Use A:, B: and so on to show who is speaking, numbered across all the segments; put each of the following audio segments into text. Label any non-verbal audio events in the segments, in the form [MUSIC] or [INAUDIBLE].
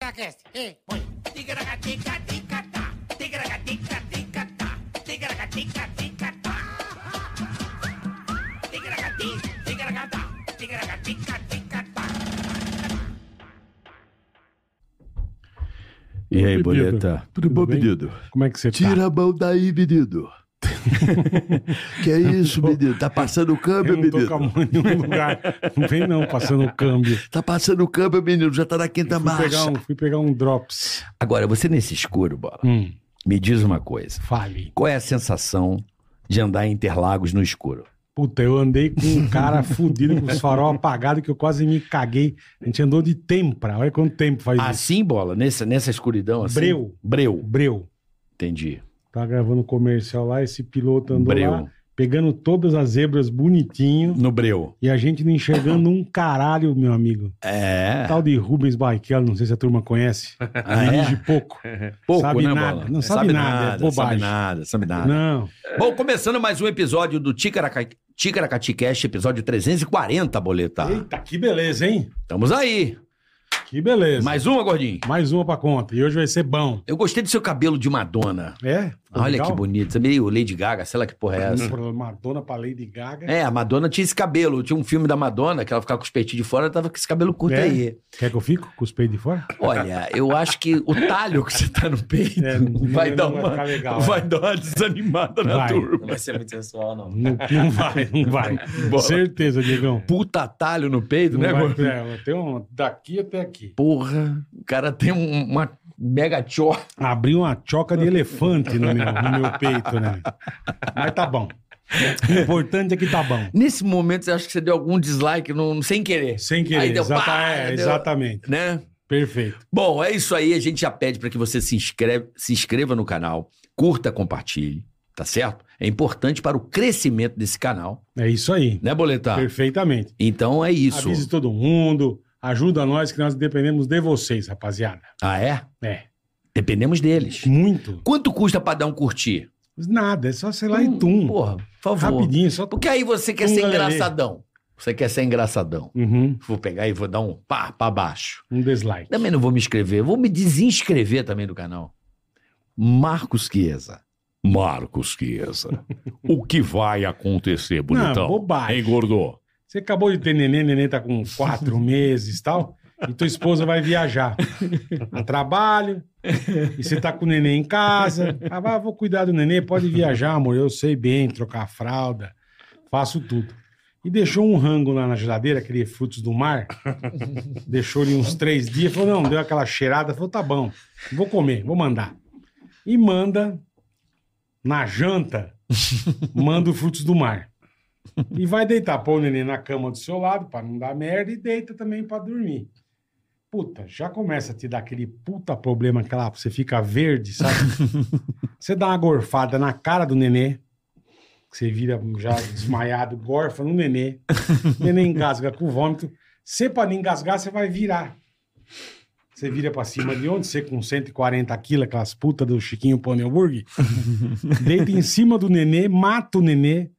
A: Ticaracacast. Ei, põe.
B: Ticaracatica-ticatá, ticaracatica-ticatá, ticaracatica-ticatá. Ticaracati, ticaracatá, ticaracatica-ticatá.
C: E aí,
D: Pedido.
C: boleta?
D: Tudo bom, bem?
C: pedido?
D: Como é que você tá?
C: Tira a mão daí,
D: [LAUGHS]
C: menino. que é isso, menino? Tá passando o câmbio,
D: Eu não tô
C: menino?
D: com a mão em nenhum lugar. Não vem não, passando o câmbio.
C: Tá passando o câmbio, menino. Já [LAUGHS] tá na quinta
D: Fui pegar,
C: marcha.
D: um, fui pegar um drops.
C: Agora, você nesse escuro, bola,
D: Hum,
C: me diz uma coisa.
D: fale.
C: Qual é a sensação de andar em Interlagos no escuro?
D: Puta, eu andei com um cara [LAUGHS] fudido, com os farol apagados, que eu quase me caguei. A gente andou de tempra. Olha quanto tempo faz isso.
C: Assim, bola? Nessa, nessa escuridão assim?
D: é. Breu.
C: Breu.
D: Breu.
C: Entendi.
D: Tá gravando comercial lá, esse piloto andou
C: Breu.
D: lá, pegando todas as zebras bonitinho.
C: No Breu.
D: E a gente não enxergando um caralho, meu amigo.
C: É.
D: Tal de Rubens Barrichello, não sei se a turma conhece.
C: Ah,
D: Dirige
C: é?
D: tá, pouco.
C: Pouco,
D: Sabe
C: né,
D: nada.
C: bola?
D: Não sabe nada, é
C: Sabe
D: bobagem.
C: nada, sabe nada.
D: Não.
C: Bom, começando mais um episódio do Ticaraca... Ticaracati Cast, episódio 340, boleta.
D: Eita, que beleza, hein?
C: Estamos aí.
D: Que beleza.
C: Mais uma, gordinho.
D: Mais uma pra conta. E hoje vai ser bom.
C: Eu gostei do seu cabelo de Madonna.
D: É?
C: Olha que bonito. Você é meio Lady Gaga, sei lá que porra é essa.
D: bonito. Madonna pra Lady Gaga.
C: É, a Madonna tinha esse cabelo. Tinha um filme da Madonna que ela ficava com os peitinhos de fora, ela tava com esse cabelo curto
D: É?
C: aí.
D: Quer que eu fico com os peitos de fora?
C: Olha, eu acho que o talho que você tá no peito
D: É, não-
C: [LAUGHS] vai,
D: não
C: dar
D: vai
C: uma,
D: ficar legal, é.
C: vai dar uma desanimada na
D: Vai.
C: turma.
E: Não vai ser muito sensual, não.
D: Não, não vai,
C: [LAUGHS]
D: não vai.
C: Bola.
D: Certeza, Diegão.
C: Puta talho no peito,
D: Não
C: né,
D: vai,
C: gordinho?
D: é, tem um daqui até aqui.
C: Porra, o cara tem um- uma mega chor.
D: Abri uma choca de elefante no meu, no meu peito, né? Mas tá bom. O importante é que tá bom.
C: Nesse momento, você acha que você deu algum dislike no- sem querer,
D: Sem querer.
C: Aí deu
D: exata-
C: pá,
D: é,
C: deu-
D: Exatamente.
C: né?
D: Perfeito.
C: Bom, é isso aí. A gente já pede para que você se, inscreve, se inscreva no canal, curta, compartilhe, tá certo? É importante para o crescimento desse canal,
D: É isso aí.
C: né, Boletar?
D: Perfeitamente.
C: Então é isso.
D: Avise todo mundo. Ajuda nós que nós dependemos de vocês, rapaziada.
C: Ah, é?
D: É.
C: Dependemos deles.
D: Muito.
C: Quanto custa para dar um curtir? Um,
D: Nada, é só sei lá e tum.
C: Porra, Então, por favor.
D: Rapidinho, Um só.
C: Porque aí você quer
D: Tum,
C: ser
D: galera.
C: engraçadão. Você quer ser engraçadão.
D: Uhum,
C: Vou pegar e vou dar um pá pra baixo.
D: um dislike.
C: Também não vou me inscrever, vou me desinscrever também do canal. Marcos Chiesa. Marcos Chiesa. [LAUGHS] o que vai acontecer,
D: Não,
C: É
D: bobagem.
C: gordo?
D: Você acabou de ter neném, neném tá com quatro meses e tal. E tua esposa vai viajar a trabalho. E você tá com o neném em casa. Ah, vai, vou cuidar do neném, pode viajar, amor. Eu sei bem, trocar a fralda, faço tudo. E deixou um rango lá na geladeira, aquele frutos do mar. deixou ali uns três dias. Falou, não, deu aquela cheirada. Falou, tá bom, vou comer, vou mandar. E manda, na janta, manda o frutos do mar. E vai deitar, põe o neném na cama do seu lado pra não dar merda e deita também pra dormir. Puta, já começa a te dar aquele puta problema que lá você fica verde, sabe? você dá uma gorfada na cara do nenê, que você vira já desmaiado, gorfa no nenê, o nenê engasga com vômito. Se pra não engasgar, você vai virar. Você vira pra cima de onde? Você com 140 quilos, aquelas putas do Chiquinho Pneuburg, deita em cima do nenê, mata o nenê,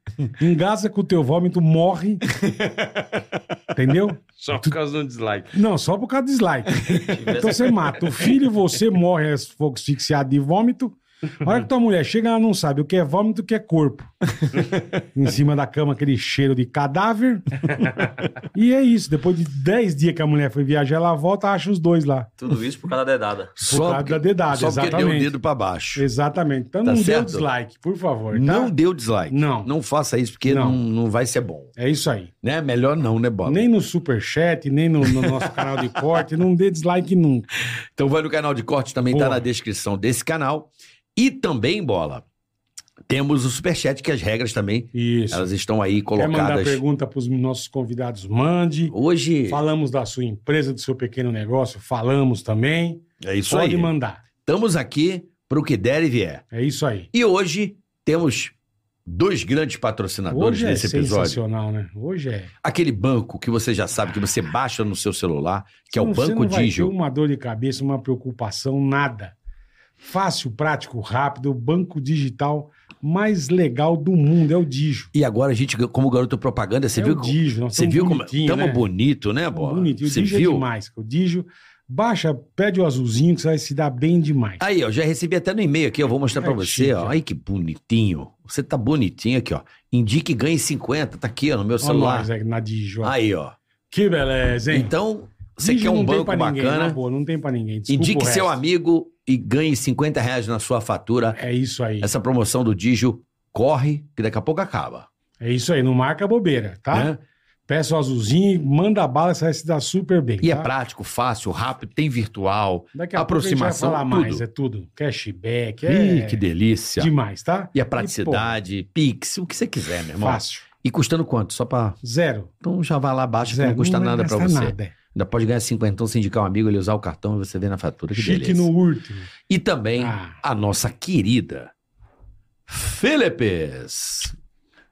D: Engasa com o teu vômito, morre. Entendeu?
E: Só por causa do dislike.
D: Não, só por causa do dislike. Então você mata o filho, você morre é asfixiado de vômito. A hora que tua mulher chega, ela não sabe o que é vômito e o que é corpo. em cima da cama, aquele cheiro de cadáver. E é isso. Depois de 10 dias que a mulher foi viajar, ela volta acha os dois lá.
E: Tudo isso por causa da dedada.
D: causa
C: Só, porque,
D: da dedada,
C: só porque deu o
D: exatamente.
C: dedo pra baixo.
D: Exatamente. Então
C: Tá
D: não
C: certo?
D: dê o dislike, por favor. tá?
C: Não deu dislike.
D: Não.
C: Não faça isso porque não,
D: Não.
C: não vai ser bom.
D: É isso aí.
C: Né? Melhor não, né, Bob?
D: Nem no superchat, nem no, no nosso canal de corte. Não dê dislike nunca.
C: Então vai no canal de corte, também tá
D: Boa.
C: na descrição desse canal. E também, bola, temos o superchat, que as regras também,
D: Isso.
C: elas estão aí
D: Quer mandar
C: colocadas.
D: pergunta para os nossos convidados? Mande.
C: Hoje,
D: Falamos da sua empresa, do seu pequeno negócio, falamos também.
C: é isso
D: Pode
C: aí.
D: mandar.
C: Estamos aqui pro que der e vier.
D: É isso aí.
C: E hoje temos dois grandes patrocinadores
D: Hoje é
C: nesse episódio.
D: sensacional, né? Hoje é.
C: Aquele banco que você já sabe que você baixa no seu celular, que é o
D: Então, Você não
C: Banco
D: vai ter um
C: Digio.
D: uma dor de cabeça, uma preocupação, nada. Fácil, prático, rápido, o banco digital mais legal do mundo é o Digio.
C: E agora a gente, como garoto propaganda, você
D: é
C: viu
D: o
C: que-
D: Digio. nós
C: Você
D: estamos
C: viu como é?
D: bonitinho,
C: tamo
D: né?
C: bonito, né,
D: Tamo
C: bola?
D: Bonitinho. O
C: Você
D: Digio é
C: viu?
D: demais. cara. O Digio Baixa, pede o azulzinho que você vai se dar bem demais.
C: Aí, ó, já recebi até no e-mail aqui, eu vou mostrar pra
D: Ai,
C: você,
D: chique,
C: ó.
D: ó.
C: Ai, que bonitinho. Você tá bonitinho aqui, ó. Indique e ganhe 50, tá aqui, ó, no meu
D: Olha
C: celular.
D: nós, é, na Dijo.
C: Aí, ó.
D: Que beleza, hein?
C: Então, você
D: Dijo
C: quer um
D: não tem
C: banco
D: pra ninguém, né? na
C: bacana,
D: boa, não tem pra ninguém. Desculpa
C: indique
D: o
C: seu
D: resto.
C: amigo e ganhe 50 reais na sua fatura.
D: É isso aí.
C: Essa promoção do Digio corre, que daqui a pouco acaba.
D: É isso aí, não marca bobeira, tá?
C: né?
D: Peça o azulzinho, manda bala, você vai se dar super bem.
C: E é
D: tá?
C: prático, fácil, rápido, tem virtual.
D: Daqui a
C: aproximação,
D: aproximação, pouco a gente vai falar mais,
C: tudo.
D: é tudo. Cashback, é
C: Ih, que delícia.
D: demais, tá?
C: E a praticidade, Pix, o que você quiser, meu irmão.
D: Fácil.
C: E custando quanto? Só pra.
D: Zero.
C: Então já vai lá abaixo que
D: Zero.
C: não custa
D: vai
C: nada pra
D: gastar
C: você.
D: nada, é.
C: Ainda pode ganhar 50, então se indicar um amigo, ele usar o cartão e você vê na fatura. Que
D: Chique
C: beleza.
D: no último.
C: E também
D: Ah,
C: a nossa querida Philips.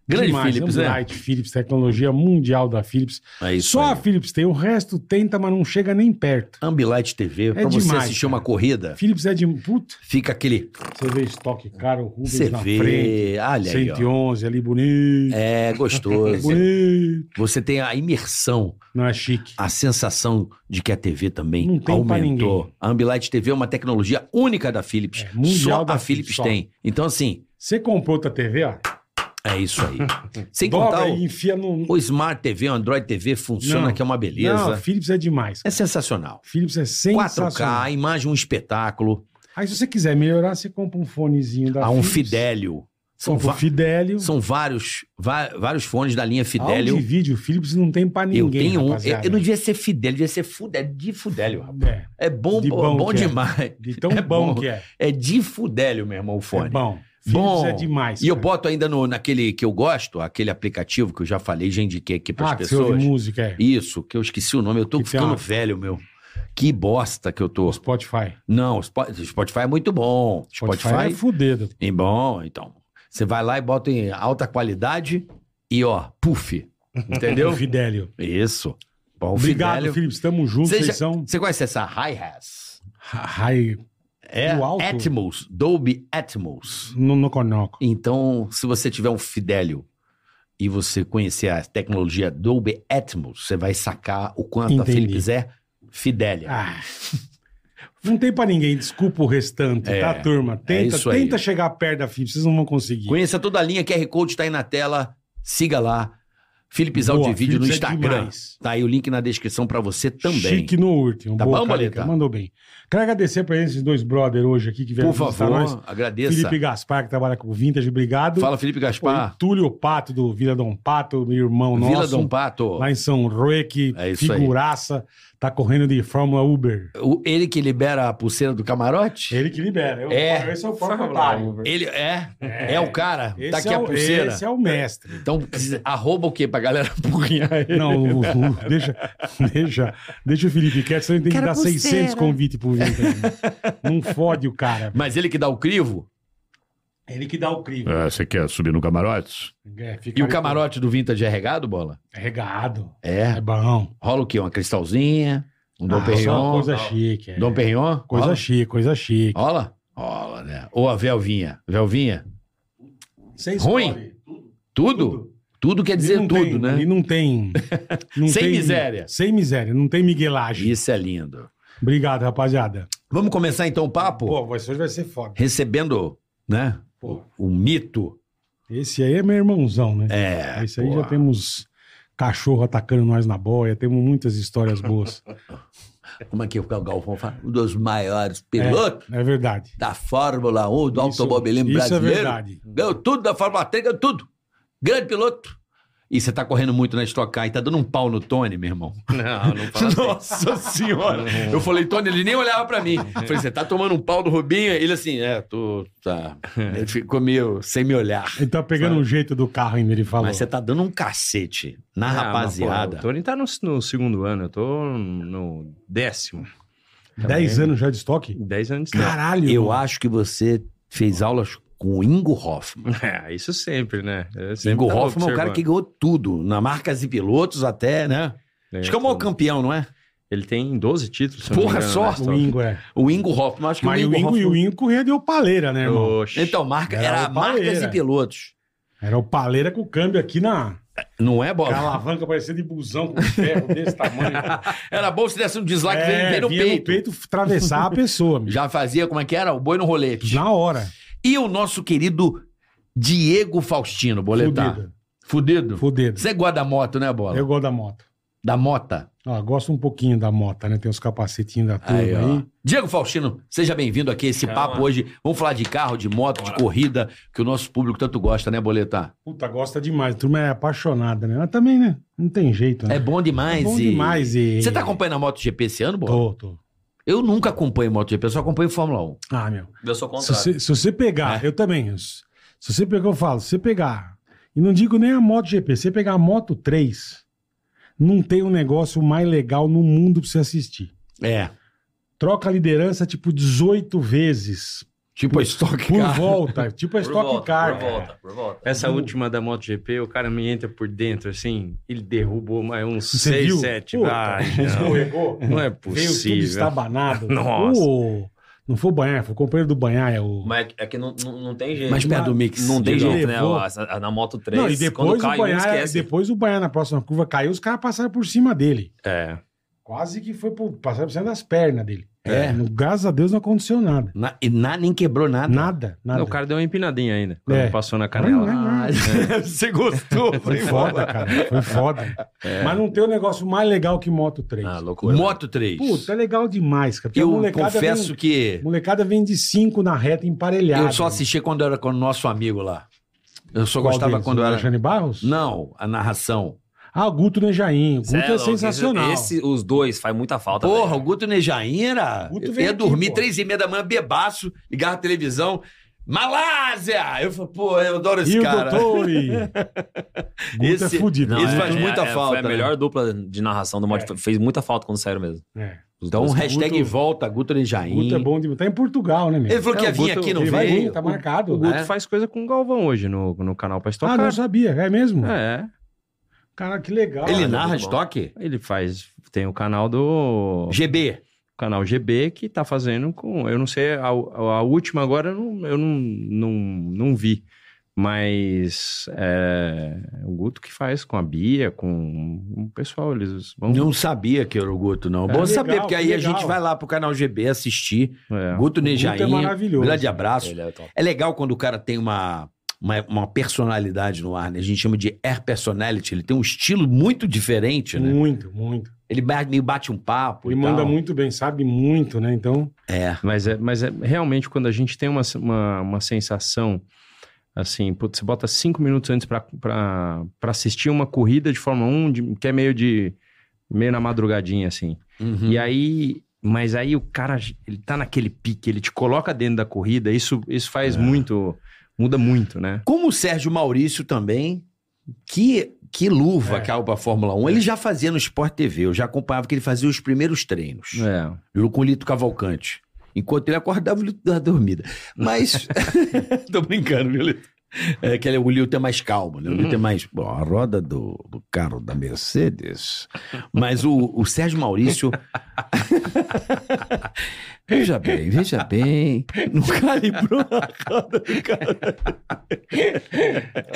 C: Grande
D: demais,
C: Philips, né?
D: Ambilight, Philips, tecnologia mundial da Philips.
C: É isso
D: Só a
C: aí.
D: Philips tem, o resto tenta, mas não chega nem perto.
C: Ambilight TV, pra você
D: É demais,
C: assistir
D: cara.
C: uma corrida,
D: Philips é de. Puta,
C: fica aquele
D: você vê estoque caro, Rubens
C: você
D: na frente.
C: vê, olha aí, ó.
D: 111 ali, bonito.
C: É
D: [LAUGHS]
C: gostoso.
D: bonito.
C: você tem a imersão,
D: Não é chique.
C: a sensação de que a TV também
D: Não tem pra
C: aumentou.
D: ninguém.
C: A Ambilight TV é uma tecnologia única da Philips.
D: É, mundial
C: só
D: da
C: a Philips
D: Philips, só.
C: tem. Então assim,
D: Você comprou outra TV, ó.
C: é isso
D: [LAUGHS]
C: aí. Sem
D: dobra
C: contar o,
D: e enfia no.
C: O Smart TV, o Android TV funciona,
D: Não.
C: que é uma beleza.
D: Não, a Philips é demais.
C: É sensacional.
D: Philips é
C: 4K,
D: sensacional.
C: a imagem um espetáculo.
D: Aí se você quiser melhorar, você compra um fonezinho da
C: Há um
D: Philips,
C: Fidelio. São,
D: Compra um
C: va-
D: Fidelio.
C: são vários, va- vários fones da linha
D: Áudio e
C: Fidelio.
D: vídeo, Philips não tem pra ninguém,
C: eu tenho um. Eu,
D: rapaziada.
C: eu não devia ser Fidelio, devia ser Fudelio, de Fudelio. rapaz.
D: É,
C: É bom,
D: De
C: pô,
D: bom
C: bom,
D: que é.
C: demais.
D: de
C: [LAUGHS]
D: tão
C: É
D: bom,
C: bom.
D: que é.
C: É de Fudelio, meu irmão, o
D: É
C: fone.
D: bom. Philips
C: Bom.
D: é demais.
C: e eu
D: cara.
C: boto ainda no, naquele que eu gosto, aquele aplicativo que eu já falei, já indiquei aqui para as
D: Ah, que você
C: pessoas.
D: ouve música, é.
C: Isso, que eu esqueci o nome, eu tô
D: Que tem
C: ficando
D: uma-
C: velho, meu. Que bosta que eu tô.
D: Spotify.
C: Não, o Spo- Spotify é muito bom.
D: Spotify,
C: Spotify,
D: é fudido.
C: é bom, então. Você vai lá e bota em alta qualidade e ó, puff.
D: [LAUGHS]
C: Entendeu?
D: Fidelio.
C: Isso. Bom,
D: Obrigado,
C: Fidelio.
D: Philips. Tamo junto.
C: Seja-
D: Vocês são.
C: Você conhece essa hi-hats?
D: Raio.
C: É
D: No alto?
C: Atmos, Dolby Atmos.
D: No, no conoco.
C: Então, se você tiver um Fidelio e você conhecer a tecnologia Dolby Atmos, você vai sacar o quanto
D: Entendi.
C: a Philips é Fidelia.
D: Ah. Não tem pra ninguém, desculpa o restante,
C: É,
D: tá, turma? Tenta,
C: isso aí.
D: tenta chegar perto da Philips, vocês não vão conseguir.
C: Conheça toda a linha, QR Code tá aí na tela. Siga lá. Philips
D: Boa,
C: Boa, Vídeo no
D: Philips é
C: Instagram.
D: demais.
C: tá aí o link na descrição pra você também.
D: Chique no último.
C: Tá
D: Boa,
C: bom,
D: Carica,
C: Boleta?
D: Mandou bem. Quero agradecer pra esses dois brother hoje aqui que vieram
C: Por
D: visitar
C: favor,
D: nós.
C: agradeça.
D: tá Felipe Gaspar, que trabalha com o Vintage, obrigado.
C: Fala, Felipe
D: Pô, e
C: Gaspar.
D: Túlio Pato, do Vila Dom Pato, meu irmão
C: Vila
D: nosso.
C: Dom Pato.
D: Lá em São Rui, que
C: É isso aí.
D: figuraça, tá correndo de Fórmula Uber.
C: O- ele que libera a pulseira do camarote?
D: Ele que libera. Eu,
C: É.
D: Esse é o próprio otário.
C: Ele é? É, o cara.
D: Esse
C: tá aqui
D: é
C: a
D: o-
C: pulseira.
D: Esse é o mestre.
C: Então, precisa- arroba o quê pra galera [LAUGHS] burrinhar ele?
D: Não, o- o- deixa, deixa, deixa o Felipe quieto, senão ele tem que
A: Quero
D: dar 600
A: pulseira.
D: convite pro Vintage. não fode o cara.
C: Mas ele que dá o crivo?
D: Ele que dá o crivo.
C: É, você quer subir no camarote?
D: É, fica
C: E o
D: ali
C: camarote do Vintage é regado, bola?
D: com- Regado.
C: É.
D: É bom.
C: Rola o quê? Uma cristalzinha? Um Dom
D: Ah, só uma
C: Perignon?
D: coisa
E: não.
D: chique. é.
C: Dom Perignon?
D: Coisa
C: Rola?
D: chique, coisa chique.
C: Rola? Rola, né? Ou a Velvinha? Velvinha?
D: Sem
C: Ruim? Tudo? Tudo, quer dizer tudo,
D: tem,
C: né?
D: E
C: [LAUGHS]
D: não tem. não
C: Sem
D: tem-
C: miséria.
D: Sem miséria, não tem miguelagem.
C: Isso é lindo.
D: Obrigado, rapaziada.
C: Vamos começar então o papo?
D: você hoje vai ser foda.
C: Recebendo, né?
D: Pô.
C: O mito.
D: Esse aí é meu irmãozão, né?
C: É.
D: Esse aí
C: pô.
D: já temos cachorro atacando nós na boia, temos muitas histórias boas.
C: [LAUGHS] Como é que o Galvão fala? Um dos maiores pilotos
D: é verdade.
C: da Fórmula 1, do
D: Isso-
C: automobilismo
D: isso é
C: brasileiro.
D: verdade.
C: Ganhou tudo da Fórmula 3, ganhou tudo. Grande piloto. E você tá correndo muito na Stock Car e tá dando um pau no Tony, meu irmão.
E: [LAUGHS] Não, [LAUGHS] não fala assim.
C: [LAUGHS] Nossa senhora!
E: [LAUGHS]
C: Eu falei, Tony, ele nem olhava pra mim. Eu falei, você tá tomando um pau do Rubinho? Ele assim, é, tô,
E: [LAUGHS]
C: tá. Ele ficou meio sem me olhar.
D: Ele tá pegando o jeito do carro ainda, ele falou.
C: Mas você tá dando um cacete na
E: Ah, mas, pô,
C: rapaziada.
E: o Tony tá no, no segundo ano, eu tô no décimo.
D: 10 anos já de estoque?
E: Dez anos. de estoque.
D: Caralho!
C: Eu
D: mano.
C: acho que você fez aulas com o Ingo Hoffman.
E: [LAUGHS] É, isso sempre, né? Eu sempre
C: Ingo
E: tava
C: Hoffman é o cara que
E: observando.
C: ganhou tudo, na marcas e pilotos até, né?
E: É,
C: acho que é o maior
E: tudo.
C: campeão, não é?
E: Ele tem 12 títulos. se eu
C: Porra,
E: não me engano, né?
C: só?
E: na
D: O
E: história.
D: Ingo, é.
C: O Ingo Hoffman, acho que
D: Mas
C: o
D: o
C: Ingo
D: Ingo, e
C: Hoffman...
D: o Ingo corria deu paleira, né, irmão?
E: Oxi.
C: Então, marca,
D: Era
C: era
D: o
C: marcas
D: Palmeira.
C: e pilotos.
D: Era o paleira com o câmbio aqui na...
C: Não é,
D: A
C: bola?
D: alavanca parecia de busão com um ferro desse tamanho.
C: [LAUGHS] Era bom se desse um dislike
D: É,
C: veio- veio no
D: vinha
C: peito.
D: atravessar a pessoa, amigo.
C: Já fazia, como é que era? O boi no rolete.
D: Na hora.
C: E o nosso querido Diego Faustino, boletar.
D: Fudido.
C: Fudido.
D: Fudido.
C: Você gosta da moto, né, Bola?
D: Eu gosto da moto.
C: Da mota.
D: Ó, gosto um pouquinho da moto, né? Tem os capacetinhos da turma
C: Aí,
D: aí.
C: ó. Diego Faustino, seja bem-vindo aqui a esse
E: Calma.
C: papo hoje. Vamos falar de carro, de moto, de corrida, que o nosso público tanto gosta, né, Boletar?
D: Puta, gosta demais. A turma é apaixonada, né? Mas também, né? Não tem jeito, né?
C: É bom demais.
D: É bom
C: e-
D: demais. E...
C: Você tá acompanhando a MotoGP esse ano, Bola?
D: Tô, tô.
C: Eu nunca acompanho MotoGP, eu só acompanho Fórmula 1.
D: Ah, meu.
A: Eu sou
D: Se
A: contrário.
D: você, se você pegar, eu também. Se se você pegar, eu falo, se você pegar, e não digo nem a moto GP, se você pegar a moto 3, não tem um negócio mais legal no mundo pra você assistir.
C: É.
D: Troca a liderança tipo 18 vezes
C: Tipo a Stock
D: por
C: Car.
D: volta, tipo a
A: Por
D: Stock
A: volta,
D: Car.
A: por
D: cara.
A: volta, por volta.
E: Essa
D: Hum.
E: última da MotoGP, o cara me entra por dentro, assim, ele derrubou mais uns
D: Você viu?
E: 6, 7.
D: Puta,
E: [LAUGHS] Ai,
D: [LAUGHS]
E: não.
D: Escorregou.
E: não é
D: Veio tudo
E: possível.
D: estabanado.
E: Nossa.
D: O- não foi o banhar, foi o companheiro do banhar, é o.
A: Mas é que não, não, não tem jeito.
C: Mas
A: não,
C: perto do mix.
A: não tem
D: Digão.
A: jeito, né?
D: Levou.
A: Ó, essa- a- Na moto 3,
D: Não, e
A: quando
D: depois o
A: cai, um
D: banhar,
A: esquece.
D: depois é o banhar na próxima curva caiu, os caras passaram por cima dele.
E: É.
D: Quase que foi por, passaram por cima das pernas dele.
C: É.
D: No- graças a Deus não aconteceu nada.
C: Na- e na- nem quebrou nada.
D: Nada, nada.
E: O cara deu uma empinadinha ainda, quando
D: É.
E: passou na canela.
D: Não, não,
C: Ah, [LAUGHS] Você
D: [LAUGHS]
C: gostou?
D: Foi foda, cara. Foi foda. Mas não tem um negócio mais legal que Moto 3.
A: Ah, loucura.
C: Moto 3.
D: Puta, é legal demais, cara. Porque a
C: eu
D: molecada
C: confesso
D: vem, um
C: que
D: a molecada vem de 5 na reta emparelhada.
C: eu só assisti quando era com o nosso amigo lá. Eu só
D: né? Qual
C: gostava
D: deles?
C: quando
D: O
C: era.
D: Alexandre Barros?
C: Não, a narração.
D: Ah, o Guto Nejaim. O Guto
A: Cê
D: é,
A: louco, esse-
D: sensacional.
A: Esse, os dois faz muita falta.
C: Porra,
A: velho.
C: o Guto Nejaim era.
D: Guto
C: eu
D: veio
C: ia
D: aqui,
C: dormir
D: pô.
C: três e meia da manhã, bebaço, ligava a televisão. Malásia! Eu falei, pô, eu adoro esse
D: E o
C: cara. [LAUGHS]
D: doutor. e- Guto
C: Esse-
D: é fudido.
A: Não,
C: Isso
A: é-
C: faz
A: é-
C: muita
A: é-
C: falta,
A: Foi a
C: né?
A: melhor dupla de narração do moto. Fez muita falta quando saíram mesmo.
D: É.
A: Os
C: Então,
A: dois.
C: hashtag
D: Guto-
C: volta, Guto
D: O
C: Nejaim.
D: Guto é bom de... Tá em Portugal, né, meu?
C: Ele falou
E: É,
C: que ia
E: o
C: vir
E: Guto-
C: aqui, não
D: Ele vai vir,
C: veio.
D: tá
E: O
D: marcado.
E: Guto
C: É.
E: faz coisa com o Galvão hoje no, no canal pra
D: Ah,
E: estocar.
D: não sabia. É mesmo?
E: É.
D: Cara, que legal.
C: Ele
A: Ah,
C: narra
A: muito bom.
C: estoque?
E: Ele faz. Tem o canal do.
C: GB.
E: canal GB que tá fazendo com. Eu não sei, a, a última agora eu não, eu não, não, não vi. Mas é, o Guto que faz com a Bia, com o pessoal, eles vão.
C: Não sabia que era o Guto, não.
E: É.
C: Bom
D: Legal,
C: saber, porque aí a
D: legal.
C: gente vai lá pro canal GB assistir.
E: é.
C: Guto
D: Guto é
C: Nejaim.
D: maravilhoso.
C: grande abraço.
A: Ele é top.
C: É legal quando o cara tem uma, uma, uma personalidade no ar, né? A gente chama de air personality. Ele tem um estilo muito diferente, né?
D: Muito, muito.
C: Ele ba- meio bate um papo.
D: Hum. Ele
C: e
D: manda
C: tal.
D: muito bem, sabe muito, né? Então,
C: É.
E: Mas, é, mas é realmente quando a gente tem uma, uma, uma sensação assim, putz, você bota cinco minutos antes pra- pra pra assistir uma corrida de Fórmula 1 de- que é meio de. meio na madrugadinha, assim.
C: Uhum.
E: E aí, mas aí o cara, ele tá naquele pique, ele te coloca dentro da corrida, isso, isso
D: É.
E: faz muito, muda muito, né?
C: Como o Sérgio Maurício também, que, que luva
D: É.
C: caiu pra Fórmula 1. Ele já fazia no Sport TV. Eu já acompanhava que ele fazia os primeiros treinos.
E: É.
C: Eu com o Lito Cavalcante. Enquanto ele acordava, o Lito dava dormida. [LAUGHS] Mas. Tô brincando, viu, Lito? É que ele- o Lito é mais calmo, né? O Lito é mais. Bom, a roda do, do carro da Mercedes. Mas o, o Sérgio Maurício. [LAUGHS] veja bem, veja bem. Não calibrou a roda do carro. [LAUGHS]
D: você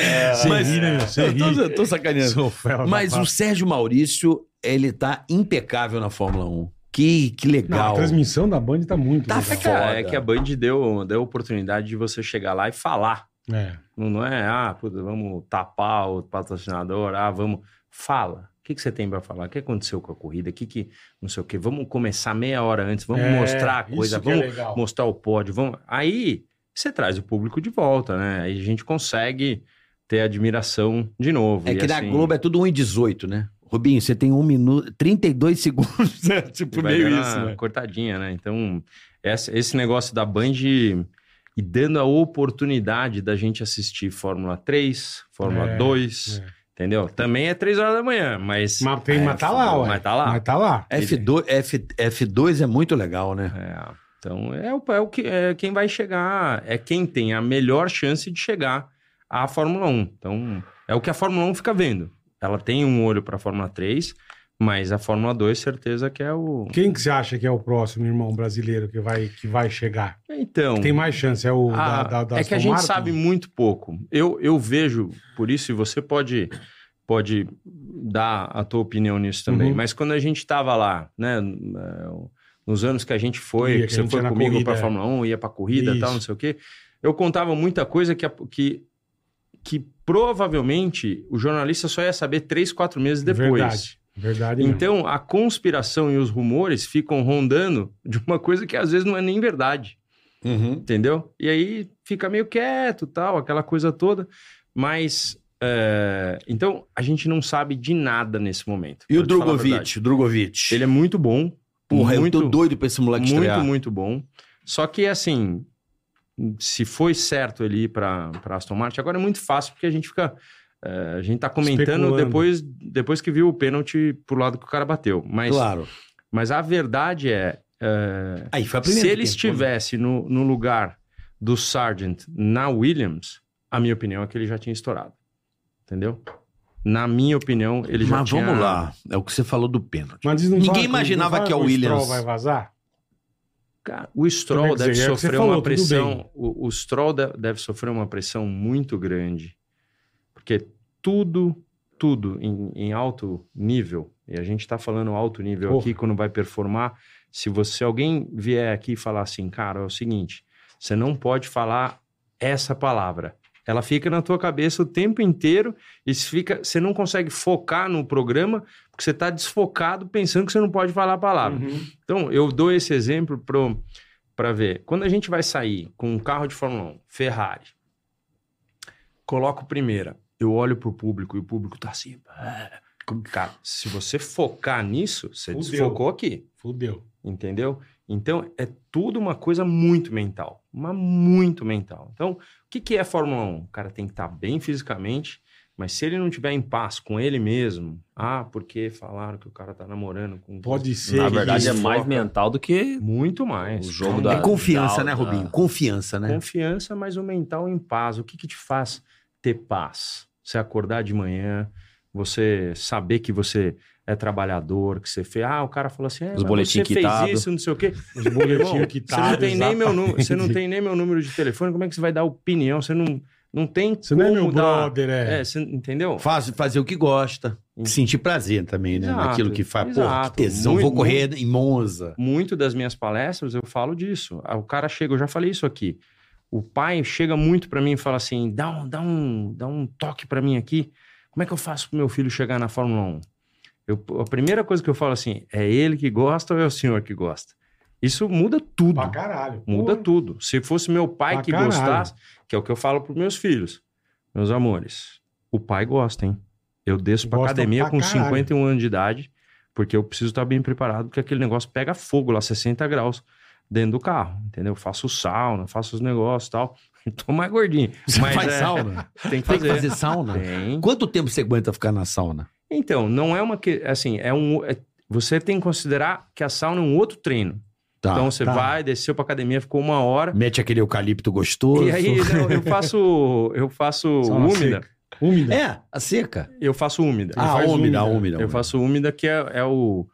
C: É. mas-
D: ri, né, meu? Você
C: Eu
D: ri.
C: tô, eu tô sacaneando.
D: Sou fel,
C: Mas o
D: rapaz.
C: Sérgio Maurício, ele tá impecável na Fórmula 1. Que, que
D: Não, é a
C: legal.
D: transmissão da Band tá muito
C: Tá
E: É
D: legal.
E: que, a- é que a Band deu, deu a oportunidade de você chegar lá e falar.
D: É.
E: Não, não é, ah, puta, vamos tapar o patrocinador, ah, vamos. Fala. O que, que você tem pra falar? O que aconteceu com a corrida? O que, que. Não sei o quê. Vamos começar meia hora antes, vamos
D: É,
E: mostrar a
D: isso
E: coisa,
D: que
E: vamos
D: é legal.
E: mostrar o pódio. Vamos... Aí você traz o público de volta, né? Aí a gente consegue ter admiração de novo.
C: É
E: E
C: que na
E: assim,
C: Globo é tudo 1 e 18, né? Rubinho, você tem 1 minuto, 32 [LAUGHS] segundos. É, tipo,
E: vai
C: meio
E: dando
C: isso,
E: uma
C: né?
E: Cortadinha, né? Então, essa- esse negócio da Band e dando a oportunidade da gente assistir Fórmula 3, Fórmula
D: É,
E: 2,
D: é.
E: entendeu? Também é 3 horas da manhã, mas.
D: Mas, tem, mas tá lá, ué.
E: Mas tá lá.
D: Mas tá lá.
C: F2, F, F2 é muito legal, né?
E: É, então, é, o, é o que é quem vai chegar, é quem tem a melhor chance de chegar à Fórmula 1. Então, é o que a Fórmula 1 fica vendo. Ela tem um olho para a Fórmula 3, mas a Fórmula 2, certeza que é o.
D: Quem que você acha que é o próximo irmão brasileiro que vai, que vai chegar?
E: Então.
D: Que tem mais chance? É o da,
E: Ah,
D: da, da
E: é que
D: Aston
E: a gente
D: Martin?
E: sabe muito pouco. Eu, eu vejo, por isso, e você pode pode dar a tua opinião nisso também,
D: Uhum.
E: mas quando a gente estava lá, né, eh, nos anos que a gente
D: Ia,
E: foi, que,
D: que a
E: você
D: gente
E: foi
D: ia na
E: comigo
D: corrida,
E: para
D: é.
E: Fórmula 1, ia para corrida e tal,
D: Isso.
E: não sei o quê, eu contava muita coisa que, a- que, que provavelmente o jornalista só ia saber três, quatro meses depois.
D: É Verdade. Verdade. mesmo.
E: Então, a conspiração e os rumores ficam rondando de uma coisa que às vezes não é nem verdade, Uhum. entendeu? E aí fica meio quieto, tal, aquela coisa toda. Mas, é, então, a gente não sabe de nada nesse momento.
C: E o
E: pra te falar a verdade.
C: Drogovic? O Drogovic.
E: Ele é muito bom.
C: Porra,
E: muito,
C: eu tô doido pra esse moleque
E: muito,
C: estrear.
E: muito bom. Só que, assim, se foi certo ele ir para Aston Martin, agora é muito fácil, porque a gente fica. é, a gente tá comentando
D: Especulando.
E: depois, depois que viu o pênalti pro lado que o cara bateu. Mas,
C: Claro.
E: mas a verdade é. é,
C: Aí foi a primeira
E: se
C: Tá que
E: ele
C: tem,
E: estivesse no, no lugar do Sargent na Williams, a minha opinião é que ele já tinha estourado. Entendeu? Na minha opinião, ele já
C: Mas
E: tinha.
C: vamos lá. É o que você falou do pênalti.
D: Mas eles não
C: Ninguém
D: falam-
C: imaginava
D: não
C: que é o
D: falam Stroll
C: Williams.
D: vai vazar?
E: Cara, o Stroll
D: Como é que
E: deve
D: você- é o que você
E: sofrer
D: falou,
E: uma
D: tudo
E: pressão.
D: bem.
E: O, o Stroll de- deve sofrer uma pressão muito grande. Porque tudo, tudo em, em alto nível, e a gente está falando alto nível
D: Porra.
E: aqui quando vai performar. Se você alguém vier aqui e falar assim, cara, é o seguinte: você não pode falar essa palavra. Ela fica na tua cabeça o tempo inteiro e se fica, você não consegue focar no programa porque você está desfocado pensando que você não pode falar a palavra.
D: Uhum.
E: Então, eu dou esse exemplo pro, pra ver. Quando a gente vai sair com um carro de Fórmula 1, Ferrari, coloco primeira, eu olho pro público e o público tá assim. "Ah". Cara, se você focar nisso, você
D: Fudeu.
E: desfocou aqui,
D: Fudeu.
E: entendeu? Então, é tudo uma coisa muito mental, mas muito mental. Então, o que, que é Fórmula 1? O cara tem que estar bem fisicamente, mas se ele não tiver em paz com ele mesmo, ah, porque falaram que o cara tá namorando com...
D: Pode ser.
A: Na
D: que
A: verdade, é
D: isso-
A: mais mental do que
E: Muito mais.
A: O jogo
C: É
A: da-
C: confiança,
A: da-
C: né,
A: da-
C: Rubinho? Confiança, né?
E: Confiança, mas o mental em paz. O que, que te faz ter paz? Você acordar de manhã, você saber que você é trabalhador, que você fez. Ah, o cara falou assim: é,
A: Os
E: mas
A: boletim
E: você
A: quitado.
E: fez isso, não sei o
A: [LAUGHS]
E: quê. [LAUGHS]
D: Os boletinhos
E: Irmão,
D: que tá,
E: você, não tem nem meu, nu- você não
D: exatamente.
E: tem nem meu número de telefone, como é que você vai dar opinião? Você não, não tem
D: Você
E: como
D: não é meu
E: dar.
D: brother,
E: É,
D: é.
E: você, entendeu?
C: Faz, fazer o que gosta.
E: Hum.
C: Sentir prazer também, né?
E: Exato,
C: Naquilo que faz. Pô,
E: exato.
C: que tesão.
E: Muito,
C: Vou correr em Monza.
E: muito das minhas palestras eu falo disso. Ah, O cara chega, eu já falei isso aqui. O pai chega muito pra mim e fala assim: dá um, dá um, dá um toque pra mim aqui. Como é que eu faço pro meu filho chegar na Fórmula 1? Eu- a primeira coisa que eu falo assim: é ele que gosta ou é o senhor que gosta? Isso muda tudo.
D: Pra caralho.
E: Muda
D: Pô,
E: tudo. Se fosse meu pai
D: Pra
E: que
D: caralho.
E: gostasse, que é o que eu falo pros meus filhos. Meus amores, o pai gosta, hein? Eu desço pra
D: Gosta
E: academia
D: pra
E: com
D: caralho.
E: 51 anos de idade, porque eu preciso estar bem preparado, porque aquele negócio pega fogo lá, 60 graus, dentro do carro, entendeu? Eu faço sauna, faço os negócios e tal. [LAUGHS] Tô mais gordinho.
C: Você
E: mas
C: faz
E: é,
C: sauna?
E: Tem que
C: Tem que
E: fazer. É.
C: fazer sauna?
E: Tem.
C: Quanto tempo você aguenta ficar na sauna?
E: Então, não é uma que. Assim, é um. é- você tem que considerar que a sauna é um outro treino.
C: Tá.
E: então você
D: tá.
E: vai, desceu pra academia, ficou uma hora.
C: Mete aquele eucalipto gostoso.
E: E aí
D: [LAUGHS]
E: não, eu faço, eu faço
D: Sauna
E: úmida.
D: Úmida.
C: É, a seca.
E: Eu faço úmida.
D: Ah, faz úmida.
C: úmida.
E: eu faço úmida que é, é o,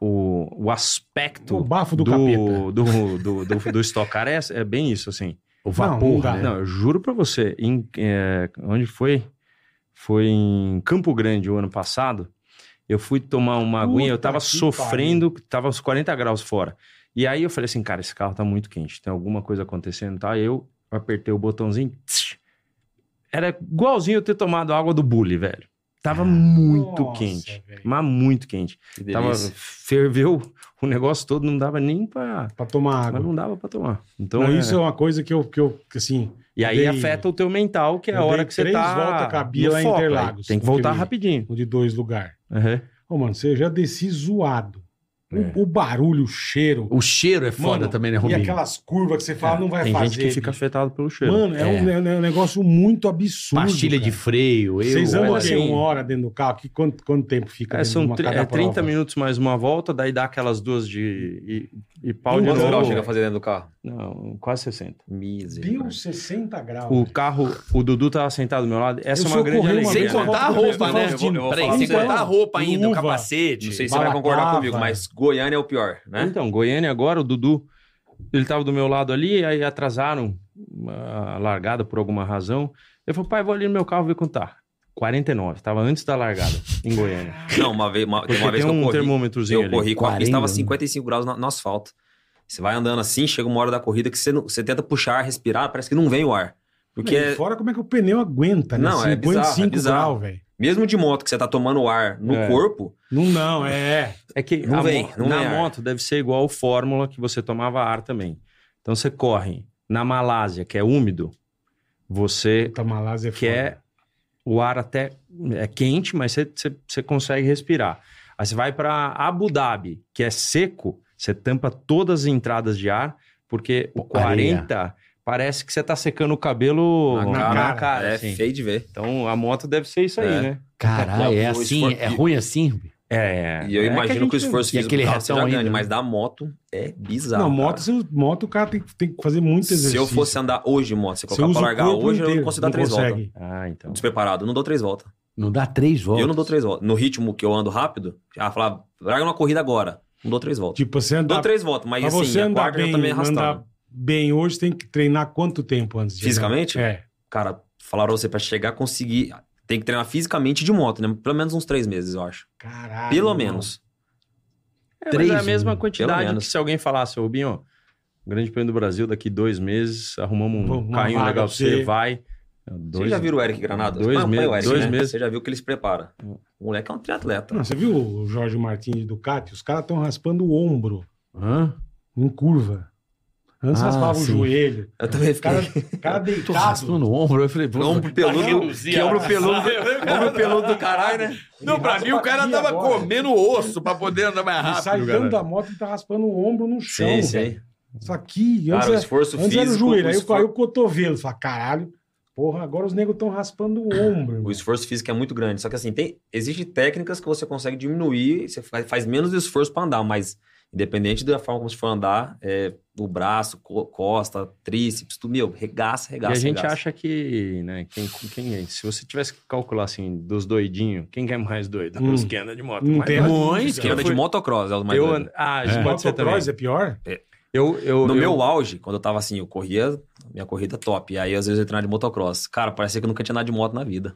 E: o, o aspecto
D: O
E: do
D: bafo do,
E: do,
D: capeta.
E: do, do, do, estocar. É, é bem isso, assim.
C: O
D: Não,
C: vapor,
D: não dá.
C: né?
E: Não, eu juro pra você, em, é, onde foi? Foi em Campo Grande o ano passado. Eu fui tomar uma
D: Puta
E: aguinha, eu tava
D: que
E: sofrendo, tava uns 40 graus fora. E aí eu falei assim, cara, esse carro tá muito quente, tem alguma coisa acontecendo, tá? Eu apertei o botãozinho. tsh. era igualzinho eu ter tomado água do bully, velho. Tava muito
D: É. Nossa,
E: quente.
D: velho.
E: Mas muito quente.
A: Que
E: Tava,
A: delícia.
E: ferveu o negócio todo, não dava nem pra.
D: Pra tomar água.
E: Mas não dava pra tomar. Então,
D: Não,
E: é-
D: Isso é uma coisa que eu, que eu que, assim,
E: e aí
D: Dei-
E: afeta o teu mental, que é a
D: Eu
E: hora
D: dei
E: que você
D: três
E: tá
D: voltas com a Bia
E: no
D: lá em
E: foco, aí
D: Interlagos,
E: Tem que voltar
D: naquele-
E: rapidinho.
D: o de dois lugares.
E: Uhum.
D: Ô, mano, você já desci zoado. O- O, barulho, o cheiro.
C: O cheiro é foda
D: Mano,
C: também, né,
D: E
C: Rubinho?
D: aquelas curvas que você fala, não vai
E: Tem
D: fazer.
E: gente que fica
D: bicho.
E: afetado pelo cheiro.
D: Mano, é, Um, é um negócio muito absurdo.
C: Pastilha de
D: cara.
C: freio, eu...
D: Vocês andam
E: olha,
D: assim,
E: assim-
D: uma hora dentro do carro, que quanto, quanto tempo fica?
E: É,
D: dentro de
E: são
D: uma
E: tri-
D: cada
E: é 30
D: prova?
E: minutos mais uma volta, daí dá aquelas duas de. E, e pau
D: Quantos
E: de
A: Quantos
E: novo.
A: graus chega a fazer dentro do carro?
E: Não, quase 60.
D: Deu
A: Misericórdia.
D: 60 graus.
E: O carro, o Dudu tava sentado do meu lado. Essa
D: Eu
E: é
D: sou
E: uma grande
D: correr uma
E: alegria.
C: Sem
D: vez,
E: né?
C: contar a
D: Eu vou- eu
C: roupa,
D: vou-
C: né?
D: eu
A: vou- eu vou
C: Peraí,
A: falar
C: sem
A: pra você.
C: contar a roupa ainda, o
D: Luva.
A: Não
C: capacete.
A: sei se você vai concordar
D: Balaclava.
A: comigo, mas Goiânia é o pior, né?
E: Então, Goiânia agora, o Dudu, ele tava do meu lado ali, aí ah, atrasaram uma- a largada por alguma razão. Ele falou, pai, vou ali no meu carro ver quanto tá. 49, tava antes da largada, em Goiânia.
A: Não, uma vez, uma,
E: Porque
A: uma vez
E: tem
A: que eu
E: um
A: corri.
E: termômetrozinho
A: Eu
E: ali.
A: corri com a pista,
C: 40,
A: tava
C: né?
A: 55 graus no, no asfalto. Você vai andando assim, chega uma hora da corrida que você, não- você tenta puxar, respirar, parece que não vem o ar. Porque
D: Porque... Fora como é que o pneu aguenta, né?
A: Não, é bizarro, é
D: 55
A: bizarro.
D: graus, velho.
A: mesmo de moto que você tá tomando o ar no
E: É.
A: corpo,
D: Não, não, é.
E: É que
A: Não
E: a
A: vem,
E: mo-
A: não
E: na
A: vem ar.
E: moto deve ser igual o Fórmula que você tomava ar também. Então você corre na Malásia, que é úmido, você
D: Puta, Malásia é foda.
E: quer o ar até é quente, mas você, você, você consegue respirar. Aí você vai para Abu Dhabi, que é seco, você tampa todas as entradas de ar, porque o
C: Areia.
E: 40 parece que você tá secando o cabelo
A: Na
E: na,
D: cara.
E: cara.
A: é
E: assim.
A: feio de ver.
E: Então a moto deve ser isso aí,
A: É.
E: né?
C: Caralho, é
A: O
C: assim,
A: esforço-
C: é ruim assim?
E: É.
A: E eu
E: é
A: imagino que,
E: a
A: o
E: gente-
A: esforço
C: E
A: físico
C: aquele
A: do carro seja
C: retão ainda,
A: grande,
C: né?
A: mas da moto é bizarro.
D: Não,
A: cara.
D: moto, você- moto o cara tem, que- tem que fazer muito
A: Se
D: exercício.
A: eu fosse andar hoje de moto, se eu
D: Você
A: colocar pra
D: usa o
A: largar
D: corpo
A: hoje, eu
D: inteiro,
A: não consigo dar três voltas.
D: consegue.
E: Ah, então.
A: Despreparado, eu não dou três voltas.
C: Não dá três voltas.
A: Eu não dou três voltas. No ritmo que eu ando rápido, ah, falar, larga uma corrida agora. Não dou três voltas.
D: Tipo, você
A: Dou
D: andar,
A: três voltas, mas
D: pra
A: assim,
D: você
A: a
D: andar
A: quarta eu já também
D: bem,
A: arrastando.
D: andar bem hoje, tem que treinar quanto tempo antes de andar?
A: Fisicamente?
D: É.
A: Cara, falaram pra você pra chegar, conseguir. Tem que treinar fisicamente de moto, né? Pelo menos uns três meses, eu acho.
D: Caralho.
A: Pelo
D: mano.
A: menos.
E: É,
C: Três,
E: mas é a
C: né?
E: mesma
A: Pelo
E: quantidade que
A: menos.
E: se alguém falasse, ô Rubinho, Grande Prêmio do Brasil, daqui dois meses, arrumamos um
D: Vamos, uma
E: carrinho
D: vaga
E: legal
D: pra
E: pra você,
D: você.
E: vai.
A: Você
E: Dois-
A: já viu o Eric Granada?
E: dois
A: Ah, põe
E: meses-
A: o Eric,
E: dois
A: né?
E: meses.
A: Você já viu que ele se prepara. O moleque é um triatleta.
D: Não, você viu o Jorge Martins de Ducati? Os caras estão raspando o ombro
C: Hã?
D: em curva. Antes
C: Ah,
D: raspava o
C: sim.
D: joelho.
A: Eu também
D: O
A: fiquei. [LAUGHS]
D: cara, o cara
C: Tô
D: deitado.
C: raspando o ombro. Eu falei, vamos.
A: Ombro
D: um
A: peludo. Que ombro peludo. Ombro peludo do caralho, né?
D: Não, pra mim, o cara tava
C: tá
D: comendo
C: osso pra poder andar mais
D: Ele sai dando da moto e tá raspando o ombro no chão.
A: Sim,
D: velho.
A: sim.
D: Isso aqui, antes,
A: Cara, o
D: era-
A: esforço
D: antes
A: físico.
D: era o joelho.
A: o
D: aí,
A: esfor-
D: o, aí o cotovelo. Fala, caralho. Porra, agora os negros estão raspando o ombro. irmão.
A: O esforço físico é muito grande. Só que assim, tem, existem técnicas que você consegue diminuir, você faz, faz menos esforço para andar, mas independente da forma como você for andar, é, o braço, co- costa, tríceps, tudo, meu, regaça,
E: E
A: regaça.
E: a gente
A: regaça.
E: acha que, né, quem, quem é? Se você tivesse que calcular assim, dos doidinhos, quem que é mais doido?
D: Hum.
E: Os que andam de moto.
D: Não
E: Mas
D: tem
E: nós-
D: muito.
A: Que anda
E: Eu fui-
A: de motocross, é os mais
E: Eu,
A: doidos.
E: and- ah, isso
D: É.
E: pode ser também.
D: Motocross é pior?
E: Eu, eu,
A: No
E: eu-
A: meu auge, quando eu tava assim, eu corria, minha corrida top. E aí, às vezes, eu treinava de motocross. Cara, parecia que eu nunca tinha andado de moto na vida.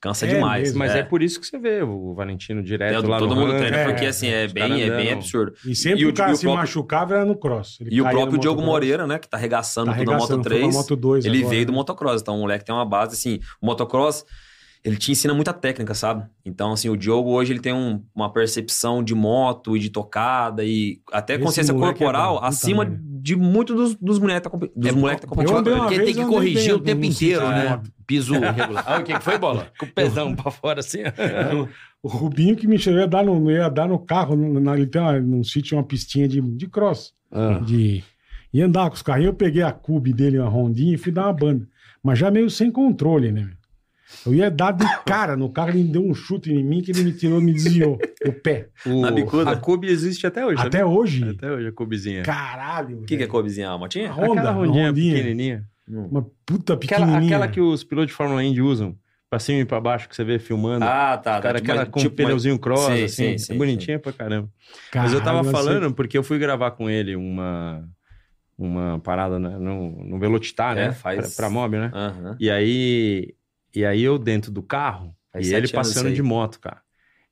A: Cansa
D: É
A: demais.
D: mesmo,
E: Mas é. por isso que você vê o Valentino direto
A: Todo-
E: lá
A: todo
E: no
A: mundo
E: rancho,
A: treina,
D: é,
A: porque assim, é,
E: os
A: bem,
E: caras
A: é bem
E: andam.
A: absurdo.
D: E sempre
A: E
D: o
A: o-
D: cara
A: e o
D: se
A: próprio-
D: machucava era no cross. Ele
A: E o
D: caía no
A: próprio Diogo
D: motocross.
A: Moreira, né, que tá arregaçando
D: Tá
A: tudo na Moto
D: arregaçando, foi pra
A: 3.
D: Moto 2
A: Ele
D: agora,
A: veio do
D: né?
A: motocross, então o moleque tem uma base, assim, o motocross, ele te ensina muita técnica, sabe? Então, assim, o Diogo hoje ele tem um- uma percepção de moto e de tocada e até
D: Esse
A: consciência
D: moleque é
A: corporal
D: bom, puta
A: acima
D: merda. É
A: de muito dos, dos moleques tá, compe- dos moleques tá
D: Eu andei
A: competindo.
D: uma
C: Porque
D: vez,
C: tem que
D: eu andei assim,
C: corrigir o
D: bem
C: tempo
D: no sentido
C: inteiro,
D: de
C: né?
D: moto.
C: Piso regular. Ah, o que que foi, bola?
A: É.
E: Com o pezão pra fora assim.
D: O Rubinho que me encheu, eu ia dar no, eu ia dar no carro, no- na- ele tem uma, num sítio uma pistinha de, de cross.
C: Ah.
D: De, e andar com os carrinhos. Eu peguei a cube dele, uma rondinha, e fui dar uma banda. Mas já meio sem controle, né? Eu ia dar de cara no carro, ele deu um chute em mim que ele me tirou, me desviou o
E: [LAUGHS]
D: pé.
E: O-
A: Na bicuda.
E: A Kobe existe até hoje.
D: Até
E: sabia?
D: hoje.
E: até hoje a Kobezinha.
D: Caralho.
A: O que, que é
D: velho.
A: cobezinha? A motinha?
D: Honda,
E: aquela rondinha,
D: rondinha.
E: pequenininha.
D: Uma puta
E: Aquela,
D: pequenininha.
E: aquela que os pilotos de Fórmula Indy usam, pra cima e pra baixo, que você vê filmando.
A: Ah, tá.
E: cara,
A: tá, tipo,
E: aquela
A: mas-
E: com
A: tipo,
E: um pneuzinho cross,
A: Sim,
E: assim.
A: sim, sim,
E: é bonitinha pra caramba. Mas
D: Caralho,
E: eu
D: assim,
E: tava
D: sei-
E: falando, porque eu fui gravar com ele uma, uma parada na- no, no Velocitar,
A: É,
E: né?
A: faz-
E: Pra, pra mob, né?
A: Aham.
E: E aí, e aí eu dentro do carro
A: Faz
E: e
A: sete
E: ele
A: anos isso
E: passando
A: aí.
E: de moto, cara.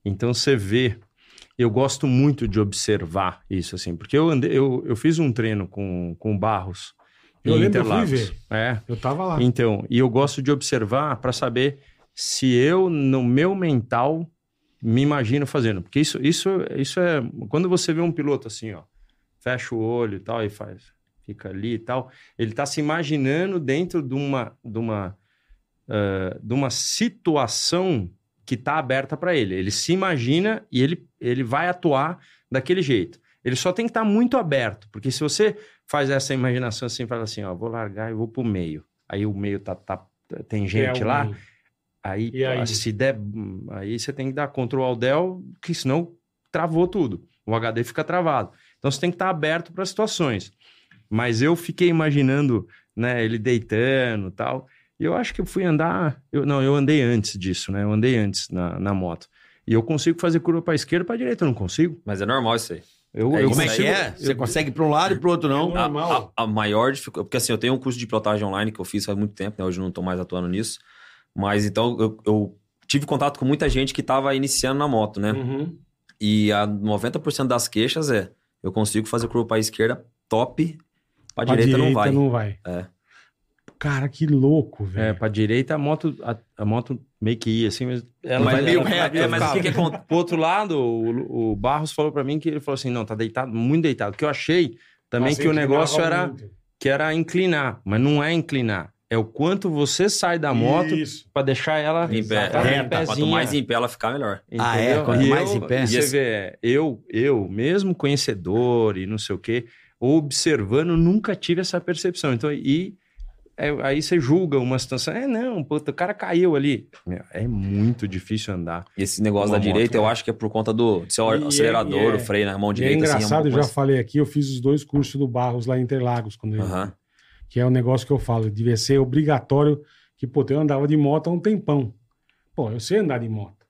E: Então você vê. Eu gosto muito de observar isso, assim, porque eu andei, eu, eu fiz um treino com, com o Barros.
D: Eu
E: em
D: lembro que eu fui
E: Interlagos.
D: ver. Ah.
E: É.
D: Eu tava lá.
E: Então, e eu gosto de observar para saber se eu, no meu mental, me imagino fazendo. Porque isso, isso, isso é. Quando você vê um piloto assim, ó, fecha o olho e tal, e faz. Fica ali e tal. Ele tá se imaginando dentro de uma, de uma, eh, de uma situação que tá aberta para ele. Ele se imagina e ele, ele vai atuar daquele jeito. Ele só tem que estar muito aberto, porque se você faz essa imaginação assim, fala assim, ó, vou largar e vou pro meio. Aí o meio tá, tá- tem gente
D: É,
E: lá,
D: um-
E: Aí,
D: E aí?
E: pô, se der, hum, aí você tem que dar Ctrl ao Del, que senão travou tudo. O HD fica travado. Então você tem que estar aberto para situações. Mas eu fiquei imaginando, né, ele deitando, e tal. E eu acho que eu fui andar, eu não, eu andei antes disso, né? Eu andei antes na, na moto. E eu consigo fazer curva para esquerda, para direita eu não consigo.
A: Mas é normal isso aí.
E: Eu,
A: É
E: eu
A: isso
C: Como é
A: aí.
E: consigo-
C: que é? Você consegue pra um lado e pro outro não?
A: A-
D: Normal.
A: A, a maior dificuldade. Porque assim, eu tenho um curso de pilotagem online que eu fiz faz muito tempo, né? Hoje eu não tô mais atuando nisso. Mas então eu, eu tive contato com muita gente que estava iniciando na moto, né?
D: Uhum.
A: E a 90% das queixas é: eu consigo fazer curva para esquerda top, para
D: Pra
A: direita, não vai.
D: não vai.
A: É.
D: Cara, que louco,
E: É,
D: velho.
E: pra direita a moto, a, a moto meio que ia assim, mas ela
A: Mas
E: ela-
A: meio
E: ela-
A: reto,
E: é, mas o que que
A: ficava.
E: acontece? Pro outro lado, o, o Barros falou pra mim que ele falou assim: não, tá deitado, muito deitado. Que eu achei também
D: Nossa,
E: que o
D: inclinava
E: negócio era,
D: muito.
E: que era inclinar, mas não é inclinar. É o quanto você sai da moto
D: Isso.
E: pra deixar ela
A: Em pé.
E: tá
C: Reta,
E: pezinha.
A: Quanto mais em pé ela ficar, melhor.
C: Ah, é?
E: Entendeu?
C: Quanto
E: E
C: mais
E: eu-
C: em pé?
E: e Você
A: Yes.
E: vê, é, eu, eu, mesmo conhecedor e não sei o quê, observando, nunca tive essa percepção. Então, e é, aí você julga uma situação, é não, puta, o cara caiu ali. Meu, é muito difícil andar.
A: E Esse negócio da
E: Uma moto,
A: direita, eu
E: né?
A: acho que é por conta do seu
D: E é-
A: acelerador,
D: e é-
A: o freio na mão
D: E é
A: direita. assim, um
D: engraçado, eu
A: pouco
D: já falei aqui, eu fiz os dois cursos do Barros lá em Interlagos, quando ele-
A: mais- Aham.
D: que é um negócio que eu falo, devia ser obrigatório, que, pô, eu andava de moto há um tempão. Pô, eu sei andar de moto.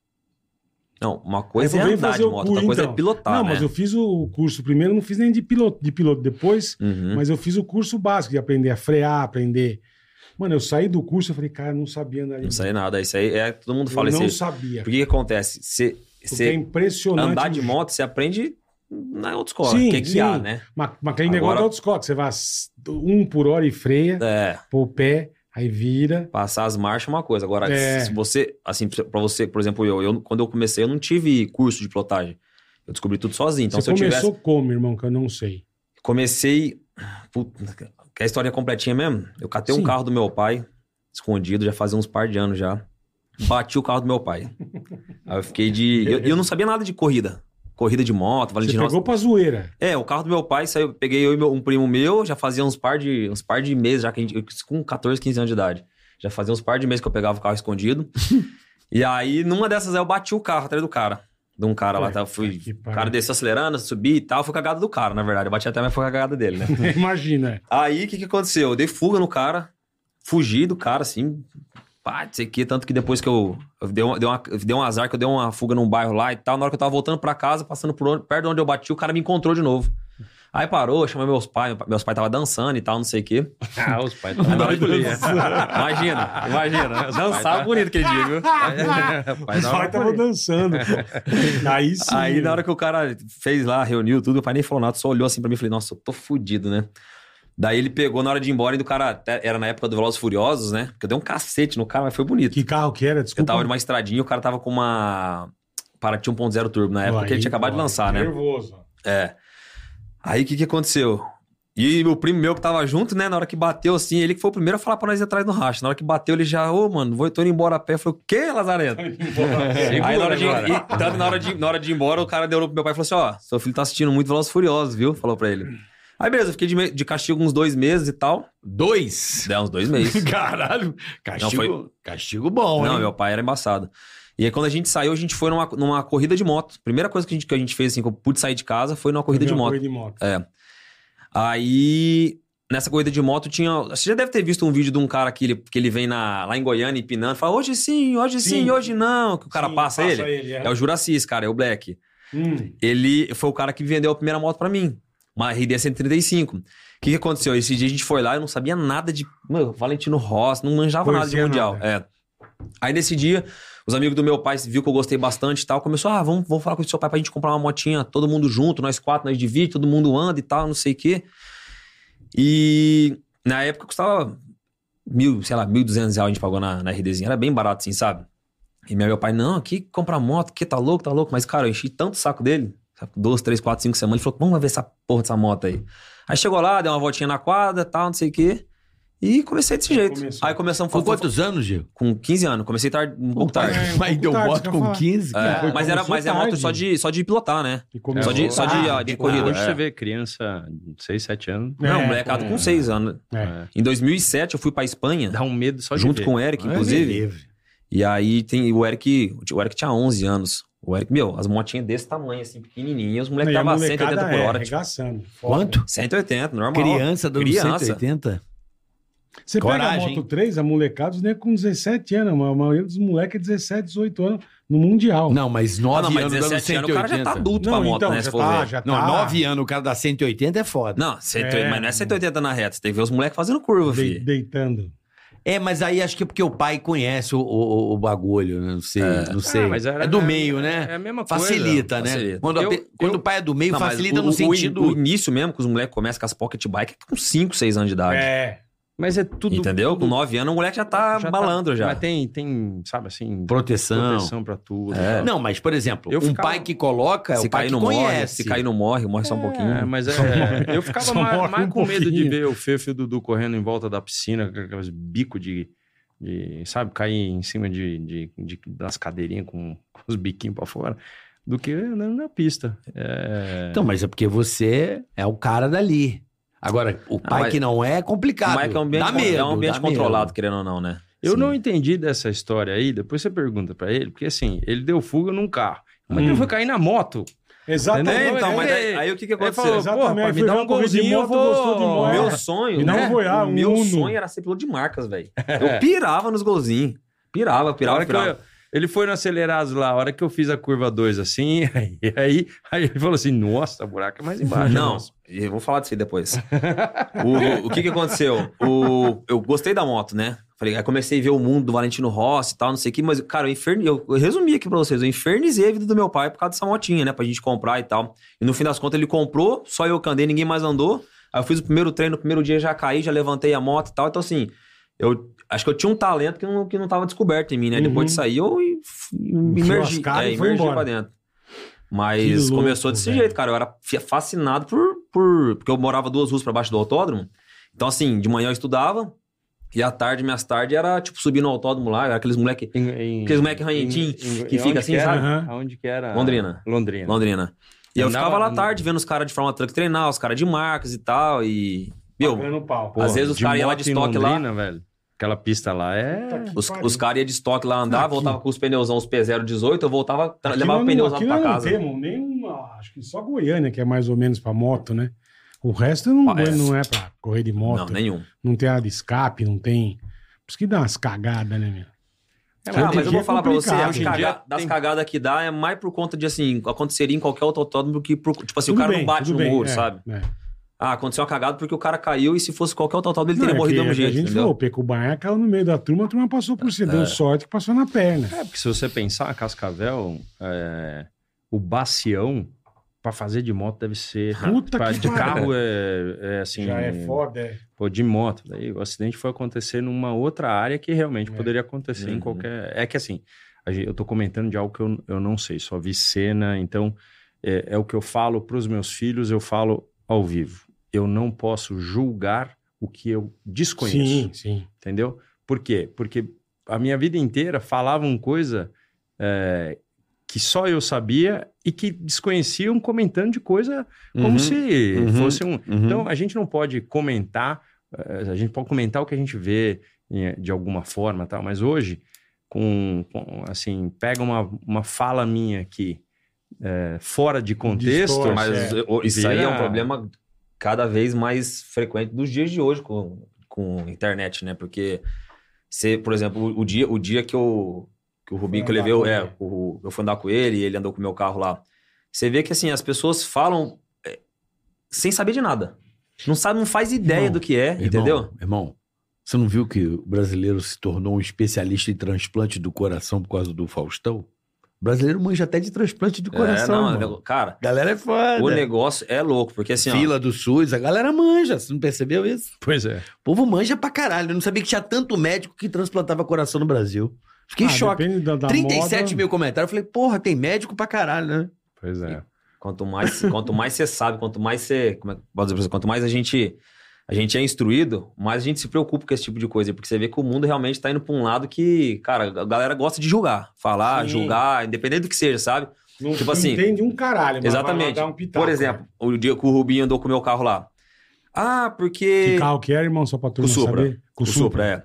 A: Não, uma coisa
D: Eu
A: é
D: vou
A: andar
D: fazer
A: de
D: o
A: moto,
D: cu,
A: outra coisa
D: então.
A: é pilotar,
D: não,
A: né?
D: mas eu fiz o curso primeiro, não fiz nem de piloto, de piloto depois,
A: Uhum.
D: mas eu fiz o curso básico de aprender a frear, aprender. Mano, eu saí do curso, eu falei, cara, eu não sabia andar de
A: Não
D: moto.
A: sei nada, isso aí é todo mundo
D: Eu
A: fala isso.
D: não
A: aí.
D: sabia.
A: Por que que acontece? Você,
D: Porque é
A: você
D: impressionante.
A: andar de
D: o-
A: moto, você aprende na autoescola,
D: Sim,
A: que é guiar,
D: sim.
A: né?
D: Mas, mas aquele
A: Agora-
D: negócio da autoscola, que você vai um por hora e freia,
A: É,
D: pô o pé, aí vira.
A: passar as marchas é uma coisa. Agora,
D: É.
A: se você, assim, pra você, por exemplo, eu, eu, quando eu comecei, eu não tive curso de pilotagem. Eu descobri tudo sozinho. Então, se
D: você
A: eu
D: começou
A: tivesse.
D: como, irmão, que eu não sei.
A: Comecei. Puta, quer a história é completinha mesmo? Eu catei
D: Sim.
A: um carro do meu pai, escondido, já fazia uns par de anos já. Bati o carro do meu
D: [LAUGHS]
A: pai. Aí eu fiquei de. E eu, e eu não sabia nada de corrida. Corrida de moto,
D: Você
A: Valentino.
D: pegou
A: [LAUGHS]
D: pra zoeira.
A: É, o carro do meu pai saiu. Peguei eu e meu- um primo meu, já fazia uns par de, uns par de meses, já que a gente, eu- com 14, 15 anos de idade. Já fazia uns par de meses que eu pegava o carro
D: [LAUGHS]
A: escondido. e aí, numa dessas, aí eu bati o carro atrás do cara. De um cara lá,
D: Ué,
A: tá? Eu fui.
D: que
A: O cara
D: pariu.
A: desceu acelerando, subi e tal. Foi cagada do cara, na verdade. Eu bati até, mas foi cagada dele, né?
D: Imagina.
A: Aí, o que, que aconteceu? Eu dei fuga no cara, fugi do cara, assim, pá, não sei o quê. Tanto que depois que eu, eu dei, um, dei uma- dei um azar, que eu dei uma fuga num bairro lá e tal, na hora que eu tava voltando pra casa, passando por onde- perto de onde eu bati, o cara me encontrou de novo. Aí parou, chamou meus pais, meu- meus pais tava dançando e tal, não sei o quê.
E: Ah, os [LAUGHS] pais
A: Aí na hora que- imagina, imagina. Dançava bonito aquele dia, viu?
D: Os pais estavam dançando,
A: [LAUGHS]
D: pô. Aí sim.
A: Aí na hora que o cara fez lá, reuniu tudo, o pai nem falou nada, só olhou assim pra mim e falei, nossa, eu tô fudido, né? Daí ele pegou na hora de ir embora e do cara, até- era na época do Velozes e Furiosos, né? Porque eu dei um cacete no cara, mas foi bonito.
D: Que carro que era?
A: Eu
D: Desculpa.
A: tava numa estradinha e o cara tava com uma Paraty 1.0 Turbo na época, que ele tinha acabado de lançar, né?
D: Nervoso. [LAUGHS]
A: É. Aí o que que aconteceu? E meu primo meu que tava junto, né? Na hora que bateu, assim, ele que foi o primeiro a falar pra nós ir atrás do racha. Na hora que bateu, ele já, ô, mano, vou, tô indo embora a pé. Eu falei, o quê, Lazarento? [LAUGHS] É, Aí na hora, de, e, tanto na, hora de, na hora de ir embora, o cara deu pro meu pai e falou assim: ó, seu filho tá assistindo muito Velozes e Furiosos, viu? Falou pra ele. Aí beleza, eu fiquei de, me- de castigo uns dois meses e tal.
C: Dois? [LAUGHS]
A: Deu uns dois meses.
C: Caralho. Castigo,
A: Não,
C: castigo bom,
A: Não,
C: hein?
A: meu pai era embaçado. E aí, quando a gente saiu, a gente foi numa, numa corrida de moto. Primeira coisa que a gente, que a gente fez, assim, que eu pude sair de casa, foi numa corrida de moto.
D: Corrida de moto.
A: Aí, nessa corrida de moto, tinha. Você já deve ter visto um vídeo de um cara que ele, que ele vem na, lá em Goiânia, empinando, fala: hoje sim, hoje sim,
D: Sim.
A: hoje não. Que o cara
D: Sim,
A: passa, ele.
D: é.
A: É o Juracis, cara, é o Black.
D: Hum,
A: ele foi o cara que vendeu a primeira moto pra mim. Uma RD 135. O que, que aconteceu? Esse dia a gente foi lá, eu não sabia nada de. Meu, Valentino Rossi, não manjava nada de
D: Conhecia
A: mundial.
D: nada.
A: É. Aí nesse dia, os amigos do meu pai viu que eu gostei bastante e tal. Começou, ah, vamos, vamos falar com o seu pai pra gente comprar uma motinha, todo mundo junto, nós quatro, nós divide, todo mundo anda e tal, não sei o quê. E na época custava mil, sei lá, mil duzentos reais a gente pagou na, na RDzinha. Era bem barato, assim, sabe? E meu, meu pai, não, aqui comprar moto, que tá louco, tá louco. Mas, cara, eu enchi tanto o saco dele, sabe, duas, três, quatro, cinco semanas. Ele falou, vamos lá ver essa porra dessa moto aí. Aí chegou lá, deu uma voltinha na quadra, tal, não sei o quê. E comecei desse
D: Aí
A: jeito.
D: começou.
A: Aí começamos
C: Com quantos anos, Gil?
A: Com 15 anos. Comecei tarde, um pouco tarde.
D: tarde. É, um pouco
C: Mas deu
D: tarde,
C: moto
D: quer
C: com
D: falar.
C: 15? cara.
A: É, mas era, mas era moto só de, só de pilotar, né?
D: e começou
A: Só de- só de-
D: tarde.
A: ó, de corrida,
E: Hoje
A: é.
E: você vê criança de 6, 7 anos.
D: É,
A: não, molecado
D: é.
A: com 6 anos.
D: É.
A: Em 2007, eu fui pra Espanha,
E: Dá um medo só de
A: junto
E: ver.
A: com o Eric, inclusive. E aí tem o Eric, o Eric tinha 11 anos. O Eric, meu, as motinhas desse tamanho, assim, pequenininhas, os moleques
D: E a
A: tava a
D: molecada
A: 180 por
D: é,
A: hora. tipo,
D: arregaçando. Foda.
C: Quanto?
A: 180, normal.
C: Criança dando
A: Tá Criança.
C: 180?
D: Você
C: Coragem,
D: pega a Moto 3, a molecada, os negros com 17 anos. A maioria dos moleques é 17, 18 anos no Mundial.
C: Não, mas 9
A: Ah, não, mas
C: anos dando
A: 17 anos, o
C: 180.
A: cara já tá adulto pra moto, né? Se
D: já
A: for
D: tá,
A: ver.
D: já tá.
C: Não, 9 anos o cara dá 180 é foda.
A: Não, 180,
D: É.
A: mas não é 180 na reta. Você tem que ver os moleques fazendo curva,
D: de-
A: filho.
D: deitando.
C: É, mas aí acho que é porque o pai conhece o, o, o bagulho, né? Não sei, não sei.
E: mas era-
C: é do meio, né?
E: É a mesma coisa.
C: facilita, né?
A: facilita.
C: Quando, a
E: Eu-
C: pe- quando
E: eu-
C: o pai é do meio,
A: Não, mas
C: facilita
A: o-
C: no
A: o-
C: sentido.
A: O início mesmo, que os moleques começam com as pocket bike, é com 5, 6 anos de idade.
D: É.
E: Mas é tudo.
A: entendeu?
E: tudo-
A: Com 9 anos, o moleque já tá
E: já tá-
A: malandro já.
E: Mas tem, tem, sabe assim,
C: proteção.
E: proteção pra tudo.
A: É.
C: Não, mas, por exemplo,
E: Eu
C: um
E: ficava-
C: pai que coloca, é
A: se
C: o pai
A: cair
C: que
A: não morre,
C: conhece.
A: se cair não morre, morre só um pouquinho.
E: É, mas é, eu ficava
D: Só
E: mais,
D: morre
E: mais
D: um
E: com medo de
D: pouquinho.
E: ver o Fefo e o Dudu correndo em volta da piscina, com aqueles bicos de, de, sabe, cair em cima de, de- de- das cadeirinhas com, com os biquinhos pra fora, do que andando na pista. É,
C: Então, mas é porque você é o cara dali. Agora, o pai
A: mas-
C: que não é é complicado.
A: Mas é um ambiente,
C: dá
A: con-
C: medo,
A: é um ambiente
C: dá medo.
A: controlado, querendo ou não, né?
E: eu
A: Assim,
E: não entendi dessa história aí, depois você pergunta pra ele, porque assim, ele deu fuga num carro, mas ele
D: Hum.
E: foi cair na moto.
D: Exatamente.
A: É, então, mas aí,
E: Ele-
A: aí o que que
E: Ele
A: aconteceu?
E: falou,
D: Exatamente,
E: pô, pra me
D: foi
E: dar
D: ver
E: um
D: uma corrida de
E: golzinho, eu
D: moto,
E: vou...
D: gostou de
A: O
D: moto.
A: meu
D: É.
A: sonho,
D: Me dá um
A: né?
D: Goiás,
A: o
D: um
A: meu
D: Uno.
A: sonho era ser piloto de marcas,
E: [LAUGHS]
A: velho. Eu pirava nos golzinhos. Pirava,
E: A
A: pirava,
E: hora que
A: pirava.
E: eu- ele foi no acelerados lá, a hora que eu fiz a curva 2 assim, [LAUGHS] aí, aí, aí ele falou assim: nossa, o buraco é mais embaixo.
A: Não,
E: nossa."
A: eu vou falar disso aí depois. o, o que que aconteceu? O, eu gostei da moto, né? Falei, aí comecei a ver o mundo do Valentino Rossi e tal, não sei o que, mas, cara, eu, infern... eu eu resumi aqui pra vocês, eu infernizei a vida do meu pai por causa dessa motinha, né? Pra gente comprar e tal. E no fim das contas ele comprou, só eu que andei, ninguém mais andou. Aí eu fiz o primeiro treino, no primeiro dia já caí, já levantei a moto e tal. Então, assim, eu acho que eu tinha um talento que não, que não tava descoberto em mim, né?
D: Uhum.
A: Depois disso aí eu e- me imergi,
D: Enfiou as caras
A: é,
D: e foi
A: imergi pra
D: embora.
A: dentro.
D: Que
A: Mas
D: louco,
A: começou desse
D: velho.
A: jeito, cara. Eu era fi- fascinado por, por. Porque eu morava duas ruas pra baixo do autódromo. Então, assim, de manhã eu estudava. E à tarde, minhas tardes, era tipo subir no autódromo lá. Era aqueles moleque.
E: Em- em-
A: Aqueles moleque ranhentinho
E: em- em-
A: que
E: em-
A: fica
E: onde
A: assim,
E: que era?
A: sabe?
D: Aham.
E: Aonde que era?
A: Londrina.
E: Londrina.
A: Londrina. E eu
E: Andava-
A: ficava lá à tarde vendo os caras de Fórmula Truck treinar, os caras de marcas e tal. E. Meu,
D: Pagando pau.
A: Às vezes os
E: de
A: caras iam lá
E: moto
A: de
E: em
A: estoque lá.
E: Londrina, velho. Aquela pista lá é.
D: Puta que
A: os,
D: Tá pariu.
A: os caras iam de estoque lá andar,
D: Aqui.
A: voltava com os pneusão, os P018, eu voltava, tra-
D: Aqui
A: levava
D: nós não- é
A: pneusado
D: aqui
A: pra
D: nós
A: casa.
D: Não temos nenhuma, acho que só Goiânia que é mais ou menos pra moto, né? O resto não,
A: Ah, é.
D: é. não é pra correr de moto.
A: Não, nenhum.
D: Não tem área de escape, não tem. Por isso que dá umas cagadas, né, meu?
E: É,
A: Ah,
D: Hoje em
A: mas eu
D: dia
A: vou
D: é
A: falar pra você, as
D: complicado, hoje em
A: caga-
E: dia
A: das
E: tem-
A: cagadas que dá é mais por conta de, assim, aconteceria em qualquer outro autódromo que, por- tipo assim,
D: Tudo
A: o cara
D: bem,
A: não bate
D: tudo
A: no
D: bem,
A: muro,
D: é,
A: sabe?
D: é.
A: Ah, aconteceu uma cagada porque o cara caiu e se fosse qualquer outro autódromo ele
D: Não,
A: teria
D: é
A: morrido
D: que-
A: do mesmo
D: é que
A: jeito,
D: A gente
A: entendeu? É.
D: falou, o Peco Banha caiu no meio da turma, a turma passou por si, deu sorte que passou na perna.
E: É, porque se você pensar, Cascavel, é, o bacião, pra fazer de moto deve ser. né,
D: Puta
E: pra-
D: que
E: de
D: pariu.
E: carro é, é assim.
D: foda, é.
E: Pô, de moto. Daí o acidente foi acontecer numa outra área que realmente
D: É.
E: poderia acontecer em
A: Uhum.
E: qualquer. É que assim, a gente- eu tô comentando de algo que eu, eu não sei, só vi cena, então é, é o que eu falo pros meus filhos, eu falo ao vivo. Eu não posso julgar o que eu desconheço.
D: Sim, sim.
E: Entendeu? Por quê? Porque a minha vida inteira falavam coisa é, que só eu sabia e que desconheciam comentando de coisa como
A: Uhum,
E: se
A: uhum,
E: fosse um.
A: uhum.
E: Então a gente não pode comentar, eh, a gente pode comentar o que a gente vê eh, de alguma forma, tal, mas hoje, com, com, assim, pega uma, uma fala minha aqui eh, fora de contexto,
D: Distorce,
E: mas
A: Mas
D: É.
A: eu- isso aí é um
E: Vira-
A: problema cada vez mais frequente dos dias de hoje com, com internet, né? Porque você, por exemplo, o- o dia, o dia que eu que o Rubinho que eu
D: andar
A: levei, eu-
D: com ele.
A: é, o- eu fui andar com ele e ele andou com o meu carro lá. Você vê que assim, as pessoas falam é, sem saber de nada. Não sabe, não faz ideia
C: Irmão,
A: do que é,
C: Irmão,
A: entendeu?
C: Irmão, você não viu que o brasileiro se tornou um especialista em transplante do coração por causa do Faustão? O brasileiro manja até de transplante do coração.
A: é,
C: irmão.
A: não, cara,
C: Galera é foda.
A: o negócio é louco, porque assim, ó,
C: Fila do SUS, a galera manja. Você não percebeu isso?
E: pois é.
C: O povo manja pra caralho. Eu não sabia que tinha tanto médico que transplantava coração no Brasil. Fiquei em
D: Ah,
C: choque.
D: depende da- da
C: 37
D: moda.
C: mil comentários. Eu falei, porra, tem médico pra caralho, né?
E: Pois é.
A: Quanto mais, quanto mais você sabe, quanto mais você. Como é, que eu posso dizer pra você? quanto mais a gente, a gente é instruído, mais a gente se preocupa com esse tipo de coisa. Porque você vê que o mundo realmente tá indo pra um lado que, cara, a galera gosta de julgar. Falar,
D: Sim. Tá,
A: julgar, independente do que seja, sabe?
D: Não,
A: Tipo
D: não
A: assim,
D: entende um caralho, mas vai lá
A: Exatamente.
D: dar um pitaco,
A: Por
D: né?
A: exemplo, o dia que o Rubinho andou com o meu carro lá. Ah, porque.
D: Que carro que era, irmão, só pra turma
A: Com Supra.
D: saber? Com
A: O Supra, é.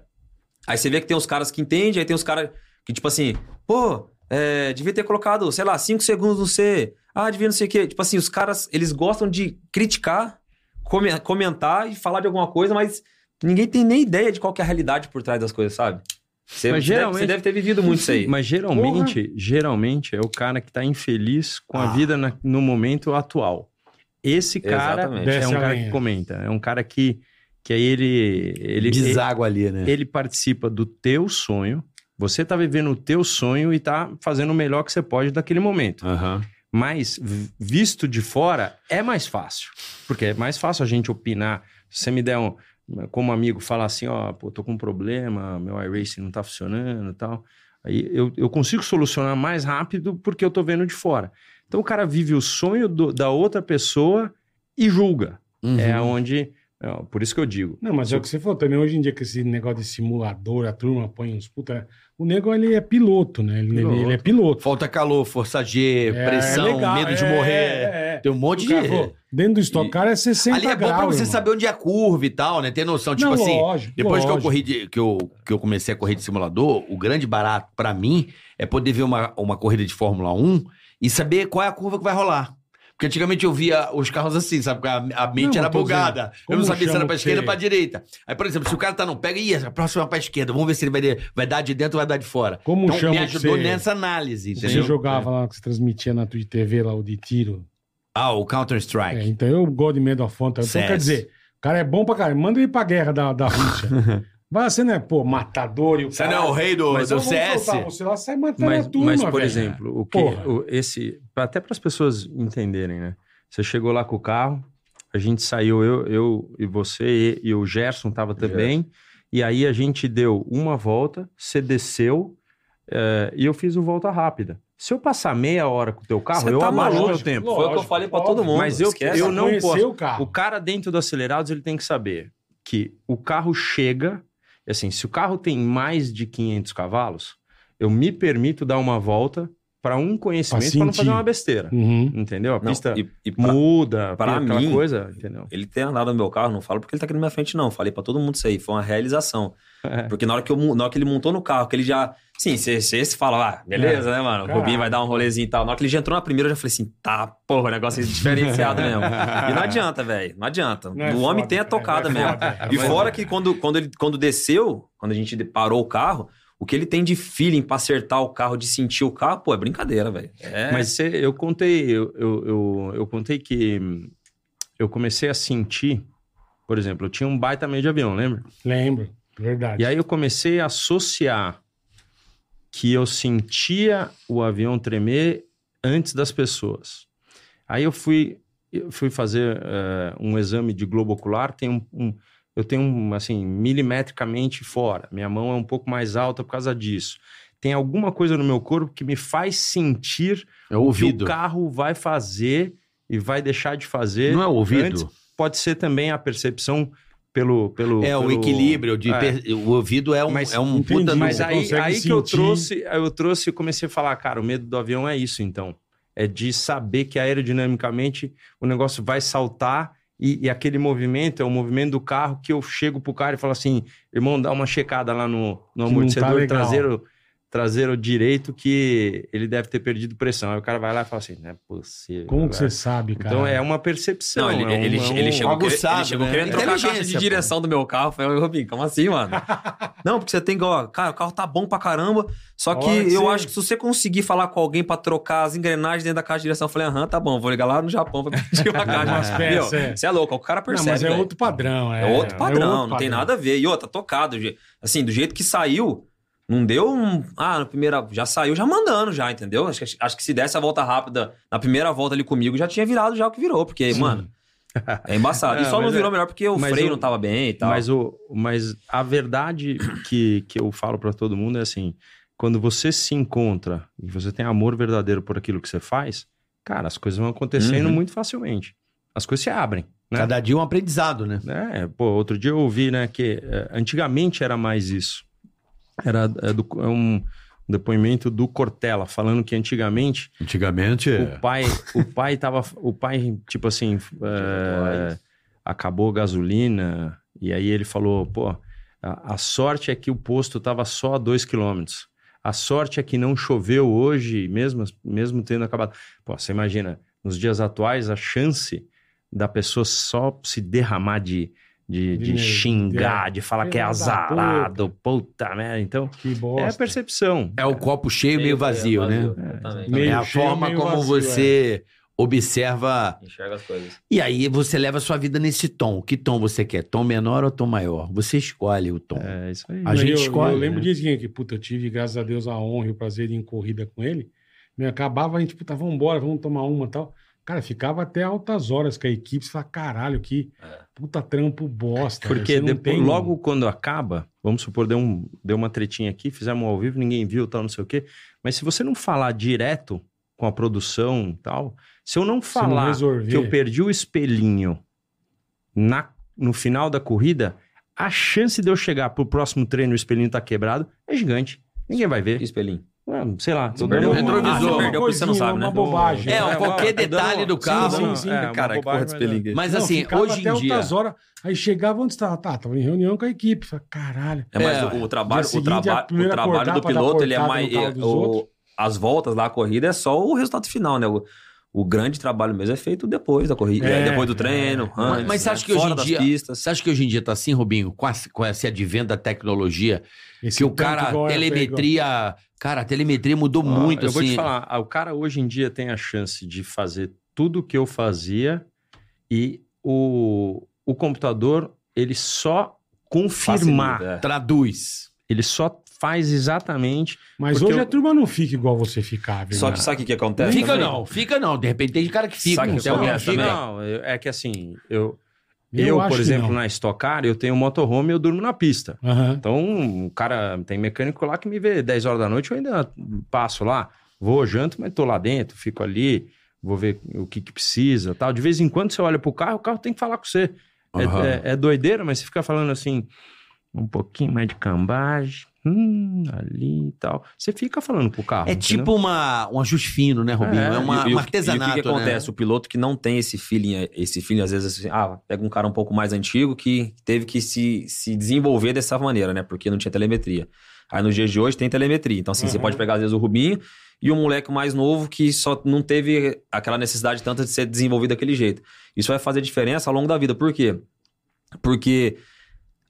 A: Aí você vê que tem uns caras que entendem, aí tem uns caras que, tipo assim, pô, é, devia ter colocado, sei lá, 5 segundos no C. Ah, devia não sei o quê. Tipo assim, os caras, eles gostam de criticar, come- comentar e falar de alguma coisa, mas ninguém tem nem ideia de qual que é a realidade por trás das coisas, sabe? Você,
E: Mas
A: você deve-
E: geralmente-
A: você deve ter vivido muito isso aí.
E: Mas geralmente, geralmente é o cara que tá infeliz com a
C: Ah.
E: vida na- no momento atual. Esse cara
A: Exatamente.
E: é
D: Desce
E: um
D: a
E: cara
D: lenha.
E: que comenta, é um cara que Que aí ele. ele
C: Deságua ali, né?
E: ele participa do teu sonho. Você tá vivendo o teu sonho e tá fazendo o melhor que você pode daquele momento.
C: Aham.
E: Mas v- visto de fora é mais fácil, porque é mais fácil a gente opinar. Se você me der um, como amigo, falar assim, ó, pô, tô com um problema, meu iRacing não tá funcionando e tal. Aí eu, eu consigo solucionar mais rápido porque eu tô vendo de fora. Então o cara vive o sonho do- da outra pessoa e julga.
C: Uhum.
E: É onde, é, por isso que eu digo,
D: Não, mas é o que você falou também. Hoje em dia, com esse negócio de simulador, a turma põe uns puta. O nego, ele é piloto, né? Ele, ele-
E: Piloto.
D: ele é piloto.
C: Falta calor, força G, pressão,
D: É, legal,
C: medo de
D: é,
C: morrer.
D: é, é.
C: Tem um monte de.
D: O cara falou, Dentro do Stock Car é 60
C: Ali é bom pra
D: graus,
C: você
D: irmão.
C: saber onde é a curva e tal, né? Ter noção. Tipo
D: Não,
C: assim,
D: lógico,
C: depois que eu
D: lógico.
C: corri de- que eu, que eu comecei a correr de simulador, o grande barato pra mim é poder ver uma, uma corrida de Fórmula 1 e saber qual é a curva que vai rolar. Porque antigamente eu via os carros assim, sabe? Porque A, a mente
D: Não,
C: era
D: eu tô
C: bugada. Eu
D: dizendo,
C: não
D: como
C: sabia se era
D: chama
C: pra
D: que-
C: esquerda ou pra direita. Aí, por exemplo, se o cara tá não pega, ih, a próxima é pra esquerda. Vamos ver se ele vai, de- vai dar de dentro ou vai dar de fora.
D: Como
C: então
D: chama
C: me
D: que
C: ajudou
D: você-
C: nessa análise,
D: Você
C: entendeu? É.
D: jogava lá, que você transmitia na Twitch TV lá, o de tiro.
C: Ah, o
D: É,
C: Counter-Strike.
D: então eu gosto de medo da fonte. Então
C: CS.
D: quer dizer, o cara é bom pra caralho. Manda ele pra guerra da, da Rússia. Vai, você não é, pô, matador e o
C: Você
D: cara...
C: não é o rei do,
D: Mas
C: do
D: eu vou
C: CS?
D: soltar Você lá sai matando
E: mas,
D: a turma,
E: mas, por
D: velho.
E: exemplo, o que
D: Porra.
E: o- esse até para as pessoas entenderem, né? Você chegou lá com o carro, a gente saiu eu, eu e você e, e o Gerson tava também. E aí a gente deu uma volta, você desceu eh, e eu fiz o volta rápida. Se eu passar meia hora com o teu carro,
A: Você
E: eu
A: tá
E: abalo o meu
A: maluco.
E: tempo.
A: Foi o que eu
D: Lógico,
A: falei pra
D: óbvio.
A: todo mundo.
E: Mas eu-
A: esquece.
E: eu não
D: Conhecer
E: posso.
D: O
E: O
D: carro.
E: cara dentro do Acelerados, ele tem que saber que o carro chega, assim, se o carro tem mais de 500 cavalos, eu me permito dar uma volta para um conhecimento
D: Pra
E: para não
D: sentir.
E: fazer uma besteira.
D: Uhum.
E: Entendeu? A
A: Não,
E: pista
A: e, e pra-
E: muda,
A: pra
E: aquela
A: mim-
E: coisa, entendeu?
A: Ele tem andado no meu carro, não falo porque ele tá aqui na minha frente, não. Falei pra todo mundo isso aí. Foi uma realização.
E: É.
A: Porque na hora, que eu mu- na hora que ele montou no carro, que ele já. Sim, você se fala, ah, beleza, né, mano? O
D: É. Caralho.
A: Rubinho vai dar um rolezinho e tal. Na hora que ele já entrou na primeira, eu já falei assim, tá, porra, o negócio é diferenciado mesmo. E não adianta, velho. Não adianta.
D: Não é
A: o homem
D: foda,
A: tem a
D: cara,
A: tocada
D: não é
A: mesmo.
D: foda.
A: E fora que quando, quando, ele, quando desceu, quando a gente parou o carro, o que ele tem de feeling pra acertar o carro, de sentir o carro, pô, é brincadeira, velho. É.
E: Mas você- eu contei, eu, eu, eu, eu contei que hum, eu comecei a sentir, por exemplo, eu tinha um baita meio de avião, lembra?
D: Lembro, verdade.
E: E aí eu comecei a associar que eu sentia o avião tremer antes das pessoas. Aí eu fui, eu fui fazer eh, um exame de globo ocular, tem um, um- eu tenho um, assim, milimetricamente fora. Minha mão é um pouco mais alta por causa disso. Tem alguma coisa no meu corpo que me faz sentir
C: É
E: o que o carro vai fazer e vai deixar de fazer.
C: Não é o ouvido?
E: Antes, pode ser também a percepção pelo... pelo
C: É, o
E: pelo-
C: equilíbrio. De
E: É.
C: per- O ouvido é um,
E: Mas-
C: é um
D: entendi,
C: puta... do-
E: Mas
D: Você
E: aí,
D: consegue
E: aí que eu
D: sentir.
E: trouxe, aí eu trouxe e comecei a falar, cara, o medo do avião é isso, então. É de saber que aerodinamicamente o negócio vai saltar e, e aquele movimento é o movimento do carro que eu chego pro cara e falo assim, irmão, dá uma checada lá no, no
D: não
E: amortecedor
D: tá legal.
E: traseiro, traseiro direito que ele deve ter perdido pressão. Aí o cara vai lá e fala assim, não é possível.
D: Como que
E: velho."
D: você sabe, cara?
E: Então é uma percepção.
A: Não, ele,
E: é um-
A: ele,
E: é um-
A: ele chegou,
C: algo
A: querendo-
C: sábio,
A: ele chegou
C: né?
A: querendo trocar a caixa de
C: Inteligência,
A: direção do meu carro. Falei, Robinho, como assim, mano? não, porque você tem que, ó, cara, o carro tá bom pra caramba, só que
D: Olha que
A: eu
D: você-
A: acho que se você conseguir falar com alguém pra trocar as engrenagens dentro da caixa de direção, eu falei, aham, tá bom, vou ligar lá no Japão pra pedir uma
D: Umas
A: caixa. Meu,
D: peças, é.
A: Você é louco, o cara percebe,
D: não, mas é
A: velho.
D: outro padrão. É,
A: É outro padrão,
D: outro
A: não tem
D: padrão.
A: nada a ver. E outra, tá tocado. je- Assim, do jeito que saiu, não deu um. Ah, na primeira. Já saiu já mandando, já, entendeu? Acho que, acho que se desse a volta rápida na primeira volta ali comigo, já tinha virado já o que virou, porque, mano. É embaçado. e
E: Não,
A: só não
E: mas
A: virou
E: é-
A: melhor porque o
E: mas
A: freio
E: o-
A: não tava bem e tal.
E: Mas, o, mas a verdade que, que eu falo pra todo mundo é assim: quando você se encontra e você tem amor verdadeiro por aquilo que você faz, cara, as coisas vão acontecendo
A: Uhum.
E: muito facilmente. As coisas se abrem. Né?
C: Cada dia um aprendizado, né?
E: É, pô, outro dia eu ouvi, né, que eh, antigamente era mais isso. Era é do- é um depoimento do Cortella falando que antigamente
C: Antigamente...
E: o pai, o pai tava, o pai, tipo assim, eh, acabou a gasolina e aí ele falou, pô, a, a sorte é que o posto tava só a dois quilômetros. A sorte é que não choveu hoje, mesmo, mesmo tendo acabado. Pô, você imagina, nos dias atuais, a chance da pessoa só se derramar de, de, de
D: Dinheiro,
E: xingar,
D: é.
E: de falar que é
D: Filha da
E: azarado, puta merda. Então,
D: Que
E: é
D: bosta.
E: a percepção.
C: É o copo cheio meio vazio, né?
A: Exatamente.
D: Meio
C: é a
D: cheio,
C: forma
D: meio
C: como
D: vazio,
C: você observa.
A: Enxerga as coisas.
C: E aí você leva a sua vida nesse tom. Que tom você quer? Tom menor ou tom maior? Você escolhe o tom.
E: É isso aí.
C: A gente
D: eu,
C: escolhe,
D: Eu lembro
C: né?
D: disso disso que, puta, eu tive, graças a Deus, a honra e o prazer de ir em corrida com ele. Meu, acabava, a gente, puta, vamos embora, vamos tomar uma e tal. Cara, ficava até altas horas com a equipe. Você fala, caralho, que puta trampo bosta. né?
E: Porque
D: É, você não
E: depois,
D: tem-
E: logo quando acaba, vamos supor, deu, um- deu uma tretinha aqui, fizemos ao vivo, ninguém viu, tal, não sei o quê. Mas se você não falar direto com a produção e tal, se eu não
D: se não
E: falar
D: resolver,
E: que eu perdi o espelhinho na, no final da corrida, a chance de eu chegar pro próximo treino e o espelhinho tá quebrado é gigante. Ninguém vai
A: Que
E: ver.
A: espelhinho.
E: Ah, Sei lá.
A: Você perdeu
E: perdeu um-
A: o
D: retrovisor.
A: Ah, você perdeu porque você não
D: Coisinha,
A: sabe, né?
D: uma bobagem.
C: É, um qualquer
E: tá dando-
C: detalhe do
E: sim,
C: carro.
E: sim, sim.
D: É,
A: Cara, que porra de
E: mas é.
A: espelhinho.
C: Mas
D: Não,
C: assim,
D: ficava
C: hoje
D: até
C: em dia.
D: altas horas. Aí chegava onde estava? Tá, tava em reunião com a equipe. Falei, caralho.
A: É, mas
C: É,
A: o, o trabalho,
D: dia
A: o,
D: seguinte,
A: traba
D: a
A: o
D: primeira
A: trabalho
D: cortada
A: do
D: pra
A: piloto,
D: dar
A: ele é
D: cortada
A: mais.
D: no carro dos
A: o-
D: outros.
A: as voltas lá, a corrida é só o resultado final, né? O, o grande trabalho mesmo é feito depois da corrida,
D: É,
A: depois do treino. antes,
C: mas você acha
A: né?
C: que hoje
A: Fora
C: em
A: das
C: dia-
A: pistas.
C: Você acha que hoje em dia tá assim, Rubinho? Com, a- com esse advento da tecnologia,
D: Esse
C: que o
D: tanto
C: cara,
D: igual
C: a
D: é
C: telemetria. Cara, a telemetria mudou
E: Ó,
C: muito,
E: Ah, Eu
C: assim.
E: vou te falar, ah, o cara hoje em dia tem a chance de fazer tudo o que eu fazia e o, o computador, ele só confirmar,
A: Facilita, é.
C: Traduz.
E: ele só faz exatamente.
D: Mas
E: Porque
D: hoje
E: eu-
D: a turma não fica igual você ficava.
A: Só
D: irmão.
A: que sabe o que, que acontece?
C: Fica
A: também?
C: não, fica não. De repente tem cara que fica.
A: Tá. Sabe que
C: tem alguém que
A: acontece
C: fica.
A: também?
E: não, eu- é que assim, eu, eu,
D: acho
E: por
D: que
E: exemplo, né?
D: não.
E: na Stock Car, eu tenho um motorhome e eu durmo na pista.
D: Aham.
E: Então, o cara tem mecânico lá que me vê 10 horas da noite, eu ainda passo lá, vou, janto, mas tô lá dentro, fico ali, vou ver o que, que precisa tal. De vez em quando você olha pro carro, o carro tem que falar com você. É-
C: Aham.
E: É, é doideira, mas você fica falando assim, um pouquinho mais de cambagem, hum, ali e tal. Você fica falando pro carro.
C: É
E: entendeu?
C: tipo uma, um ajuste fino, né, Rubinho? É,
E: É,
C: uma,
A: E- e
C: um
A: o-
C: artesanato.
A: E o que, que
C: né?
A: acontece? O piloto que não tem esse feeling, esse feeling, às vezes, assim, ah, pega um cara um pouco mais antigo que teve que se, se desenvolver dessa maneira, né? Porque não tinha telemetria. Aí nos dias de hoje tem telemetria. Então, assim, você
D: Uhum.
A: pode pegar, às vezes, o Rubinho e um moleque mais novo que só não teve aquela necessidade tanta de ser desenvolvido daquele jeito. Isso vai fazer diferença ao longo da vida. Por quê? Porque,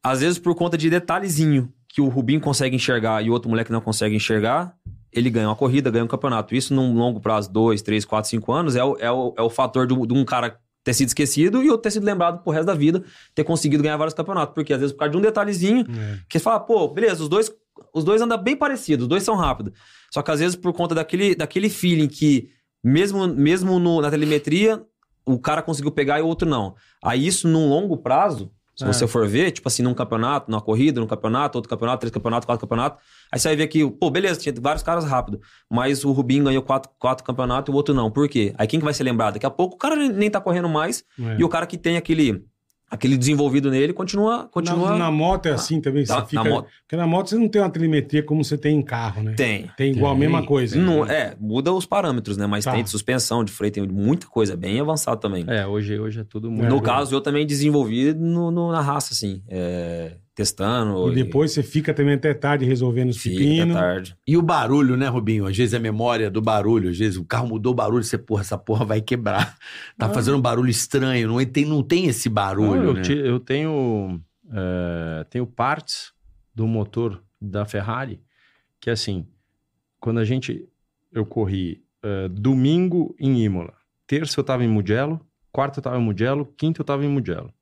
A: às vezes, por conta de detalhezinho que o Rubinho consegue enxergar e o outro moleque não consegue enxergar, ele ganha uma corrida, ganha um campeonato. Isso num longo prazo, dois, três, quatro, cinco anos, é o, é o, é o fator de um, de um cara ter sido esquecido e outro ter sido lembrado pro resto da vida, ter conseguido ganhar vários campeonatos. Porque às vezes por causa de um detalhezinho,
D: É.
A: que você fala, pô, beleza, os dois, os dois andam bem parecidos, os dois são rápidos. Só que às vezes por conta daquele, daquele feeling que, mesmo, mesmo no- na telemetria, o cara conseguiu pegar e o outro não. Aí isso num longo prazo, se
D: É.
A: você for ver, tipo assim, num campeonato, numa corrida, num campeonato, outro campeonato, três campeonatos, quatro campeonatos, aí você vai ver que, pô, beleza, tinha vários caras rápido, mas o Rubinho ganhou quatro, quatro campeonatos e o outro não. Por quê? Aí quem que vai ser lembrado? Daqui a pouco o cara nem- nem tá correndo mais
D: É.
A: e o cara que tem aquele, aquele desenvolvido nele continua... continua...
D: Na, na moto é assim também.
A: Ah. Na-
D: você fica...
A: na moto-
D: Porque na moto você não tem uma telemetria como você tem em carro, né?
A: Tem.
D: Tem igual
E: Tem.
D: a mesma coisa.
A: Não, é, muda os parâmetros, né? Mas
D: Tá.
A: tem de suspensão, de freio, tem muita coisa, é bem avançado também.
E: É, hoje, hoje é tudo muito.
A: No
D: É.
A: caso, eu também desenvolvi no, no- na raça, assim, é, testando.
D: E depois você fica também até tarde resolvendo os
A: fica
D: pepinos.
A: tarde.
C: E o barulho, né, Rubinho? Às vezes é a memória do barulho, às vezes o carro mudou o barulho, você, porra, essa porra vai quebrar. Tá
A: Ah.
C: fazendo um barulho estranho, não tem, não tem esse barulho,
E: Não, eu,
C: né?
E: te- eu tenho, é, tenho partes do motor da Ferrari que, assim, quando a gente. Eu corri é, domingo em Imola, terça eu tava em Mugello, quarta eu tava em Mugello, quinta eu tava em Mugello.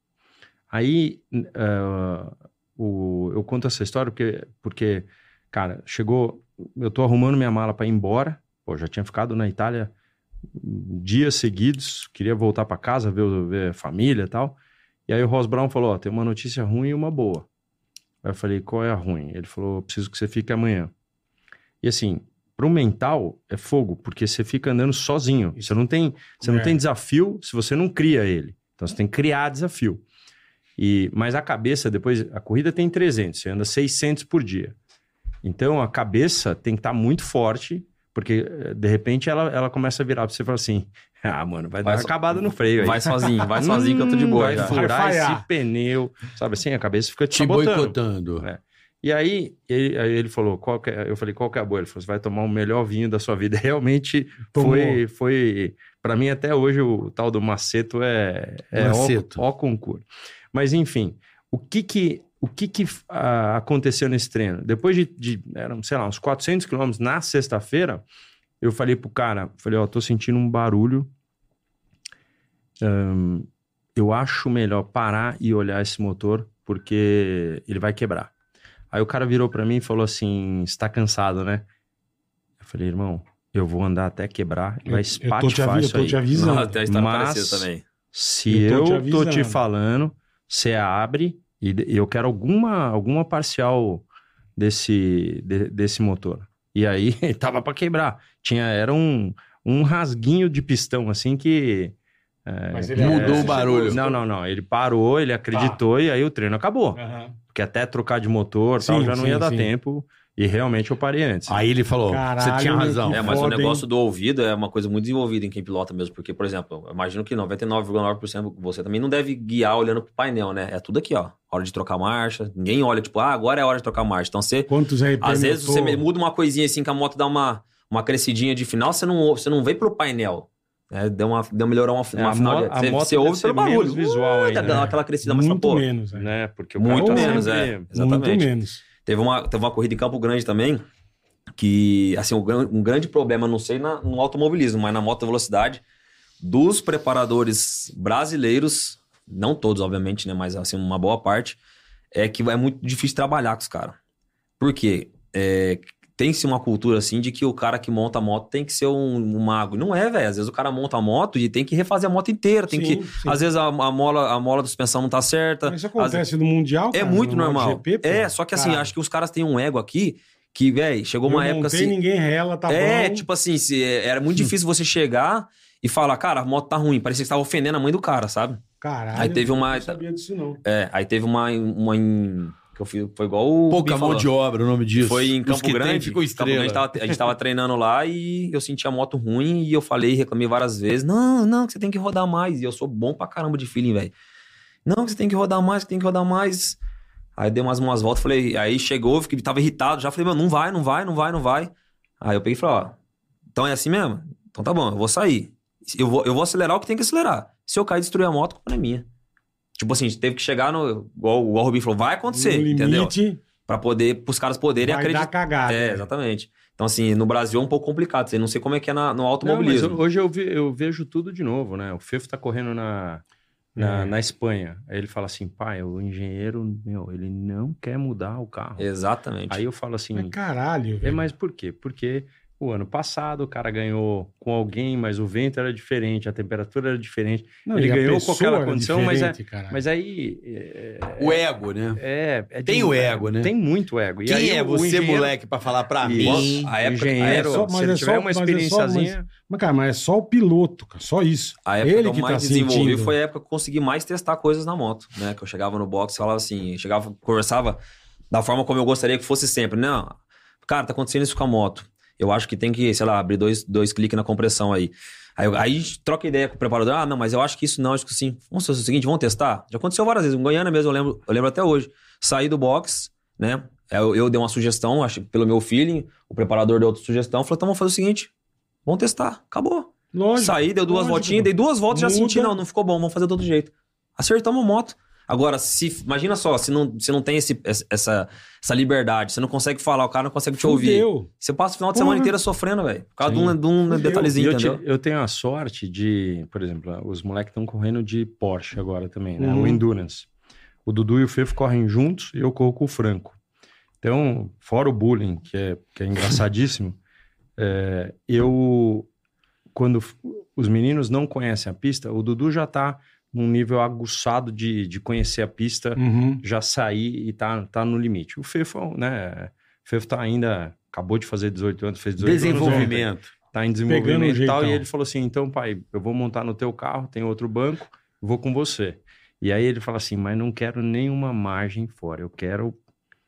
E: Aí n- é, o- eu conto essa história porque, porque, cara, chegou. Eu tô arrumando minha mala para ir embora. Pô, já tinha ficado na Itália dias seguidos, queria voltar para casa, ver, o- ver a família e tal. E aí o Ross Brown falou: Ó, tem uma notícia ruim e uma boa. Aí eu falei: qual é a ruim? Ele falou: "Eu preciso que você fique amanhã. E assim, pro mental é fogo, porque você fica andando sozinho. Você não tem, você
D: É.
E: não tem desafio se você não cria ele. Então você tem que criar desafio. E, mas a cabeça, depois, a corrida tem 300, você anda 600 por dia. Então a cabeça tem que estar muito forte, porque eh, de repente ela, ela começa a virar pra você e fala assim: ah, mano, vai,
A: Vai
E: dar uma
A: so-
E: acabada no freio aí.
A: Vai sozinho, vai sozinho que eu tô de
E: Hum,
A: boa.
E: Vai
A: [LAUGHS] já.
D: fu-
E: furar
D: Vai falhar.
E: esse pneu. Sabe assim, a cabeça fica
A: tá
E: te,
C: Te
E: sabotando.
C: boicotando.
E: E aí ele, aí ele falou, qual que é? eu falei, qual que é a boa? Ele falou, você vai tomar o melhor vinho da sua vida. [LAUGHS] Realmente
D: Tomou.
E: foi, foi para mim até hoje o tal do maceto é, é
C: Maceto.
E: Ó, ó concurso. Mas enfim, o que que, o que, que ah, aconteceu nesse treino? Depois de, de eram, sei lá, uns 400 quilômetros na sexta-feira, eu falei pro cara, falei, ó, tô sentindo um barulho hum, eu acho melhor parar e olhar esse motor porque ele vai quebrar. Aí o cara virou pra mim e falou assim: está cansado, né? Eu falei, irmão, eu vou andar até quebrar,
D: Eu-
E: vai
D: eu tô te,
E: espatifar
D: avi- eu
E: isso
D: tô
E: aí.
D: te avisando.
A: Tem a história
E: Mas-
A: parecida também.
E: Se
D: Eu tô
E: eu
D: te
E: tô te,
D: avisando.
E: falando, você abre e de- eu quero alguma, alguma parcial desse, de- desse motor. E aí [LAUGHS] tava para quebrar. Tinha, era um, um rasguinho de pistão assim que. é,
D: Mas
E: que-
D: é-
C: Mudou
D: você
C: o barulho.
D: chegou-
E: Não, não, não. Ele parou, ele acreditou e aí o treino acabou.
D: Aham.
E: Porque até trocar de motor tal,
D: Tá. Sim,
E: já não
D: sim,
E: ia dar
D: sim.
E: tempo. E realmente eu parei antes.
C: Aí ele falou,
D: Caralho,
C: você tinha
D: meu,
C: razão.
D: que
A: É, mas
D: Foda,
A: o negócio do ouvido é uma coisa muito desenvolvida em quem pilota mesmo, porque, por exemplo, eu imagino que 99,9% você também não deve guiar olhando pro painel, né? É tudo aqui, ó. Hora de trocar marcha. Ninguém olha, tipo, ah, agora é a hora de trocar marcha. Então você.
D: Quantos RPM
A: Às vezes
D: eu tô?
A: você muda uma coisinha assim que a moto dá uma, uma crescidinha de final, você não, você não vem pro painel. Né? Deu uma, deu melhorar uma,
E: É,
A: uma
E: a
A: final.
E: mo-
A: de-
E: a
A: você,
E: moto
A: você
E: deve
A: ouve
E: ser
A: pelo barulho.
E: menos visual
A: Ah,
E: ainda,
A: dá
E: né?
A: aquela crescida, mas
D: Muito
A: fala, pô,
D: menos. é.
E: Né? Porque o
A: muito
E: cara tá
A: menos,
E: sempre-
A: é. Exatamente.
D: Muito menos.
A: Teve uma, teve uma corrida em Campo Grande também, que, assim, um, gran- um grande problema, não sei na- no automobilismo, mas na moto velocidade, dos preparadores brasileiros, não todos, obviamente, né, mas, assim, uma boa parte, é que é muito difícil trabalhar com os caras. Por quê? É, tem-se uma cultura, assim, de que o cara que monta a moto tem que ser um, um mago. Não é, velho. Às vezes o cara monta a moto e tem que refazer a moto inteira, tem que...
D: Sim, sim.
A: Às vezes a, a mola, a mola da suspensão não tá certa.
D: Mas isso acontece no Mundial,
A: É
D: cara,
A: muito
D: no
A: normal.
D: MotoGP, pô.
A: é, só que assim,
D: Caralho.
A: acho que os caras têm um ego aqui que, velho, chegou uma
D: Eu
A: época
D: montei,
A: assim.
D: ninguém rela, tá
A: é,
D: bom. Hum.
A: tipo assim, se- era muito difícil você chegar e falar, cara, a moto tá ruim. Parecia que você tava ofendendo a mãe do cara, sabe?
D: Caralho,
A: aí teve uma-
D: Não sabia disso, não.
A: É, aí teve uma. uma em- que eu fiz, foi igual o.
C: Pouca
A: Bi falou.
C: mão de obra, o nome disso.
A: Foi em
C: Os
A: Campo
C: que tem
A: Grande.
C: ficam
A: Campo Grande
C: estrela.
A: tava- a gente tava treinando lá e eu senti a moto ruim e eu falei, reclamei várias vezes. Não, não, que você tem que rodar mais. E eu sou bom pra caramba de feeling, velho. Não, que você tem que rodar mais, que tem que rodar mais. Aí dei umas, umas voltas, falei, aí chegou, eu fiquei, tava irritado, já falei, meu, não vai, não vai, não vai, não vai. Aí eu peguei e falei, ó, então é assim mesmo? Então tá bom, eu vou sair. Eu vou, eu vou acelerar o que tem que acelerar. Se eu cair e destruir a moto, a culpa não é minha. Tipo assim, a gente teve que chegar no. Igual, igual o Rubinho falou, vai acontecer,
D: no limite,
A: entendeu? Pra poder, pros caras poderem
D: vai
A: acreditar.
D: dar cagada.
E: né?
A: É, exatamente. Então, assim, no Brasil é um pouco complicado. assim, Não sei como é que é na- no
E: Não, mas
A: automobilismo.
E: eu- hoje eu, ve- eu vejo tudo de novo, né? O Fefo tá correndo na, na,
D: É.
E: na Espanha. Aí ele fala assim, pai, o engenheiro, meu, ele não quer mudar o carro.
A: Exatamente.
E: Aí eu falo assim,
D: Mas caralho,
E: é,
D: velho.
E: mas por quê? Porque o ano passado o cara ganhou com alguém, mas o vento era diferente, a temperatura era diferente.
D: Não,
E: ele
D: e a
E: ganhou com
D: pessoa
E: aquela
D: era
E: condição, mas é-
D: diferente, caralho.
E: Mas aí... é-
C: O ego, né?
E: é- é de-
C: Tem o ego, né?
E: Tem muito ego. E
C: Quem
E: aí
C: é
E: o- o
C: você,
E: engenheiro-
C: moleque, pra falar pra mim?
E: Isso.
A: A época-
E: engenheiro,
A: é só-
E: se
D: mas
E: ele
D: é só-
E: tiver uma
D: mas é só- mas-
E: experiênciazinha...
D: Mas, cara, mas é só o piloto, cara, só isso.
A: A época
D: Ele
A: que eu
D: que tá
A: mais desenvolvi
D: sentindo.
A: foi a época que eu consegui mais testar coisas na moto, né? Que eu chegava no box e falava assim, chegava, conversava da forma como eu gostaria que fosse sempre. Não, cara, tá acontecendo isso com a moto. Eu acho que tem que, sei lá, abrir dois, dois cliques na compressão aí. Aí, eu- aí a gente troca ideia com o preparador. Ah, não, mas eu acho que isso não, acho que sim. Vamos fazer o seguinte, vamos testar? Já aconteceu várias vezes. Em Goiânia mesmo, eu lembro, eu lembro até hoje. Saí do box, né? Eu, eu dei uma sugestão, acho que pelo meu feeling, o preparador deu outra sugestão. Falou, então vamos fazer o seguinte, vamos testar. Acabou.
D: Lógico.
A: Saí, deu duas
D: lógico.
A: voltinhas, dei duas voltas e já
D: Muda.
A: senti, não, não ficou bom, vamos fazer do outro jeito. Acertamos a moto. Agora, se, imagina só, se não, se não tem esse, essa- essa, essa liberdade, você não consegue falar, o cara não consegue te ouvir.
D: Fudeu.
A: Você passa o final de
D: Porra.
A: semana inteira sofrendo, velho. Por causa de
E: Sim.
A: um, de um
D: Fudeu.
A: detalhezinho,
E: eu, te-
A: entendeu?
E: eu tenho a sorte de, por exemplo, os moleques estão correndo de Porsche agora também, né?
D: Uhum.
E: O Endurance. O Dudu e o Fefo correm juntos e eu corro com o Franco. Então, fora o bullying, que é, que é engraçadíssimo, [LAUGHS] é, eu. Quando f- os meninos não conhecem a pista, o Dudu já tá num nível aguçado de, de conhecer a pista
D: Uhum.
E: já sair e tá, tá no limite. O Fefo, né? O Fefo tá ainda. Acabou de fazer 18 anos, fez 18 anos. ontem,
C: Desenvolvimento.
E: Tá em
D: Pegando
E: desenvolvimento
D: o
E: e tal.
D: jeitão.
E: E ele falou assim: então, pai, eu vou montar no teu carro, tem outro banco, vou com você. E aí ele fala assim: mas não quero nenhuma margem fora, eu quero,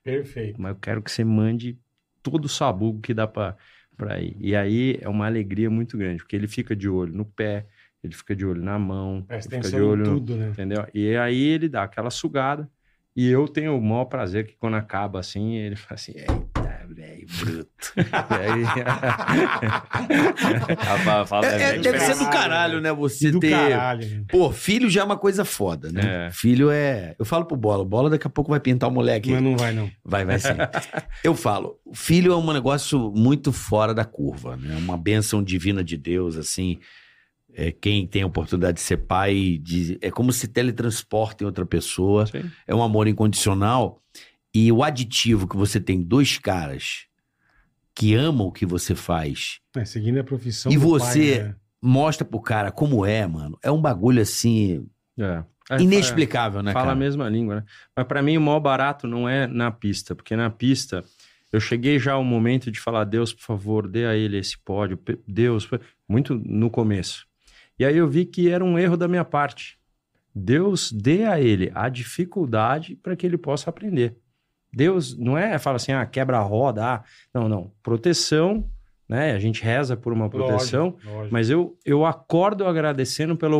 D: Perfeito.
E: mas eu quero que você mande todo o sabugo que dá pra, pra ir. E aí é uma alegria muito grande, porque ele fica de olho no pé, ele fica de olho na mão, ele
D: Presta
E: fica de
D: atenção em
E: olho
D: tudo, né?
E: Entendeu? E aí ele dá aquela sugada. E eu tenho o maior prazer que quando acaba assim, ele fala assim: Eita, velho, bruto. [LAUGHS] e aí.
A: [LAUGHS] Rapaz, fala,
C: É,
A: é,
C: é,
A: velho,
C: deve ser
A: diferente.
C: do caralho, né? Você
D: Do
C: ter.
D: caralho. né?
C: Pô, filho já é uma coisa foda, né?
E: É.
C: Filho é. Eu falo pro Bola, o Bola daqui a pouco vai pintar o moleque.
D: Mas não vai, não.
C: Vai,
D: [LAUGHS]
C: vai sim. Eu falo, o filho é um negócio muito fora da curva, né? Uma bênção divina de Deus, assim. é, quem tem a oportunidade de ser pai, de- é como se teletransporta em outra pessoa.
E: Sim.
C: É um amor incondicional. E o aditivo que você tem dois caras que amam o que você faz,
D: É, seguindo a profissão.
C: E
D: do
C: você-
D: pai, né?
C: mostra pro cara como é, mano. É um bagulho assim,
E: É. É,
C: inexplicável, né,
E: Fala
C: cara?
E: a mesma língua, né? Mas pra mim o maior barato não é na pista, porque na pista eu cheguei já ao momento de falar, Deus, por favor, dê a ele esse pódio, pe- Deus, pe-" muito no começo. E aí eu vi que era um erro da minha parte. Deus dê a ele a dificuldade para que ele possa aprender. Deus não é fala assim, ah, quebra a roda, ah, não, não, proteção, né? A gente reza por uma proteção,
D: Lógico, lógico.
E: mas eu, eu acordo agradecendo pela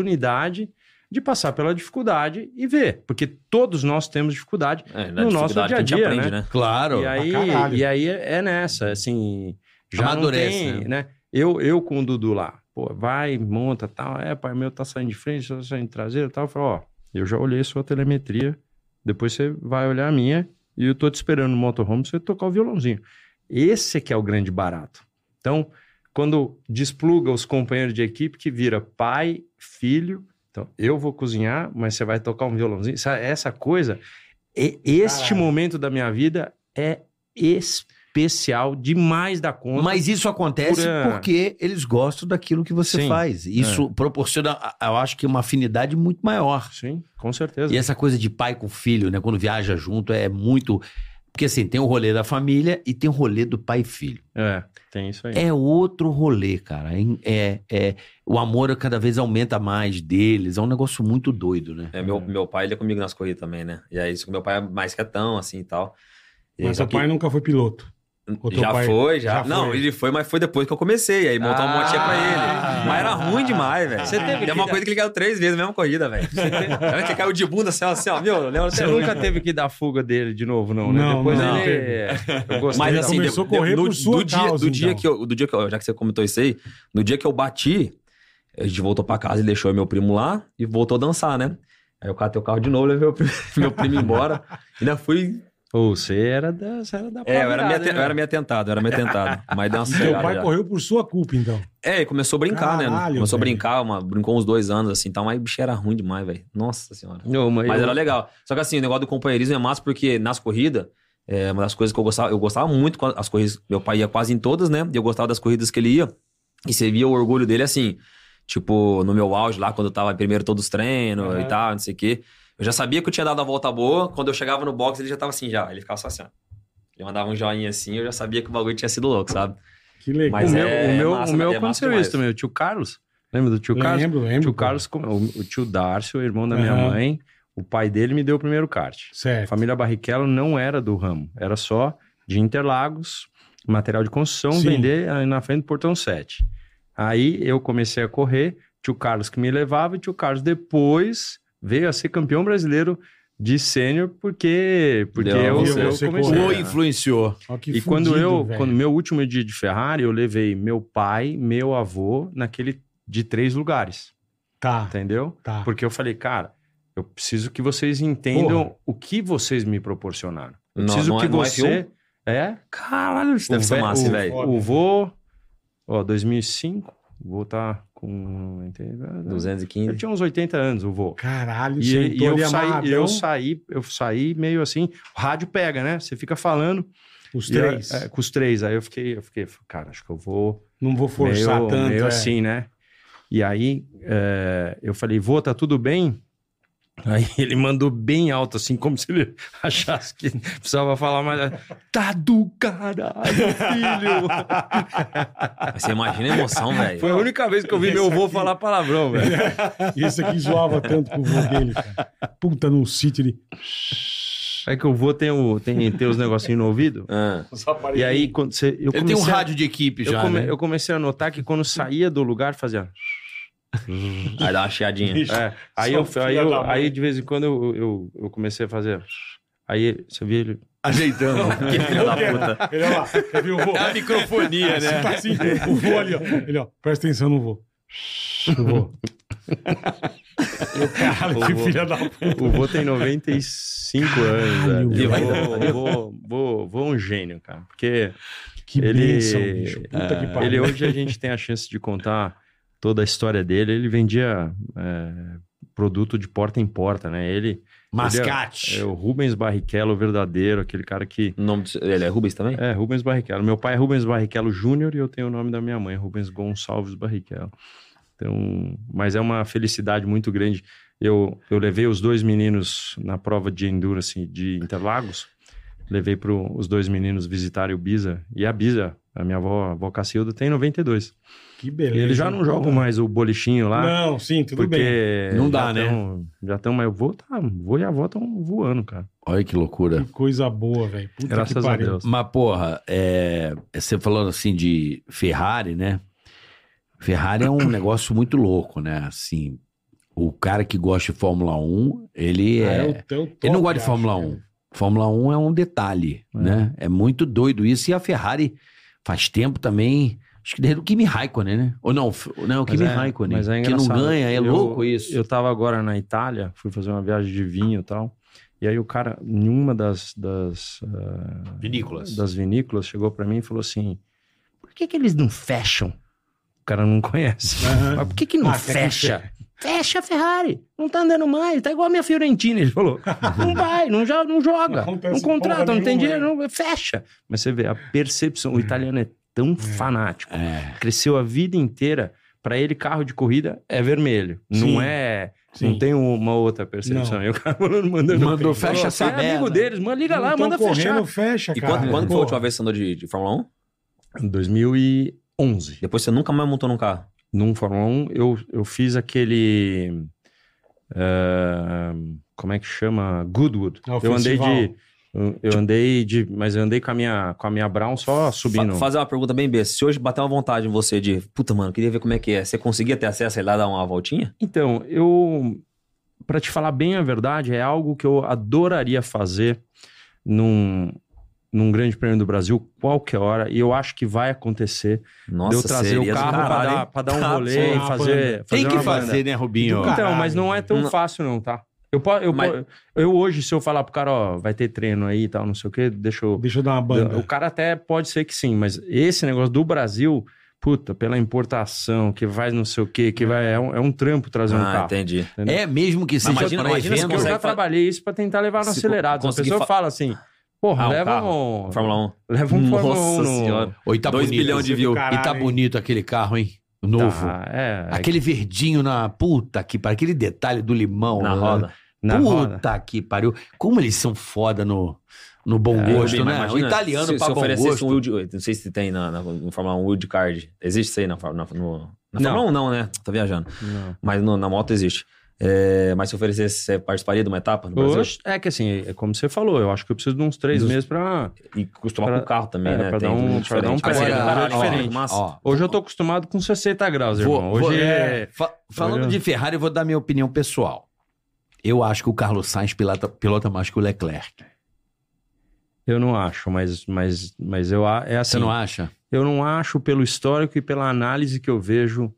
E: oportunidade de passar pela dificuldade e ver. Porque todos nós temos dificuldade.
A: É,
E: No nosso
A: dificuldade
E: dia a
A: que
E: dia,
A: aprende,
E: né?
A: né?
C: Claro.
E: e, aí,
D: caralho.
E: e aí é nessa, assim. Já
C: Amadurece,
E: não tem, né? Eu, eu com o Dudu lá, pô, vai, monta, tal. É, pai meu tá saindo de frente, tá saindo de traseiro tal. Eu falo, ó, eu já olhei sua telemetria, depois você vai olhar a minha e eu tô te esperando no motorhome pra você tocar o violãozinho. Esse que é o grande barato. Então, quando despluga os companheiros de equipe que vira pai, filho, então eu vou cozinhar, mas você vai tocar um violãozinho. Essa, essa coisa, e- este
D: Caralho.
E: momento da minha vida é especial demais da conta.
C: Mas isso acontece
E: Pura-
C: porque eles gostam daquilo que você
E: Sim. É.
C: faz. Isso proporciona, a- eu acho que uma afinidade muito maior.
E: Sim, com certeza.
C: E essa coisa de pai com filho, né? Quando viaja junto, é muito. Porque assim, tem o rolê da família e tem o rolê do pai e filho.
E: É, tem isso aí.
C: É outro rolê, cara. É, é- o amor cada vez aumenta mais deles. É um negócio muito doido, né?
A: É, meu, meu pai, ele é comigo nas corridas também, né? E aí, isso que meu pai é mais quietão, assim, e tal. E aí,
D: Mas
A: só
D: seu
A: que-
D: pai nunca foi piloto. ou teu
A: Já
D: pai-
A: foi, já.
D: já
A: Não,
D: foi.
A: ele foi, mas foi depois que eu comecei. Aí montar
C: Ah.
A: uma motinha pra ele. Mas era ruim demais, velho.
E: Você teve
A: Tem
E: que
A: uma
E: dar-
A: coisa que ele caiu três vezes na mesma corrida, velho. Olha
D: [LAUGHS]
A: que caiu de bunda assim, ó, assim, ó. Meu, eu lembro
E: Você
A: até
E: nunca
A: hoje.
E: teve que dar fuga dele de novo, não, né?
D: Não,
E: Depois
A: não.
E: ele. Eu gostei.
A: Mas
D: Ele
A: assim,
D: começou
A: de-
D: a correr
A: de-
D: por sua
A: dia,
D: causa,
A: do dia
D: então.
A: que eu, do dia que eu, já que você comentou isso aí, no dia que eu bati, a gente voltou pra casa e deixou meu primo lá e voltou a dançar, né? Aí eu catei o carro de novo, levei meu primo, [LAUGHS] meu primo embora. Ainda fui.
E: Ou você era da. Você era da
A: É, eu era, meio,
E: pavirada,
A: aten-
E: né?
A: eu era meio atentado, eu era meio atentado. Mas
D: E
A: dancei.
D: teu
A: cara,
D: pai
A: já.
D: correu por sua culpa, então.
A: É, e começou a brincar, né?
D: Caralho,
A: Começou a
D: velho.
A: brincar, uma, brincou uns dois anos, assim, tal, mas o bicho era ruim demais, velho. Nossa senhora.
E: Não, mas
A: Mas
E: eu-
A: era legal. Só que assim, o negócio do companheirismo é massa porque nas corridas, é, uma das coisas que eu gostava, eu gostava muito quando as corridas, meu pai ia quase em todas, né? E eu gostava das corridas que ele ia. E você via o orgulho dele assim, tipo, no meu auge lá, quando eu tava em primeiro todos os treinos
D: Aham.
A: e tal, não sei o quê. Eu já sabia que eu tinha dado a volta boa, quando eu chegava no box ele já tava assim já, ele ficava só assim, ó. Ele mandava um joinha assim, eu já sabia que o bagulho tinha sido louco, sabe?
D: Que legal.
A: Mas
E: o meu,
A: é
E: o meu,
A: massa,
E: o meu
A: é massa
E: aconteceu
A: demais.
E: isso também. O tio Carlos. Lembra do tio Carlos?
D: lembro,
E: O
D: lembro.
E: tio Carlos, come- o, o tio Dárcio, o irmão da minha
D: Aham.
E: mãe, o pai dele me deu o primeiro kart. A
D: Certo.
E: família Barrichello não era do ramo, era só de Interlagos, material de construção,
D: Sim.
E: vender aí na frente do portão 7. Aí eu comecei a correr, tio Carlos que me levava, e tio Carlos depois veio a ser campeão brasileiro de sênior, porque, porque
A: Deu a
E: eu,
A: você.
E: eu
D: Você
E: comecei.
D: correu.
C: O
E: né?
C: influenciou.
D: Ó, que
E: E quando
D: fudido,
E: eu,
D: velho.
E: quando meu último dia de Ferrari, eu levei meu pai, meu avô, naquele de três lugares,
D: Tá,
E: entendeu?
D: tá.
E: Porque eu falei, cara, eu preciso que vocês entendam o que vocês me proporcionaram. Eu
A: Não-
E: preciso
A: não é-
E: que
A: não é
E: você. É? Caralho, isso
A: deve ser massa, velho.
E: O vô. Ó, 2005. O vô tá com.
A: 215.
E: Eu tinha uns 80 anos, o vô.
D: Caralho,
E: E, e
D: sentou
E: eu,
D: ali
E: saí,
D: então é amarradão,
E: eu saí, eu saí meio assim. O rádio pega, né? Você fica falando.
D: os
E: e eu-
D: três.
E: é, com os três. Aí eu fiquei, eu fiquei, cara, acho que eu vou
D: não vou forçar
E: meio,
D: tanto.
E: meio
D: é. [LAUGHS]
E: assim, né? E aí é, eu falei, vô, tá tudo bem? Aí [LAUGHS] ele mandou bem alto, assim, como se ele [LAUGHS] achasse que precisava falar mais. Tá do caralho,
C: [LAUGHS]
E: filho!
A: Você imagina a emoção, velho.
E: [LAUGHS] Foi a única vez que eu vi meu vô falar
C: [LAUGHS]
E: palavrão, velho.
D: E esse aqui zoava tanto com o vô dele, cara. Puta, num sítio ele.
E: É que o vô tem, o, tem, tem os negocinhos no ouvido.
A: Ah.
E: E aí, quando você.
C: Ele
E: Eu
C: tem um
E: comecei a-
C: rádio de equipe
E: eu,
C: já.
E: come-
C: né?
E: eu comecei a notar que quando saía do lugar, fazia.
A: Aí dá uma
E: [LAUGHS]
A: chiadinha.
E: É,
D: [LAUGHS]
E: aí,
D: Só
E: eu,
D: filha
E: aí, eu-
D: da mãe.
E: aí de vez em quando eu, eu, eu comecei a fazer. Aí você via ele.
C: Ajeitando.
A: Que filha da puta. É
D: Ele olha lá, você viu o vô?
C: a
E: É,
C: microfonia,
D: Você tá
C: né?
D: assim, o vô ali, ó. Ele, ó, presta atenção no vô. O vô. Caralho, que
E: O vô.
D: filha da puta.
E: O vô tem 95 anos,
D: Caralho,
E: velho. E
D: velho. [LAUGHS]
E: o vô- vô- vô- vô é um gênio, cara. Porque
D: Que
E: Ele- é,
D: bênção, bicho. Puta que pariu.
E: ele hoje a gente tem a chance de contar toda a história dele, ele vendia é, produto de porta em porta, né? Ele
C: Mascate.
E: é o Rubens Barrichello verdadeiro, aquele cara que.
A: O nome do- Ele é Rubens também?
E: É, Rubens Barrichello. Meu pai é Rubens Barrichello Júnior e eu tenho o nome da minha mãe, Rubens Gonçalves Barrichello. Então, mas é uma felicidade muito grande. Eu, eu levei os dois meninos na prova de endurance de Interlagos, levei para os dois meninos visitarem o Bisa. E a Bisa, a minha avó, a avó Cacilda, tem 92.
D: Que beleza.
E: E eles já não jogam mais o bolichinho lá.
D: Não, sim, tudo
E: porque
D: bem.
C: Não dá,
E: já
C: né?
E: tão- já estão, mas eu vou, tá, vou e a avó estão voando, cara.
C: Olha que loucura.
D: Que coisa boa, velho. Puta que
E: Graças a
D: pariu.
E: Deus.
C: Mas, porra, é, você falando assim de Ferrari, né? Ferrari é um negócio muito louco, né? Assim, o cara que gosta de Fórmula 1, ele
D: Ah,
C: é.
D: o teu top,
C: Ele não gosta de
D: acho,
C: Fórmula
D: cara.
C: 1. Fórmula 1 é um detalhe,
E: É.
C: né? É muito doido isso. E a Ferrari faz tempo também. Acho que desde o Kimi Raikkonen, né? Ou não, f- não, o Kimi
E: é-
C: Raikkonen.
E: mas é
C: que não
E: engraçado.
C: ganha, é
E: Eu-
C: louco isso.
E: Eu tava agora na Itália, fui fazer uma viagem de vinho e tal. E aí o cara, em uma das, das, ah,
C: Vinícolas.
E: das vinícolas, chegou pra mim e falou assim: por que, que eles não fecham? O cara não [LAUGHS] conhece.
D: Aham.
E: Mas por que, que não
D: Ah, até que
E: fecha? Fecha a Ferrari. Não tá andando mais. Tá igual a minha Fiorentina,
D: [LAUGHS]
E: ele falou. Não vai, não, jo- não joga.
D: Não
E: Não,
D: acontece
E: contrata,
D: porra
E: não tem
D: nenhuma, né?
E: dinheiro. não- fecha. Mas você vê, a percepção. O italiano é tão fanático
C: É.
E: cresceu a vida inteira. Pra ele, carro de corrida é vermelho.
D: Sim.
E: Não é.
D: Sim.
E: Não tem uma outra percepção.
D: Não.
E: E o cara falando, mandando.
C: Mandou,
E: Falou,
C: fecha essa
E: "Você É amigo
C: merda."
E: deles, mano, liga lá,
D: Não tão
E: manda
D: Então correndo,
E: fechar.
D: fecha,
A: E
D: cara.
A: quando, quando foi a
D: Pô,
A: última vez que você andou de, de Fórmula 1?
E: Em 2011.
A: Depois você nunca mais montou num carro.
E: Num Fórmula 1, eu, eu fiz aquele. eh, como é que chama? Goodwood.
D: Ah, o
E: eu andei
D: festival.
E: de. eu- Eu andei de. Mas eu andei com a minha, com a minha Brown só subindo.
A: Fa- fazer uma pergunta bem besta. Se hoje bater uma vontade em você de, puta, mano, queria ver como é que é, você conseguia ter acesso aí lá dar uma voltinha?
E: Então, eu. Pra te falar bem a verdade, é algo que eu adoraria fazer num, num Grande Prêmio do Brasil, qualquer hora, e eu acho que vai acontecer.
A: Nossa,
E: de eu trazer o
A: seria do
E: carro pra
A: caralho,
E: dar,
A: hein?
E: pra dar um
A: Tá,
E: rolê e
D: uma
E: fazer, fazer.
C: Tem que
E: uma banda.
C: fazer, né, Rubinho?
D: Do cara.
E: Então, mas não é tão
A: Não.
E: fácil, não, tá? Eu, po- eu, po-
A: Mas-
E: eu hoje, se eu falar pro cara, ó, vai ter treino aí e tal, não sei o quê, deixa eu.
D: Deixa eu dar uma
E: O
D: banda.
E: cara até pode ser que sim, mas esse negócio do Brasil, puta, pela importação, que vai não sei o quê, que vai. É um, é um trampo trazer um
A: Ah,
E: carro.
A: entendi.
C: É mesmo que seja
A: imagina-
C: pra
A: imagina se
C: evento.
E: Porque eu
A: consegue
E: já
A: fa-
E: trabalhei isso pra tentar levar no
A: Se
E: acelerado. A
A: conseguir
E: pessoa
A: fa-
E: fala assim, porra,
A: Ah, um
E: leva
A: carro.
E: um...
A: Fórmula 1.
E: Leva um Fórmula 1
A: Nossa
E: no-
A: senhora.
C: Oi, tá
A: 2
C: bonito.
A: bilhão de views.
D: Caralho,
C: E tá
D: hein?
C: bonito aquele carro, hein?
E: Tá,
C: Novo.
E: é, aquele...
C: Aquele verdinho na puta que pariu. Aquele detalhe do limão.
A: Na
C: né?
A: roda.
E: na
C: puta
E: roda.
C: que pariu. Como eles são foda no, no bom gosto,
A: Mas
C: né?
A: É, imagina
C: o italiano
A: se,
C: pra
A: se
C: bom
A: oferecesse
C: gosto.
A: um wild, não sei se tem na, na, no Fórmula 1 wild card. Existe isso aí na, Fór- na, no, na
E: Não.
A: Fórmula 1 não, né? Tô viajando.
E: Não.
A: Mas no- na moto existe. É, mas se oferecesse, você participaria de uma etapa no Brasil?
E: Hoje, é que assim, é como você falou, eu acho que eu preciso de uns três
A: Dos-
E: meses pra...
A: E costumar
E: Pra-
A: com o carro também,
E: é,
A: né?
E: pra
A: Tem
E: dar um-
A: tudo
E: pra
A: diferente.
E: dar um
A: Mas seria do
E: Agora,
A: caralho,
E: ó,
A: diferente. Massa.
C: ó,
E: Hoje eu tô acostumado com 60 graus,
C: Vou-
E: irmão.
C: vou-
E: Hoje é...
C: fa- falando
E: Olha.
C: de Ferrari, eu vou dar minha opinião pessoal. Eu acho que o Carlos Sainz pilota, pilota mais que o Leclerc.
E: Eu não acho, mas, mas, mas eu... a- É assim,
C: Você não acha?
E: eu não acho pelo histórico e pela análise que eu vejo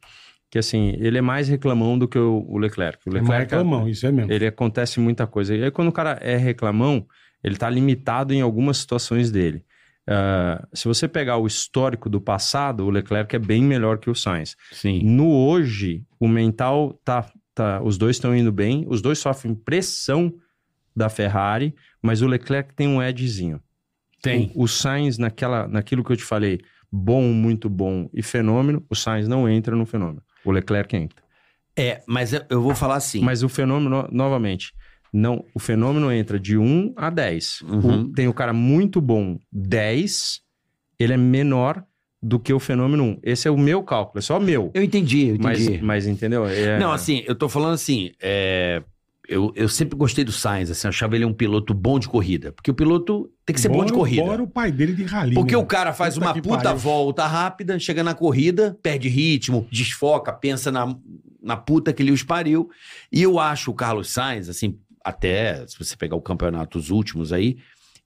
E: que, assim, ele é mais reclamão do que o, o Leclerc. O
D: É mais
E: Leclerc
D: reclamão, isso é mesmo.
E: ele acontece muita coisa. E aí, quando o cara é reclamão, ele tá limitado em algumas situações dele. Ah, se você pegar o histórico do passado, o Leclerc é bem melhor que o Sainz.
C: Sim.
E: No hoje, o mental tá. tá os dois estão indo bem, os dois sofrem pressão da Ferrari, mas o Leclerc tem um edgezinho.
C: Tem.
E: O, o Sainz, naquela, naquilo que eu te falei, bom, muito bom e fenômeno, o Sainz não entra no fenômeno. O Leclerc entra.
C: É, mas eu- eu vou falar assim.
E: Mas o fenômeno, novamente, não, o fenômeno entra de 1 a 10.
C: Uhum.
E: O- tem o cara muito bom 10, ele é menor do que o fenômeno 1. Esse é o meu cálculo, é só meu.
C: Eu entendi, eu
E: Mas,
C: entendi.
E: mas entendeu? É-
C: Não, assim, eu tô falando assim, é, eu, eu sempre gostei do Sainz, assim, eu achava ele um piloto bom de corrida. Porque o piloto tem que ser bom de corrida.
D: Bora o pai dele de rali.
C: Porque
D: né?
C: o cara faz
D: Puta
C: uma
D: que
C: puta
D: pariu.
C: volta rápida, chega na corrida, perde ritmo, desfoca, pensa na, na puta que ele os pariu. E eu acho o Carlos Sainz, assim, até se você pegar o campeonato os últimos aí,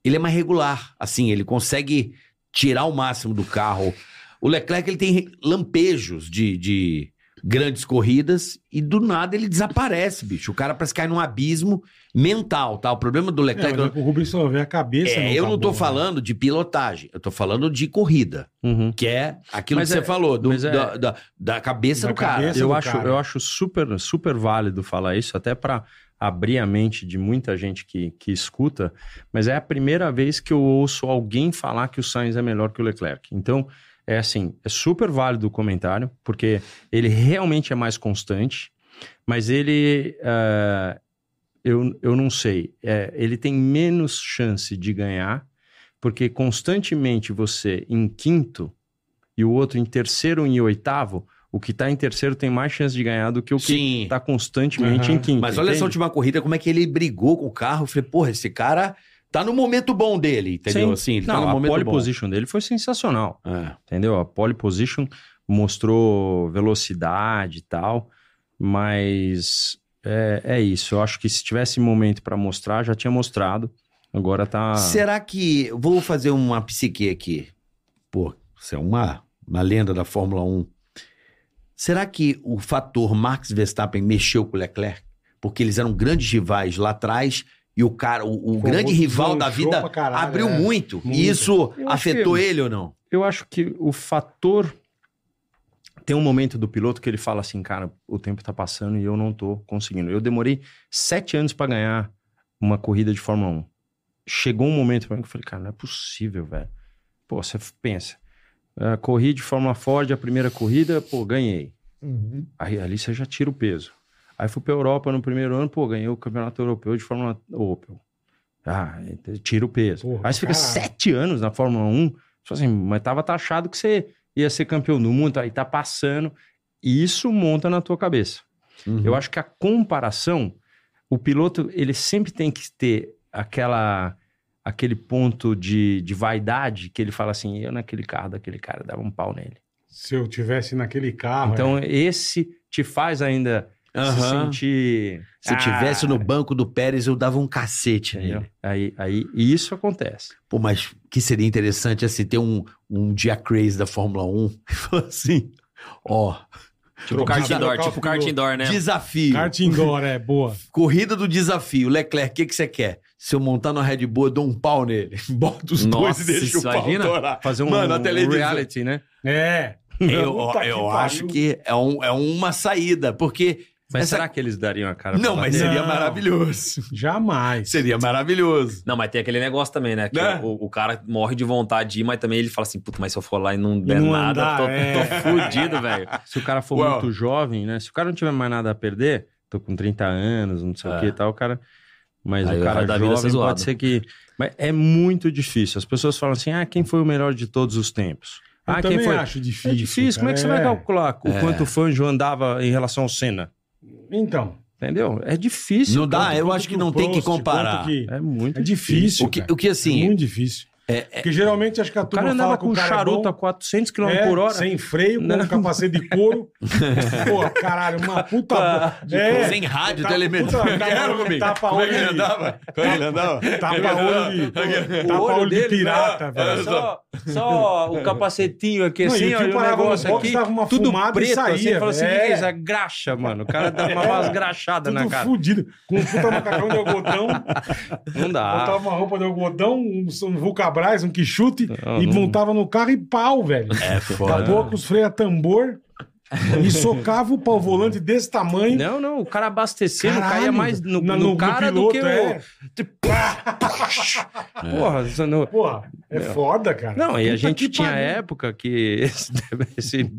C: ele é mais regular. Assim, ele consegue tirar o máximo do carro. O Leclerc, ele tem lampejos de. de grandes corridas e do nada ele desaparece, bicho. O cara parece cair num abismo mental, tá? O problema do
D: É,
C: Leclerc.
D: mas o Rubens só vê a cabeça.
C: É,
D: não
C: eu
D: tá
C: não tô
D: boa, né?
C: falando de pilotagem, eu tô falando de corrida,
E: Uhum.
C: que é aquilo
E: Mas
C: que
E: é-
C: você falou, do-
E: mas é-
C: da, da- da cabeça
D: Da
C: é do cara.
D: cabeça. Pensa
E: eu
D: no
E: acho,
D: cara.
E: eu acho super, super válido falar isso, até para abrir a mente de muita gente que, que escuta, mas é a primeira vez que eu ouço alguém falar que o Sainz é melhor que o Leclerc. Então, é assim, é super válido o comentário, porque ele realmente é mais constante, mas ele, eh, eu, eu não sei, eh, ele tem menos chance de ganhar, porque constantemente você em quinto e o outro em terceiro ou em oitavo, o que está em terceiro tem mais chance de ganhar do que tá o que
C: Sim.
E: está constantemente
D: Aham.
E: em quinto.
C: Mas olha essa
E: entende?
C: última corrida, como é que ele brigou com o carro. Eu falei, porra, esse cara tá no momento bom dele, entendeu?
E: Sim.
C: Assim, ele tá
E: não,
C: no
E: a
C: momento
E: pole
C: bom.
E: position dele foi sensacional,
C: É.
E: entendeu? A pole position mostrou velocidade e tal, mas é, é isso. Eu acho que se tivesse momento para mostrar, já tinha mostrado. Agora tá.
C: Será que. Vou fazer uma psique aqui. Pô, isso é uma, uma lenda da Fórmula 1. Será que o fator Max Verstappen mexeu com o Leclerc? Porque eles eram grandes rivais lá atrás e o cara, o, o
D: Pô,
C: Um grande
D: o
C: rival da
D: deslanchou
C: vida
D: um pra caralho,
C: abriu
D: é.
C: muito.
D: Muito.
C: E isso
E: Eu acho
C: afetou
E: que-
C: ele ou não?
E: Eu acho que o fator. Tem um momento do piloto que ele fala assim, cara, o tempo tá passando e eu não tô conseguindo. Eu demorei sete anos pra ganhar uma corrida de Fórmula 1. Chegou um momento pra mim que eu falei, cara, não é possível, velho. Pô, você f- pensa. ah, corri de Fórmula Ford, a primeira corrida, pô, ganhei. Aí ali você já tira o peso. Aí fui pra Europa no primeiro ano, pô, ganhei o campeonato europeu de Fórmula Opel. Ah, ent- tira o peso.
D: Porra,
E: Aí você fica
D: caralho.
E: sete anos na Fórmula 1, tipo assim, mas tava taxado que você ia ser campeão do mundo, aí tá passando. E isso monta na tua cabeça.
C: Uhum.
D: Uhum.
E: Eu acho que a comparação, o piloto, ele sempre tem que ter aquela aquele ponto de, de vaidade que ele fala assim, eu naquele carro daquele cara dava um pau nele.
D: Se eu tivesse naquele carro.
E: então
D: é.
E: esse te faz ainda se
C: Aham.
E: sentir.
C: Se eu tivesse
E: Ah,
C: no banco do Pérez, eu dava um cacete nele.
E: entendeu? Aí, aí e isso acontece.
C: Pô, mas que seria interessante, assim, ter um, um dia crazy da Fórmula 1. Falar [LAUGHS] assim, ó,
A: Tipo o kart
D: Trocar-
A: indoor,
D: trocar
A: tipo
D: o
A: o kart
D: piloto.
A: indoor, né?
C: desafio.
D: Kart indoor é boa.
C: Corrida do desafio. Leclerc, o que, que você quer? Se eu montar na Red Bull, eu dou um pau nele. [LAUGHS] Bota os
A: Nossa,
C: dois e deixa o
A: isso
C: pau
A: imagina?
C: torar.
E: Fazer um,
C: Mano, a
E: um
C: televisão.
E: reality, né?
D: É.
C: Eu,
D: Puta que
C: eu
D: pariu.
C: acho que é, um- é uma saída, porque...
E: Mas
C: essa-
E: será que eles dariam a cara pra
C: Não, mas
E: bater?
C: seria
D: Não.
C: maravilhoso.
D: Jamais.
C: Seria maravilhoso.
A: Não, mas tem aquele negócio também, né? Que
C: Né?
A: O, o cara morre de vontade de ir, mas também ele fala assim, puta, mas se eu for lá e não der
D: não
A: nada,
D: andar,
A: tô,
D: é.
A: tô fudido, velho.
E: Se o cara for
C: Uau.
E: muito jovem, né? Se o cara não tiver mais nada a perder, tô com 30 anos, não sei o
A: É.
E: que e tal, o cara. Mas
A: Aí
E: o
A: o
E: cara
A: resto da vida
E: jovem
A: ser zoado.
E: pode ser que. Mas é muito difícil. As pessoas falam assim: ah, quem foi o melhor de todos os tempos?
D: Eu
E: ah,
D: também
E: quem foi?
D: acho difícil.
E: é difícil. Como é que você
D: cara.
E: vai calcular o quanto o Fanjo andava em relação ao Senna?
D: Então.
E: Entendeu? É difícil.
C: Não dá,
E: cara.
C: eu
D: quanto
C: acho que
D: o
C: não tem que
D: Prost,
C: comparar.
D: quanto que-
E: É muito
D: É difícil.
C: O que,
D: cara.
C: o que assim...
D: É muito difícil. Porque geralmente acho que a
E: O cara
D: turma
E: andava
D: fala que
E: com
D: o
E: um
D: cara é
E: charuto
D: bom,
E: a 400 km
D: é,
E: por hora.
D: Sem freio, com um
E: Não.
D: capacete de couro.
E: [LAUGHS]
D: Pô, caralho, uma puta. bo- é,
C: Sem rádio,
D: Tá-
C: telemedicina.
D: puta,
C: [LAUGHS] Quem era,
D: tapa-
C: comigo?
D: tapa
C: Como é que
D: olho
C: ele
D: de-
C: andava? Como é que ele andava?
D: tapa-olho tá de, tapa-olho Tá de pirata,
E: É,
D: velho.
E: né? Só, só o capacetinho aqui,
D: Não, e
E: assim,
D: o
E: ó,
D: tio
E: e o
D: parava no
E: negócio
D: box,
E: aqui,
D: dava uma
E: tudo
D: fumada e
E: preto, assim,
D: saía,
E: fala assim,
D: velho.
E: que é isso? É graxa, mano. O cara dá uma umas graxadas na
D: Tudo
E: cara.
D: fudido. Com um puta macacão de algodão.
E: Não
D: Botava
E: dá.
D: uma roupa de algodão, um, um Vulcabras, um quichute.
E: Não,
D: e
E: não-
D: montava no carro e pau, velho.
C: É
D: Acabou com os freios a tambor. E socava o pau volante desse tamanho.
E: Não, não, o cara abastecendo
D: Caralho,
E: caía mais no,
D: na-
E: no cara do que o...
D: é.
E: [LAUGHS] Porra, isso não...
D: Porra, é foda, cara.
E: Não, e a
D: Puta
E: gente
D: que
E: tinha
D: pariu.
E: época que esse, [LAUGHS] esse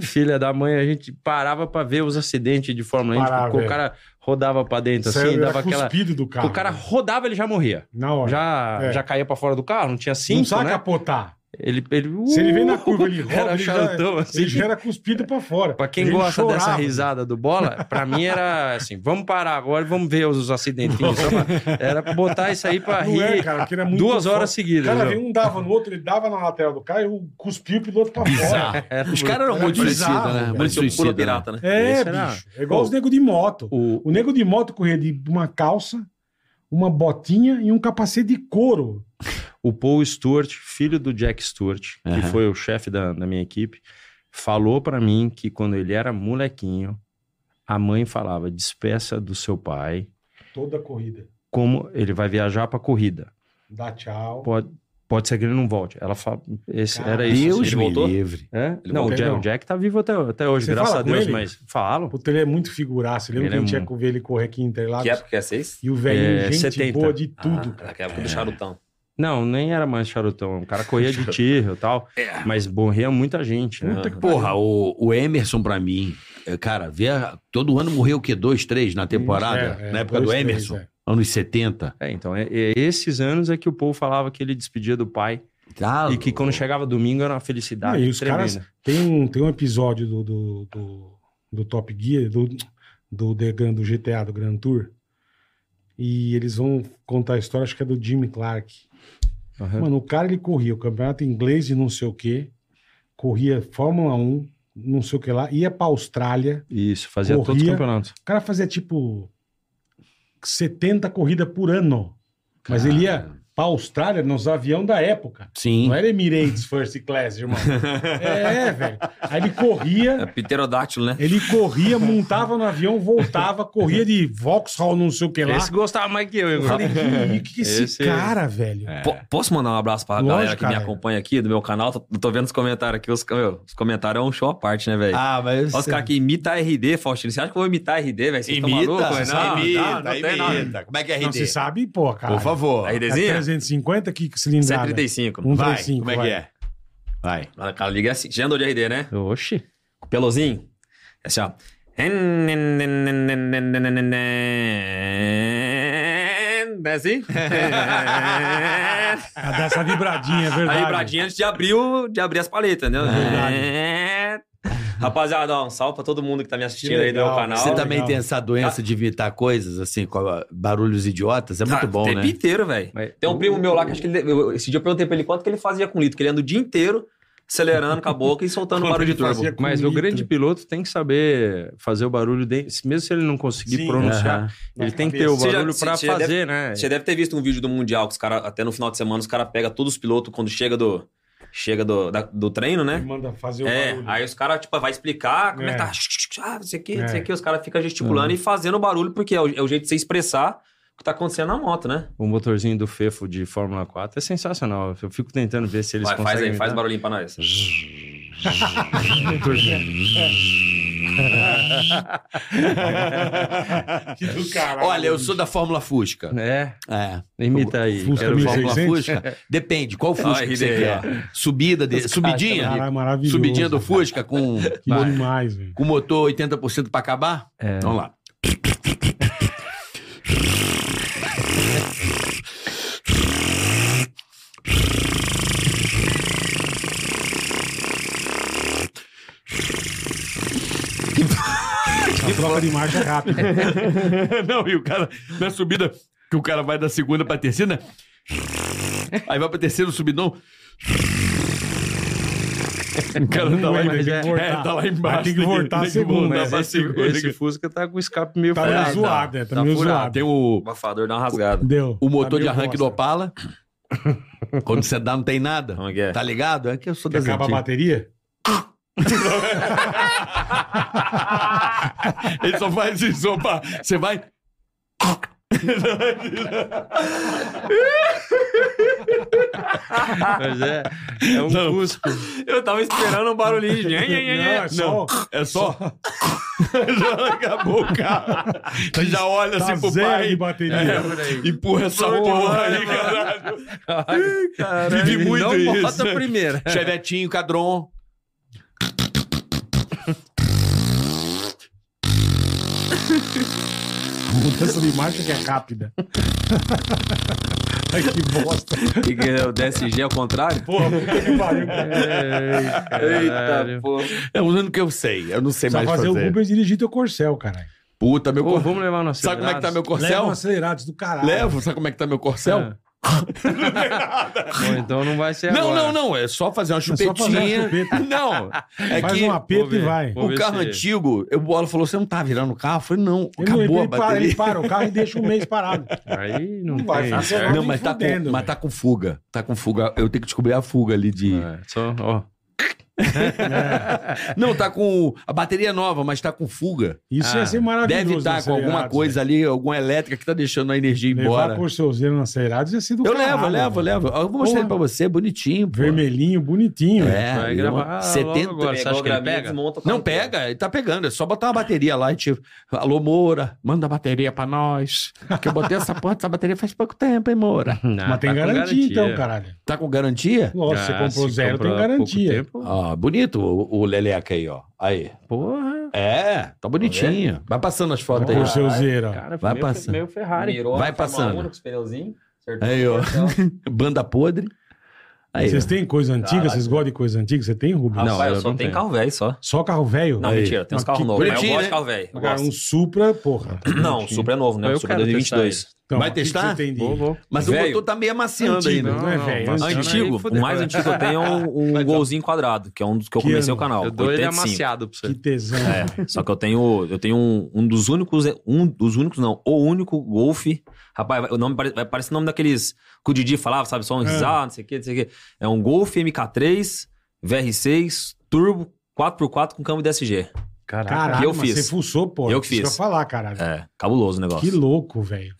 E: filha da mãe, a gente parava pra ver os acidentes de Fórmula 1.
D: Parava,
E: porque
D: é.
E: o cara rodava pra dentro,
D: Saiu-
E: assim,
D: era
E: dava aquela...
D: cuspido do carro.
E: O cara rodava, ele já morria.
D: na hora.
E: já,
D: É.
E: já caía pra fora do carro, não tinha
D: não
E: cinto,
D: sabe
E: né?
D: capotar.
E: Ele, ele, uh,
D: Se ele vem na curva, ele roda,
E: [LAUGHS] Era
D: ele, já, é-
E: charutão, assim.
D: ele já era cuspido pra fora.
E: Pra quem
D: Ele
E: gosta dessa
D: chorava.
E: risada do Bola, pra mim era assim, vamos parar agora e vamos ver os acidentinhos. Só pra- era botar isso aí pra
D: Não é,
E: rir
D: cara, porque era muito
E: duas
D: foda.
E: horas
D: O
E: seguidas.
D: cara
E: meu.
D: veio, um dava no outro, ele dava na lateral do carro e o cuspia o piloto pra fora.
E: Era
C: Os caras eram
D: Era um
C: muito
D: bizarro,
C: suicida, né?
D: velho.
C: Muito
A: Parecia um pula
C: suicida. né?
A: pirata, né?
D: É,
E: Esse era-
D: bicho. É igual
E: Pô.
D: os nego de moto.
E: O-
D: O nego de moto corria de uma calça, uma botinha e um capacete de couro.
E: o Paul Stewart, filho do Jack Stewart, que foi o chefe da, da minha equipe, falou pra mim que quando ele era molequinho, a mãe falava: despeça do seu pai,
D: Toda corrida.
E: como ele vai viajar pra corrida.
D: Dá tchau.
E: Pode, pode ser que ele não volte. Ela fala: esse, era
D: Caralho.
E: isso.
C: Deus
A: ele
C: me
A: voltou?
C: livre.
E: É?
A: Ele
E: Não, o
D: voltou,
E: Jack,
D: não.
E: o Jack tá vivo até, até hoje,
D: Você
E: graças
D: fala
E: a
D: com
E: Deus,
D: ele?
E: mas falo.
D: Puta, ele é muito figuraça. Lembra
E: Ele
D: que a
E: é
D: gente ia
E: muito.
D: ver ele correr aqui em Interlagos?
A: Que época que é vocês?
D: E o velhinho,
E: É,
D: gente
E: 70.
D: boa de tudo. É.
A: Ah, que época do charutão.
E: Não, nem era mais charutão. O cara
D: [LAUGHS]
E: corria de tiro e tal, mas morria muita gente, né?
D: É. Puta que
C: Porra, o, o Emerson pra mim, é, cara, vê a- todo ano morreu o quê? Dois, três na temporada?
D: É, é,
C: na época
D: dois,
C: do
D: três,
C: Emerson,
D: é.
C: anos 70.
E: É, então, é- é esses anos é que o povo falava que ele despedia do pai
C: Tá,
E: e que quando chegava domingo era uma felicidade
D: Não, e os
E: tremenda.
D: caras- Tem um, tem um episódio do, do, do, do Top Gear, do, do, The Gran- do GTA, do Grand Tour. E eles vão contar a história, acho que é do Jimmy Clark.
E: Aham.
D: Mano, o cara ele corria o campeonato inglês de não sei o quê, corria Fórmula 1, não sei o que lá, ia pra Austrália.
E: Isso, fazia todos os
D: Corria.
E: campeonatos.
D: O cara fazia tipo 70 corridas por ano. Mas
C: Cara.
D: ele ia pra Austrália nos aviões da época.
C: Sim.
D: Não era Emirates First Class, irmão. É, velho. Aí ele corria,
A: É pterodáctilo, né?
D: ele corria, montava no avião, voltava, corria de Vauxhall, não sei o que lá.
E: Esse gostava mais que eu,
D: Eu
E: Igor.
D: falei, que, que, que esse,
E: Esse-
D: cara,
C: É
D: velho?
A: Po- posso mandar um abraço pra
D: É. Lógico,
A: galera que me
D: cara.
A: acompanha aqui do meu canal? Tô, tô vendo os comentários aqui. Os, meu, os comentários é um show à parte, né, velho?
C: Ah, mas.
A: Olha os caras que imitam a RD, Faustino. Você acha que eu vou imitar a RD, velho?
C: tá
A: Vocês estão malucos? velho? Não, não, não tem nada.
C: Como é que é
D: Não, você sabe, pô, cara.
C: Por favor.
A: A
D: É
A: RDzinha?
D: 350 que cilindrada.
A: 135.
D: Hum.
C: Vai,
D: 135,
C: como é que é? Vai.
A: Ah, Cara, liga assim. Já andou de RD, né?
E: Oxi.
A: Pelozinho. É assim, ó. É
D: [LAUGHS]
A: assim? [LAUGHS]
D: A dessa vibradinha, é verdade.
A: Aí, Bradinha, antes de abrir, o- de abrir as paletas, entendeu?
D: É
A: Rapaziada, ó, um salve pra todo mundo que tá me assistindo
D: Que
A: aí do meu
D: legal.
A: canal.
C: Você
D: Legal,
C: também
D: Tá legal.
C: tem essa doença de imitar coisas, assim, com a- barulhos idiotas? É muito
A: Ah,
C: bom,
A: O tempo
C: né?
A: inteiro, velho.
E: Mas-
A: Tem um primo meu lá que acho que ele, eu- esse dia eu perguntei pra ele quanto que ele fazia com litro, que ele anda o dia inteiro acelerando com a boca e soltando
D: [LAUGHS] Quanto
A: barulho de
D: ele
A: turbo.
D: fazia com
E: Mas o
D: litro.
E: grande piloto tem que saber fazer o barulho, de... mesmo se ele não conseguir
D: Sim.
E: pronunciar,
C: Aham.
E: ele
D: Na
E: tem que ter
D: cabeça.
E: o
A: Você já-
E: barulho
A: você-
E: pra
A: você já
E: fazer, né?
A: Você deve ter visto um vídeo do Mundial que os caras, até no final de semana, os caras pegam todos os pilotos quando chega do, chega do, da- do treino,
D: Ele
A: né?
D: manda fazer o
A: É,
D: barulho.
A: aí os caras, tipo, vai explicar como é, que
D: É.
A: tá. Ah, não sei o que, não
D: É.
A: sei o que. Os caras ficam gesticulando e fazendo barulho, porque é o, é o jeito de você expressar o que tá acontecendo na moto, né?
E: O motorzinho do Fefo de Fórmula 4 é sensacional. Eu fico tentando ver se eles
A: Vai,
E: conseguem. né?
A: faz aí, faz
E: imitar.
A: barulhinho pra nós.
D: Que do caralho.
C: Olha, eu sou da Fórmula Fusca.
E: É,
C: É.
E: imita aí.
D: Fusca
E: Quero ver.
D: 1600.
C: Fórmula Fusca? [LAUGHS] Ah, Depende, qual Fusca que você
A: RDE.
C: quer? Subida, de- subidinha?
D: Caralho, maravilhoso.
C: assim, Subidinha do Fusca [LAUGHS] com,
D: Que demais, velho.
C: com motor 80% pra acabar?
E: É.
C: Vamos lá.
D: A troca de marcha é
C: [LAUGHS]
D: rápida.
C: [LAUGHS] Não, e o cara, na subida, que o cara vai da segunda pra terceira, aí vai pra terceiro subidão. O cara tá lá,
D: Ué, mas tem que
C: é,
D: voltar.
C: tá lá embaixo.
D: Mas tem que
C: [LAUGHS]
D: voltar a tá segunda. né?
E: Mas
C: pra
E: né? esse,
C: segunda.
E: esse Fusca tá com o escape meio
D: Tá
E: furado.
D: meio zoado, é. Tá, meio
C: Ah, furado.
D: zoado.
C: Tem o,
A: O abafador dá uma rasgada.
D: Deu.
C: o motor
D: Tá meio
C: de arranque do
D: bosta. [LAUGHS]
C: Opala. Quando você dá, não tem nada.
A: Como é que é?
C: Tá ligado? É que eu sou
D: Que
C: das
D: acaba a
C: antigas.
D: bateria?
C: Ele só faz isso, opa. Você vai...
E: Mas é, é um
C: Não.
E: Fusco.
A: Eu tava esperando um barulhinho de.
D: Não, é só...
C: É só... [LAUGHS] já acabou o carro. Você já olha
D: Tá
C: assim pro
D: zero
C: pai. É.
D: de bateria.
C: Empurra essa porra aí, caralho. Vivi muito
E: não
C: isso.
E: bota
D: né?
E: a primeira.
C: Chevetinho, Cadron.
D: Mudança de marcha que é
C: [LAUGHS]
D: rápida. Ai, que bosta.
A: Que que é o DSG ao contrário?
D: Porra, um puta que pariu.
A: Eita, pô.
C: É um ano que eu sei. Eu não sei
D: É Só
C: mais
D: fazer
C: fazer.
D: o Uber dirigir teu Corcel, caralho.
C: Puta, meu
E: Pô,
C: cor...
E: vamos levar o nosso
C: Sabe como é que tá meu
D: Leva
C: corcel?
D: um acelerados do caralho.
C: Levo. Sabe como é que tá meu corcel?
E: [LAUGHS] Bom, então não vai ser
C: Não,
E: agora.
C: não, não. É só fazer uma
D: só fazer uma
C: chupetinha.
D: chupeta.
C: Não. É
D: Faz
C: que
D: um apito
E: Vou
D: e
E: ver.
D: vai.
E: Vou
C: o
E: ver
C: carro
E: se-
C: antigo, o Bola falou: você não tá virando o carro? Eu falei, não,
D: Ele,
C: acabou
D: ele
C: a
D: para,
C: bateria.
D: ele para o carro e deixa um mês parado.
E: Aí não,
D: Não vai
E: tem.
D: fazer
E: certo?
D: nada.
C: Não, mas tá,
D: Fudendo,
C: com, mas
D: velho.
C: tá com fuga. Tá com fuga. Eu tenho que descobrir a fuga ali de.
E: É, só, ó. É.
C: Não, tá com. A bateria é nova, mas tá com fuga.
D: Isso
E: Ah,
D: ia ser maravilhoso.
C: Deve estar
D: nas
C: com alguma
D: Acelerados,
C: coisa ali, alguma elétrica que tá deixando a energia
D: velho.
C: embora.
D: Levar por seuszeiro na Acelerados ia ser do
C: Eu
D: caralho,
C: levo, levo,
D: velho.
C: levo. Eu vou mostrar
D: Porra.
C: ele pra você, bonitinho. pô.
D: Vermelhinho, né? bonitinho. velho.
C: É,
E: Vai
C: ele é uma-
E: gravar logo
C: 70
E: agora. Você acha que ele pega?
A: Desmonta
C: Não pega, ele tá pegando. É só botar uma bateria lá e tipo, alô, Moura, manda a bateria pra nós. Que eu botei essa porra dessa bateria faz pouco tempo, hein, Moura?
E: Não,
D: [LAUGHS] Mas tem
E: tá com
D: garantia, então, caralho.
C: Tá com garantia?
D: Lógico, você
E: Ah,
D: comprou
E: se
D: zero,
E: comprou
D: tem
E: há pouco
D: garantia. Ah.
E: tempo,
C: Ó, bonito o, o Leleca aí, ó. Aí.
E: Porra,
C: É, tá bonitinho. Vai passando as
D: Vai
C: fotos aí.
D: por seuszeiro. ó.
E: cara,
C: Vai
E: vai meio,
C: passando.
E: meio Ferrari.
A: Mirou,
C: Vai
A: a Fórmula
C: passando.
A: 1 com os pneuzinhos. acertou
C: Aí, ó.
A: o cartão.
C: Banda podre. Aí.
D: Vocês têm coisa antiga?
A: Caralho.
D: Vocês gostam de coisa antiga? Você tem, Rubens?
E: Não,
A: Rapaz,
E: eu
A: eu só
E: não
A: tenho
E: tenho.
A: carro velho só.
D: Só carro velho?
A: Não,
C: Aí.
A: mentira, tem uns
D: Mas
A: carros
D: que
A: novos. mas Eu
C: bonitinho,
A: gosto
C: né?
A: de carro velho. eu
D: Agora, um
A: gosto.
D: Supra, porra.
A: Não, o Supra é novo, né?
E: Eu
A: O Supra é
E: quero testar
A: 2022.
D: Então,
C: Vai
D: o que que
C: testar?
D: você tem de-
E: Vou, vou.
C: Mas o
A: Velho.
C: motor tá meio amaciando ainda.
D: Antigo, Não é velho, antigo.
E: mas esse ano aí
A: Antigo,
E: fudeu. né?
A: o mais antigo que eu tenho é um, um golzinho quadrado, que é um dos que eu
D: Que é
A: comecei
D: ano?
A: o canal.
E: Eu dou ele
A: 85.
E: amaciado pra você.
D: Que tesão. velho.
A: Só que eu tenho, eu tenho um, um dos únicos, um dos únicos não, o único Golf. Rapaz, vai- o nome pare- vai parecer o nome daqueles que o Didi falava, sabe? Só um
D: É.
A: risado, não sei o que, não sei o que. É um Golf MK3, VR6, Turbo 4x4 com câmbio DSG.
E: Caraca.
D: Caralho,
A: eu
D: mas
A: fiz.
D: você fuçou, porra.
A: Eu que
D: Isso
A: fiz.
D: eu ia falar, caralho.
A: É, cabuloso o negócio. É,
D: Que louco, velho.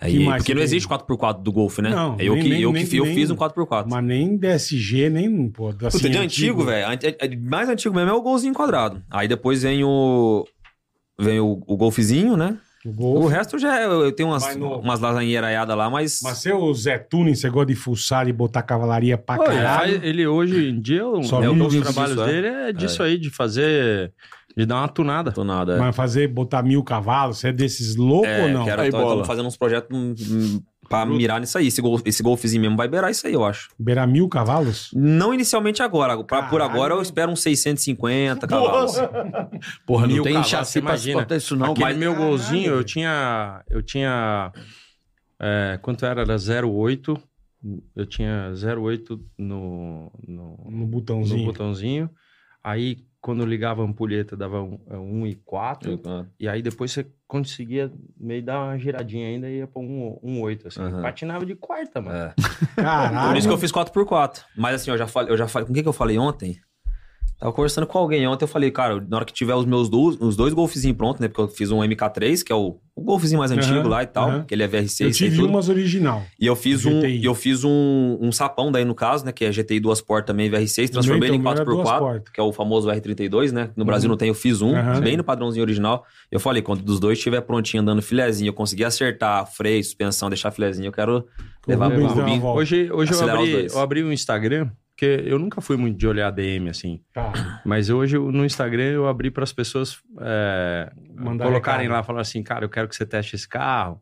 A: Aí,
D: que mais
A: porque
D: que
A: não
D: tem?
A: existe 4x4 do Golf, né?
D: Não,
A: É eu
D: nem-
A: que,
D: nem-
A: eu,
D: nem-
A: que fi- eu
D: nem-
A: fiz um 4x4.
D: Mas nem DSG, nem, pô, assim,
A: Puta, de antigo, velho. Ant- é- é- Mais antigo mesmo é o golzinho quadrado. Aí depois vem o. Vem o, o golfezinho, né?
D: O
A: O
D: Golf.
A: resto já é, eu tenho umas,
D: Mais novo.
A: umas lasanheiraiadas lá, mas.
D: Mas seu Zé Tuning, você gosta de fuçar e botar cavalaria pra
E: Pô, ele
D: caralho.
E: faz- ele hoje em dia, um
D: Só
E: é, um
D: vive
E: dos
D: disso,
E: trabalhos
A: é.
E: dele é disso aí, de fazer, de dar uma tunada.
A: Tô nada.
D: Mas fazer, botar mil cavalos, você é desses loucos ou não?
A: Quero,
C: Aí,
A: tô, tô
C: bola.
A: fazendo uns projetos hum, hum, pra mirar nisso aí. Esse, gol, esse golfezinho mesmo vai beirar isso aí, eu acho.
D: Beirar mil cavalos?
A: Não inicialmente agora. pra- por
D: Caralho.
A: agora eu espero uns 650 cavalos.
C: Porra, não
E: Mil
C: tem
E: cavalos,
C: chassi
E: você
C: pra
E: imagina.
C: suportar isso, não.
E: Aquele
C: mas-
E: meu
D: Caralho,
E: golzinho, eu
D: velho.
E: tinha. Eu tinha. é, quanto era? Era 08. Eu tinha 08 no. No,
D: No
E: no
D: botãozinho.
E: botãozinho. Aí, quando ligava a ampulheta, dava 1 um, um e 4.
A: ah,
E: E aí depois você conseguia meio dar uma giradinha ainda e ia pra um, um 8, assim.
A: Aham.
E: Patinava de quarta, mano.
A: É.
D: Caralho.
A: Por isso que eu fiz 4x4. Mas assim, eu já falei, eu já falei. Com o que, que eu falei ontem? Tava conversando com alguém ontem, eu falei, cara, na hora que tiver os meus dois, os dois golfezinhos prontos, né? Porque eu fiz um MK3, que é o, o golfezinho mais antigo
D: Aham,
A: lá e tal,
D: aham.
A: que ele é
D: Eu
A: VR6 e
D: tive
A: tudo.
D: umas original.
A: E eu fiz um,
D: GTI.
A: e eu fiz um, um sapão daí no caso, né? Que é GTI duas portas também, VR6, transformei
D: Meu,
A: ele em
D: então, era duas
A: 4x4
D: portas.
A: que é o famoso R32, né? No Brasil não tem, eu fiz um,
D: Aham.
A: bem no padrãozinho original. Eu falei, quando dos dois estiver prontinho, andando filezinho, eu conseguir acertar freio, suspensão, deixar filezinho, eu quero levar
E: Rubens
A: pro
E: dá uma
A: Rubinho.
D: volta.
E: Hoje, hoje eu,
A: Acelerar os
E: abri,
A: dois.
E: eu abri um Instagram, porque eu nunca fui muito de olhar DM, assim.
D: Tá.
E: Mas hoje eu- no Instagram eu abri para as pessoas é,
D: Mandar
E: colocarem
D: recado.
E: lá, falar assim, cara, eu quero que você teste esse carro,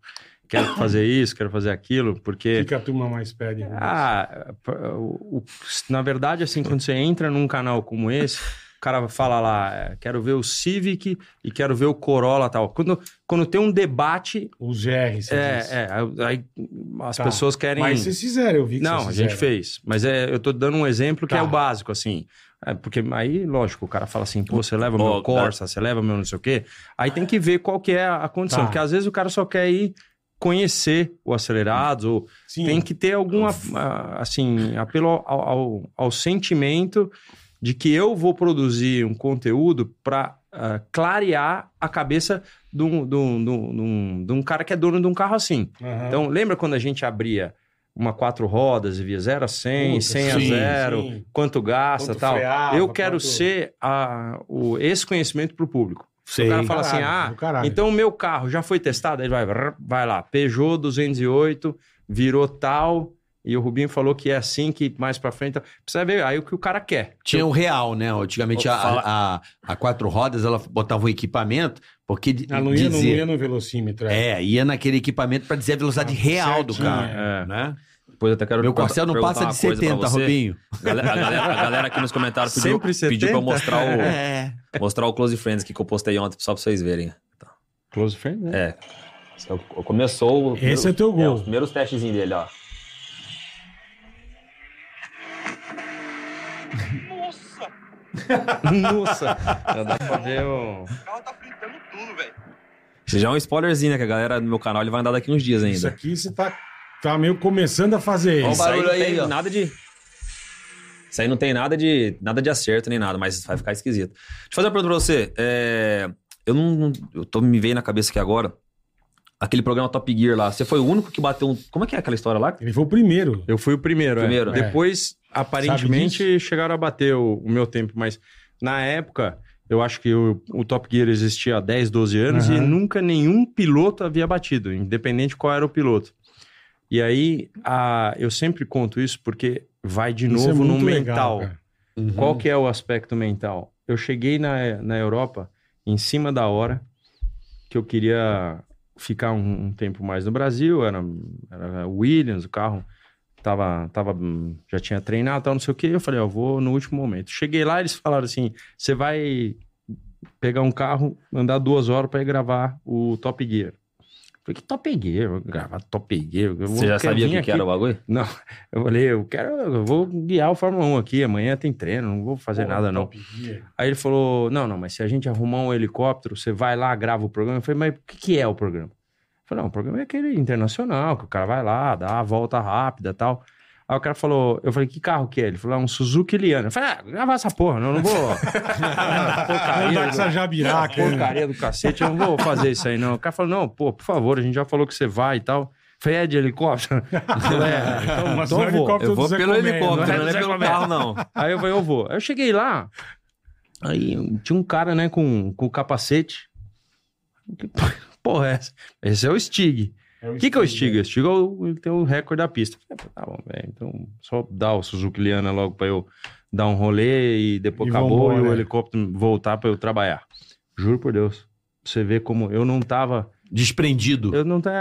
E: quero fazer isso, quero fazer aquilo, porque
D: Fica a turma mais pede. Rubens.
E: ah, p- o- o- na verdade, assim, quando você entra num canal como esse, o cara fala lá, é, quero ver o Civic e quero ver o Corolla tal. Quando, quando tem um debate,
D: Os GR, você diz.
E: é, é, aí as
D: Tá.
E: pessoas querem.
D: Mas vocês fizeram, eu vi que
E: Não,
D: vocês
E: a gente
D: fizeram.
E: fez. Mas é, eu tô dando um exemplo que
D: Tá.
E: é o básico, assim. É, porque aí, lógico, o cara fala assim, pô, você leva
A: Ó,
E: meu
A: dá-
E: Corsa, você leva meu não sei o quê. Aí tem que ver qual que é a condição.
D: Tá.
E: Porque às vezes o cara só quer ir conhecer o acelerado, ou
D: Sim.
E: tem que ter alguma, ah, assim, apelo ao, ao- ao sentimento de que eu vou produzir um conteúdo para clarear a cabeça de um, de um- de um- de um- de um cara que é dono de um carro assim.
D: Aham.
E: Então, lembra quando a gente abria uma quatro rodas e via 0 a 100,
D: Puta,
E: 100 a
D: sim,
E: 0,
D: sim.
E: quanto gasta e
D: Quanto
E: tal?
D: freava,
E: eu quero
D: quanto-
E: ser a- o, esse conhecimento para o público.
C: Sei.
E: O cara fala assim,
D: Caralho,
E: ah,
D: do caralho.
E: então o meu carro já foi testado? Aí vai, brrr, vai lá, Peugeot 208, virou tal, e o Rubinho falou que é assim, que mais para frente... tal. Precisa ver aí o que o cara quer.
C: Tinha o real, né? Antigamente a, a, a quatro rodas ela botava um equipamento porque di-
D: Ah, não ia, não
C: dizia,
D: ia no velocímetro. é.
C: é ia naquele equipamento pra dizer a velocidade real do
D: certinho,
C: carro,
E: é.
C: né?
A: Depois eu até quero
C: Meu
A: perguntar-
C: Corcel não
A: perguntar
C: passa
A: uma
C: de
A: coisa pra
C: 70,
A: você.
C: Rubinho.
A: Galera- A galera, a galera aqui nos comentários pediu,
E: Sempre 70?
A: pediu pra eu mostrar o,
C: É.
A: mostrar o Close Friends aqui que eu postei ontem, só pra vocês verem.
E: Close friend, né?
A: É. Esse é o- Começou o.
D: Esse é teu gol.
A: os primeiros testezinhos dele, ó.
B: Nossa,
E: [LAUGHS] Nossa, já dá pra ver o...
B: o carro tá fritando tudo, velho.
A: Esse já é um spoilerzinho, né? Que a galera do meu canal ele vai andar daqui uns dias
D: Isso
A: ainda.
D: aqui você tá, tá meio começando a fazer
C: Ó o
D: isso.
C: barulho
A: não
C: aí,
A: tem
C: ó.
A: nada de. Isso aí não tem nada de, nada de acerto nem nada, mas vai ficar esquisito. Deixa eu fazer uma pergunta pra você. É, eu não. Eu tô, me veio na cabeça aqui agora. Aquele programa Top Gear lá. Você foi o único que bateu um. Como é que é aquela história lá?
D: Ele foi o primeiro.
E: Eu fui o primeiro. é.
A: Primeiro.
E: Depois,
D: É.
E: aparentemente, chegaram a bater o, o meu tempo, mas na época, eu acho que o, o Top Gear existia há 10, 12 anos e
D: Aham.
E: nunca nenhum piloto havia batido, independente qual era o piloto. E aí, a- eu sempre conto isso porque vai de
D: Isso é
E: novo no
D: muito legal,
E: mental.
D: cara.
A: Uhum.
E: Qual que é o aspecto mental? Eu cheguei na, na Europa em cima da hora que eu queria ficar um, um tempo mais no Brasil. Era, era Williams, o carro tava, tava, hum, já tinha treinado, tal, não sei o que. Eu falei, ó, vou no último momento. Cheguei lá, eles falaram assim: você vai pegar um carro, andar duas horas para ir gravar o Top Gear. Eu Falei, que Top Gear? Eu vou gravar Top Gear. Eu
A: Você
E: vou-
A: já
E: quero
A: sabia o
E: vir
A: que, que
E: aqui
A: era o bagulho?
E: não, eu falei, eu quero, eu vou guiar o Fórmula 1 aqui, amanhã tem treino, não vou fazer nada não.
D: Top
E: [LAUGHS]
D: Gear.
E: Aí ele falou, não, não, mas se a gente arrumar um helicóptero, você vai lá, grava o programa. Eu falei, mas o que, que é o programa? Eu falei, não, o programa é aquele internacional, que o cara vai lá, dá a volta rápida e tal. Aí o cara falou, eu falei, que carro que é? Ele falou, ah, um Suzuki Liana. Eu falei, ah, gravar essa porra, não, não vou.
D: [LAUGHS]
E: Tá
D: Não dá
E: Porcaria,
D: com essa jabiraca. né?
E: porcaria do cacete, eu não vou fazer isso aí, não. O cara falou, não, pô, por favor, a gente já falou que você vai e tal. Falei, é
D: [LAUGHS]
E: de helicóptero? Eu falei, é, então,
D: Mas
E: então
D: não é
E: eu vou.
D: helicóptero
A: Eu vou
D: do Zé
A: pelo
D: Comé,
A: helicóptero,
E: não
A: não
E: é
A: é
E: Zé
A: pelo
E: Comé.
A: carro, não.
E: Aí eu falei, eu vou. Aí eu cheguei lá, aí tinha um cara, né, com, com capacete. Que porra é essa? Esse é o Stig.
D: É
E: O que, que é o Stig? O Stig é o- ele tem o recorde da pista. Eu falei, tá bom, velho, então só dá o Suzuki Liana logo pra eu dar um rolê e depois
D: E
E: acabou
D: vambora.
E: e o helicóptero voltar pra eu trabalhar. Juro por Deus. Pra Você vê como eu não tava...
C: Desprendido.
E: Eu não tá,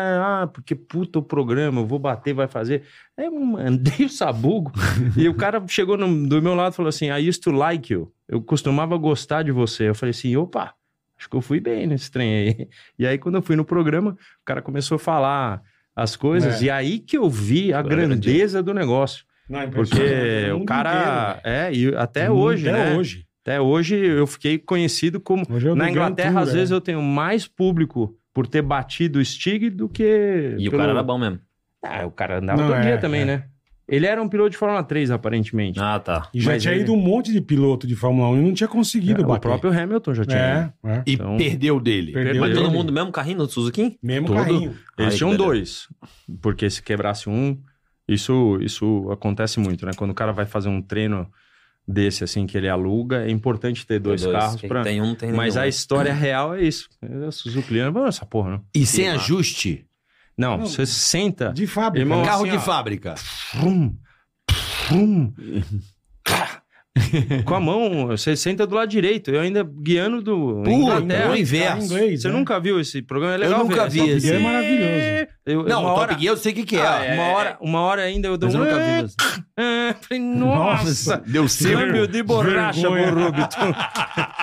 E: ah, porque puta o programa, eu vou bater, vai fazer. É, [LAUGHS] mandei o sabugo. e o cara chegou no- do meu lado e falou assim: I used to like you. Eu costumava gostar de você. Eu falei assim: opa, acho que eu fui bem nesse trem aí. E aí, quando eu fui no programa, o cara começou a falar as coisas.
D: É.
E: E aí que eu vi a
A: Foi grande.
E: grandeza do negócio.
D: Não, é impressionante.
E: Porque
D: No
E: o
D: mundo
E: cara.
D: inteiro,
E: é, e até
D: velho.
E: hoje,
D: Até
E: né?
D: hoje.
E: Até hoje eu fiquei conhecido como
D: Hoje é o
E: na
D: do Grand
E: Inglaterra,
D: Tour,
E: às
D: é.
E: vezes, eu tenho mais público por ter batido o Stig do que.
A: E o
E: pelo-
A: cara era bom mesmo.
E: Ah, o cara andava
D: Não,
E: todo dia
D: é,
E: também,
D: é.
E: né? Ele era um piloto de Fórmula 3, aparentemente.
A: Ah, tá.
D: E já
E: Mas
D: tinha
E: ele-
D: ido um monte de piloto de Fórmula 1 e não tinha conseguido
E: É, o
D: bater.
E: próprio Hamilton já tinha. ido.
D: É, é.
C: E
E: Então-
C: perdeu dele.
D: Perdeu
A: Mas
E: Perdeu.
A: todo
D: dele.
A: mundo no mesmo carrinho no Suzuki?
D: Mesmo
E: Todo-
D: carrinho.
E: Eles
A: Ai,
E: tinham
A: que é beleza.
E: dois. Porque se quebrasse um, isso, isso acontece muito, né? Quando o cara vai fazer um treino desse, assim, que ele aluga, é importante ter dois, carros.
A: Quem
E: Pra...
A: Tem um, tem
E: Mas
A: nenhum.
E: a história real é isso. É, O Suzuki Liano, "Vamos essa porra, não.
C: E sem ajuste.
E: Não,
D: Não.
E: você senta.
D: De fábrica.
E: Irmão,
D: né?
C: Carro
E: assim,
C: de
E: ó.
C: fábrica.
E: Frum,
C: [LAUGHS]
E: frum, clá. Com a mão, você senta do lado direito. Eu ainda guiando do
C: Puta,
D: Ah,
E: Inglaterra.
C: o
D: Carro
C: inverso.
D: né? Tá inglês,
E: Você
D: né?
E: nunca viu esse programa? É legal
C: nunca
E: ver.
C: vi
E: Top
C: esse.
E: Gear
D: É maravilhoso.
E: Eu,
C: Não,
E: uma
C: o
E: hora,
C: Top Gear eu sei o que, que é.
E: Ah, uma hora, uma hora ainda eu dou
C: Mas eu
E: um...
C: nunca vi isso.
E: É, falei, nossa,
C: Deu certo.
E: câmbio de borracha,
D: Vergonha.
E: Borrubito.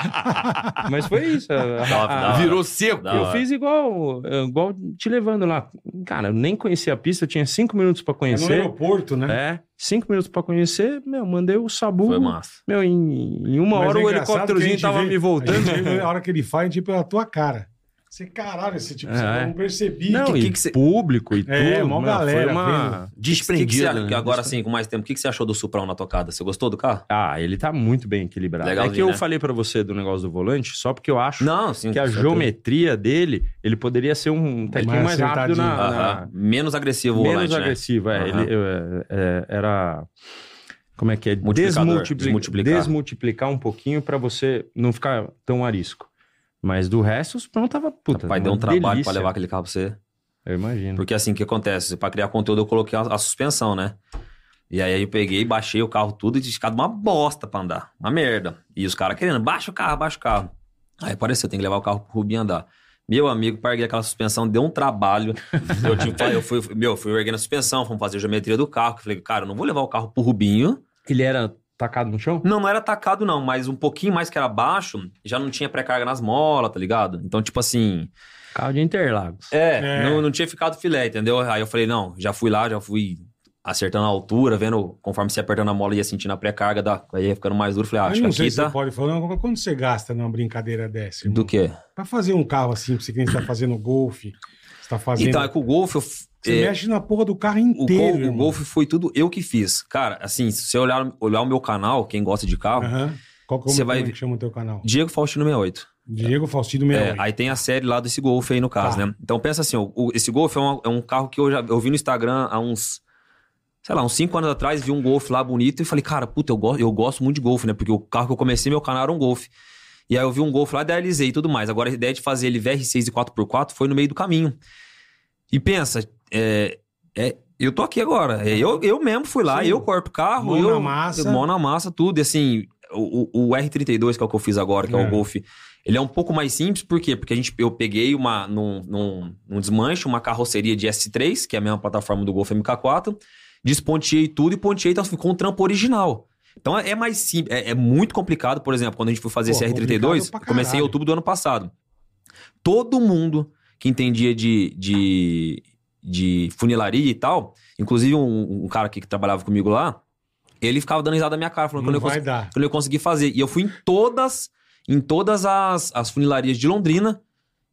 C: [LAUGHS]
E: Mas foi isso. a-
A: Da-
E: a-
A: da-
C: Virou seco.
A: Da
E: eu
A: hora.
E: fiz igual, igual te levando lá. Cara, eu nem conhecia a pista, eu tinha cinco minutos pra
D: É no
E: conhecer.
D: aeroporto, né?
E: É, cinco minutos pra conhecer, meu, mandei o sabu.
A: Foi massa.
E: Meu, em, em uma
D: Mas
E: hora
D: é
E: o
D: engraçado que a
E: helicópterozinho
D: gente
E: tava
D: vê-
E: me
D: A,
E: voltando.
D: gente vê a hora que ele faz, tipo, é a gente vê pela tua cara. Você, caralho, esse tipo, você
E: É.
D: não percebi.
E: Não,
D: que,
E: e
D: que que você-
E: público e tudo.
D: É, mó
E: meu,
D: galera
E: foi uma...
A: O que que você
C: Desprendido.
A: acha-
C: né?
A: que agora, assim, com mais tempo, o que que você achou do Suprão na tocada? Você gostou do carro?
E: Ah, ele tá muito bem equilibrado. é
A: Legalzinho,
E: que eu
A: né?
E: falei pra você do negócio do volante, só porque eu acho
A: Não, sim.
E: que a
A: com certeza.
E: geometria dele, ele poderia ser um tequinho
D: Mais
E: mais, rápido na,
A: Aham.
E: na-
A: Menos agressivo o
E: menos
A: volante, né?
E: agressivo. É,
A: Aham.
E: ele, eu, é, é, era. Como é que é?
A: Multiplicador,
E: Desmultipli-
A: desmultiplicar.
E: desmultiplicar um pouquinho pra você não ficar tão arisco. Mas do resto, o Suprão tava puta.
A: Vai
E: uma
A: dar um trabalho
E: delícia.
A: pra levar aquele carro pra você.
E: Eu imagino.
A: Porque assim, o que acontece? Pra criar conteúdo, eu coloquei a, a suspensão, né? E aí eu peguei, baixei o carro tudo e tinha ficado uma bosta pra andar. Uma merda. E os caras querendo, baixa o carro, baixa o carro. Aí apareceu, tem que levar o carro pro Rubinho andar. Meu amigo, parguei aquela suspensão, deu um trabalho. eu, tipo, eu fui, meu, fui erguendo a suspensão, fomos fazer a geometria do carro. que eu Falei, cara, eu não vou levar o carro pro Rubinho.
E: Ele era tacado no chão?
A: Não, não era atacado, não, mas um pouquinho mais que era baixo, já não tinha pré-carga nas molas, tá ligado? Então, tipo assim,
E: Carro de Interlagos.
A: é,
D: É.
A: Não, não tinha ficado filé, entendeu? Aí eu falei, não, já fui lá, já fui acertando a altura, vendo conforme você apertando a mola ia sentindo a pré-carga, da, aí ia ficando mais duro. Falei, ah,
D: Eu
A: acho
D: não
A: que
D: sei
A: aqui
D: se
A: tá...
D: você pode falar, não, quando você gasta numa brincadeira dessa, irmão?
A: Do quê?
D: Pra fazer um carro assim, que você que nem está fazendo tá golfe, Você tá fazendo.
A: Então, é que o Golf, eu, f-
D: Você
A: é,
D: mexe na porra do carro
A: o,
D: inteiro.
A: Gol- o
D: irmão.
A: Golf foi tudo eu que fiz. Cara, assim, se você olhar, olhar o meu canal, quem gosta de carro,
D: Aham. Qual que é o
A: Você
D: como
A: vai
D: é que
A: ver-
D: chama o teu canal?
A: Diego Faustino 68.
D: Diego Faustino
A: É,
D: Meia.
A: aí tem a série lá desse Golf aí no caso,
D: Tá.
A: né? Então pensa assim, ó, o- esse Golf é, uma- é um carro que eu já eu vi no Instagram há uns, sei lá, uns 5 anos atrás, vi um Golf lá bonito e falei, cara, puta, eu, go eu gosto muito de Golf, né? Porque o carro que eu comecei meu canal era um Golf. E aí eu vi um Golf lá, idealizei e tudo mais. Agora a ideia de fazer ele VR6 e 4x4 foi no meio do caminho. E pensa, é, é, eu tô aqui agora. É, eu, eu mesmo fui lá,
D: Sim.
A: eu corto o carro,
D: Mão
A: eu,
D: na massa.
A: mão na massa, tudo. E assim, o, o- o R32, que é o que eu fiz agora, que é,
D: É.
A: o Golf, ele é um pouco mais simples, por quê? Porque a gente, eu peguei uma, num, num, num desmanche uma carroceria de S3, que é a mesma plataforma do Golf MK4, desponteei tudo e ponteei, então ficou um trampo original. Então é é mais simples, é, é muito complicado, por exemplo, quando a gente foi fazer
D: Pô,
A: esse R32,
D: complicado pra
A: comecei em
D: caralho.
A: outubro do ano passado. Todo mundo que entendia de, de, de funilaria e tal, inclusive um, um cara aqui que trabalhava comigo lá, ele ficava dando risada na minha cara, falando que eu
D: Não
A: não ia
D: vai dar.
A: que eu não consegui fazer. E eu fui em todas, em todas as, as funilarias de Londrina.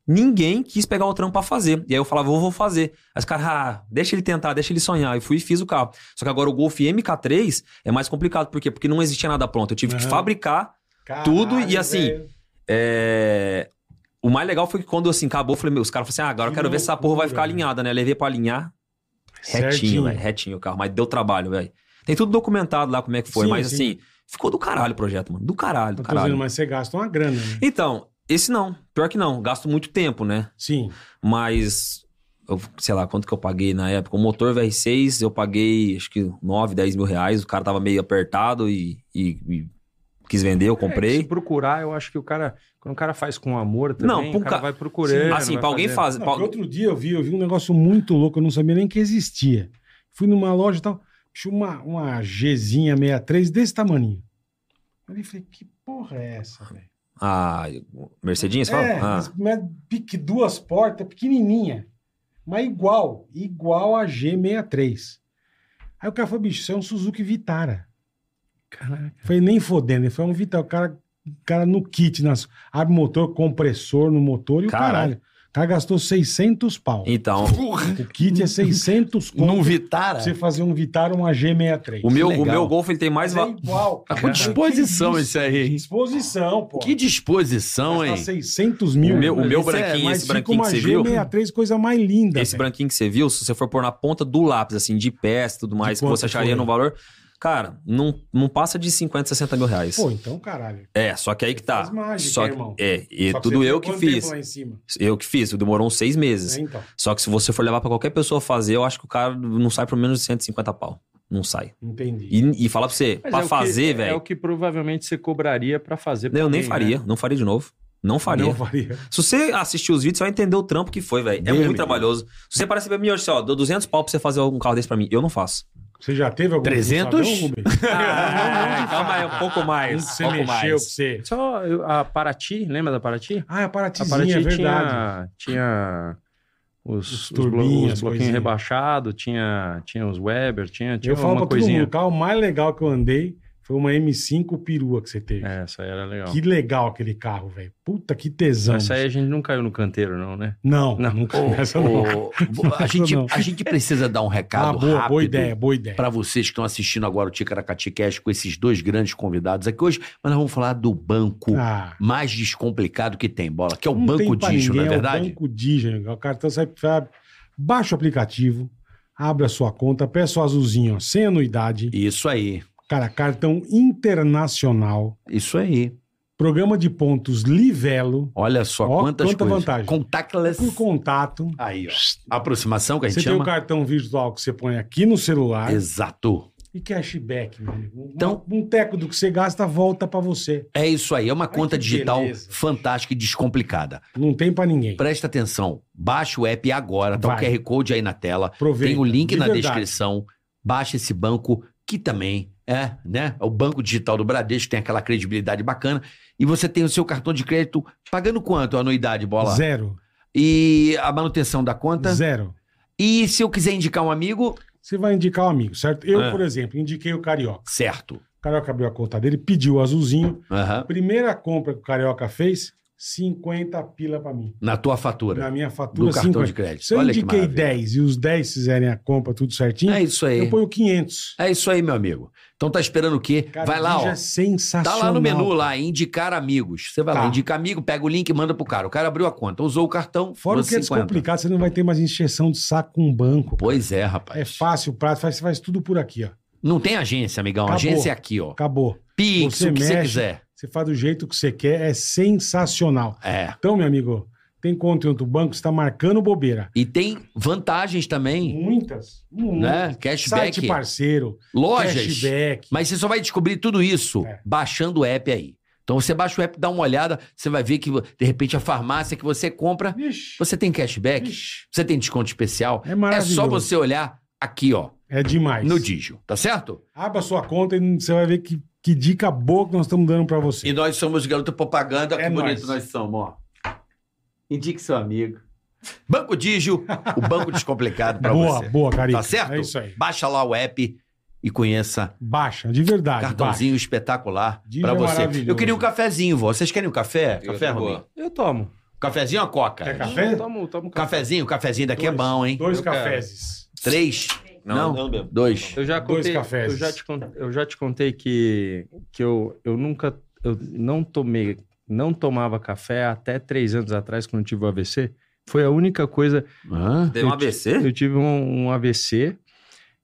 A: Ninguém quis pegar o trampo pra fazer. E aí eu falava, eu vou fazer. Aí os caras, ah, deixa ele tentar, deixa ele sonhar. E fui e fiz o carro. Só que agora o Golf MK3 é mais complicado. Por quê? Porque não existia nada pronto. Eu tive que
D: Aham.
A: fabricar.
D: Caralho,
A: tudo e assim,
D: velho.
A: é, O mais legal foi que quando assim acabou, eu falei, meu, os caras falaram assim, ah, agora eu
D: Que
A: quero ver se essa porra vai
D: loucura,
A: ficar
D: velho.
A: alinhada, né? Levei pra alinhar.
D: Certinho.
A: Retinho, velho. Retinho o carro, mas deu trabalho, velho. Tem tudo documentado lá como é que foi,
D: Sim,
A: mas
D: sim.
A: assim, ficou do caralho o projeto, mano. Do caralho, do
D: Eu tô dizendo,
A: caralho.
D: mas você gasta uma grana, né?
A: Então, esse não. Pior que não. Gasto muito tempo, né?
D: Sim.
A: Mas, eu- sei lá, quanto que eu paguei na época? O motor VR6 eu paguei, acho que 9, 10 mil reais. O cara tava meio apertado e, e- e quis vender, eu
E: É, se
A: comprei.
E: procurar, eu acho que o cara, quando o cara faz com amor também,
A: Não, pra
E: o
A: um
E: cara
A: ca-
E: vai procurando.
A: assim,
E: vai
A: pra alguém
E: né, fazendo.
A: fazer...
D: Não,
A: pra-
D: porque outro dia eu vi, eu vi um negócio muito louco, eu não sabia nem que existia. Fui numa loja e tal, tinha uma, uma Gzinha 63 desse tamaninho. Aí eu falei, que porra é essa, velho?
A: Ah, Mercedinha, você fala?
D: É,
A: Ah.
D: mas- mas pique duas portas, pequenininha. Mas igual, igual a G63. Aí o cara falou, bicho, isso é um Suzuki Vitara.
E: Caraca.
D: Falei, nem fodendo, foi um Vitara. O cara, o cara no kit, nas, abre o motor, compressor no motor e
A: Caralho.
D: o caralho. O cara gastou 600 pau.
A: Então,
C: Porra!
D: O kit é 600 conto
C: Num
D: pra
C: Vitara?
D: você fazer um Vitara, uma G63.
A: o meu,
C: legal.
A: o meu Golf ele tem mais...
D: Mas é
A: va-
D: igual.
C: Tá com disposição esse aí, hein?
D: Disposição, pô.
C: Que disposição,
D: Gastar
C: hein?
D: 600 mil.
A: O meu- o
D: Mas
A: meu
D: isso é
A: branquinho,
D: mas
A: esse
D: fica
A: branquinho
D: uma
A: que você viu?
D: G63, coisa mais linda.
A: Esse
D: velho.
A: branquinho que você viu, se você for pôr na ponta do lápis, assim, de pés e tudo mais, que
D: quanto
A: você acharia
D: foi?
A: no valor... Cara, não, não passa de 50, 60 mil reais.
D: Pô, então, caralho.
A: É, só que aí que tá.
D: Faz mágica,
A: só que,
D: irmão.
A: é, e
D: Só
A: tudo
D: você
A: eu
D: viu
A: que
D: quanto tempo
A: fiz.
D: Lá em cima.
A: Eu que fiz, demorou uns seis meses.
D: É, então.
A: Só que se você for levar pra qualquer pessoa fazer, eu acho que o cara não sai por menos de 150 pau. Não sai.
D: Entendi.
A: E, e falar pra você,
E: Mas
A: pra
E: é o que-
A: fazer,
E: É o
A: velho,
E: que provavelmente você cobraria pra fazer. pra
A: eu nem
E: alguém,
A: faria,
E: né?
A: não faria de novo. Não faria.
D: Não faria.
A: Se você assistir os vídeos, você vai entender o trampo que foi, velho. É
C: Deus me
A: muito trabalhoso. Se você parecer pra mim hoje, assim, ó, dou 200 pau pra você fazer um carro desse pra mim. Eu não faço.
D: Você já teve algum
C: 300?
D: sabão,
A: [LAUGHS]
D: Rubens?
A: Ah, calma aí, um pouco
D: Um que
A: mais.
D: você
A: pouco
D: mexeu
A: mais.
D: que você...
E: né? Só eu- a Paraty, lembra da Paraty?
D: Ah, é a
E: A
D: Paratizinha,
E: Paraty
D: é verdade.
E: tinha, tinha os,
D: Os
E: os, blo-
D: turbinhas,
E: os bloquinhos
D: coisinha.
E: rebaixados, tinha, tinha os Weber, tinha, tinha
D: Eu falo pra
E: uma
D: todo mundo,
E: coisinha.
D: o carro mais legal que eu andei foi uma M5 perua que você teve.
E: É, essa aí era legal.
D: Que legal aquele carro, velho. Puta, que tesão.
E: Essa aí a gente não caiu no canteiro, não, né?
D: Não,
E: Não.
D: nunca.
C: Ô,
D: [LAUGHS] Essa
C: ô,
D: não.
C: bo- a, gente,
D: não.
C: a gente precisa dar um recado
D: Ah, boa,
C: rápido.
D: boa ideia, boa ideia.
C: Para vocês que estão assistindo agora o Ticaracati Cash com esses dois grandes convidados aqui hoje, mas nós vamos falar do banco
D: Ah,
C: mais descomplicado que tem, bola, que é o
D: não tem
C: um Banco
D: pra
C: Digio, não é
D: ninguém,
C: verdade?
D: o banco Digio. O cartão sai, sai- baixa o aplicativo, abre a sua conta, peça o azulzinho, ó, sem anuidade.
C: Isso aí,
D: Cara, cartão internacional,
C: isso aí.
D: programa de pontos Livelo,
C: Olha só
D: Ó,
C: quantas
D: quanta
C: coisas.
D: vantagem.
C: Contactless.
D: por contato.
C: Aí, ó. Aproximação que a
D: Você
C: gente
D: tem o
C: chama.
D: cartão virtual que você põe aqui no celular
C: Exato.
D: e cashback, meu amigo.
C: Então-
D: um, um teco do que você gasta volta pra você.
C: É isso aí, é uma conta
D: que
C: digital
D: beleza.
C: fantástica e descomplicada.
D: Não tem pra ninguém.
C: Presta atenção, baixa o app agora, tá
D: Vai.
C: o QR Code aí na tela.
D: Aproveita.
C: Tem o link
D: de
C: na
D: verdade.
C: descrição. Baixa esse banco que também é, né? É o banco digital do Bradesco, tem aquela credibilidade bacana. E você tem o seu cartão de crédito pagando quanto a anuidade, bola?
D: Zero.
C: E a manutenção da conta.
D: Zero.
C: E se eu quiser indicar um amigo,
D: Você vai indicar o amigo, certo? Eu,
C: Ah.
D: por exemplo, indiquei o Carioca.
C: certo.
D: O Carioca abriu a conta dele, pediu o azulzinho.
C: Aham.
D: Primeira compra que o Carioca fez, 50 pila pra mim.
C: Na tua fatura.
D: Na minha
C: do
D: fatura,
C: cartão
D: 50.
C: de crédito.
D: Se eu
C: Olha que
D: indiquei
C: maravilha.
D: 10 e os 10 fizerem a compra tudo certinho,
C: É isso aí.
D: eu ponho 500.
C: É isso aí, meu amigo. Então tá esperando o quê?
D: Cara,
C: vai lá,
D: isso
C: ó.
D: é sensacional.
C: Tá lá no menu lá, indicar amigos. Você vai lá,
D: Tá.
C: indica amigo, pega o link e manda pro cara. O cara abriu a conta, usou o cartão,
D: Fora o
C: trouxe
D: que é
C: 50.
D: descomplicado, você não vai ter mais injeção de saco com o banco.
C: Pois é, rapaz.
D: É fácil o prazo, faz- você faz tudo por aqui, ó.
C: Não tem agência, amigão.
D: Acabou.
C: Agência é aqui, ó.
D: Acabou.
C: Pix,
D: Você
C: o que você
D: mexe.
C: quiser.
D: Você faz do jeito que você quer, é sensacional.
C: É.
D: Então, meu amigo, tem conta em outro banco, você está marcando bobeira.
C: E tem vantagens também,
D: Muitas. muitas.
C: né? Cashback,
D: Hum. Site parceiro,
C: lojas.
D: cashback.
C: Mas você só vai descobrir tudo isso
D: É.
C: baixando o app aí. Então você baixa o app, dá uma olhada, você vai ver que de repente a farmácia que você compra,
D: Vixe,
C: você tem cashback,
D: vixe,
C: você tem desconto especial.
D: é
C: É
D: maravilhoso.
C: só você olhar aqui, ó,
D: É demais.
C: no Digio, tá certo?
D: Abra sua conta e você vai ver que, que dica boa que nós estamos dando para você.
C: E nós somos garoto propaganda,
D: É
C: que bonito
D: nós.
C: nós somos, ó. Indique seu amigo. Banco Digio, o banco descomplicado pra
D: [LAUGHS] boa,
C: você.
D: boa, Carica.
C: Tá certo?
D: É isso aí.
C: Baixa lá o app e conheça
D: Baixa, Ah, de verdade.
C: cartãozinho espetacular
D: Digio
C: pra
D: é
C: você.
D: maravilhoso.
C: Eu queria um cafezinho, vó. Vocês querem um café?
A: Eu
C: café,
A: tô boa.
C: Rubinho?
E: Eu tomo.
C: Cafezinho ou coca?
D: Quer café?
E: Eu tomo, tomo café.
C: Cafezinho, cafezinho daqui é
D: Dois.
C: bom, hein?
D: Dois
A: Eu quero.
D: cafés.
C: Três,
A: Não,
C: Não.
A: não, mesmo.
C: dois.
E: Eu já
D: Dois
E: contei,
D: cafés.
E: Eu já te contei, eu já te contei que, que eu, eu nunca, eu não tomei, não tomava café até três anos atrás quando eu tive o AVC. Foi a única coisa.
C: Hã?
A: Teve um
E: Eu ti-
A: ABC?
E: Eu tive um, um AVC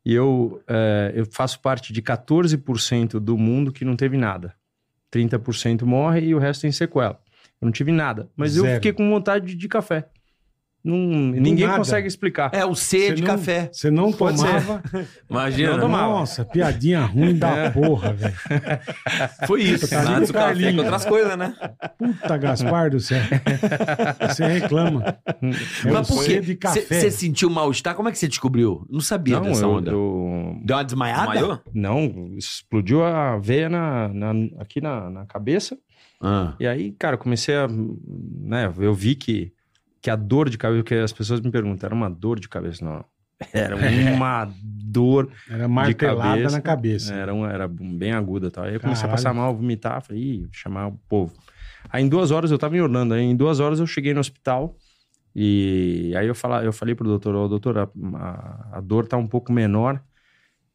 E: e eu, eh, eu faço parte de 14% do mundo que não teve nada. 30% morre e o resto tem sequela. Eu não tive nada, mas eu
D: Zero.
E: fiquei com vontade de, de café. Não, ninguém
D: nada.
E: consegue explicar.
C: É o C
D: Você
C: de
D: não-
C: café.
D: Você não
E: Pode ser.
D: tomava.
A: Imagina.
E: Não, tomava.
D: Nossa, piadinha ruim da
E: É.
D: porra, velho.
C: Foi isso.
D: Tá ali
A: Nada
D: com
A: do
D: o
A: café
D: Carlinho.
A: com outras coisas, né?
D: Puta, Gaspar do céu. Você reclama. É
C: Mas
D: o
C: por
D: C
C: quê?
D: de café.
C: Você sentiu mal-estar? Como é que você descobriu? Não sabia
E: não,
C: dessa
E: eu-
C: onda.
E: eu-
C: Deu uma desmaiada?
A: Maior?
E: Não, explodiu a veia na, na- aqui na, na cabeça.
C: Ah.
E: E aí, cara, comecei a. Né, eu vi que, que a dor de cabeça, que as pessoas me perguntam, era uma dor de
D: [LAUGHS]
E: cabeça? Não. Era
A: um
E: uma dor,
D: Era martelada
E: cabeça.
D: na cabeça.
E: era, uma, era bem aguda. Tal. Aí eu comecei
D: Caralho.
E: a passar mal, vomitar, falei, Ih, vou chamar o povo. Aí em duas horas, eu tava em Orlando, aí em duas horas eu cheguei no hospital e aí eu, fala, eu falei pro doutor, ô doutor, a, a- a dor tá um pouco menor,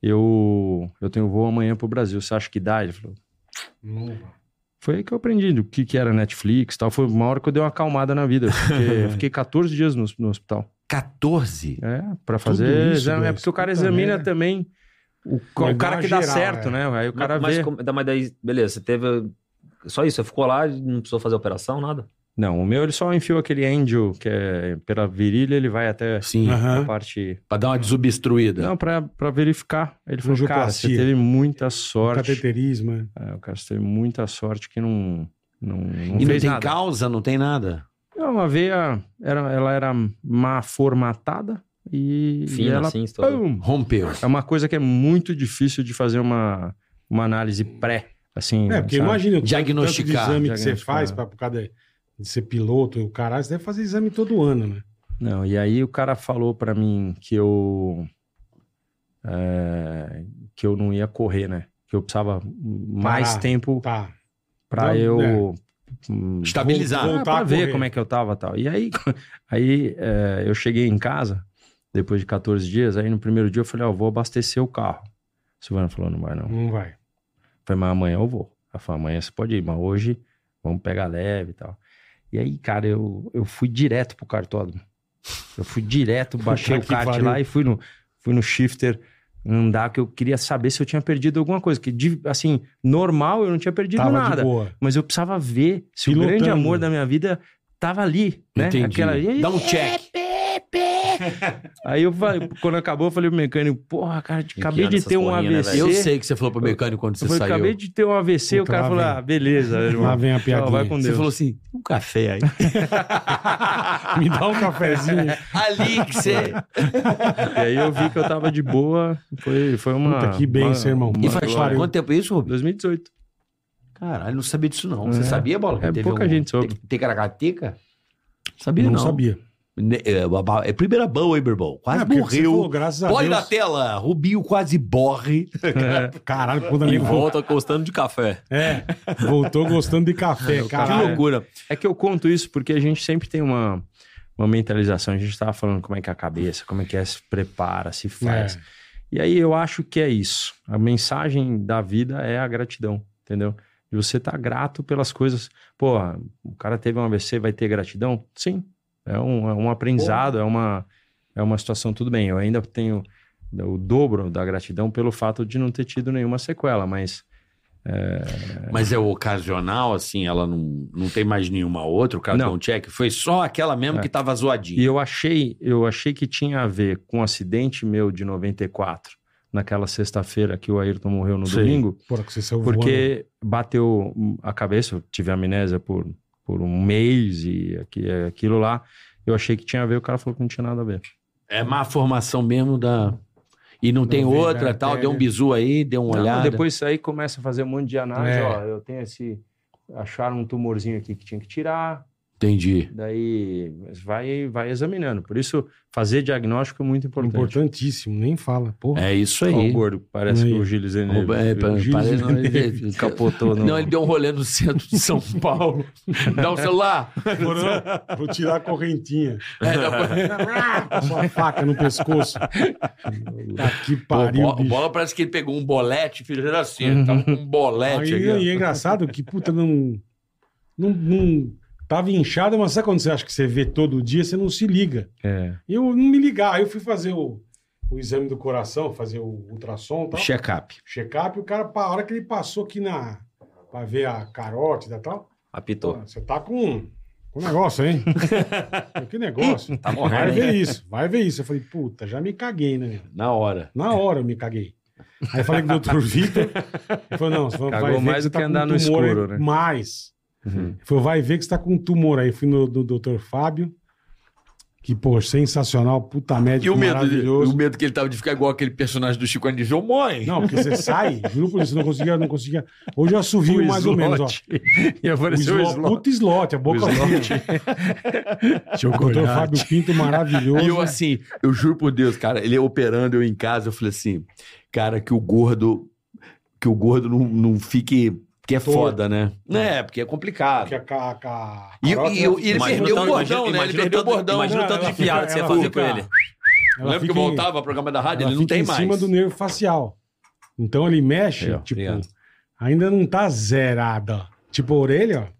E: eu, eu tenho voo amanhã pro Brasil, você acha que dá? Ele falou,
D: Não.
E: Foi aí que eu aprendi do que, que era Netflix e tal. Foi uma hora que eu dei uma acalmada na vida.
D: [LAUGHS]
E: Porque eu fiquei 14 dias no, no hospital.
C: 14?
E: É, pra fazer.
D: isso,
E: exame. é
D: dois.
E: porque o cara
D: Puta
E: examina
D: merda.
E: também o, co-
D: Vai
E: o cara
D: dar
E: que
D: uma
E: dá
D: geral,
E: certo,
D: é.
E: né? Aí o cara
A: mas,
E: vê.
A: como- mas daí, beleza, você teve. Só isso, você ficou lá e não precisou fazer operação, nada.
E: Não, o meu ele só enfiou aquele angel, que é pela virilha, ele vai até
C: Sim.
E: a
D: Aham. Tá.
E: parte.
C: Pra dar uma desobstruída.
E: Não, pra, pra verificar. Ele falou, cara, você
D: Angioplastia.
E: teve muita sorte.
D: Cateterismo. né?
E: É, o cara você teve muita sorte que não. Não, não
C: e não
E: fez
C: tem
E: nada.
C: causa, não tem nada.
E: Não, a veia, era, ela era má formatada e, e
A: Fina,
E: ela...
A: assim, estourou.
E: pum!
C: Rompeu.
E: é uma coisa que é muito difícil de fazer uma, uma análise pré, assim.
D: É, porque
E: sabe?
D: imagina o tanto-
C: Diagnosticar.
D: tanto de exame que você
E: Diagnosticar.
D: faz pra, por causa de, de ser piloto e o caralho, você deve fazer exame todo ano, né?
E: Não, e aí o cara falou pra mim que eu... é, que eu não ia correr, né? Que eu precisava mais
D: Parar.
E: tempo
D: Tá. Não,
E: pra
D: é.
E: eu... hum,
C: Estabilizar.
E: Ah,
D: voltar
E: pra
D: a
E: ver
D: correr.
E: como é que eu tava e tal. E aí, [LAUGHS] aí é, eu cheguei em casa, depois de 14 dias, aí no primeiro dia eu falei, ó, vou abastecer o carro. Silvana falou, não vai não. Eu
D: Não vai.
E: Falei, mas amanhã eu vou. Ela falou, amanhã você pode ir, mas hoje vamos pegar leve e tal. E aí, cara, eu, eu fui direto pro cartódromo. Eu
D: [LAUGHS]
E: fui direto, baixei o
D: Puta que
E: kart
D: pariu.
E: lá e fui no, fui no shifter andar, que eu queria saber se eu tinha perdido alguma coisa. Que, de- assim, normal eu não tinha perdido
D: Tava
E: nada
D: de boa.
E: mas eu precisava ver se
D: Pilotando.
E: o grande amor da minha vida tava ali, né?
C: Entendi.
E: Aquela... E aí-
C: Dá um check.
E: Aí eu falei, quando acabou, eu falei pro mecânico, porra, cara,
A: que
E: acabei
A: anda
E: de
A: essas
E: ter um
A: porrinha, né,
E: AVC.
A: velho?
C: Eu sei que você falou pro mecânico quando você
E: Eu falei,
C: saiu.
E: acabei de ter um AVC,
D: Puta,
E: o cara
D: lá
E: falou,
D: vem.
E: ah, beleza, irmão.
D: Lá vem a
E: Então,
D: piadinha.
E: vai com
C: Você
E: Deus.
C: falou assim, um café aí. [LAUGHS]
D: Me dá um cafezinho.
C: Ali que você...
E: E aí eu vi que eu tava de boa, foi, foi uma...
D: Puta, que bênção,
E: uma-
D: irmão.
E: uma
C: E faz
E: glória.
C: quanto tempo isso, Rubinho?
E: 2018.
C: Caralho, não sabia disso não. Você
E: É.
C: sabia, Bola? que um
E: É, pouca gente soube.
C: Te- Tecaracateca? Sabia
D: não,
C: não.
D: sabia.
C: Ne- é, babá- é, primeira boa, hein, meu irmão? Quase
D: É, porque você falou,
C: morreu.
D: graças a
C: Olha na
D: Deus.
C: tela, Rubinho quase borre.
D: Caralho, quando
A: E
D: amigo voltou.
A: volta gostando de café.
D: É, voltou gostando de café,
C: Que
D: caralho.
C: loucura.
E: É que eu conto isso porque a gente sempre tem uma, uma mentalização. A gente estava falando como é que é a cabeça, como é que é, se prepara, se faz.
D: É.
E: E aí eu acho que é isso. A mensagem da vida é a gratidão, entendeu? E você tá grato pelas coisas. Pô, o cara teve um AVC, vai ter gratidão? Sim. É um, é um aprendizado, é uma, é uma situação, tudo bem. Eu ainda tenho o dobro da gratidão pelo fato de não ter tido nenhuma sequela, mas
C: Mas é ocasional, assim, ela não, não tem mais nenhuma outra, o cara
E: Não.
C: deu um check. Foi só aquela mesmo
E: É.
C: que tava zoadinha.
E: E eu achei, eu achei que tinha a ver com o acidente meu de 94, naquela sexta-feira que o Ayrton morreu no
C: Sim.
E: domingo,
D: Porra, que você saiu voando.
E: porque bateu hum, a cabeça, eu tive amnésia por, por um mês e aqui- é, aquilo lá. Eu achei que tinha a ver, o cara falou que não tinha nada a ver.
C: É má formação mesmo da. E não,
D: Não
C: tem
D: vem
C: outra,
D: da
C: tal,
D: pele.
C: deu um bizu aí, deu uma
E: Não,
C: olhada.
E: Depois aí começa a fazer um monte de análise,
D: É.
E: ó, eu tenho esse... Acharam um tumorzinho aqui que tinha que tirar,
C: Entendi.
E: daí mas vai, vai examinando. Por isso, fazer diagnóstico é muito importante.
D: Importantíssimo, nem fala. Porra.
C: É isso
E: Ó, o
C: aí.
E: gordo, parece
D: Aí.
E: que o Gilles é
C: Rouba- é, pa-
D: Gilles
C: parece- não, ele-
E: Ele
C: [LAUGHS] ele-
E: capotou no...
C: Não, ele deu um rolê no centro de São Paulo. Dá um celular.
D: [LAUGHS] Vou, não, vou tirar a correntinha.
C: É, dá-
D: [LAUGHS] Passou a faca no
C: [LAUGHS]
D: pescoço. Tá que
C: Pô,
D: pariu,
C: bo-
D: bicho.
C: bola parece que ele pegou um bolete, fez assim, tava com um bolete
D: Aí,
C: aqui.
D: e é engraçado que, puta, não, não, não- Tava inchado, mas sabe quando você acha que você vê todo dia, você não se liga.
E: É.
D: Eu não me ligar. Aí eu fui fazer o, o exame do coração, fazer o ultrassom e tal.
C: Check-up.
D: Check-up, e o cara, a hora que ele passou aqui na. pra ver a carótida e tal.
A: Apitou.
D: pô, Você tá com. Com um negócio,
E: [LAUGHS]
D: hein? que negócio?
A: Tá
D: Vai
A: morrendo. hein?
D: ver isso, vai ver isso. Eu falei, puta, já me caguei, né? meu?
C: Na hora.
D: Na hora eu me caguei. Aí eu falei com o
E: [LAUGHS]
D: doutor Vitor. Ele falou, não, você vai
E: Cagou
D: ver
E: mais
D: você tá
E: do que andar
D: com
E: no
D: tumor aí,
E: escuro, né?
D: Mais.
E: Uhum.
D: Ele falou, vai ver que você tá com um tumor aí. Fui no do doutor Fábio. Que, pô, sensacional, puta médico
C: E o medo, de-
D: maravilhoso.
C: o medo que ele tava de ficar igual aquele personagem do Chico Anísio, morre.
D: Não, porque
C: [LAUGHS]
D: você sai, juro por isso, não conseguia, não conseguia. Hoje eu assovio mais ou menos, ó.
E: [LAUGHS] E
D: O
E: apareceu o
D: slot,
E: slot.
D: Puta slot, a boca
E: O [LAUGHS] slot.
D: O doutor Fábio Pinto maravilhoso.
C: E eu assim, eu juro por Deus, cara, ele operando, eu em casa, eu falei assim, cara, que o gordo, que o gordo não, não fique, porque é
D: Torto.
C: foda, né? É, porque é complicado.
D: Porque a, ca- a, ca-
C: E,
D: carótida,
C: e- e- e ele
A: Imagina
C: perdeu o
A: tanto-
C: bordão, né? Ele
A: imagina
C: perdeu o
A: tanto-
C: bordão.
A: Imagina o
D: Não,
A: tanto de
D: ela
A: piada que você
E: é
D: fica-
A: fazia com
D: ela
A: ele.
D: ela
C: Lembra que
D: fica em-
C: voltava ao programa da rádio?
D: ela
C: Ele não
D: fica
C: tem
D: em
C: mais.
D: cima do nervo facial. Então ele mexe,
E: Aí, ó.
D: tipo,
A: Obrigado.
D: ainda não tá zerada. Tipo a orelha, ó,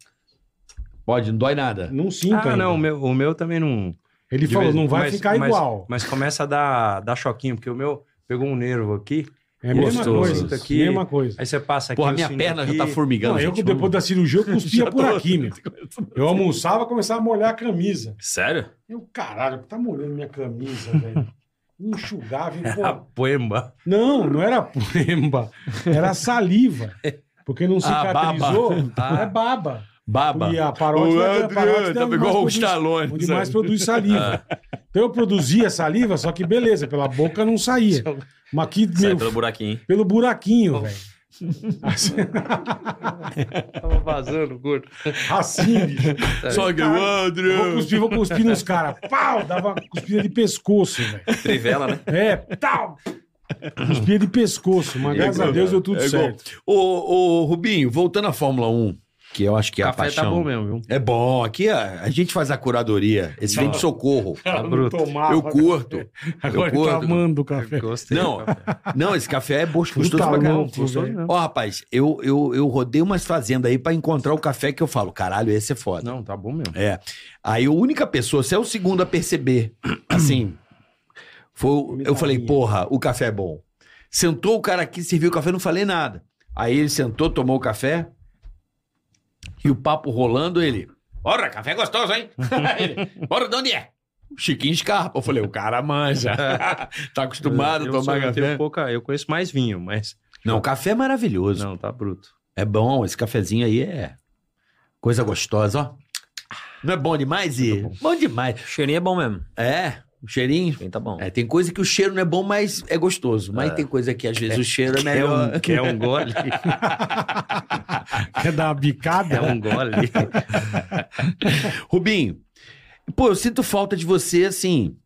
C: Pode, não dói nada.
D: não sinto
E: Ah,
D: ainda.
E: não, o meu, o meu também não...
D: Ele
E: de
D: falou,
E: vez-
D: não vai
E: mas-
D: ficar
E: mas-
D: igual.
E: Mas começa a dar, dar choquinho, porque o meu pegou um nervo aqui,
D: É a mesma
E: gostoso.
D: coisa,
E: Isso aqui-
D: mesma coisa.
E: aí você passa aqui...
C: Porra,
E: o
C: minha
E: sino
C: perna
E: aqui.
C: já tá formigando.
D: Não, eu
C: gente.
D: depois da cirurgia eu cuspia
C: [LAUGHS] Já
D: por
C: tô-
D: aqui, meu.
C: [LAUGHS]
D: Eu almoçava, começava a molhar a camisa.
A: Sério?
D: Eu, caralho, tá molhando minha
C: [LAUGHS]
D: camisa, velho. Enxugava, e,
E: A
D: pô,
E: poemba.
D: Não, não era pemba, era saliva. Porque não
C: Ah, baba. Tá.
D: cicatrizou,
E: Ah.
D: é baba.
C: Baba.
D: E a parótida,
C: O
D: a parótida
C: Andrew,
D: é
C: tava
D: onde
C: igual o
D: mais produz-
C: Stallone.
D: onde
C: sabe? Ah.
D: mais produz saliva. Então eu produzia saliva, só que beleza, pela boca não saía. Mas aqui,
A: Sai
D: meu,
A: pelo buraquinho. hein?
D: pelo buraquinho, velho. Assim,
E: [LAUGHS] Tava vazando, gordo.
D: Assim, bicho.
C: Só que o Andrew.
D: Vou cuspir, vou cuspir nos caras. Pau! Dava uma cuspida de pescoço, velho.
A: Trivela, né?
D: É, tal! Cuspia de pescoço, mas
A: É
D: graças a
A: igual,
D: Deus deu tudo
C: É igual.
D: certo.
C: Ô, ô, Rubinho, voltando à Fórmula 1, que eu acho que é a
E: Café
C: paixão.
E: tá bom
C: [LAUGHS]
E: mesmo, viu?
C: É bom, aqui a, a gente faz a curadoria.
E: Tá
C: Esse vem de socorro.
D: Ela não
E: bruto.
D: tomava,
C: Eu
D: cara.
C: curto.
D: Agora
C: eu
D: ele tá
C: curto.
D: amando o café.
E: Gostei.
C: Não, não, esse café é bom, gostoso
D: Puta
C: pra caramba.
D: tá louco, velho.
E: não.
C: Ó, rapaz, eu, eu, eu rodei umas fazendas aí pra encontrar o café que eu falo, caralho, esse é foda.
E: Não, tá bom mesmo.
C: É. Aí a única pessoa, você é o segundo a perceber, [CLEARS THROAT] assim, foi, o- eu falei, porra, o café é bom. Sentou o cara aqui, serviu o café, eu não falei nada. Aí ele sentou, tomou o café, e o papo rolando, ele, ora, café é gostoso, hein? [LAUGHS] ele, ora, de onde é? Chiquinho Scarpa. Eu falei, o cara manja. [LAUGHS] tá acostumado
E: eu,
C: a
E: sou- um
C: tomar
E: eu tenho
C: café.
E: pouca, eu conheço mais vinho, mas...
C: Não, o café é maravilhoso.
E: Não, tá bruto.
C: É bom, esse cafezinho aí é coisa gostosa, ó. Não é bom demais, e bom. demais.
A: O cheirinho é bom mesmo.
C: É, o cheirinho.
A: Bem, tá bom.
C: É, tem coisa que o cheiro não é bom, mas é gostoso. Mas tem coisa que às vezes o
E: [LAUGHS]
C: cheiro é
E: Quer
C: melhor.
E: um, quer um gole? [LAUGHS]
C: É.
E: é
D: Quer dar uma bicada?
C: um [LAUGHS]
E: Quer um gole?
C: Rubinho, Pô, eu sinto falta de você, assim.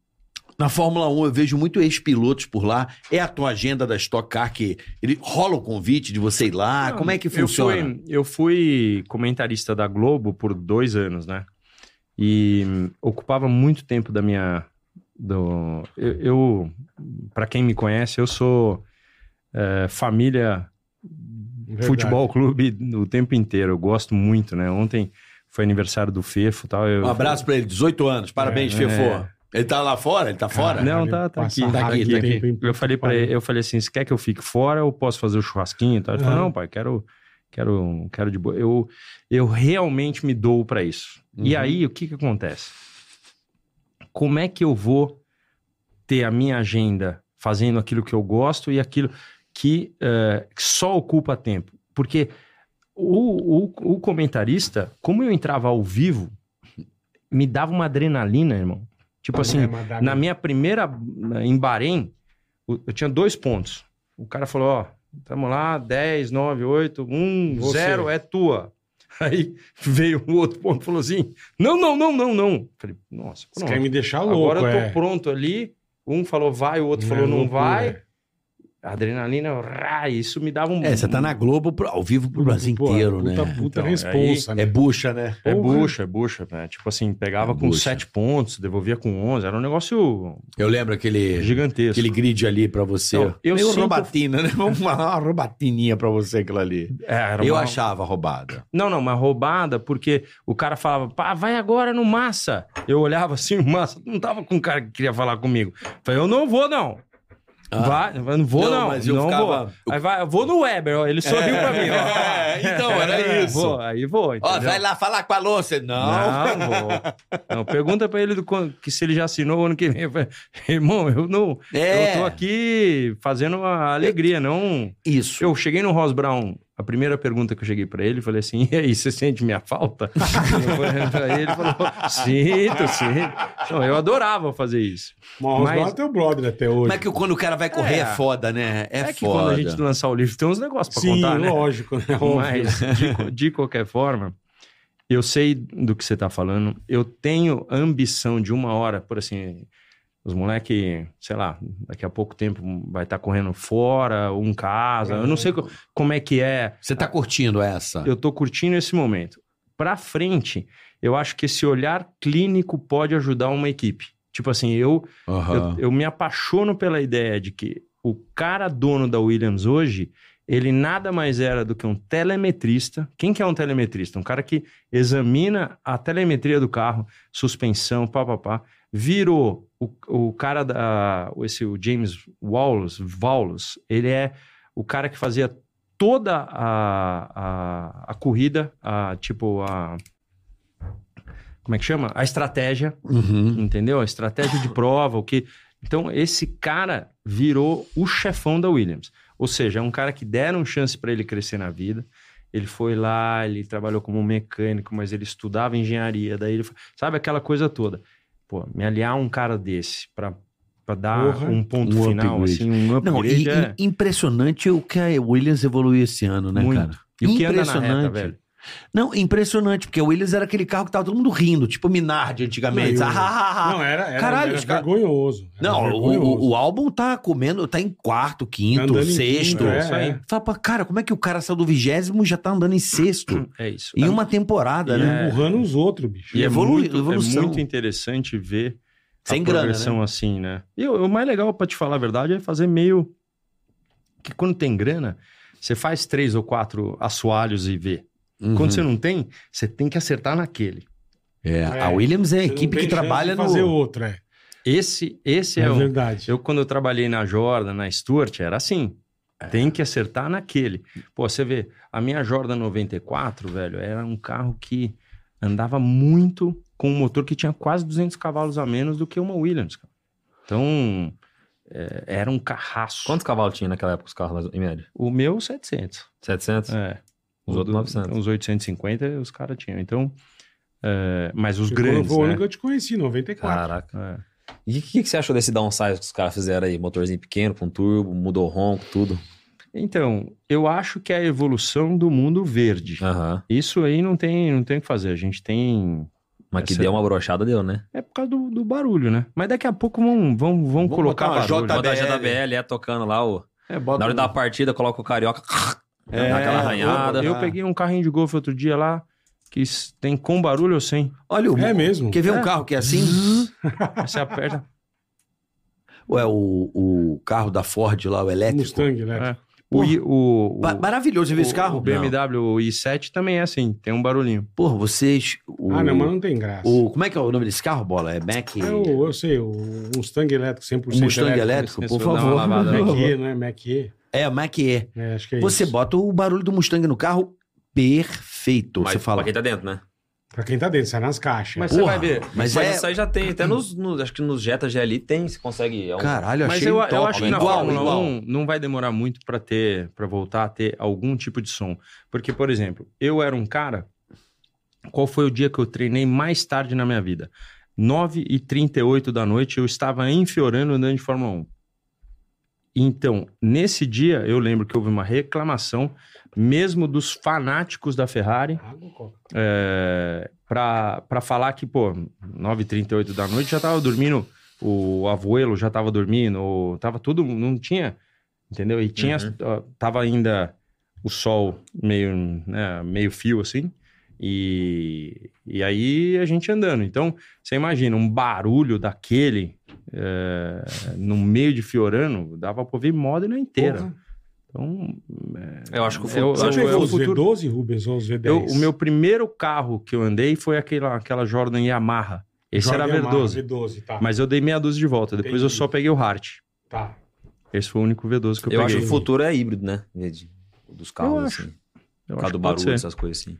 C: Na Fórmula 1 eu vejo muito ex-pilotos por lá. É a tua agenda da Stock Car que ele rola o convite de você ir lá?
E: Não,
C: Como é que
E: eu
C: funciona?
E: fui- Eu fui, comentarista da Globo por dois anos, né? E hum, ocupava muito tempo da minha. Do, eu, eu para quem me conhece, eu sou é, família futebol clube o tempo inteiro. Eu gosto muito, né? Ontem foi aniversário do Fefo e tal. eu-
C: Um abraço pra ele, 18 anos. Parabéns,
E: É.
C: Fefo. Ele tá lá fora? Ele tá fora?
E: Não,
D: Caralho,
E: tá, tá
D: passa
E: aqui, tá
C: rápido
E: aqui, tá
C: o
E: aqui.
D: tempo, hein?
E: Eu falei para ele, eu falei assim, você quer que eu fique fora ou posso fazer o churrasquinho? e tal? Ele falou,
D: Aham.
E: não, pai, quero, quero, quero de boa. Eu, eu realmente me dou pra isso. E
C: Uhum.
E: aí, o que que acontece? Como é que eu vou ter a minha agenda fazendo aquilo que eu gosto e aquilo que eh, só ocupa tempo? Porque o, o, o comentarista, como eu entrava ao vivo, me dava uma adrenalina, irmão. Tipo assim,
D: É,
E: na minha primeira, na- em Bahrein, o- eu tinha dois pontos. O cara falou, ó, tamo lá, 10, 9, 8, 1,
D: Você.
E: 0, é tua. [LAUGHS] Aí veio o outro ponto e falou assim, não, não, não, não, não. Falei, nossa,
D: Você
E: pronto.
D: quer me deixar louco,
E: Agora eu tô
D: é.
E: pronto ali. Um falou vai, o outro
D: É
E: falou tá não
D: loucura.
E: vai. A adrenalina, rá, isso me dava um...
C: É, você tá na Globo pro- ao vivo pro Brasil
D: Pô,
C: inteiro,
D: puta,
C: né?
D: Puta
E: Então,
D: responsa,
C: É
D: né?
C: bucha, né?
E: É
D: Porra.
E: bucha, é bucha, né? Tipo assim, pegava
C: É
E: com
C: bucha.
E: sete pontos, devolvia com 11, era um negócio
C: Eu lembro aquele,
E: gigantesco.
C: aquele grid ali pra você.
E: Então, eu
C: Meio
E: sinto-
C: robatina, né? [LAUGHS] Vamos falar uma robatininha pra você aquilo ali.
E: É, era
C: eu
E: uma-
C: achava roubada.
E: Não, não, mas roubada, porque o cara falava, pá, vai agora no Massa. Eu olhava assim, o Massa não tava com um cara que queria falar comigo. Falei, eu não vou, não.
C: Ah.
E: Vai, eu não vou, não.
C: mas eu
E: eu não
C: ficava-
E: vou. Aí vai, eu vou no Weber, ó, ele sorriu pra mim.
C: É,
E: Ó.
C: [LAUGHS] então, era
E: É,
C: isso.
E: vou, [LAUGHS] aí vou, entendeu?
C: Ó, vai lá falar com a Alonso. Não.
E: Não, vou. Não, pergunta pra ele do, quan- que se ele já assinou o ano que vem. Eu falei, irmão, eu não...
C: É.
E: Eu tô aqui fazendo a alegria, não...
C: Isso.
E: Eu cheguei no Ross Brown, a primeira pergunta que eu cheguei pra ele, falei assim: [LAUGHS] e aí, você sente minha falta? eu falei pra ele, ele falou: sinto, sinto. Não, eu adorava fazer isso.
D: Mas...
E: mas-
D: Mas... é teu brother até hoje.
C: Mas que quando o cara vai correr é,
E: É.
C: foda, né? É,
E: É, que quando
C: foda.
E: a gente lançar o livro tem uns negócios pra
D: Sim,
E: contar, né?
D: lógico, né? Óbvio.
E: [LAUGHS] Mas, de, co- de qualquer forma, eu sei do que você tá falando. Eu tenho ambição de uma hora, por assim, os moleque, sei lá, daqui a pouco tempo vai estar correndo fora, um casa. Eu não sei co- como é que é.
C: Você tá curtindo essa?
E: eu tô curtindo esse momento. Pra frente, eu acho que esse olhar clínico pode ajudar uma equipe. Tipo assim, eu,
C: Aham.
E: eu, eu me apaixono pela ideia de que o cara dono da Williams hoje, ele nada mais era do que um telemetrista. Quem que é um telemetrista? Um cara que examina a telemetria do carro, suspensão, pá, pá, pá. Virou o, o cara da... o- Esse, o James Wallace, Wallace, ele é o cara que fazia toda a, a, a corrida, a, tipo a... Como é que chama? A estratégia
C: Uhum.
E: entendeu? A estratégia de prova, o que. Então, esse cara virou o chefão da Williams. Ou seja, é um cara que deram chance para ele crescer na vida. Ele foi lá, ele trabalhou como mecânico, mas ele estudava engenharia, daí ele foi... sabe aquela coisa toda. Pô, me aliar a um cara desse para dar
D: Porra.
E: um ponto
C: Um
E: final,
C: upgrade.
E: assim, um
C: Não, e,
E: upgrade é
C: e impressionante o que a Williams evoluiu esse ano, né,
E: muito.
C: cara?
E: E o que anda na reta,
C: Impressionante.
E: velho?
C: Não, impressionante, porque o Williams era aquele carro que tava todo mundo rindo, tipo Minardi antigamente.
D: Não,
C: Ah,
D: eu-
C: ah, ah, ah.
D: Não, era, era,
C: Caralho,
D: era
C: os caras-
D: vergonhoso. Era
C: Não, o,
D: É vergonhoso.
C: o- o álbum tá comendo, tá em quarto, quinto,
D: Andando em quinto,
C: sexto.
D: é,
E: isso aí.
D: é.
C: Fala pra cara, como é que o cara saiu do vigésimo e já tá andando em
D: [CLEARS THROAT]
C: sexto?
E: É isso.
C: em uma temporada,
E: E
C: né?
E: é-
D: Empurrando os outros, bicho.
E: E é,
C: Evolu-
E: muito,
C: evolução.
E: é muito interessante ver
C: Sem
E: a
C: grana,
E: progressão
C: né?
E: assim, né? E o, o mais legal, pra te falar a verdade, é fazer meio. Que quando tem grana, você faz três ou quatro assoalhos e vê.
D: É.
C: Uhum.
E: Quando você não tem, você tem que acertar naquele.
C: É, a
D: É,
C: Williams é a
D: Você não
C: equipe
D: tem
C: que
D: chance
C: trabalha
D: de
C: no...
D: fazer outro, é.
E: Esse, esse é,
D: É
E: o.
D: verdade.
E: Eu, quando eu trabalhei na Jordan, na Stuart, era assim. Tem que acertar naquele. Pô, você vê, a minha Jordan 94, velho, era um carro que andava muito com um motor que tinha quase 200 cavalos a menos do que uma Williams. cara. Então, é, era um carraço.
A: Quantos cavalos tinha naquela época os carros, mais- em média?
E: O meu, 700.
A: 700?
E: É.
A: Os outros, 900.
E: Os 850 os caras tinham. Então, é, mas os
D: Porque
E: grandes,
D: Foi o ano que
E: né?
D: eu te conheci, 94.
A: Caraca.
E: É.
A: E o que, que você achou desse downsize que os caras fizeram aí? Motorzinho pequeno, com turbo, mudou o ronco, tudo.
E: Então, eu acho que é a evolução do mundo verde.
A: Aham.
E: Isso aí não tem, não tem o que fazer. A gente tem
A: Mas que
E: Essa-
A: deu uma brochada, deu, né?
E: É por causa do, do barulho, né? Mas daqui a pouco vão, vão, vão
C: Vamos
E: colocar
C: botar uma
E: barulho.
C: JBL.
A: Bota a JBL, é, tocando lá o...
C: É, bota
A: Na hora
C: um-
A: da partida, coloca o carioca.
C: É,
A: dá aquela arranhada.
E: Eu, eu peguei um carrinho de golfe outro dia lá, que s- tem com barulho ou sem.
C: Olha o.
D: É mesmo.
C: Quer ver um carro que é assim?
E: Você aperta.
C: Ou é o, o carro da Ford lá, o elétrico?
D: Mustang, né?
E: É. O, I- o, o,
C: Ba- maravilhoso, você viu esse
E: o-
C: carro?
E: O BMW i7 também é assim, tem um barulhinho.
C: Porra, vocês.
E: É.
C: O,
D: Ah, não, mas não tem graça.
C: o- como é que é o nome desse carro, bola? É Mac.
D: É o- eu sei, o Mustang elétrico, 100%
C: Um Mustang
D: elétrico.
C: elétrico,
E: Esse
C: por
E: eu vou dar uma
C: favor.
E: lavada
C: [LAUGHS]
D: Mac
E: aqui.
D: E, né? Mac E.
C: É, Mac E.
D: É, acho que é
C: Você
D: isso.
C: bota o barulho do Mustang no carro perfeito.
A: Mas
C: você fala.
A: Pra quem tá dentro, né?
D: Pra quem tá dentro, sai nas caixas.
E: Mas
C: Porra,
E: você vai ver.
C: Mas,
A: Mas,
C: é.
A: isso aí já tem. Até nos, nos- acho que nos Jetta GLI tem, você consegue. É um-
C: Caralho,
E: Mas
C: achei
E: eu, eu
C: top.
E: acho que na
C: igual,
E: Fórmula
C: igual.
E: 1 não vai demorar muito pra ter, para voltar a ter algum tipo de som. Porque, por exemplo, eu era um cara. Qual foi o dia que eu treinei mais tarde na minha vida? 9h38 da noite, eu estava em Fiorano andando de Fórmula 1. Então, nesse dia, eu lembro que houve uma reclamação, mesmo dos fanáticos da Ferrari,
D: Água, coca.
E: é, pra, pra falar que, pô, 9h38 da noite já tava dormindo, o avuelo já tava dormindo, o- tava tudo, não tinha, entendeu? E tinha,
A: Uhum.
E: ó, tava ainda o sol meio, né, meio fio assim, e, e aí a gente andando. Então, você imagina, um barulho daquele é, no meio de Fiorano, dava pra ouvir Modena inteira.
D: Porra.
E: Então,
A: Eu acho que o
E: Eu-
A: futuro.
D: Você
E: acho que
D: pegou
E: é o
D: os
E: futuro.
D: V12, Rubens, ou os V10?
E: eu- o meu primeiro carro que eu andei foi aquela, aquela Jordan Yamaha. Esse
D: Jordan
E: era
D: Yamaha,
E: V12.
D: V12, tá.
E: Mas eu dei meia dúzia de volta. Depois eu
D: Entendi.
E: só peguei o Hart.
D: Tá.
E: Esse foi o único V12 que eu,
A: Eu acho
E: peguei.
A: que o futuro é híbrido, né? De- Dos carros,
E: acho.
A: assim.
E: Eu
A: Por
E: acho
A: causa do
E: que pode
A: barulho,
E: ser.
A: essas coisas assim.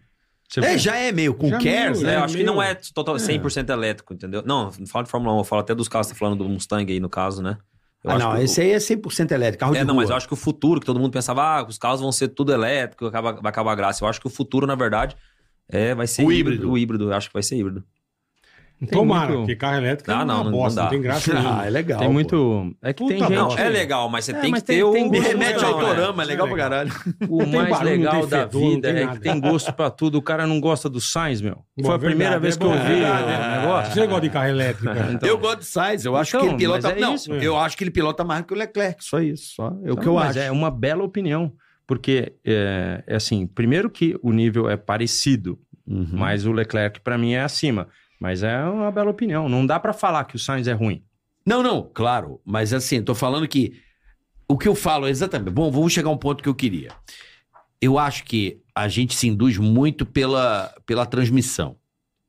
E: Você-
C: É, já é meio com
D: Já
C: cares,
D: meio,
C: né?
A: É,
D: É,
A: eu acho que
D: meu.
A: não é total, 100% elétrico, entendeu? Não, não falo de Fórmula 1, eu falo até dos carros, você tá falando do Mustang aí no caso, né? Eu
C: Ah,
A: acho
C: não,
A: que o-
C: esse aí é 100% elétrico, carro de
A: É, não,
C: rua.
A: mas eu acho que o futuro, que todo mundo pensava, ah, os carros vão ser tudo elétrico, acaba, vai acabar a graça. Eu acho que o futuro, na verdade, é, vai ser
C: O híbrido.
A: O híbrido, eu acho que vai ser híbrido.
D: Tomara,
E: muito-
D: porque carro elétrico
A: Ah,
D: é
A: não,
D: uma
A: não
D: bosta,
A: dá.
D: não tem graça
C: [LAUGHS] Ah,
D: nenhuma.
C: é legal.
E: Tem
C: pô.
E: muito. É que
D: Puta
E: tem gente.
A: Não,
D: Gente,
A: é legal, mas você
E: É,
A: tem
E: mas
A: que
E: tem-
A: ter o...
E: tem
C: Me
E: gosto
C: remete ao
E: legal, né?
C: Autorama, é
D: Isso é
C: legal pra
D: legal.
C: caralho.
E: O
D: Não tem
E: mais
D: barulho, não
E: legal
D: tem
E: da
D: fedor, não
E: vida
D: tem
E: é
D: nada.
E: que tem gosto pra tudo. O cara não gosta do Sainz, meu.
D: Boa,
E: Foi a primeira
D: verdade,
E: vez
D: é
E: que eu
D: bom,
E: vi
D: é verdade,
C: né,
D: é.
E: o negócio.
D: Você gosta de carro elétrico,
C: [LAUGHS]
D: né? cara?
E: Então,
C: eu gosto de Sainz, eu acho
E: Então,
C: que ele pilota.
E: mas é
C: não,
E: isso.
C: eu acho que ele pilota mais que o Leclerc, só isso. Só. É o
E: Então,
C: que eu
E: mas
C: acho.
E: É uma bela opinião. Porque, é, é assim, primeiro que o nível é parecido.
C: Uhum.
E: Mas o Leclerc, pra mim, é acima. Mas é uma bela opinião. Não dá pra falar que o Sainz é ruim.
C: Não, não, claro. Mas assim, tô falando que. O que eu falo é exatamente. Bom, vamos chegar a um ponto que eu queria. Eu acho que a gente se induz muito pela, pela transmissão.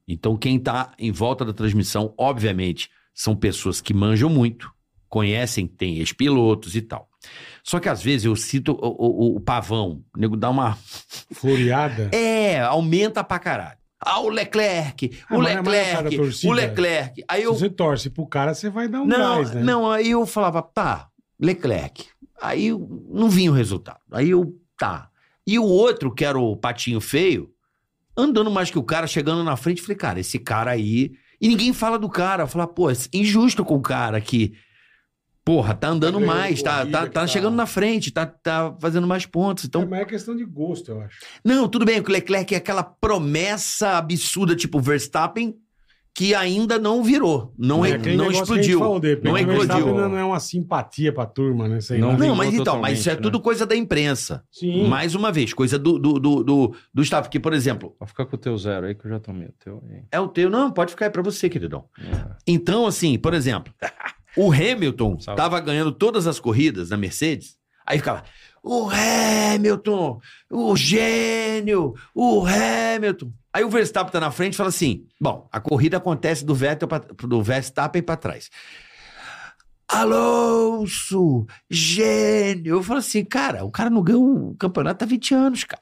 C: Então, quem está em volta da transmissão, obviamente, são pessoas que manjam muito, conhecem, tem ex-pilotos e tal. Só que às vezes eu cito o, o- o pavão, o nego dá uma.
D: Floreada.
C: É, aumenta pra caralho. Ah, o Leclerc,
D: Ah,
C: o
D: mas é mais a cara da
C: Leclerc, o
D: torcida.
C: Leclerc. Aí eu
D: Se você torce pro cara, você vai dar um
C: não,
D: gás, né?
C: não, aí eu falava, tá, Leclerc. Aí eu- não vinha o resultado. Aí eu, tá. E o outro, que era o patinho feio, andando mais que o cara, chegando na frente, falei, cara, esse cara aí. E ninguém fala do cara. Fala, pô, é injusto com o cara que. Porra, tá andando
D: Ganhou
C: mais, tá,
D: corrida,
C: tá,
D: que
C: tá
D: tá-
C: chegando na frente, tá, tá fazendo mais pontos.
D: Então...
C: Então,
D: É, mas é questão de gosto, eu acho.
C: não, tudo bem, que o Leclerc é aquela promessa absurda, tipo Verstappen, que ainda não virou, não,
D: É
C: é-
D: aquele
C: não
D: negócio que a gente
C: explodiu.
D: falou, de repente,
C: não
D: o Verstappen
C: explodiu.
D: Não é uma simpatia pra turma, né? Sei
E: Não
D: lá.
C: Não,
E: vingou
C: mas então, mas isso é
E: totalmente,
C: tudo coisa da imprensa.
D: Sim.
C: Mais uma vez, coisa do, do, do, do, do staff. Que, por exemplo,
E: Vai ficar com o teu zero aí que eu já tomei o teu. aí.
C: é o teu. Não, pode ficar aí pra você, queridão.
E: É.
C: Então, assim, por exemplo, o Hamilton
E: Salve.
C: tava ganhando todas as corridas na Mercedes. Aí ficava, o Hamilton, o gênio, o Hamilton. Aí o Verstappen tá na frente e fala assim: bom, a corrida acontece do, Vettel pra, do Verstappen pra trás. Alonso, gênio. Eu falo assim, cara, o cara não ganhou um campeonato há 20 anos, cara.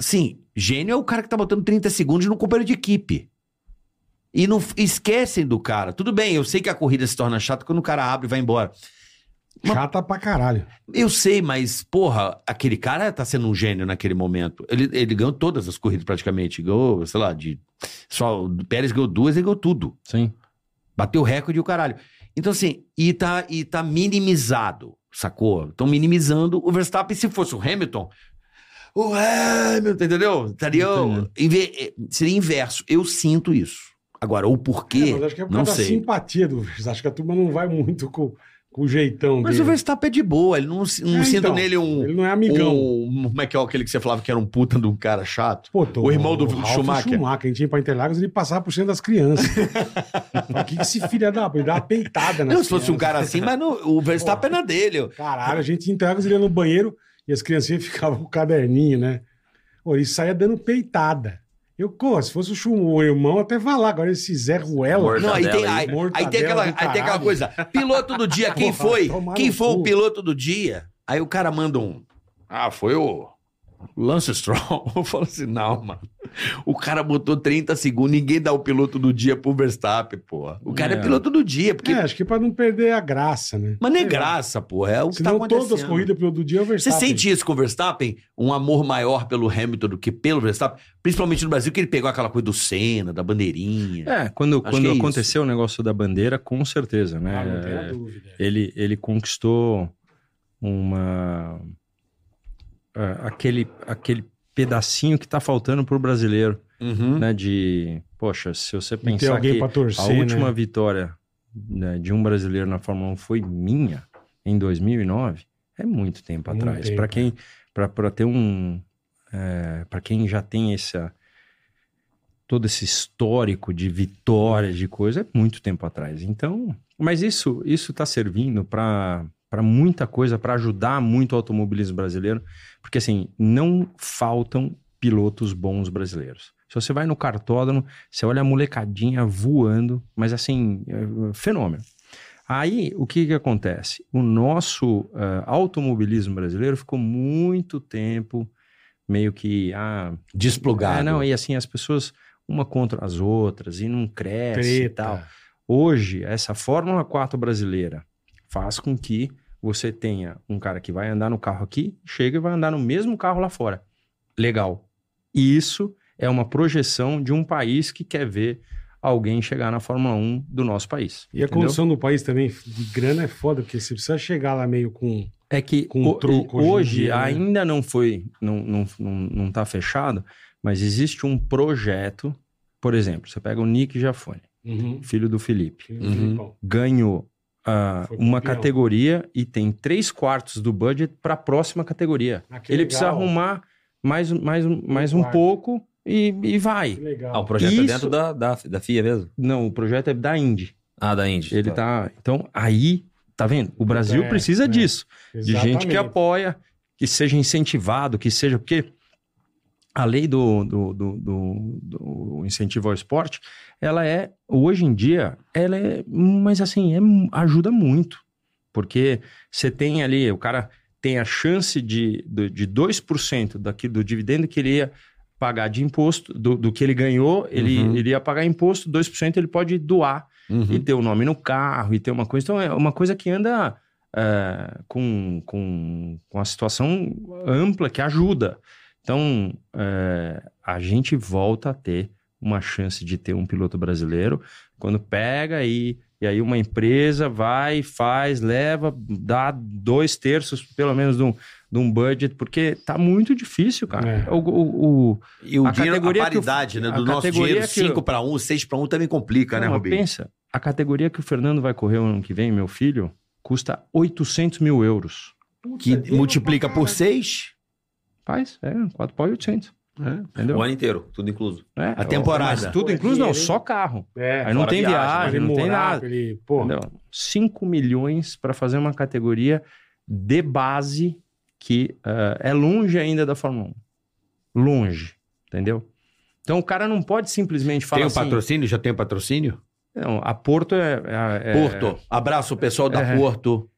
C: Sim, gênio é o cara que tá botando 30 segundos no companheiro de equipe. E não f- esquecem do cara. Tudo bem, eu sei que a corrida se torna chata quando o cara abre e vai embora.
D: Chata pra caralho.
C: Eu sei, mas, porra, aquele cara tá sendo um gênio naquele momento. Ele, ele ganhou todas as corridas praticamente. Ganhou, sei lá, de. Só o Pérez ganhou duas, ele ganhou tudo.
E: Sim.
C: Bateu recorde e o caralho. Então, assim, e tá, e tá minimizado, sacou? Estão minimizando o Verstappen. Se fosse o Hamilton, o Hamilton, entendeu? Estaria, eh,
E: Entendi.
C: inve- seria inverso. Eu sinto isso. Agora, o
D: É,
C: porquê,
D: mas acho que é por
C: não
D: causa da
C: sei.
D: simpatia do Verstappen. Acho que a turma não vai muito com, com o jeitão
C: Mas o
D: dele.
C: Verstappen é de boa, ele não, se- não
D: É,
C: sinto
D: então,
C: nele um,
D: Ele não é amigão.
C: um- Como é que é aquele que você falava que era um puta de um cara chato?
D: Pô, tô-
C: o irmão do
D: Ralf
C: Schumacher.
D: Schumacher, a gente ia pra Interlagos, ele passava por cima das
C: [LAUGHS]
D: crianças. Mas que que esse filho da... Ele dá uma peitada nas
C: Não, se fosse um
D: crianças.
C: cara assim, mas não- o Verstappen é na dele.
D: Caralho, a gente ia em Interlagos, ele ia no banheiro e as criancinhas [LAUGHS] ficavam com o caderninho, né? Pô, ele saia dando peitada. Eu, pô, se fosse o, Schum, o irmão, até vai lá. Agora esse Zé Ruela...
A: Mortadela
C: Não, aí tem, aí,
D: Mortadela
C: aí tem aquela,
D: do
C: aí tem aquela
D: caralho.
C: coisa. Piloto do dia,
D: [LAUGHS]
C: quem
D: Porra,
C: foi?
D: tomar
C: Quem
D: no
C: foi o
D: cu.
C: piloto do dia? Aí o cara manda um. Ah, foi o Lance Stroll. [LAUGHS] Eu falo assim, não, mano. O cara botou 30 segundos, ninguém dá o piloto do dia pro Verstappen, porra. O cara é,
E: É.
C: piloto do dia, porque.
D: É, acho que pra não perder a graça, né?
C: Mas não é
D: Sei lá.
C: graça, porra. É o que
D: Senão
C: tá acontecendo.
D: todas as corridas pelo do dia é o
C: Você
D: Verstappen.
C: sente isso com o Verstappen? Um amor maior pelo Hamilton do que pelo Verstappen? Principalmente no Brasil, que ele pegou aquela coisa do Senna, da bandeirinha.
E: É, quando,
C: Acho
E: quando
C: que é isso.
E: aconteceu o negócio da bandeira, com certeza, né?
D: Ah, não tenho a
E: É,
D: dúvida.
E: ele, ele conquistou uma é, aquele, aquele pedacinho que tá faltando pro brasileiro,
C: Uhum.
E: né? De, poxa, se você
D: E ter
E: pensar
D: alguém
E: que
D: pra torcer,
E: a última
D: né?
E: vitória né, de um brasileiro na Fórmula 1 foi minha em 2009, é muito tempo
D: Muito
E: atrás.
D: tempo,
E: Para quem pra- pra ter um para quem já tem essa todo esse histórico de vitórias de coisa é muito tempo atrás. Então, mas isso isso está servindo para para muita coisa, para ajudar muito o automobilismo brasileiro, porque assim não faltam pilotos bons brasileiros. Se você vai no cartódromo, você olha a molecadinha voando, mas assim é, é fenômeno. Aí, o que, que acontece? O nosso eh, automobilismo brasileiro ficou muito tempo meio que. Ah,
C: Desplugado.
E: é, não, e assim, as pessoas uma contra as outras e não
C: É,
E: cresce e tal.
D: Treta.
E: Hoje, essa Fórmula 4 brasileira faz com que você tenha um cara que vai andar no carro aqui, chega e vai andar no mesmo carro lá fora. Legal. E Isso é
D: Uhum.
E: uma projeção de um país que quer ver alguém chegar na Fórmula 1 do nosso país.
D: E é a
E: entendeu?
D: condição do país também de grana é foda, porque você precisa chegar lá meio com. um
E: É que
D: Com
E: o-
D: troco hoje em
E: hoje,
D: dia, né?
E: ainda não foi, não não não, não tá fechado, mas existe um projeto, por exemplo, você pega o Nick Jafone,
D: Uhum.
E: filho do Felipe,
D: né? Filipão.
E: ganhou ah,
D: Foi
E: uma
D: campeão.
E: categoria e tem três quartos do budget para a próxima categoria.
D: Ah, que
E: Ele
D: legal.
E: precisa arrumar mais um- mais um- mais um
D: quarto.
E: pouco e, e
D: Que
E: vai.
A: Ah, o
D: legal.
A: projeto é
E: Isso-
A: dentro da, da, da FIA mesmo?
E: Não, o projeto é da Indy.
A: Ah, da Indy.
E: Ele tá, então aí, tá vendo? O Brasil
D: é,
E: precisa
D: é.
E: disso. de gente que
D: Exatamente.
E: é apoia, que seja incentivado, que seja, porque a lei do, do, do- do- do incentivo ao esporte, ela é, hoje em dia, ela é, mas assim, é, ajuda muito, porque você tem ali, o cara tem a chance de, do- de 2% daqui, do dividendo que ele ia pagar de imposto, do, do que ele ganhou, ele,
C: Uhum.
E: ele ia pagar imposto, 2% ele pode doar e ter o nome no carro e ter uma coisa. Então, é uma coisa que anda é, com, com, com a situação ampla que ajuda. Então, é, a gente volta a ter uma chance de ter um piloto brasileiro quando pega e, e aí uma empresa vai, faz, leva, dá dois terços, pelo menos, de um, de um budget, porque tá muito difícil, cara.
D: É.
E: O- o- o,
C: E o
E: A
C: dinheiro,
E: categoria
C: a
E: que o-
C: paridade, né?
E: a
C: Do nosso
E: categoria
C: dinheiro, um,
E: que
C: 5
E: o-
C: para 1, 6 para 1 também complica, né,
E: Não, mas
C: Rubinho?
E: Pensa, a categoria que o Fernando vai correr o ano que vem, meu filho, custa 800 mil euros.
D: Puta,
C: Que
D: é dinheiro
C: multiplica
D: pra
C: por
D: caralho.
C: 6
E: Faz, é, 4 pau e 800. Entendeu?
A: O ano inteiro, tudo incluso.
E: É,
C: a temporada.
E: Mas tudo incluso, não, só carro.
D: É,
E: Aí não
A: fora
E: tem
A: viagem,
E: viagem,
D: pra ele
E: não tem
D: morar,
E: nada.
D: pra Ele, pô,
E: Entendeu? 5 milhões para fazer uma categoria de base que eh, é longe ainda da Fórmula 1. Longe, entendeu? Então o cara não pode simplesmente falar
C: Tem o
E: assim...
C: patrocínio? Já tem o patrocínio?
E: Não, a Porto é... é- é-
C: Porto. Abraço o pessoal da
E: É. [LAUGHS]
C: Porto.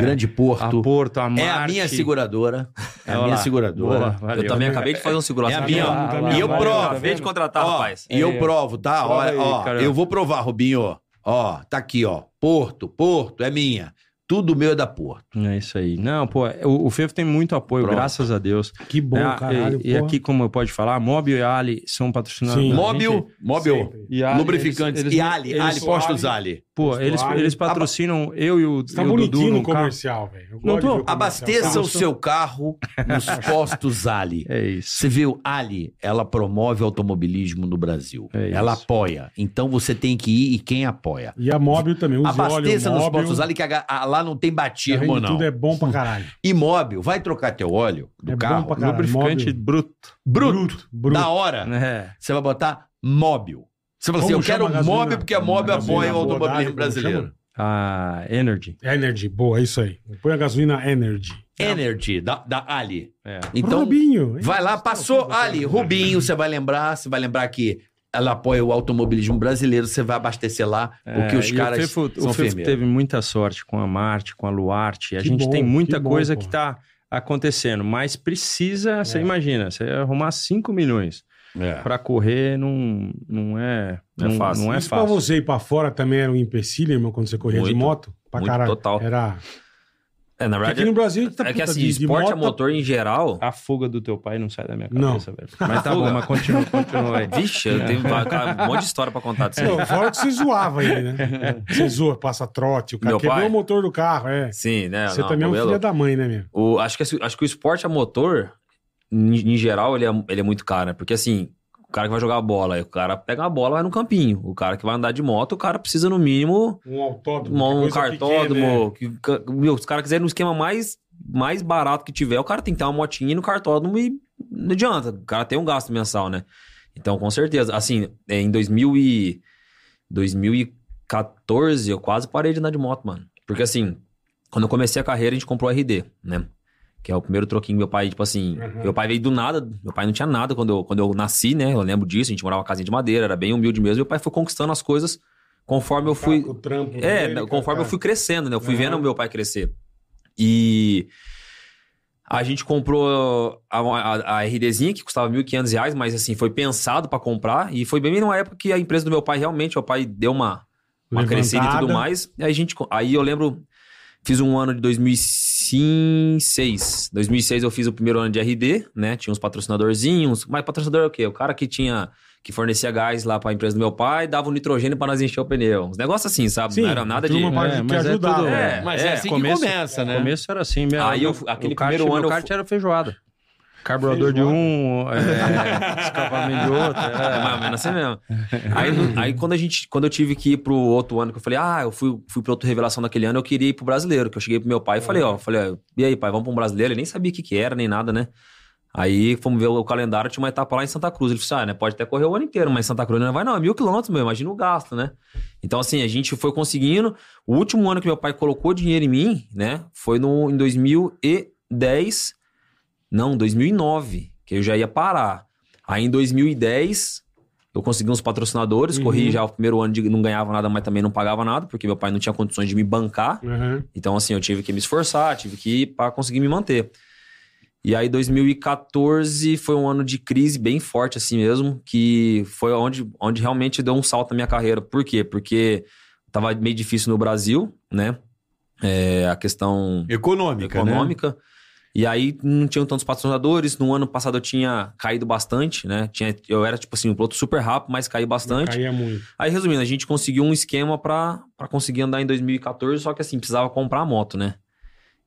C: Grande
E: A
C: Porto.
E: Porto, a Marte...
C: É a minha seguradora. É a minha
E: Olha lá. Boa,
C: seguradora.
E: valeu.
A: Eu também acabei de fazer um seguro.
C: É a
A: assim,
C: minha,
A: né?
C: ó.
E: Tá bem,
C: E eu
E: valeu,
C: provo.
E: tá
A: Acabei de
E: vendo?
A: contratar,
C: Ó,
A: rapaz.
C: E eu provo, tá?
E: Prova
C: Olha,
E: aí,
C: ó,
E: cara.
C: eu vou provar, Rubinho. Ó, tá aqui, ó. Porto, Porto, é minha. Tudo meu é da Porto.
E: É isso aí. Não, pô, o, o Fefo tem muito apoio,
C: Pronto.
E: graças a Deus.
D: que bom,
E: É, a-
D: caralho.
E: e, e
D: porra.
E: aqui, como eu pode falar, Mobil e Ali são patrocinados.
D: Sim.
E: da
C: Móbil,
E: gente.
C: móbil.
D: Sempre.
E: E Ali,
C: lubrificantes.
E: eles- eles-
C: e Ali,
E: eles-
C: Ali, postos Ali.
E: Pô, eles,
D: Vestuário.
E: eles patrocinam eu e o,
D: Você tá
E: e o Dudu
D: bonitinho
E: num
D: no
E: carro.
D: comercial, velho. Eu
E: Não
D: gosto de
E: tô.
D: ver o comercial.
C: Abasteça
D: Tá.
C: o seu carro nos postos Ali.
E: É isso.
C: Você viu, Ali, ela promove o automobilismo no Brasil.
E: É
C: ela
E: isso.
C: apoia. Então você tem que ir e quem apoia.
D: E a Móbil também. Use
C: Abasteça
D: óleo,
C: nos
D: Móbil.
C: postos Ali, que a- a- lá não tem
D: Tá vendo?
C: batismo, não.
D: Tudo é bom pra caralho.
C: Imóvel, vai trocar teu óleo do
D: É bom
C: carro.
D: pra caralho.
E: Lubrificante
D: móvel.
E: bruto.
C: Bruto,
D: Bruto.
C: da hora.
E: É.
C: Você vai botar móvel. Você fala assim,
D: Como
C: eu quero
D: chama a gasolina?
C: móvel porque é a móvel
D: Gasolina
C: apoia o
D: abordagem,
C: automobilismo
D: como chama?
C: brasileiro.
E: A Energy.
D: Energy, boa, é isso aí. Põe a gasolina Energy.
C: É. Energy, da, da Ali.
E: É.
C: Então,
D: Rubinho. hein?
C: vai lá, passou Ali, Rubinho, você vai lembrar, você vai lembrar que ela apoia o automobilismo brasileiro, você vai abastecer lá, porque
E: É,
C: os
E: e
C: caras
E: O Fefo, o
C: são
E: Fefo
C: firmeiros.
E: teve muita sorte com a Marte, com a Luarte. A
D: Que
E: gente
D: bom,
E: tem muita
D: que bom,
E: coisa
D: pô.
E: que tá acontecendo, mas precisa, você
D: É.
E: imagina, você arrumar 5 milhões
C: É.
E: pra correr não, não é
A: Não é fácil.
E: Não é
D: Isso pra
E: fácil.
D: você ir pra fora também era um empecilho, irmão, quando você corria de
A: Muito,
D: moto? Pra
A: muito,
D: caralho.
A: total.
D: Era...
A: É, na
D: Porque
A: verdade,
D: aqui no Brasil, a gente tá
A: é que
D: puta,
A: assim,
D: de- de
A: esporte a
D: moto-
A: motor em geral.
E: A fuga do teu pai não sai da minha
D: Não.
A: [LAUGHS]
E: cabeça, velho. Mas tá bom, mas continua, continua aí.
A: Vixe, eu tenho va- cara, um monte de história pra contar disso. aí.
D: Não, é, fora
A: [LAUGHS]
D: que você zoava ele, né? Você zoa, passa trote, o cara
A: Meu
D: quebrou
A: pai?
D: o motor do carro, é.
A: Sim, né?
D: você
A: não,
D: também é um
A: cabelo.
D: filho da mãe, né, meu?
A: O- acho, que, esse- acho que o esporte a motor, em, em geral, ele é, ele é muito caro, né? Porque assim, o cara que vai jogar bola, o cara pega uma bola e vai no campinho. O cara que vai andar de moto, o cara precisa, no mínimo,
D: Um autódromo.
A: um,
D: coisa pequena, né? é.
A: cartódromo. que- ca- meu, se o cara quiser ir no esquema mais, mais barato que tiver, o cara tem que ter uma motinha no cartódromo e não adianta. O cara tem um gasto mensal, né? Então, com certeza. Assim, é, em 2000 e- 2014, eu quase parei de andar de moto, mano. Porque assim, quando eu comecei a carreira, a gente comprou o RD, né? Que é o primeiro troquinho que meu pai, tipo assim.
D: Uhum.
A: Meu pai veio do nada, meu pai não tinha nada quando eu, quando eu nasci, né? Eu lembro disso, a gente morava em uma casinha de madeira, era bem humilde mesmo. Meu pai foi conquistando as coisas conforme eu fui.
D: Tá, com o trampo
A: É,
D: dele,
A: conforme eu
D: cara.
A: fui crescendo, né? Eu fui
D: Aham.
A: vendo meu pai crescer. E a gente comprou a, a, a RDzinha, que custava R$ 1.500, reais, mas assim, foi pensado pra comprar. E foi bem numa época que a empresa do meu pai realmente, meu pai deu uma, uma crescida e tudo
D: Levantada.
A: mais. E a gente, co- aí eu lembro, fiz um ano de 2006. 2006 eu fiz o primeiro ano de RD, né? Tinha uns patrocinadorzinhos. Mas patrocinador é o quê? O cara que tinha que fornecia gás lá pra empresa do meu pai, dava o nitrogênio pra nós encher o pneu. Uns negócios assim, sabe?
D: Sim,
A: não era nada de.
D: turma pra-
E: É,
D: que
E: mas é
D: ajudava.
E: tudo-
A: É,
C: Mas é,
A: é,
C: assim
E: começo-
C: que começa,
E: No
C: né?
E: começo era assim mesmo.
A: Aí eu-
E: Meu-
A: aquele
E: meu kart-
A: primeiro ano eu
E: Meu kart
A: fu-
E: era feijoada. Carburador de
D: Feijoada.
E: um, é, [LAUGHS] escapamento de outro.
A: É, mais ou menos assim mesmo. Aí, no- aí quando, a gente, quando eu tive que ir pro outro ano, que eu falei, ah, eu fui, fui pro outro revelação daquele ano, eu queria ir pro brasileiro. Que eu cheguei pro meu pai e falei, ó, falei, ó, e aí, pai, vamos pra um brasileiro? Ele nem sabia o que, que era, nem nada, né? Aí fomos ver o calendário, tinha uma etapa lá em Santa Cruz. Ele falou assim: ah, né? Pode até correr o ano inteiro, mas Santa Cruz não vai, não. É mil quilômetros, meu. Imagina o gasto, né? Então, assim, a gente foi conseguindo. O último ano que meu pai colocou dinheiro em mim, né? Foi no, em 2010. Não, 2009, que eu já ia parar. Aí em 2010, eu consegui uns patrocinadores,
D: Uhum.
A: corri já o primeiro ano, de, não ganhava nada, mas também não pagava nada, porque meu pai não tinha condições de me bancar.
D: Aham.
A: Então, assim, eu tive que me esforçar, tive que ir para conseguir me manter. E aí, 2014 foi um ano de crise bem forte, assim mesmo, que foi onde, onde realmente deu um salto na minha carreira. Por quê? Porque tava meio difícil no Brasil, né? É, a questão
C: Econômica, né?
A: econômica. E aí não tinham tantos patrocinadores. No ano passado eu tinha caído bastante, né? Tinha, eu era, tipo assim, um piloto super rápido, mas caí bastante.
D: Caía muito.
A: Aí, resumindo, a gente conseguiu um esquema pra pra conseguir andar em 2014, só que assim, precisava comprar a moto, né?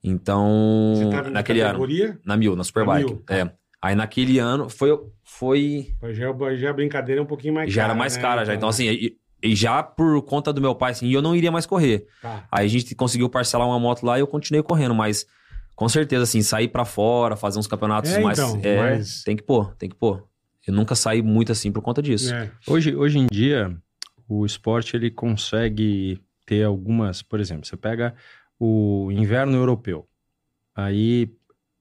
A: Então,
D: Você tava
A: naquele
D: na
A: ano,
D: categoria?
A: na mil, na Superbike.
D: mil, tá.
A: É. Aí naquele ano foi foi
D: Já, é- já a brincadeira é um pouquinho mais
A: já
D: cara,
A: era mais
D: né?
A: cara já. Então assim, e, e já por conta do meu pai assim, eu não iria mais correr.
D: Tá.
A: Aí a gente conseguiu parcelar uma moto lá e eu continuei correndo, mas com certeza assim, sair pra fora, fazer uns campeonatos
D: É,
A: mais
D: então,
A: é,
D: mas-
A: tem que pôr, tem que pôr. Eu nunca saí muito assim por conta disso.
D: É.
E: Hoje, hoje em dia, o esporte ele consegue ter algumas, por exemplo, você pega o inverno europeu. Aí,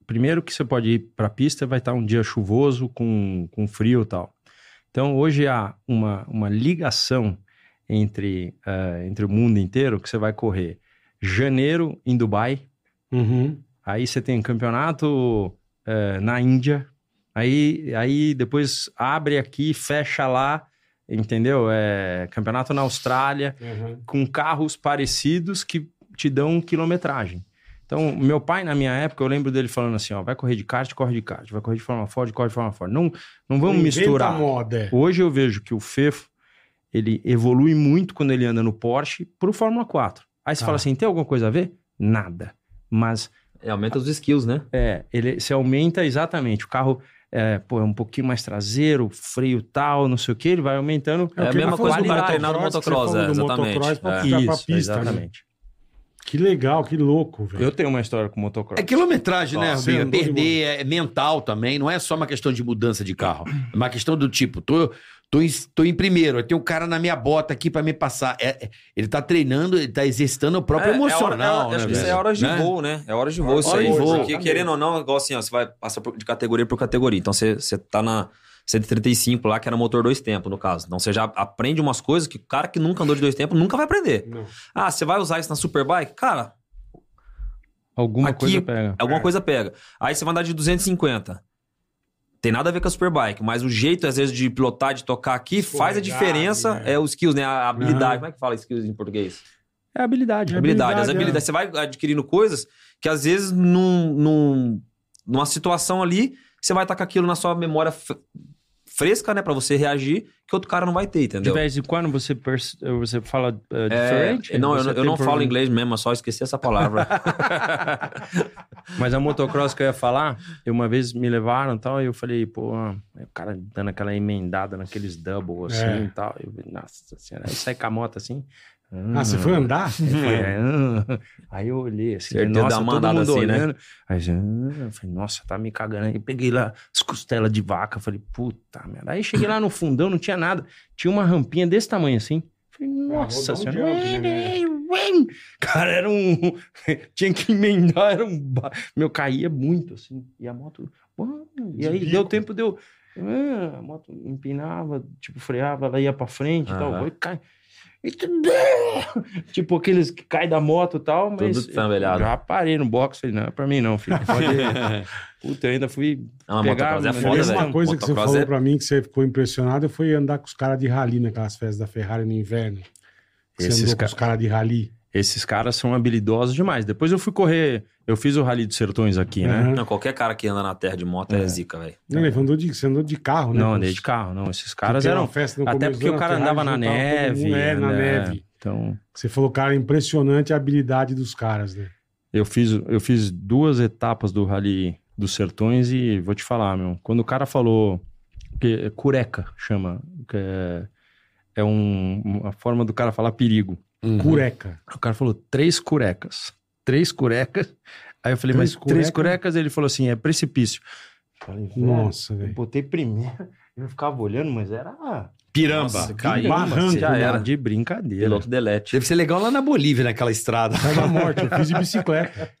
E: primeiro que você pode ir para a pista, vai estar um dia chuvoso, com, com frio e tal. Então, hoje há uma, uma ligação entre, eh, entre o mundo inteiro que você vai correr janeiro em Dubai,
D: Uhum.
E: Aí você tem um campeonato eh, na Índia. Aí, aí depois abre aqui, fecha lá, entendeu? É, campeonato na Austrália,
D: Uhum.
E: com carros parecidos que te dão quilometragem. Então, meu pai, na minha época, eu lembro dele falando assim: ó, vai correr de kart, corre de kart, vai correr de Fórmula Ford, corre de Fórmula Ford. Não, não vamos
D: Inventa um
E: misturar.
D: moda. é.
E: Hoje eu vejo que o Fefo, ele evolui muito quando ele anda no Porsche pro Fórmula 4. Aí você
D: Tá.
E: fala assim, tem alguma coisa a ver? Nada. Mas
A: É, aumenta os skills, né?
E: é, ele se aumenta exatamente. O carro é, pô, é um pouquinho mais traseiro, freio tal, não sei o que, ele vai aumentando.
A: É a
D: que
A: mesma coisa
D: ele falou
A: do cara
D: do
A: treinar no
D: motocross, que
A: motocross,
D: você
A: é,
D: falou do motocross
A: exatamente.
D: pra
A: é.
D: ficar pra pista, né?
E: exatamente.
D: Que legal, que louco,
A: É.
D: velho.
E: Eu tenho uma história com motocross.
C: É quilometragem, né,
D: Ó,
C: Rubinho? É
D: sim,
C: perder, é mental também. Não é só uma questão de mudança de carro. É uma questão do tipo, tô, tô, em, tô em primeiro, tem um cara na minha bota aqui pra me passar. É- é- ele tá treinando, ele tá exercitando o próprio
A: É, é hora-
C: emocional,
A: é- acho
C: né,
A: que isso é
C: velho?
A: horas de
C: Né?
A: voo, né? É horas de voo isso
C: Hora
A: aí.
C: de voo.
A: Porque, querendo ou não, igual assim, ó, você vai passar por- de categoria por categoria. Então, você, você tá na 135 lá, que era motor dois tempos, no caso. Então, você já aprende umas coisas que o cara que nunca andou de dois tempos nunca vai aprender.
D: Não.
A: Ah, você vai usar isso na Superbike? Cara,
E: Alguma
A: Aqui-
E: coisa pega.
A: alguma coisa pega. Aí você vai andar de 250. Tem nada a ver com a Superbike, mas o jeito, às vezes, de pilotar, de tocar aqui, faz a
D: Escorregado,
A: diferença.
D: né?
A: É os skills, né? A habilidade.
D: Aham.
A: Como é que fala skills em português?
E: É habilidade.
D: É
A: habilidade, as
D: habilidade,
A: habilidades. Você vai adquirindo coisas que às vezes num, num- numa situação ali, você vai estar com aquilo na sua memória f- fresca, né? Pra você reagir, que outro cara não vai ter,
E: De
A: entendeu?
E: vez em quando você, perce- você fala eh,
A: É,
E: diferente.
A: não, eu,
E: você
A: não- eu
E: tem
A: não falo
E: problema.
A: inglês mesmo, eu só esqueci essa palavra.
E: Mas a motocross que eu ia falar, eu uma vez me levaram e tal, e eu falei, pô, ah, aí o cara dando aquela emendada naqueles double assim
D: É.
E: e tal. Eu, nossa senhora, aí sai com a moto assim.
D: Ah, você foi
A: É,
D: andar?
E: Foi, ah. Aí eu olhei assim, falei,
A: Uhum. Certeza
E: nossa,
A: dá uma
E: todo
A: andada
E: mundo
A: assim, né?
E: olhando. Aí assim, ah, eu falei, nossa, tá me cagando. Aí peguei lá as costelas de vaca, falei, puta merda. Aí cheguei lá no fundão, não tinha nada. Tinha uma rampinha desse tamanho assim. Falei, nossa
D: rodão de
E: senhora.
D: um jump, né?
E: ué, ué, ué. Cara, era um... [LAUGHS] tinha que emendar, era um... ba- Meu, caía muito assim. E a moto... uau, E
D: De
E: aí
D: bico.
E: deu tempo de eu... ah, a moto empinava, tipo, freava, ela ia pra frente e
A: Aham.
E: tal. Aí cai... E tu- Tipo aqueles que caem da moto e tal, mas.
A: Tudo tambelhado.
E: Eu Já parei no box, falei, não, é pra mim não, filho. Pode [LAUGHS] ir. Puta, eu ainda fui.
A: Não,
E: Pegar-
A: motocross é
D: A
A: foda,
E: Olha,
D: mesma
A: velho.
D: coisa que você
A: Motocross
D: falou
A: é-
D: pra mim que você ficou impressionado foi andar com os caras de rally naquelas festas da Ferrari no inverno. Você
E: Esses
D: andou com
E: ca-
D: os caras de rally.
E: Esses caras são habilidosos demais. Depois eu fui correr, eu fiz o Rally dos Sertões aqui, né?
D: Aham.
A: é Não, qualquer cara que anda na terra de moto é, zica, velho.
D: Não, ele andou de, você andou de carro, né?
E: Não,
D: Com
E: andei
D: os-
E: de carro, não. Esses
D: que
E: caras
D: tem uma
E: eram.
D: festa no
E: Até
D: começo
E: porque
D: do ano,
E: o cara
D: a Ferrari
E: andava na
D: juntava todo mundo,
E: neve.
D: É, na
E: né?
D: neve.
E: Então,
D: Você falou, cara, impressionante a habilidade dos caras, né?
E: eu fiz, eu fiz duas etapas do Rally dos Sertões e vou te falar, meu. Quando o cara falou. Que, é cureca chama. que é, é um- uma forma do cara falar perigo.
D: Uhum.
A: Uhum.
D: Cureca.
E: O cara falou três curecas. Três curecas. Aí eu falei,
D: Três
E: mas três
D: cureca?
E: curecas? Ele falou assim, é precipício. Eu falei, velho,
D: Nossa,
E: eu
D: velho.
E: botei primeiro. Eu ficava olhando, mas era.
C: Piramba.
A: Nossa, caiu,
D: barranco,
A: já
E: Não,
A: era.
E: De brincadeira.
A: Piloto é delete.
C: Deve ser legal lá na Bolívia, naquela estrada.
D: Sai da morte, eu fiz de bicicleta.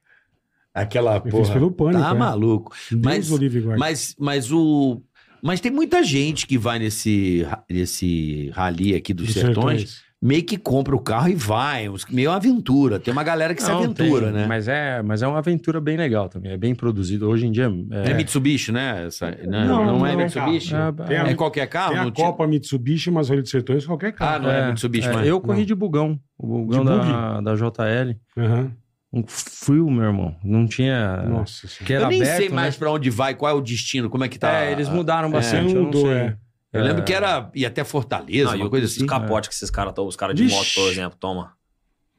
C: Aquela
D: Eu fiz pelo pânico.
C: Tá
D: é.
C: maluco.
D: Deus
C: Mas-
D: Olivia Guarda.
C: Mas, mas o... Mas tem muita gente que vai nesse, ra- nesse rally aqui dos
D: Dos
C: sertões, meio que compra o carro e vai. uns- Meio aventura. Tem uma galera que se
E: Não,
C: aventura,
E: tem,
C: né?
E: Mas é, mas é uma aventura bem legal também. É bem produzido. Hoje em dia.
C: É,
E: É,
C: Mitsubishi, né? Essa- não,
D: Não,
C: não,
D: não
C: é
D: é
C: Mitsubishi.
E: Ah,
D: Tem a-
C: É qualquer carro?
D: Tem a
C: Não ti-
D: Copa Mitsubishi, mas Olho dos Sertões, qualquer
C: Ah,
D: carro.
C: não é, Mitsubishi,
E: é,
C: mas...
E: eu corri
D: não.
E: de bugão. O bugão
D: De
E: da, da JL.
D: Aham.
E: Um frio, meu irmão. Não tinha.
D: Nossa senhora.
E: É. Que era
C: eu nem
E: aberto,
C: sei
E: né?
C: mais pra onde vai, qual é o destino, como é que tá.
E: É, eles mudaram bastante.
D: Você
E: eu não
D: mudou,
E: sei.
D: é.
C: Eu lembro que era ia até Fortaleza,
A: Não, e
C: uma
A: o-
C: coisa assim.
A: Os capotes que esses caras, tomam, os caras de
D: Vixe.
A: moto, por exemplo, toma.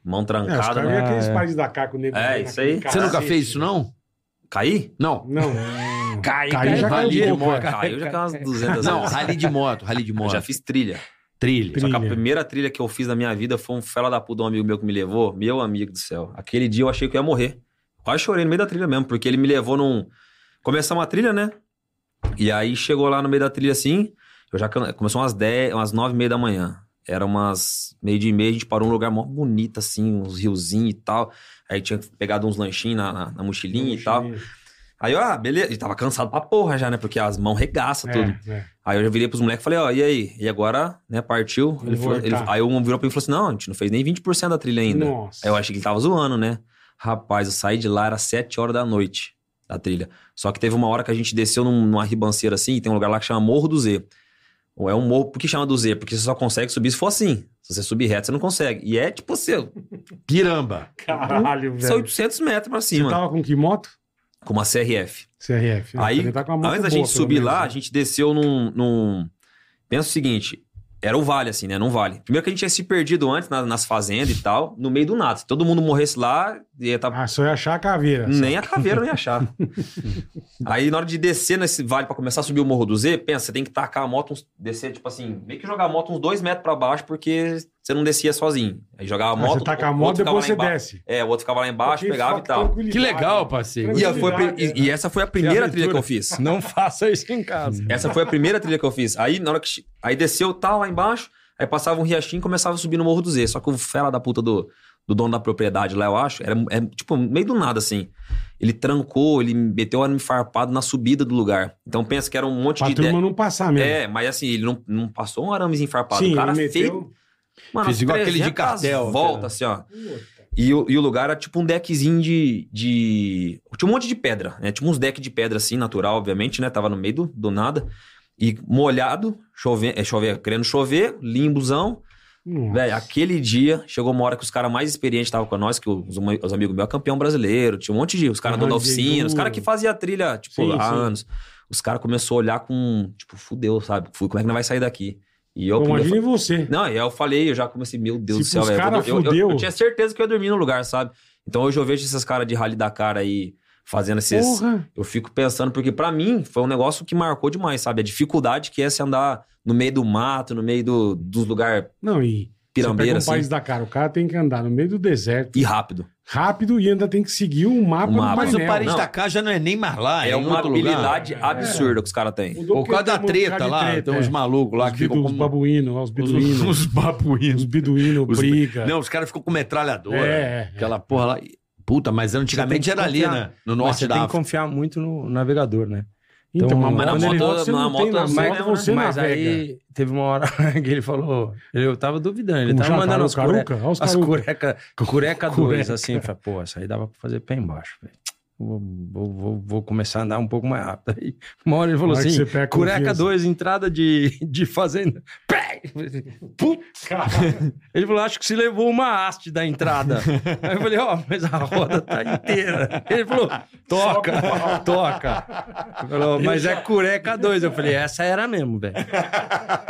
A: Mão
D: É, os
A: trancada.
D: caras
A: né?
D: vêm aqueles
E: é.
D: pares da cá com o nego.
A: É,
D: naquele
A: isso aí.
C: Você nunca
D: cacete. né?
C: fez isso, não?
A: Caí?
C: Não.
D: Não. não.
C: Caiu,
D: Caiu, já caiu
C: rally
D: de
C: de
D: boca.
C: moto.
A: Caiu já caiu umas 200
C: Não,
A: vezes.
C: rally de moto, rally de
A: Eu
C: moto.
A: já fiz trilha.
C: Trilha.
A: Só que a
D: Trilha.
A: primeira trilha que eu fiz na minha vida foi um fela da puta de um amigo meu que me levou. Meu amigo do céu. Aquele dia eu achei que eu ia morrer. Quase chorei no meio da trilha mesmo, porque ele me levou num. Começamos a trilha, né? E aí chegou lá no meio da trilha assim. Eu já can- começou umas 10, umas 9 e meia da manhã. Era umas meio de meia, a gente parou num lugar mó bonito, assim, uns riozinhos e tal. Aí tinha pegado uns lanchinhos na, na- na mochilinha e tal. Aí, ó, beleza. E tava cansado pra porra já, né? Porque as mãos regaçam tudo.
D: É, é.
A: Aí eu já virei pros moleques e falei, ó, e aí? E agora, né, partiu?
D: Vamos
A: Ele falou, ele-
D: voltar.
A: aí um virou pra mim e falou assim, não, a gente não fez nem 20% da trilha ainda.
D: Nossa.
A: Aí eu achei que ele tava zoando, né? Rapaz, eu saí de lá, era 7 horas da noite da trilha. Só que teve uma hora que a gente desceu num- numa ribanceira assim, e tem um lugar lá que chama Morro do Z. Ou é um morro, por que chama do Z? Porque você só consegue subir se for assim. Se você subir reto, você não consegue. E é tipo, você,
C: Piramba.
D: Caralho,
A: são
D: velho.
A: 800 metros pra
D: Você tá
A: cima,
D: tava com que moto?
A: com uma CRF.
D: CRF. né?
A: Aí,
D: Você tá com uma moto
A: Antes da
D: boa,
A: gente
D: pelo
A: subir
D: menos,
A: lá,
D: né?
A: a gente desceu num, num- Pensa o seguinte: era o vale, assim, né? Não vale. Primeiro que a gente tinha se perdido antes na- nas fazendas e tal, no meio do nada. Se todo mundo morresse lá, ia estar
D: Ah, só ia achar a caveira.
A: nem a caveira eu ia
D: [LAUGHS]
A: achar. Aí, na hora de descer nesse vale pra começar a subir o Morro do Z, pensa, você tem que tacar a moto, uns- descer, tipo assim, meio que jogar a moto uns dois metros pra baixo, porque você não descia sozinho. Aí jogava a
D: Ah,
A: moto.
D: você tá com a
A: o
D: moto,
A: outro
D: depois você
A: ficava lá emba-
D: desce.
A: É, o outro ficava lá embaixo,
D: Porque
A: pegava
D: só
A: e tal.
D: tranquilidade.
E: Que
D: né?
E: legal, parceiro.
A: E, a- foi a pri-
D: tranquilidade,
A: e- e essa
D: né?
A: foi a primeira trilha que eu fiz.
E: [LAUGHS] Não faça isso em casa.
A: Essa foi a primeira trilha que eu fiz. Aí, na hora que. che- Aí desceu tal lá embaixo, aí passava um riachinho e começava a subir no Morro do Z. Só que o fela da puta do, do dono da propriedade lá, eu acho, era é, tipo meio do nada assim. Ele trancou, ele meteu o arame farpado na subida do lugar. Então pensa que era um monte
D: Pra
A: de
D: turma
A: ideia.
D: não passar mesmo.
A: É, mas assim, ele não, não passou um aramezinho farpado.
D: Sim,
A: o cara
D: ele meteu...
A: feio. Mano,
C: Fez igual aquele de
A: 300
C: cartel,
A: Volta
C: aquele-
A: assim, ó. E o, e o lugar era tipo um deckzinho de, de. Tinha um monte de pedra, né? Tinha uns decks de pedra assim, natural, obviamente, né? Tava no meio do, do nada. E molhado, chover, é, chover, querendo chover, limbuzão.
D: Nossa.
A: Velho, aquele dia chegou uma hora que os caras mais experientes estavam com nós, que os, uma- os amigos meus, é campeão brasileiro, tinha um monte de. Os caras dono da
D: Ah,
A: oficina, os
D: Jesus.
A: caras que faziam trilha, tipo,
D: Sim,
A: há
D: sim.
A: anos. Os caras começou a olhar com, tipo, fudeu, sabe? Fu- Como é que não vai sair daqui? E eu,
D: Pô,
A: primeiro,
D: imagine você.
A: não, e aí eu falei, eu já comecei, meu Deus
D: Se
A: do céu,
D: os
A: velho.
D: cara
A: eu, eu- eu-
D: fudeu.
A: eu tinha certeza que eu ia dormir no lugar, sabe? Então hoje eu vejo esses caras de rally da cara aí fazendo esses.
D: Porra.
A: Eu fico pensando, porque pra mim foi um negócio que marcou demais, sabe? A dificuldade que é se andar no meio do mato, no meio do, dos lugares
D: Não, e
A: pirambeira,
D: você pega um
A: assim,
D: país da cara, o cara tem que andar no meio do deserto,
A: e rápido.
D: rápido, e ainda tem que seguir o mapa,
A: O mapa.
D: do
C: Mas o
D: painel.
C: Paris
A: não.
C: da Cá já não é nem mais lá,
A: É
C: em
A: uma
C: outro lugar.
A: habilidade absurda que os caras têm.
D: Mudou
C: Por
D: porque
C: causa da
D: tem um
C: treta
D: cara de
C: lá, tem uns
D: é.
C: malucos lá
D: Os
C: que
D: bidu-
C: ficam
D: Os
C: com...
D: babuínos, lá, os
E: [LAUGHS]
D: biduínos. Os,
C: babuínos.
D: biduínos,
C: Os-
D: briga.
C: Não, os caras ficam com metralhadora.
D: É, é.
C: Aquela porra lá. Puta, mas antigamente
E: Você tem
C: era
E: que
C: ali,
E: confiar.
C: né? No
E: Mas
C: norte
E: você
C: da
E: tem que
C: África.
E: confiar muito no navegador, né?
D: Então,
E: Então,
D: mas
E: mas
A: na
D: quando ele
A: moto-
D: volta, você
A: na
D: não né? tem
A: moto-
D: na
C: assim, é
A: mas
C: um
D: moto,
A: não,
D: você
E: Mas
D: navega.
E: aí teve uma hora [LAUGHS] que ele falou. Eu tava duvidando, ele
D: Como
E: tava
D: já
E: mandando
D: tá,
E: as
D: o caruca?
E: curecas.
D: Olha os
E: As
D: caruca.
E: cureca,
D: [LAUGHS]
E: cureca dois,
D: Cureca.
E: assim, eu falei, pô, essa aí dava pra fazer pé embaixo, velho. Vou, vou, vou, vou começar a andar um pouco mais rápido. Aí, [LAUGHS] uma hora ele falou
D: Na hora que
E: assim,
D: você pega a
E: cureca
D: confiança.
E: 2, entrada de, [LAUGHS] de fazenda. Pé! Putz! Ele falou, acho que se levou uma haste da entrada. Aí eu falei, ó, mas a roda tá inteira. Ele falou, toca, toca. Ele falou, mas é cureca 2. Eu falei, essa era mesmo, velho.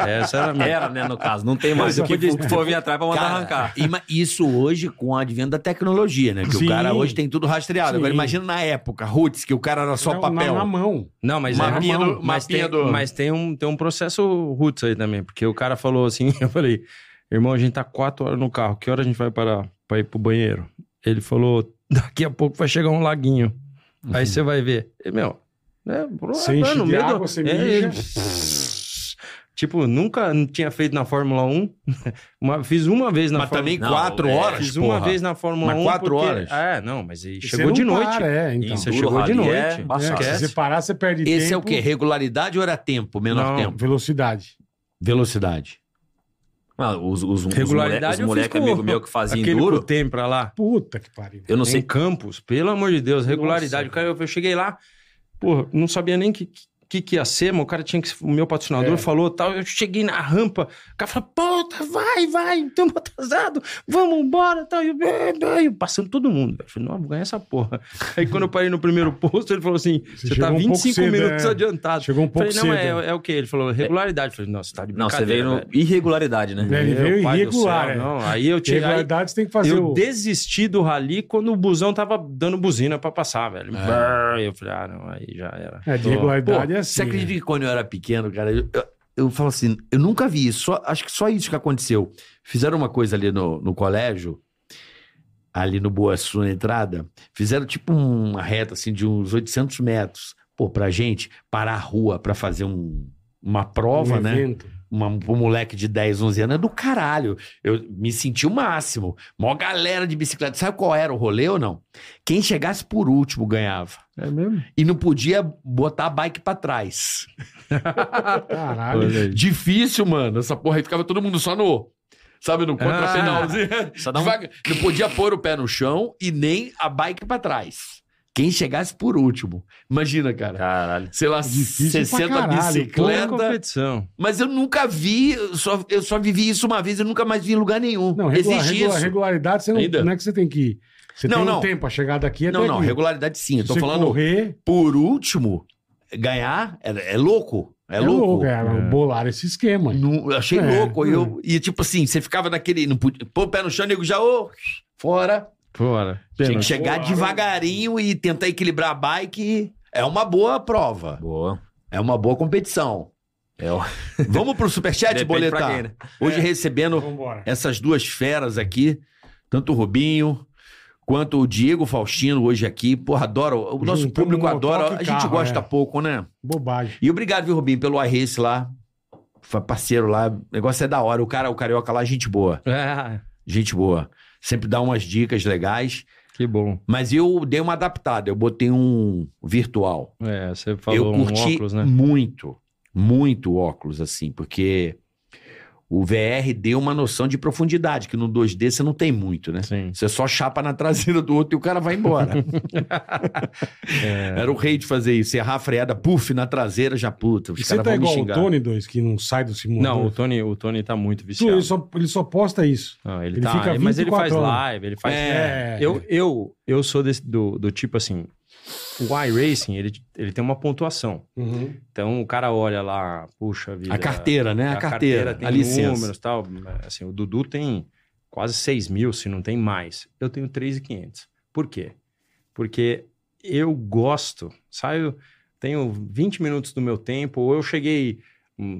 E: Essa era mesmo.
A: Era, né, no caso, não tem mais. O que for- for vir atrás pra mandar
C: Cara,
A: arrancar.
C: ima- isso hoje com o advento da tecnologia, né? Que
D: Sim.
C: o cara hoje tem tudo rastreado. Agora
D: Sim.
C: imagina na época, Roots, que o cara era só
D: Não, é
C: papel.
D: Na, na mão.
E: Não, mas é
C: Mapinha
E: na mão.
C: do-
E: mas,
C: mapinha
E: tem,
C: do-
E: mas tem um, tem um processo roots aí também, porque o cara falou assim, [LAUGHS] eu falei, irmão, a gente tá quatro horas no carro, que hora a gente vai parar pra ir pro banheiro? Ele falou, [LAUGHS] daqui a pouco vai chegar um laguinho,
C: Uhum.
E: aí você vai ver. E, meu, né, bro,
D: Você enche de água, você mija.
E: É, [LAUGHS] Tipo, nunca tinha feito na Fórmula 1. [LAUGHS] Uma- fiz uma vez na
C: Mas
E: Fórmula
C: também
A: Não,
C: quatro
A: é,
C: horas,
E: Fiz uma
C: porra.
E: vez na Fórmula
C: Mas
E: 1.
C: quatro
E: porque-
C: horas?
E: É, não, mas aí
D: E
E: chegou
D: você
E: de
D: não
E: noite.
D: para, é, então.
E: Isso,
A: Enduro,
E: chegou
A: rally,
E: de noite.
A: é
D: É,
C: um
A: embaçado.
E: esquece.
D: se você parar, você perde tempo.
C: Esse é o quê? Regularidade ou era tempo? Menor
E: Não.
C: tempo?
D: Velocidade.
C: Velocidade.
A: Mano, os, os, os, moleque- os
E: Regularidade eu fiz
A: moleque
E: com
A: amigo meu que fazia
E: Aquele
A: enduro,
E: tem pra lá.
D: Puta que pariu.
A: eu não sei
E: em Campos, pelo amor de Deus, regularidade.
D: Nossa.
E: O cara, eu, eu cheguei lá, porra, não sabia nem que, que que ia ser, mas o cara tinha que o meu patrocinador
D: É.
E: falou tal, eu cheguei na rampa, o cara falou, puta, vai, vai, estamos atrasado, vamos embora, tal, e eu, "Bê, bê", eu passando todo mundo. Eu falei, não, vou ganhar essa porra.
D: [LAUGHS]
E: Aí quando eu parei no primeiro posto, ele falou assim,
D: Você
E: você tá
D: chegou um pouco
E: 25
D: cedo,
E: minutos
D: é.
E: adiantado.
D: Chegou um pouco
E: falei, não,
D: cedo.
E: é, é o quê? Ele falou, regularidade. Eu falei, não, você tá de
A: Não, você
E: brincadeira,
A: veio no
E: velho."
A: irregularidade, né?
D: É, ele
E: Meu
D: veio
E: pai do
D: irregular,
E: céu,
D: é.
E: Não, aí eu
D: Na
E: tirei... aí-
D: verdade, você tem que fazer
E: eu
D: o...
E: desisti do rally quando o busão tava dando buzina pra passar, velho.
C: É.
E: Brrr, Eu falei, ah, não, aí já era.
D: É, de
E: Tô-
C: Pô,
D: regularidade é assim.
C: você acredita que quando eu era pequeno, cara, eu, eu, eu falo assim, eu nunca vi isso, só- acho que só isso que aconteceu. Fizeram uma coisa ali no, no colégio, ali no Boa Sul, na entrada, fizeram tipo uma reta assim de uns 800 metros, pô, pra gente parar a rua pra fazer um- uma prova,
D: Um
C: né? uma, um moleque de 10, 11 anos é do caralho. Eu me senti o máximo. Mó galera de bicicleta. Sabe qual era o rolê ou não? Quem chegasse por último ganhava.
E: É mesmo?
C: E não podia botar a bike pra trás.
E: é.
D: Caralho.
C: Difícil, mano. Essa porra aí ficava todo mundo só no. Sabe, no
E: Ah,
C: contrapenalzinho.
A: Só dá um
C: Devagar. Não podia pôr o pé no chão e nem a bike pra trás. Quem chegasse por último. Imagina, cara.
A: Caralho.
C: Sei lá,
D: Difícil pra
C: 60
D: caralho,
E: Plena
C: bicicleta.
E: competição.
C: Mas eu nunca vi, eu só, eu só vivi isso uma vez e nunca mais vi em lugar nenhum.
D: Não, regular,
C: Existe
D: regular-
C: isso.
D: regularidade, você não,
C: Ainda?
D: não é que você tem que ir. Você
C: Não,
D: tem um
C: não.
D: tempo a chegar daqui até
C: Não, não,
D: aqui.
C: regularidade sim. Eu
D: Se
C: tô
D: você
C: falando,
D: correr,
C: por último, ganhar é, é louco. É, louco.
D: é, Bolaram esse esquema.
C: Não- eu achei
D: É,
C: louco. E
A: Hum.
C: Eu, e tipo assim, você ficava naquele. Não podia, pô, pé no chão, nego já, ô, fora.
E: Fora.
C: Tinha que
E: Pênalti.
C: chegar
D: Pô,
C: devagarinho e tentar equilibrar a bike. É uma boa prova.
A: Boa.
C: É uma boa competição.
A: É, ó.
C: Vamos pro superchat,
A: Depende pra quem,
C: boletar.
A: né?
C: Hoje
D: É.
C: recebendo
D: Vambora.
C: essas duas feras aqui, tanto o Rubinho quanto o Diego Faustino hoje aqui. Porra, adoro. O nosso
D: Juntamos
C: público
D: motoca
C: adora.
D: e
C: A gente
D: carro,
C: gosta
D: é.
C: pouco, né?
D: Bobagem.
C: E obrigado, viu, Rubinho, pelo iRace lá. Fa- Parceiro lá. O negócio é da hora. O cara, o carioca lá, gente boa.
E: É,
C: Gente boa. Sempre dá umas dicas legais.
E: que bom.
C: Mas eu dei uma adaptada. Eu botei um virtual.
E: É, você falou
C: eu curti
E: um óculos, né?
C: muito, muito óculos, assim, porque o VR deu uma noção de profundidade, que no 2D você não tem muito, né?
E: Sim.
C: Você só chapa na traseira do outro e o cara vai embora.
E: [LAUGHS] É,
C: Era o rei de fazer isso. Errar a freada, puf, na traseira, já puta.
D: E
C: Os
D: você
C: caras
D: tá
C: vão me
D: igual o
C: xingar.
D: Tony 2, que não sai do simulador.
E: Não, o Tony, o Tony tá muito
D: Tu,
E: viciado.
D: ele, só, ele só posta isso.
E: Ah, ele,
D: ele
E: tá,
D: fica
E: mas ele
D: 24
E: faz
D: horas.
E: live, ele faz.
D: É.
E: Eu, eu, eu sou desse- do, do tipo assim. O iRacing, ele, ele tem uma pontuação.
D: Uhum.
E: Então o cara olha lá, puxa vida.
C: A carteira, né? A, carteira,
E: tem
C: a licença.
E: números e tal. Assim, o Dudu tem quase 6 mil, se não tem mais. Eu tenho 3,500. Por quê? Porque eu gosto, saio, tenho 20 minutos do meu tempo, ou eu cheguei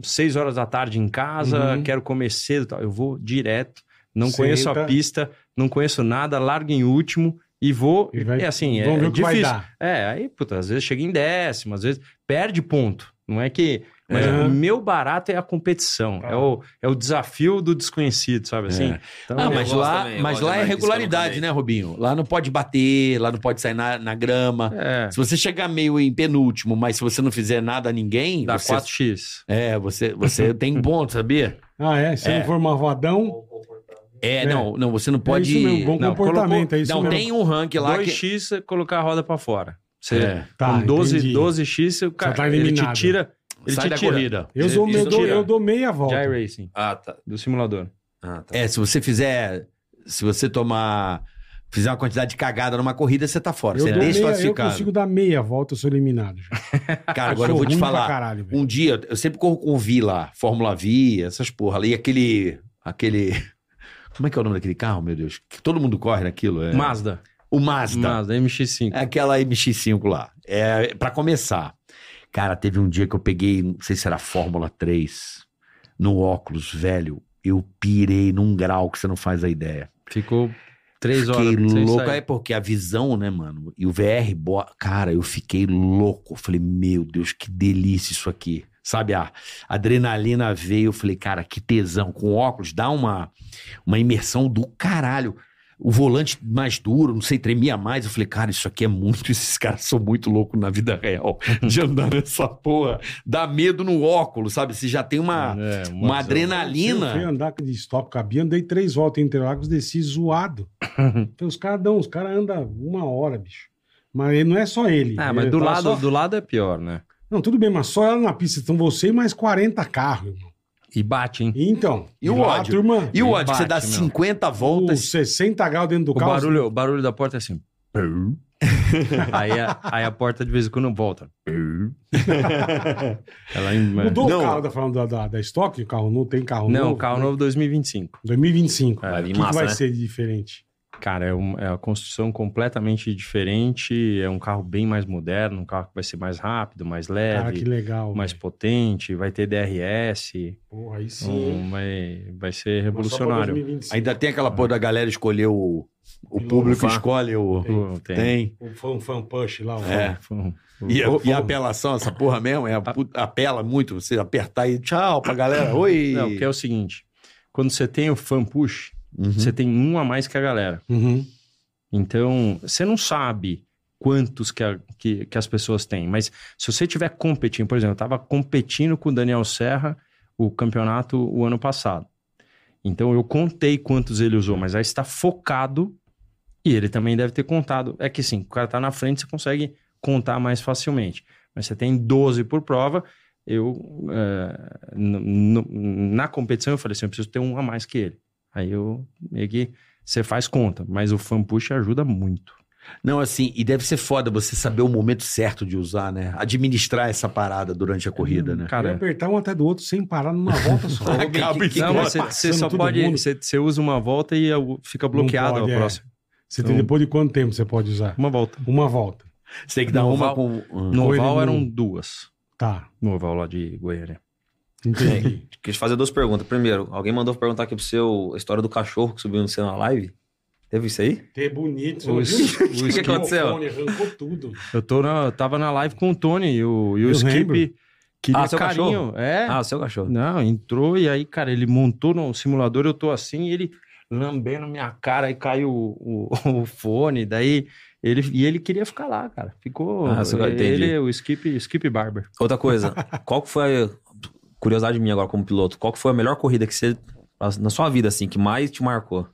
E: 6 horas da tarde em casa,
D: Uhum.
E: quero comer cedo e tal. Eu vou direto, não
D: Senta.
E: conheço a pista, não conheço nada, largo em último e vou.
D: E vai-
E: é assim, é,
D: Vamos ver
E: é
D: o que vai
E: difícil.
D: dar.
E: É, aí, puta, às vezes chega em décimo, às vezes perde ponto. Não é que. Mas
D: É.
E: o meu barato é a competição,
D: Tá.
E: é, o, é o desafio do desconhecido, sabe assim?
C: É.
E: Então,
C: Ah,
A: Eu
C: mas
A: gosto
C: lá,
A: também, eu
C: mas
A: gosto
C: lá é
A: demais disso
C: regularidade,
A: também.
C: né, Rubinho? Lá não pode bater, lá não pode sair na, na grama.
E: é,
C: Se você chegar meio em penúltimo, mas se você não fizer nada a ninguém,
E: dá
C: você
E: 4x.
C: É, você,
D: [LAUGHS]
C: você tem ponto, sabia?
D: Ah, é? Se
C: É.
D: não for malvadão,
C: É,
D: É.
C: não, não, você não pode.
D: é isso mesmo. Bom
E: Não,
D: comportamento, é isso
C: não,
D: mesmo.
C: tem um rank lá que.
E: 2x é colocar a roda pra fora. Você,
C: É,
D: Tá,
E: com 12,
D: entendi.
E: 12x, o cara,
D: tá
E: ele te
D: eliminado.
E: tira. Ele
C: sai
E: te
C: da
E: tira.
C: corrida.
D: Eu dou,
E: Isso
D: eu dou-
E: tira.
D: eu dou meia volta.
E: De iRacing,
A: Ah, tá.
E: do simulador.
A: Ah, tá.
C: É, se você fizer. Se você tomar. Fizer uma quantidade de cagada numa corrida, você tá fora.
D: Eu,
C: você é
D: dou meia, eu
C: desclassificado.
D: [LAUGHS] consigo dar meia volta, eu sou eliminado. já.
C: Cara, agora eu
D: sou
C: vou te
D: ruim pra
C: falar.
D: Caralho, velho.
C: Um dia, eu sempre corro com o Vi lá, Fórmula Vi, essas porra ali, aquele. aquele. [LAUGHS] Como é que é o nome daquele carro, meu Deus? Que todo mundo corre naquilo. É...
E: Mazda.
C: O Mazda.
E: Mazda, MX5.
C: É Aquela MX5 lá. É, para começar. Cara, teve um dia que eu peguei, não sei se era Fórmula 3, no óculos, velho. Eu pirei num grau que você não faz a ideia.
E: Ficou 3 horas.
C: fiquei
E: sem
C: louco.
E: sair.
C: É porque a visão, né, mano? E o VR, bo- cara, eu fiquei louco. Eu Falei, meu Deus, que delícia isso aqui. Sabe, a adrenalina veio. Eu falei, cara, que tesão. Com óculos, dá uma, uma imersão do caralho. O volante mais duro, não sei, tremia mais. Eu falei, cara, isso aqui é muito. [LAUGHS] Esses caras são muito loucos na vida
E: [LAUGHS]
C: real de andar nessa porra. Dá medo no óculos, sabe? Você já tem uma,
E: É,
C: uma
E: uma visão.
D: Eu fui
C: adrenalina.
D: andar de stop cabia, andei três voltas em Interlagos, desci zoado.
C: [LAUGHS]
D: Então, os caras dão, os caras andam uma hora, bicho. Mas ele- não é só ele.
E: Ah, mas
D: Ele
E: do
D: tava
E: lado,
D: só-
E: do lado é pior, né?
D: Não, tudo bem, mas só ela na pista. Então você e mais 40 carros, irmão.
E: E bate, hein?
D: E Então.
C: E o
D: lá,
C: ódio?
D: turma,
C: E o ódio, que você
E: Bate,
C: dá
E: meu.
C: 50
D: o
C: voltas.
D: 60 graus dentro do
E: O
D: carro.
E: barulho, o barulho da porta é assim. aí, a, aí a porta de vez em quando volta.
D: [LAUGHS]
E: Ela em-
D: Mudou
C: Não.
D: o carro, tá falando da, da, da estoque? O carro não tem carro novo?
E: né?
D: né?
E: Não, carro novo 2025.
D: 2025.
A: Vai
D: o que,
A: vir
D: que
A: massa,
D: vai
A: né?
D: ser de diferente?
E: Cara, é, um- é uma construção completamente diferente. É um carro bem mais moderno, um carro que vai ser mais rápido, mais
D: Cara, Ah, que
E: leve,
D: legal.
E: mais
D: velho.
E: potente. Vai ter DRS.
D: Pô, aí sim.
E: um- vai, vai ser
D: Mas só pra
E: revolucionário.
D: 2025.
C: Ainda tem aquela porra da galera escolher o. O
D: Piloto.
C: público
A: Fã.
C: escolhe o.
E: Pô,
C: Tem.
D: O fan, fan push lá. O
C: É.
E: Foi um-
C: E, a,
D: Pô,
C: e a
D: pô.
C: apelação, essa porra mesmo, é a puta- apela muito, você apertar e tchau pra galera. Oi!
E: Não, que é o seguinte: quando você tem o fan push,
C: Uhum.
E: você tem um a mais que a galera.
D: Uhum.
E: Então, você não sabe quantos que, a- que, que as pessoas têm, mas se você tiver competindo, por exemplo, eu estava competindo com o Daniel Serra o campeonato o ano passado. Então, eu contei quantos ele usou, mas aí está focado e ele também deve ter contado. É que sim, o cara está na frente, você consegue contar mais facilmente. Mas você tem 12 por prova. Eu, eh, n- n- na competição, eu falei assim: eu preciso ter um a mais que ele. Aí eu meio que você faz conta, mas o fan push ajuda muito.
C: Não, assim, e deve ser foda você saber o momento certo de usar, né? Administrar essa parada durante a corrida, né?
D: Cara,
E: Cara,
D: apertar um atrás do outro sem parar numa volta só.
C: Acaba
D: Que- que-
C: isso.
E: É. não,
D: que-
E: mas é? você- você
D: passando
E: só
D: todo
E: pode.
D: mundo.
E: Você você usa uma volta e eu- fica bloqueado
D: pode,
E: a
D: é.
E: próxima.
D: Você tem depois de quanto tempo você pode usar?
E: Uma volta.
D: Uma volta.
C: Você tem que dar
E: No
C: uma
E: oval-
C: com.
E: No
D: Ou ele
E: oval
D: não-
E: eram duas.
D: Tá.
E: No oval lá de Goiânia.
D: Entendi.
A: Queria te fazer duas perguntas. Primeiro, alguém mandou perguntar aqui pro seu a história do cachorro que subiu no seu na live. Teve isso aí?
D: Ter bonito.
E: O
D: viu?
E: es- o
D: O [LAUGHS]
A: que aconteceu?
D: microfone Arrancou tudo.
E: Eu, tô na- eu tava na live com o Tony e o, e o
D: Eu
E: Skip
D: lembro.
E: queria
A: Ah, seu
E: carinho.
A: cachorro?
E: É.
A: Ah, o seu cachorro.
E: Não, entrou e aí, cara, ele montou no simulador, eu tô assim, e ele lambendo minha cara e caiu o, o- [LAUGHS] o fone, daí ele e ele queria ficar lá, cara. Ficou
A: Ah, você-
E: ele,
A: entendi.
E: o Skip, Skip Barber.
A: Outra
E: [LAUGHS]
A: coisa, qual que foi a... Curiosidade minha agora como piloto, qual que foi a melhor corrida que você... Na sua vida, assim, que mais te marcou?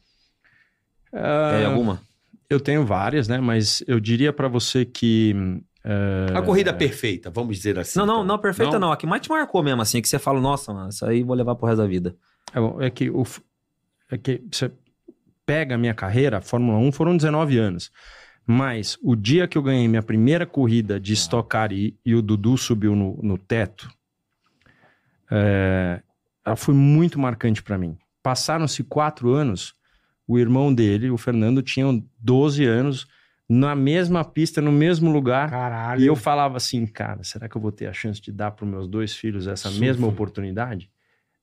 E: Ah,
A: Tem alguma?
E: Eu tenho várias, né, mas eu diria pra você que
D: É.
C: A corrida perfeita, vamos dizer assim.
A: Não, não,
C: então.
A: não, perfeita
E: Não?
A: não. A que mais te marcou mesmo, assim, que você fala, nossa, mano, isso aí eu vou levar pro resto da vida.
E: é, bom, é que o f- é que você pega a minha carreira, a Fórmula 1 foram 19 anos. Mas o dia que eu ganhei minha primeira corrida de Stock Car e, e o Dudu subiu no, no teto, é, ela foi muito marcante para mim. Passaram-se quatro anos, o irmão dele, o Fernando, tinham 12 anos, na mesma pista, no mesmo lugar.
D: Caralho.
E: E eu falava assim, cara, será que eu vou ter a chance de dar para os meus dois filhos essa
D: Sim,
E: mesma
D: sim.
E: oportunidade?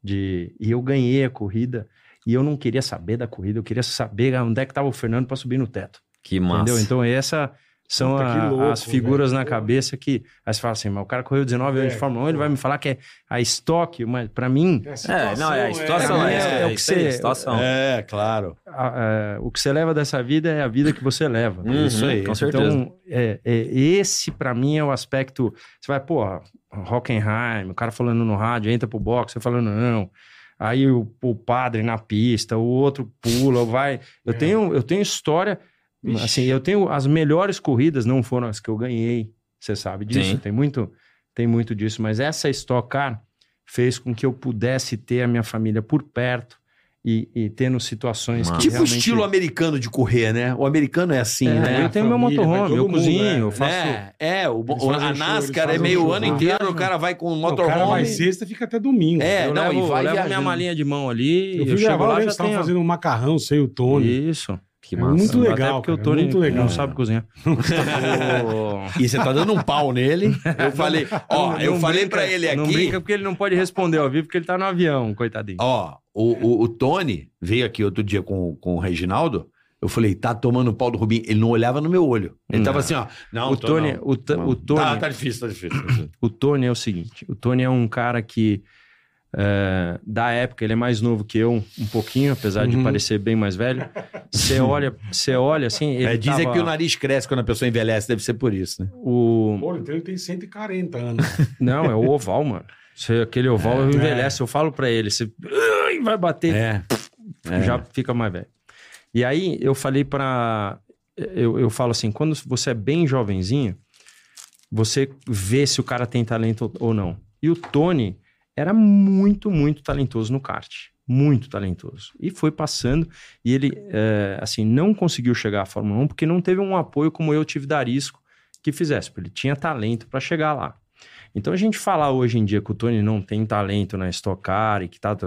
E: De... E eu ganhei a corrida e eu não queria saber da corrida, eu queria saber onde é que estava o Fernando para subir no teto.
A: Que massa.
E: Entendeu? Então, essa são
D: Puta, que
E: a-
D: louco,
E: as figuras
D: velho.
E: na
D: Porra.
E: cabeça que. Aí você fala assim, mas o cara correu 19 anos
D: É,
E: de Fórmula 1, ele
D: porra.
E: vai me falar que é a estoque, mas para mim,
D: É,
A: É, não, é a situação.
E: é-
A: É,
E: é o que
A: isso aí,
E: você-
A: a situação.
C: É, claro.
E: a- a- o que você leva dessa vida é a vida que você leva.
A: Uhum, Isso aí. com certeza.
E: Então, é, é, esse pra mim é o aspecto. Você vai, porra, Hockenheim, o cara falando no rádio, entra pro box, você falando não. Aí o, o padre na pista, o outro pula, [LAUGHS] vai. Eu,
D: É.
E: tenho, eu tenho história,
D: Ixi.
E: assim, eu tenho as melhores corridas, não foram as que eu ganhei. Você sabe disso,
A: Sim.
E: tem muito, tem muito disso, mas essa Stock Car fez com que eu pudesse ter a minha família por perto e, e tendo situações
A: Massa.
E: que
C: tipo o
E: realmente-
C: estilo americano de correr, né? O americano é assim,
E: É,
C: né?
E: Eu tenho meu
D: Família, vai todo
E: motorhome, eu
D: mundo,
E: cozinho,
D: né?
E: eu faço...
C: É, é o,
D: Eles
C: o-
D: fazem
C: a
D: um show,
C: NASCAR
D: eles
C: é
D: fazem
C: meio
D: um
C: o
D: show,
C: ano
D: né?
C: inteiro, o cara vai com um
D: O cara vai
C: motorhome.
D: sexta e fica até domingo.
C: É,
E: eu
C: não, e vai
E: levo, eu levo minha
C: viajando.
E: malinha de mão ali,
D: Eu
E: eu,
D: vi
E: chego
D: gravar
E: lá
D: lá,
E: e
D: eles
E: já
D: estavam
E: tenho...
D: fazendo um macarrão sem o Tony.
E: Isso.
A: Que
D: É
A: massa.
D: muito
E: Até
D: legal,
E: porque o
D: cara,
E: Tony
D: muito legal.
E: não sabe cozinhar. Ô,
C: E você tá dando um pau nele. Eu falei, ó,
E: [LAUGHS] não
C: eu falei
E: brinca-
C: pra ele
E: Não
C: aqui.
E: brinca porque ele não pode responder ao vivo, porque ele tá no avião, coitadinho.
C: Ó, o, o, o Tony veio aqui outro dia com, com o Reginaldo. Eu falei, tá tomando o pau do Rubinho. Ele não olhava no meu olho. Ele
E: Não.
C: tava assim, ó. Não,
E: o
C: tô
E: Tony,
C: não.
E: o, Ta- o Tony,
C: Tá, tá difícil, tá difícil. tá difícil.
E: o Tony é o seguinte, o Tony é um cara que é, da época, ele é mais novo que eu um pouquinho, apesar de
D: Uhum.
E: parecer bem mais velho. Você olha, você olha assim, ele
C: É, dizem
E: tava-
C: que o nariz cresce quando a pessoa envelhece, deve ser por isso, né?
E: o-
D: Pô, então ele tem 140 anos.
E: Não, é o oval, mano. Você- aquele oval envelhece. Eu falo pra ele, você "Ai, vai bater,
C: É.
E: já fica mais velho. E aí eu falei pra. Eu, eu falo assim, quando você é bem jovenzinho, você vê se o cara tem talento ou não. E o Tony era muito, muito talentoso no kart. Muito talentoso. E foi passando. E ele, é, assim, não conseguiu chegar à Fórmula 1 porque não teve um apoio como eu tive da Arisco que fizesse. porque Ele tinha talento para chegar lá. Então a gente falar hoje em dia que o Tony não tem talento na Stock Car e que tá. tá-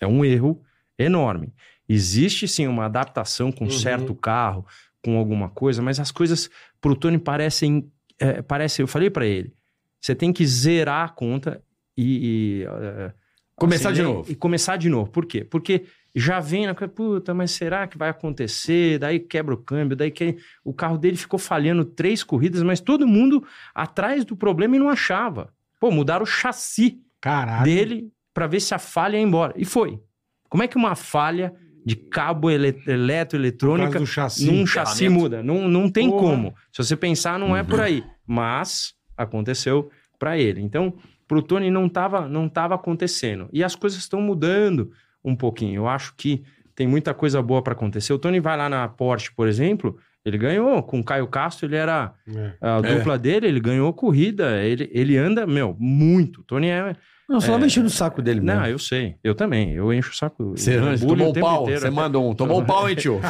E: É um erro enorme. Existe sim uma adaptação com
D: Uhum.
E: certo carro, com alguma coisa, mas as coisas pro Tony parecem. É, parece, eu falei para ele, você tem que zerar a conta e. e, é,
C: Começar de
E: nem-
C: novo.
E: E começar de novo. Por quê? Porque já vem na coisa, puta, mas será que vai acontecer? Daí quebra o câmbio, daí que... o carro dele ficou falhando três corridas, mas todo mundo atrás do problema e não achava. Pô, mudaram o chassi
D: Caralho.
E: dele para ver se a falha ia embora. E foi. Como é que uma falha de cabo ele...
D: por causa
E: eletroeletrônica
D: do chassi.
E: num chassi muda. Não, não tem
D: Porra.
E: como. Se você pensar, não
C: Uhum.
E: é por aí. Mas aconteceu pra ele. Então, pro Tony não tava, não tava acontecendo. E as coisas estão mudando um pouquinho. Eu acho que tem muita coisa boa pra acontecer. O Tony vai lá na Porsche, por exemplo, Ele ganhou. Com o Caio Castro, ele era
D: É.
E: a
C: É.
E: dupla dele, ele ganhou corrida. Ele, ele anda, meu, muito. O Tony é.
C: Não, só tava enchendo o saco dele mesmo.
E: Não, eu sei. Eu também. Eu encho o saco.
C: Você
E: eu
C: antes
E: bullying
C: tomou
E: o
C: um
E: tempo
C: pau,
E: inteiro,
C: você
E: até-
C: manda um. Tomou um pau, hein,
E: [LAUGHS]
C: tio?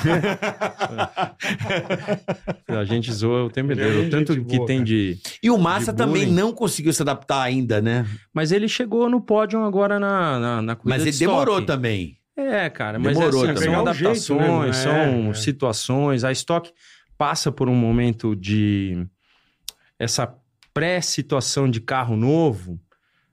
E: A gente zoa o tempo
D: Ele é
E: inteiro. O
D: gente
E: tanto que
D: boa,
E: tem
D: cara.
E: de.
C: E o Massa
E: De
C: também
E: bullying.
C: não conseguiu se adaptar ainda, né?
E: Mas ele chegou no pódio agora na, na, na corrida.
C: Mas
E: de
C: ele demorou
E: estoque.
C: também.
E: É, cara, mas
C: Demorou
E: assim,
D: também.
E: são
D: Pegar um jeito,
E: adaptações,
D: né?
E: são
D: É, é.
E: situações. A estoque passa por um momento de essa pré-situação de carro novo.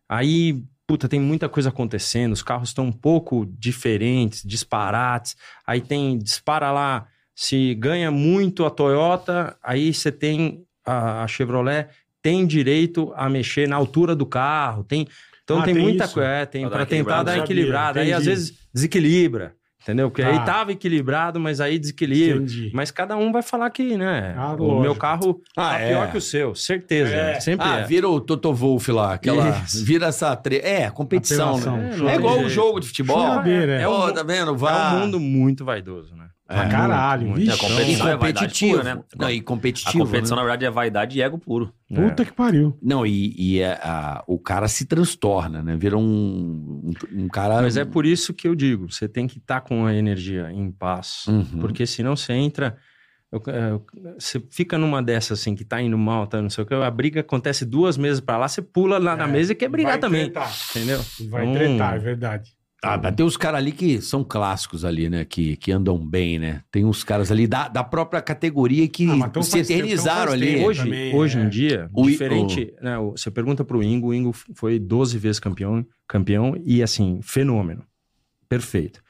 E: Aí, puta, tem muita coisa acontecendo. Os carros estão um pouco diferentes, disparates. Aí tem dispara lá, se ganha muito a Toyota, aí você tem a, a Chevrolet tem direito a mexer na altura do carro, tem então
D: Ah,
E: tem,
D: tem
E: muita
D: isso?
E: coisa, é, tem
A: Pra dar
E: para tentar
A: equilibrada.
E: dar
D: Sabia,
E: equilibrada. Aí às
D: entendi.
E: vezes desequilibra, entendeu? Porque
D: Tá.
E: aí tava equilibrado, mas aí desequilibra.
D: Entendi.
E: Mas cada um vai falar que, né?
D: Ah,
E: o meu
D: lógico.
E: carro
C: Ah,
E: tá
C: é.
E: pior que o seu, certeza.
D: É.
E: Sempre
C: Ah,
E: é.
C: vira o Toto Wolff lá. Aquela,
E: Isso.
C: vira essa... Tre... É, competição,
D: Apelação.
C: né?
E: É,
C: É,
E: não tem
C: igual o
E: jeito.
C: jogo de futebol.
D: Choradeira,
E: é.
C: É,
E: É um-
C: Ó, tá vendo?
E: É
C: Vá.
E: um mundo muito vaidoso, né?
D: Pra caralho,
A: É,
D: vixe.
A: a
C: E
A: competição é vaidade
C: competitivo.
A: pura, né?
C: Não, e
A: A
C: competitivo.
A: competição,
C: né?
A: na verdade, é vaidade e ego puro.
D: Puta que pariu.
C: Não, e, e é, a- o cara se transtorna, né? Vira um, um, um cara.
E: Mas é por isso que eu digo, você tem que estar com a energia em paz.
C: Uhum.
E: Porque senão você entra. eu- é, eu- Você fica numa dessa assim, que tá indo mal, tá não sei o que, a briga acontece duas mesas pra lá, você pula lá na
D: É,
E: mesa e quer brigar
D: vai
E: também.
D: tretar.
E: Entendeu?
D: E Vai
E: Hum.
D: tretar, é verdade.
C: Ah, mas tem os caras ali que são clássicos ali, né? Que, que andam bem, né? Tem uns caras ali da, da própria categoria que
D: Ah, mas então
C: se
D: faz tempo,
C: eternizaram
D: então faz
C: ali.
D: tempo.
E: Hoje,
D: também,
E: hoje
D: é.
E: em dia,
C: O I-
E: diferente. né, o- você pergunta pro Ingo, o Ingo foi 12 vezes campeão, campeão e assim, fenômeno. Perfeito.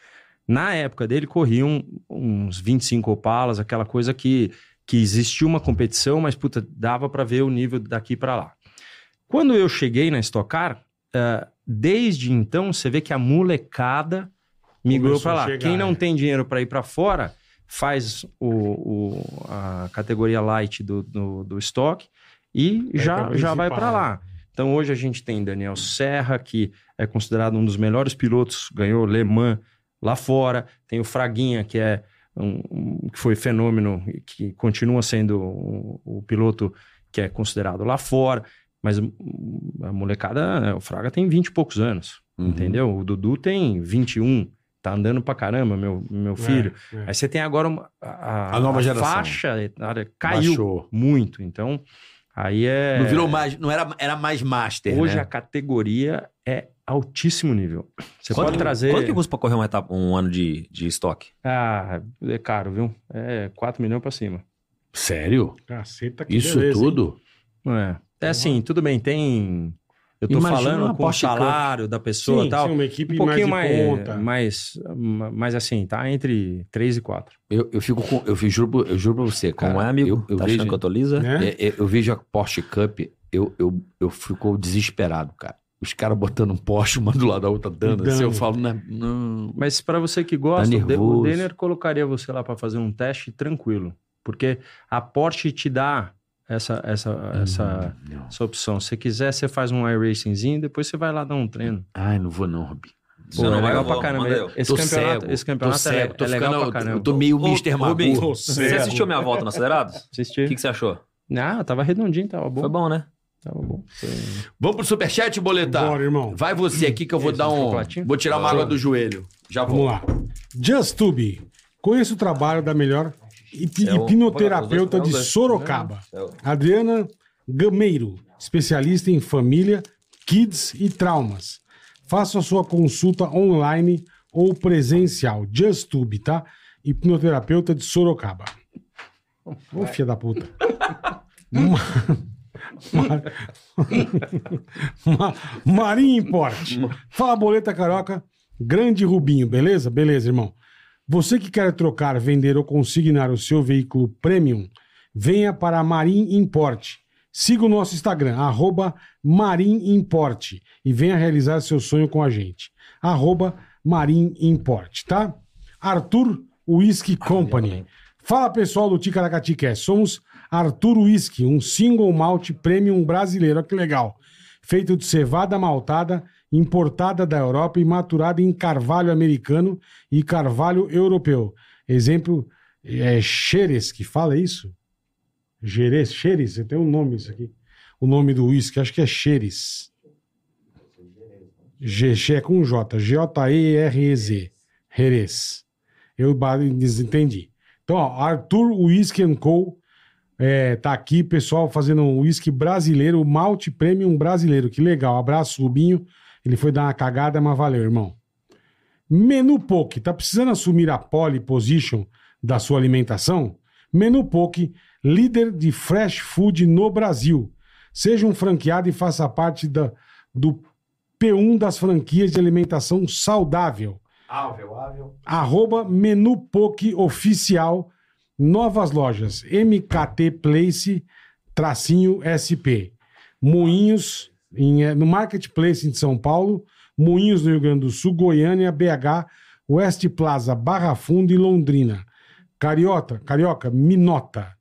E: Na época dele, corriam uns 25 opalas, aquela coisa que, que existia uma competição, mas puta, dava pra ver o nível daqui pra lá. Quando eu cheguei na Stock Car, eh, desde então você vê que a molecada migrou
D: Começou
E: pra
D: a
E: lá.
D: chegar,
E: Quem não
D: é.
E: tem dinheiro pra ir pra fora faz o, o- a categoria light do, do, do estoque e
D: Vai
E: já,
D: É pra né?
E: já vai
D: principal,
E: pra lá. Então hoje a gente tem Daniel Serra, que é considerado um dos melhores pilotos, ganhou Le Mans lá fora. Tem o Fraguinha, que é um, um- que foi fenômeno e que continua sendo o, o piloto que é considerado lá fora. Mas hum, a molecada, né, o Fraga tem 20 e poucos anos,
C: Uhum.
E: entendeu? O Dudu tem 21, tá andando pra caramba, meu, meu filho.
D: É, é.
E: Aí você tem agora uma, a,
C: A nova geração.
E: faixa etária caiu
C: Baixou.
E: muito. Então, aí é.
C: Não virou mais. Não era, era mais master.
E: Hoje
C: né?
E: a categoria é altíssimo nível. Você
A: Quanto
E: pode
A: que-
E: trazer.
A: Quanto que custa pra correr uma etapa- um ano de, de estoque?
E: Ah, é caro, viu? É 4 milhões pra cima.
C: Sério?
D: Caceta, que
C: Isso
D: beleza, hein?
C: tudo?
E: É. É assim, tudo bem, tem. Eu tô
C: Imagina uma
E: falando com o
C: Porsche Cup.
E: salário da pessoa
D: Sim,
E: e tal.
D: sim, uma equipe
E: um pouquinho
D: mais, de
E: mais,
D: ponta.
E: mais, mais assim, tá? Entre 3 e 4.
C: Eu, eu fico com. Eu, fico- juro, pra- eu juro pra você, cara.
A: Como é, amigo?
C: Eu, eu
A: tá
C: vejo,
A: achando que eu tô lisa?
D: né?
C: é, é, eu vejo a Porsche Cup, eu, eu, eu fico desesperado, cara. Os caras botando um Porsche uma do lado da outra, dando.
D: Dando.
C: Assim, eu falo, não, não.
E: Mas pra você que gosta, o De-
C: nervoso.
E: o Denner colocaria você lá pra fazer um teste tranquilo. Porque a Porsche te dá essa, essa,
C: Uhum.
E: essa,
C: Não.
E: essa opção. Se quiser, você faz um iRacingzinho, depois você vai lá dar um treino.
C: Ai, não vou não, Robinho.
A: Você
E: Pô,
A: não
E: é
A: vai,
E: legal
A: eu
E: pra
A: vou,
E: caramba.
A: manda eu.
E: Esse
C: Tô
E: campeonato,
C: cego,
E: esse
C: tô
E: campeonato é,
C: cego, tô
E: é legal
C: ficando-
E: pra caramba.
C: Eu tô meio
A: Ô,
C: Mr.
A: Rubens,
C: Magoo.
A: Você assistiu minha volta no acelerado? O
E: Assistiu?
A: que, que você achou?
E: Ah, tava redondinho, tava bom.
A: Foi bom, né?
E: Tava bom. Foi-
C: Vamos pro superchat,
E: tá.
C: boletar?
D: Bora, irmão.
C: Vai você aqui que eu vou
E: Esse
C: dar um.
E: chocolatinho?
C: Vou tirar uma água do joelho. Já
D: Vamos
C: vou.
D: lá. Justube. Conheço o trabalho da melhor hip-
A: É um-
D: hipnoterapeuta
A: os dois,
D: de
A: os dois. né?
D: Sorocaba,
A: É
D: Adriana Gameiro, especialista em família, kids e traumas. Faça a sua consulta online ou presencial. Justube, tá? Hipnoterapeuta de Sorocaba. Ô, filha da puta. Ma- Ma- Ma- [LAUGHS] Marinho Importe. Fala, Boleta Carioca. Grande Rubinho, beleza? Beleza, irmão. Você que quer trocar, vender ou consignar o seu veículo premium, venha para a Marim Importe. Siga o nosso Instagram, arroba Marim Importe, e venha realizar seu sonho com a gente. Arroba Marim Importe, tá? Arthur Whisky Company. Fala pessoal do Ticaracati Cast, somos Arthur Whisky, um single malt premium brasileiro, olha que legal. Feito de cevada maltada, importada da Europa e maturada em carvalho americano e carvalho europeu. Exemplo É Xeres que fala isso? Xeres, Xeres, tem um nome isso aqui. O nome do uísque, acho que é Xeres. GG é com J, J-E-R-E-Z. Jerez. Eu ba- entendi. Então, ó, Arthur Whisky Co. É, tá aqui, pessoal, fazendo um whisky brasileiro, malte premium brasileiro. Que legal. Abraço, Rubinho. Ele foi dar uma cagada, mas valeu, irmão. Menu Poke. Tá precisando assumir a pole position da sua alimentação? Menu Poke, líder de fresh food no Brasil. Seja um franqueado e faça parte da, do P1 das franquias de alimentação saudável. Arroba Menu Poke Oficial, novas lojas, MKT Place, tracinho SP. Moinhos, em, eh, no Marketplace de São Paulo, Moinhos no Rio Grande do Sul, Goiânia, BH, West Plaza, Barra Funda e Londrina. Cariota, Carioca, Minota,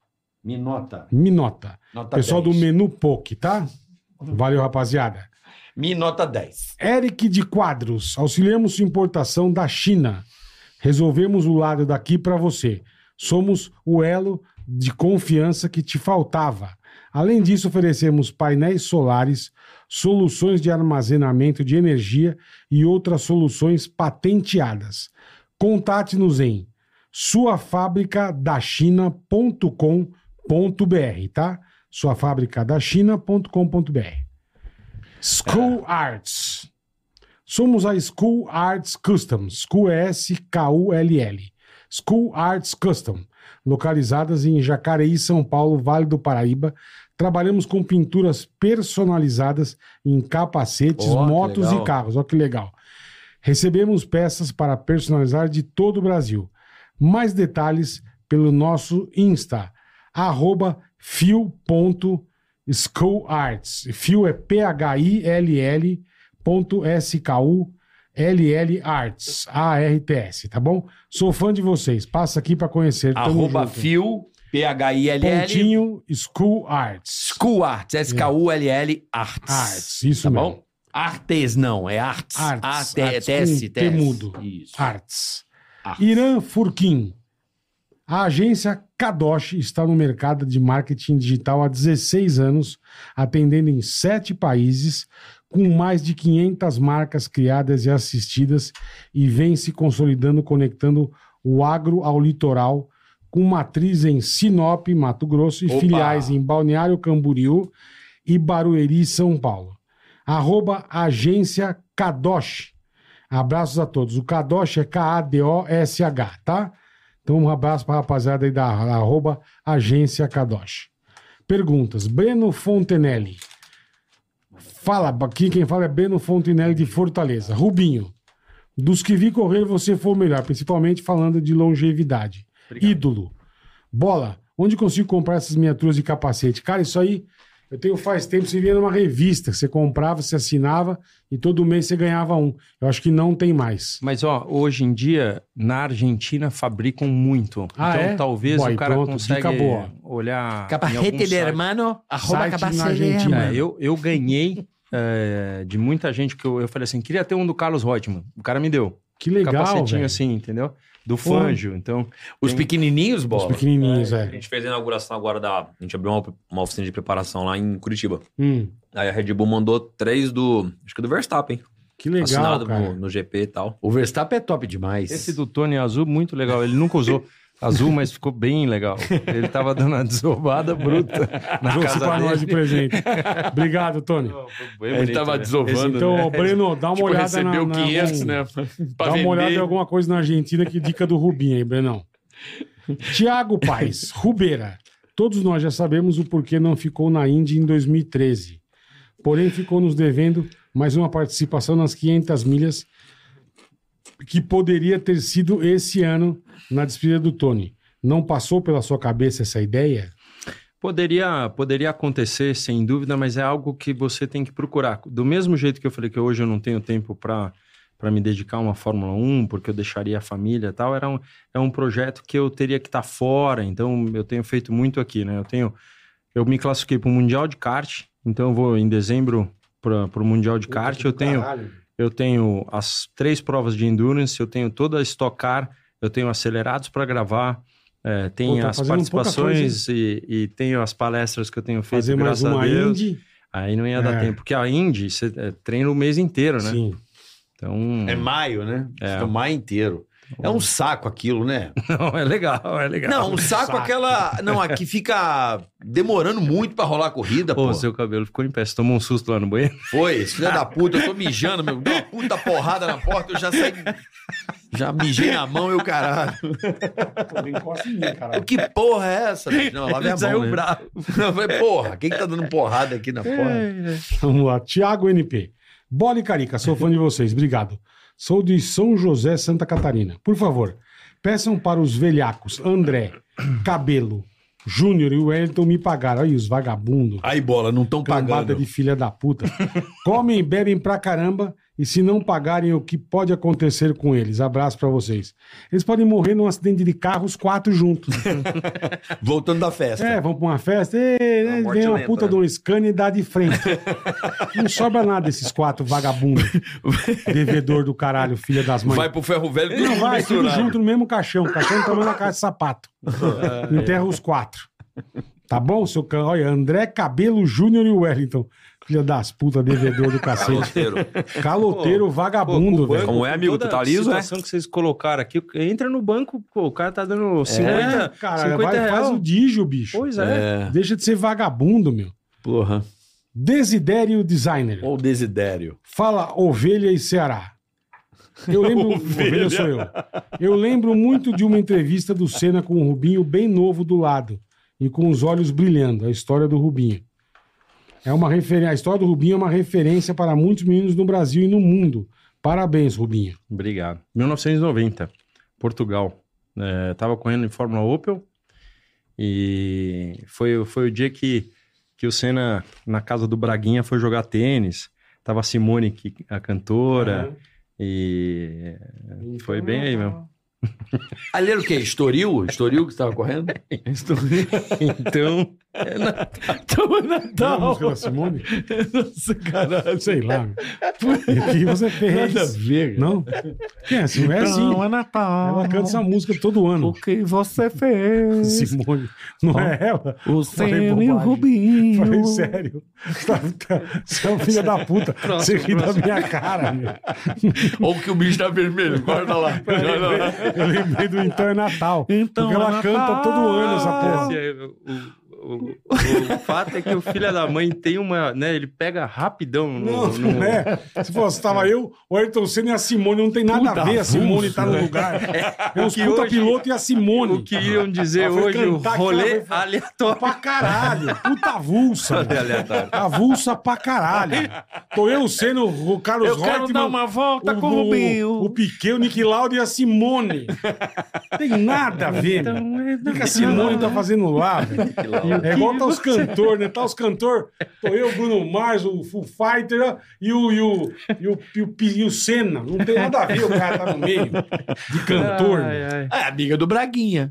C: Me nota.
D: Minota.
C: nota
D: Pessoal
C: 10.
D: do Menu Poke, tá? Valeu, rapaziada.
C: Me nota 10.
D: Eric de Quadros, auxiliamos sua importação da China. Resolvemos o lado daqui para você. Somos o elo de confiança que te faltava. Além disso, oferecemos painéis solares, soluções de armazenamento de energia e outras soluções patenteadas. Contate-nos em suafabricadachina.com.br, tá? suafabricadachina.com.br. School
C: É.
D: Arts. Somos a School Arts Custom, School é S-K-U-L-L. School Arts Custom, localizadas em Jacareí, São Paulo, Vale do Paraíba. Trabalhamos com pinturas personalizadas em capacetes,
C: Ó, que
D: motos
C: legal.
D: e carros. Olha que legal. Recebemos peças para personalizar de todo o Brasil. Mais detalhes pelo nosso Insta, arroba fio.schoolarts. Fio é P-H-I-L-L ponto S-K-U LL Arts, A-R-T-S, tá bom? Sou fã de vocês, passa aqui pra conhecer. Tamo
C: Arroba
D: junto.
C: fio, P-H-I-L-L,
D: Pontinho School Arts.
C: School Arts, S-K-U-L-L, Arts.
D: É. Arts, isso
C: tá
D: mesmo.
C: bom? Artes não, é Arts.
D: Arts,
C: Arte,
D: artes,
C: TS,
D: com Ah,
C: TS.
D: temudo.
C: Isso.
D: Arts.
C: Arts.
D: Irã Furquim. A agência Kadosh está no mercado de marketing digital há 16 anos, atendendo em sete países, com mais de 500 marcas criadas e assistidas, e vem se consolidando conectando o agro ao litoral, com matriz em Sinop, Mato Grosso, e
C: Opa!
D: filiais em Balneário Camboriú e Barueri, São Paulo. Arroba agência Kadosh. Abraços a todos. O Kadosh é K-A-D-O-S-H, tá? Então, um abraço para a rapaziada aí da arroba agência Kadosh. Perguntas. Breno Fontenelle. Fala, aqui quem fala é Breno Fontenelle de Fortaleza. Rubinho. Dos que vi correr, você foi o melhor, principalmente falando de longevidade. Ídolo. Bola. Onde consigo comprar essas miniaturas de capacete? Cara, isso aí eu tenho faz tempo. Você via numa revista, que você comprava, você assinava e todo mês você ganhava um. Eu acho que não tem mais.
E: Mas, ó, hoje em dia, na Argentina, fabricam muito.
D: Ah,
E: então,
D: é?
E: talvez
D: Boy,
E: o cara
D: pronto,
E: consegue
D: dica boa.
E: olhar... em algum
C: Capacete de
E: site.
C: hermano, arroba
D: Site na
C: capacete de
D: Argentina.
C: hermano.
E: É, eu, eu ganhei é, de muita gente que eu, eu falei assim, queria ter um do Carlos Reutemann. O cara me deu.
D: Que legal,
E: Capacetinho
D: velho.
E: assim, entendeu? Do
D: Pô.
E: Fangio. Então,
C: Os pequenininhos,
D: Os
C: bola.
D: pequenininhos,
A: A
D: é.
A: gente fez a inauguração agora da. A gente abriu uma, uma oficina de preparação lá em Curitiba.
D: Hum,
A: Aí a Red Bull mandou três do. Acho que do Verstappen.
D: que legal,
A: assinado
D: cara.
A: no, no GP e tal.
C: O Verstappen é top demais.
E: esse do Tony azul, muito legal. Ele nunca usou azul, mas ficou bem legal. Ele tava dando uma desobada bruta na
D: Trouxe
E: casa
D: pra nós de
E: dele. [LAUGHS]
D: presente. Obrigado, Tony.
E: Ele tava né? des-
C: desovando,
D: Então, ô, Breno, dá uma
C: Tipo,
D: olhada na-
C: recebeu
D: na,
C: 500,
D: algum-
C: né? Pra
D: Dá uma olhada em
C: vender.
D: alguma coisa na Argentina que dica do Rubinho aí, Brenão.
C: [LAUGHS]
D: Tiago Paes, Rubeira. Todos nós já sabemos o porquê não ficou na Indy em 2013. Porém, ficou nos devendo mais uma participação nas 500 milhas que poderia ter sido esse ano na despedida do Tony. Não passou pela sua cabeça essa ideia?
E: Poderia, poderia acontecer, sem dúvida, mas é algo que você tem que procurar. Do mesmo jeito que eu falei que hoje eu não tenho tempo para me dedicar a uma Fórmula 1, porque eu deixaria a família e tal, era um, é um projeto que eu teria que estar fora, então eu tenho feito muito aqui, né? Eu tenho eu me classifiquei para o Mundial de Kart, então eu vou em dezembro para o Mundial de Kart, eu tenho
D: Caralho.
E: eu tenho as três provas de endurance, eu tenho toda a Stock Car, eu tenho acelerados para gravar, É, tem
D: Pô, tá
E: as
D: fazendo pouca
E: participações e, e tem as palestras que eu tenho feito,
D: Fazer mais
E: graças a
D: uma
E: Deus.
D: indie.
E: Aí não ia dar
D: É.
E: tempo, porque a Indy você é, treina o mês inteiro, né?
D: Sim.
E: Então, [LAUGHS]
C: É maio, né?
E: É.
C: Fica maio inteiro. É um saco aquilo, né?
E: não, é legal, é
C: [LAUGHS]
E: legal.
C: Não, um saco,
D: saco.
C: aquela. Não, aqui fica demorando muito pra rolar a corrida,
E: Pô,
C: pô.
E: seu cabelo ficou em pé, você tomou um susto lá no banheiro?
C: Foi, esse filho da puta, eu tô mijando, meu. Deu uma puta porrada na porta, eu já saí. Já mijei na mão e o caralho.
D: Pô, não encosta em mim, caralho.
C: Que porra é essa? bicho? Não, lavei a
E: Ele saiu
C: mão. né?
E: bravo.
C: Eu falei, porra, quem que tá dando porrada aqui
D: É,
C: na porta?
D: [LAUGHS] Vamos lá. Tiago NP. Bola e Carica, sou fã de vocês, obrigado. Sou de São José, Santa Catarina. Por favor, peçam para os velhacos André, Cabelo, Júnior e Wellington me pagar. Aí os vagabundos.
C: Aí, bola, não tão
D: Cambada um de filha da puta. Comem e bebem pra caramba. E se não pagarem, o que pode acontecer com eles? Abraço pra vocês. Eles podem morrer num acidente de carro, os quatro juntos.
C: Voltando da festa.
D: É, vão pra uma festa, e,
A: Uma
D: né,
A: morte
D: vem uma
A: lenta,
D: puta
A: né?
D: de um scanner e dá
C: [LAUGHS]
D: de frente. Não sobra nada esses quatro vagabundos. Devedor do caralho, filha das mães.
C: Vai pro ferro velho,
D: Ele
C: tudo
D: não vai, tudo
C: misturado.
D: junto no mesmo caixão. O caixão do tamanho da caixa de sapato.
C: É.
D: Enterra os quatro. Tá bom, seu can... Olha, André Cabelo Júnior e Wellington. Filha das putas, devedor do cacete.
C: Caloteiro.
D: Caloteiro, vagabundo, velho.
A: Como é, amigo? Tu tá liso,
E: A situação que vocês colocaram aqui, entra no banco, pô, o cara tá dando 50,
C: né?
D: É, cara,
E: 50
D: vai,
E: reais.
D: faz o dígio, bicho.
E: Pois é.
C: É,
D: Deixa de ser vagabundo, meu.
C: porra.
D: Desidério Designer.
C: Ou o desidério.
D: Fala Ovelha e Ceará. Eu
E: [LAUGHS]
D: lembro. ovelha. sou eu. Eu lembro muito de uma entrevista do Senna com o Rubinho, bem novo do lado, e com os olhos brilhando. A história do Rubinho. É uma referência. A história do Rubinho é uma referência para muitos meninos no Brasil e no mundo. Parabéns, Rubinho.
E: Obrigado. 1990, Portugal. É, tava correndo em Fórmula Opel e foi, foi o dia que, que o Senna, na casa do Braguinha, foi jogar tênis. Tava a Simone, que, a
D: Ah.
E: cantora,
D: [LAUGHS]
E: e
C: É.
E: foi bem aí mesmo.
C: Ali era o quê? Estoril? Estoril que você tava correndo? Estoril.
E: Então,
D: É
C: Tava
D: Não, a
C: Natal.
D: música da Simone?
C: [LAUGHS] Nossa, caralho.
D: Sei
C: [LAUGHS]
D: lá. meu. O que você fez?
C: Nada a ver. cara.
D: Não? Quem é assim? É assim.
C: é Natal.
D: Ela canta essa música todo ano.
C: que você
D: [LAUGHS]
C: fez?
D: Simone. Não é ela?
C: O
D: Senna e o [LAUGHS]
C: Rubinho.
D: Falei, sério? Tá- tá- Você é um filho da
E: [LAUGHS]
D: puta. Você ri da minha cara, meu.
C: Ou que o bicho tá vermelho. Guarda lá. Guarda lá.
D: Eu lembrei do Então é Natal.
C: Então
D: porque ela
C: é
D: canta
C: Natal.
D: todo ano essa porra.
E: Esse é o, o- o- o fato é que o filho da mãe tem uma, né? Ele pega rapidão no,
D: Não, não
E: no-
D: é. Se fosse, tava eu, o Ayrton Senna e a Simone. Não tem nada a
C: Puta
D: ver. A Simone
C: avulso,
D: tá no lugar.
E: [LAUGHS]
D: É uns
E: que
D: puta
E: hoje-
D: piloto e a Simone.
E: O que iam dizer
D: Ela foi
E: hoje, o
D: cantar que ela
E: rolê
D: vai falar.
E: aleatório.
D: Pra caralho. Puta
C: [LAUGHS]
D: avulsa.
C: É
D: meu.
A: aleatório.
D: Avulsa pra caralho. Tô eu, Senna, o Carlos Reutemann,
C: volta
D: o, o Piquet, o Nick Lauda e a Simone. Tem nada a ver, meu. O que que a Simone tá fazendo lá, velho? É igual tá os cantores, né? Tá os cantores. Tô eu, o Bruno Mars, o Foo Fighter ó, e o, e, o, e, o, e, o, Pi- e o Senna. Não tem nada a ver o cara tá no meio de cantor.
E: Ai,
D: né?
E: ai.
C: É amiga do Braguinha.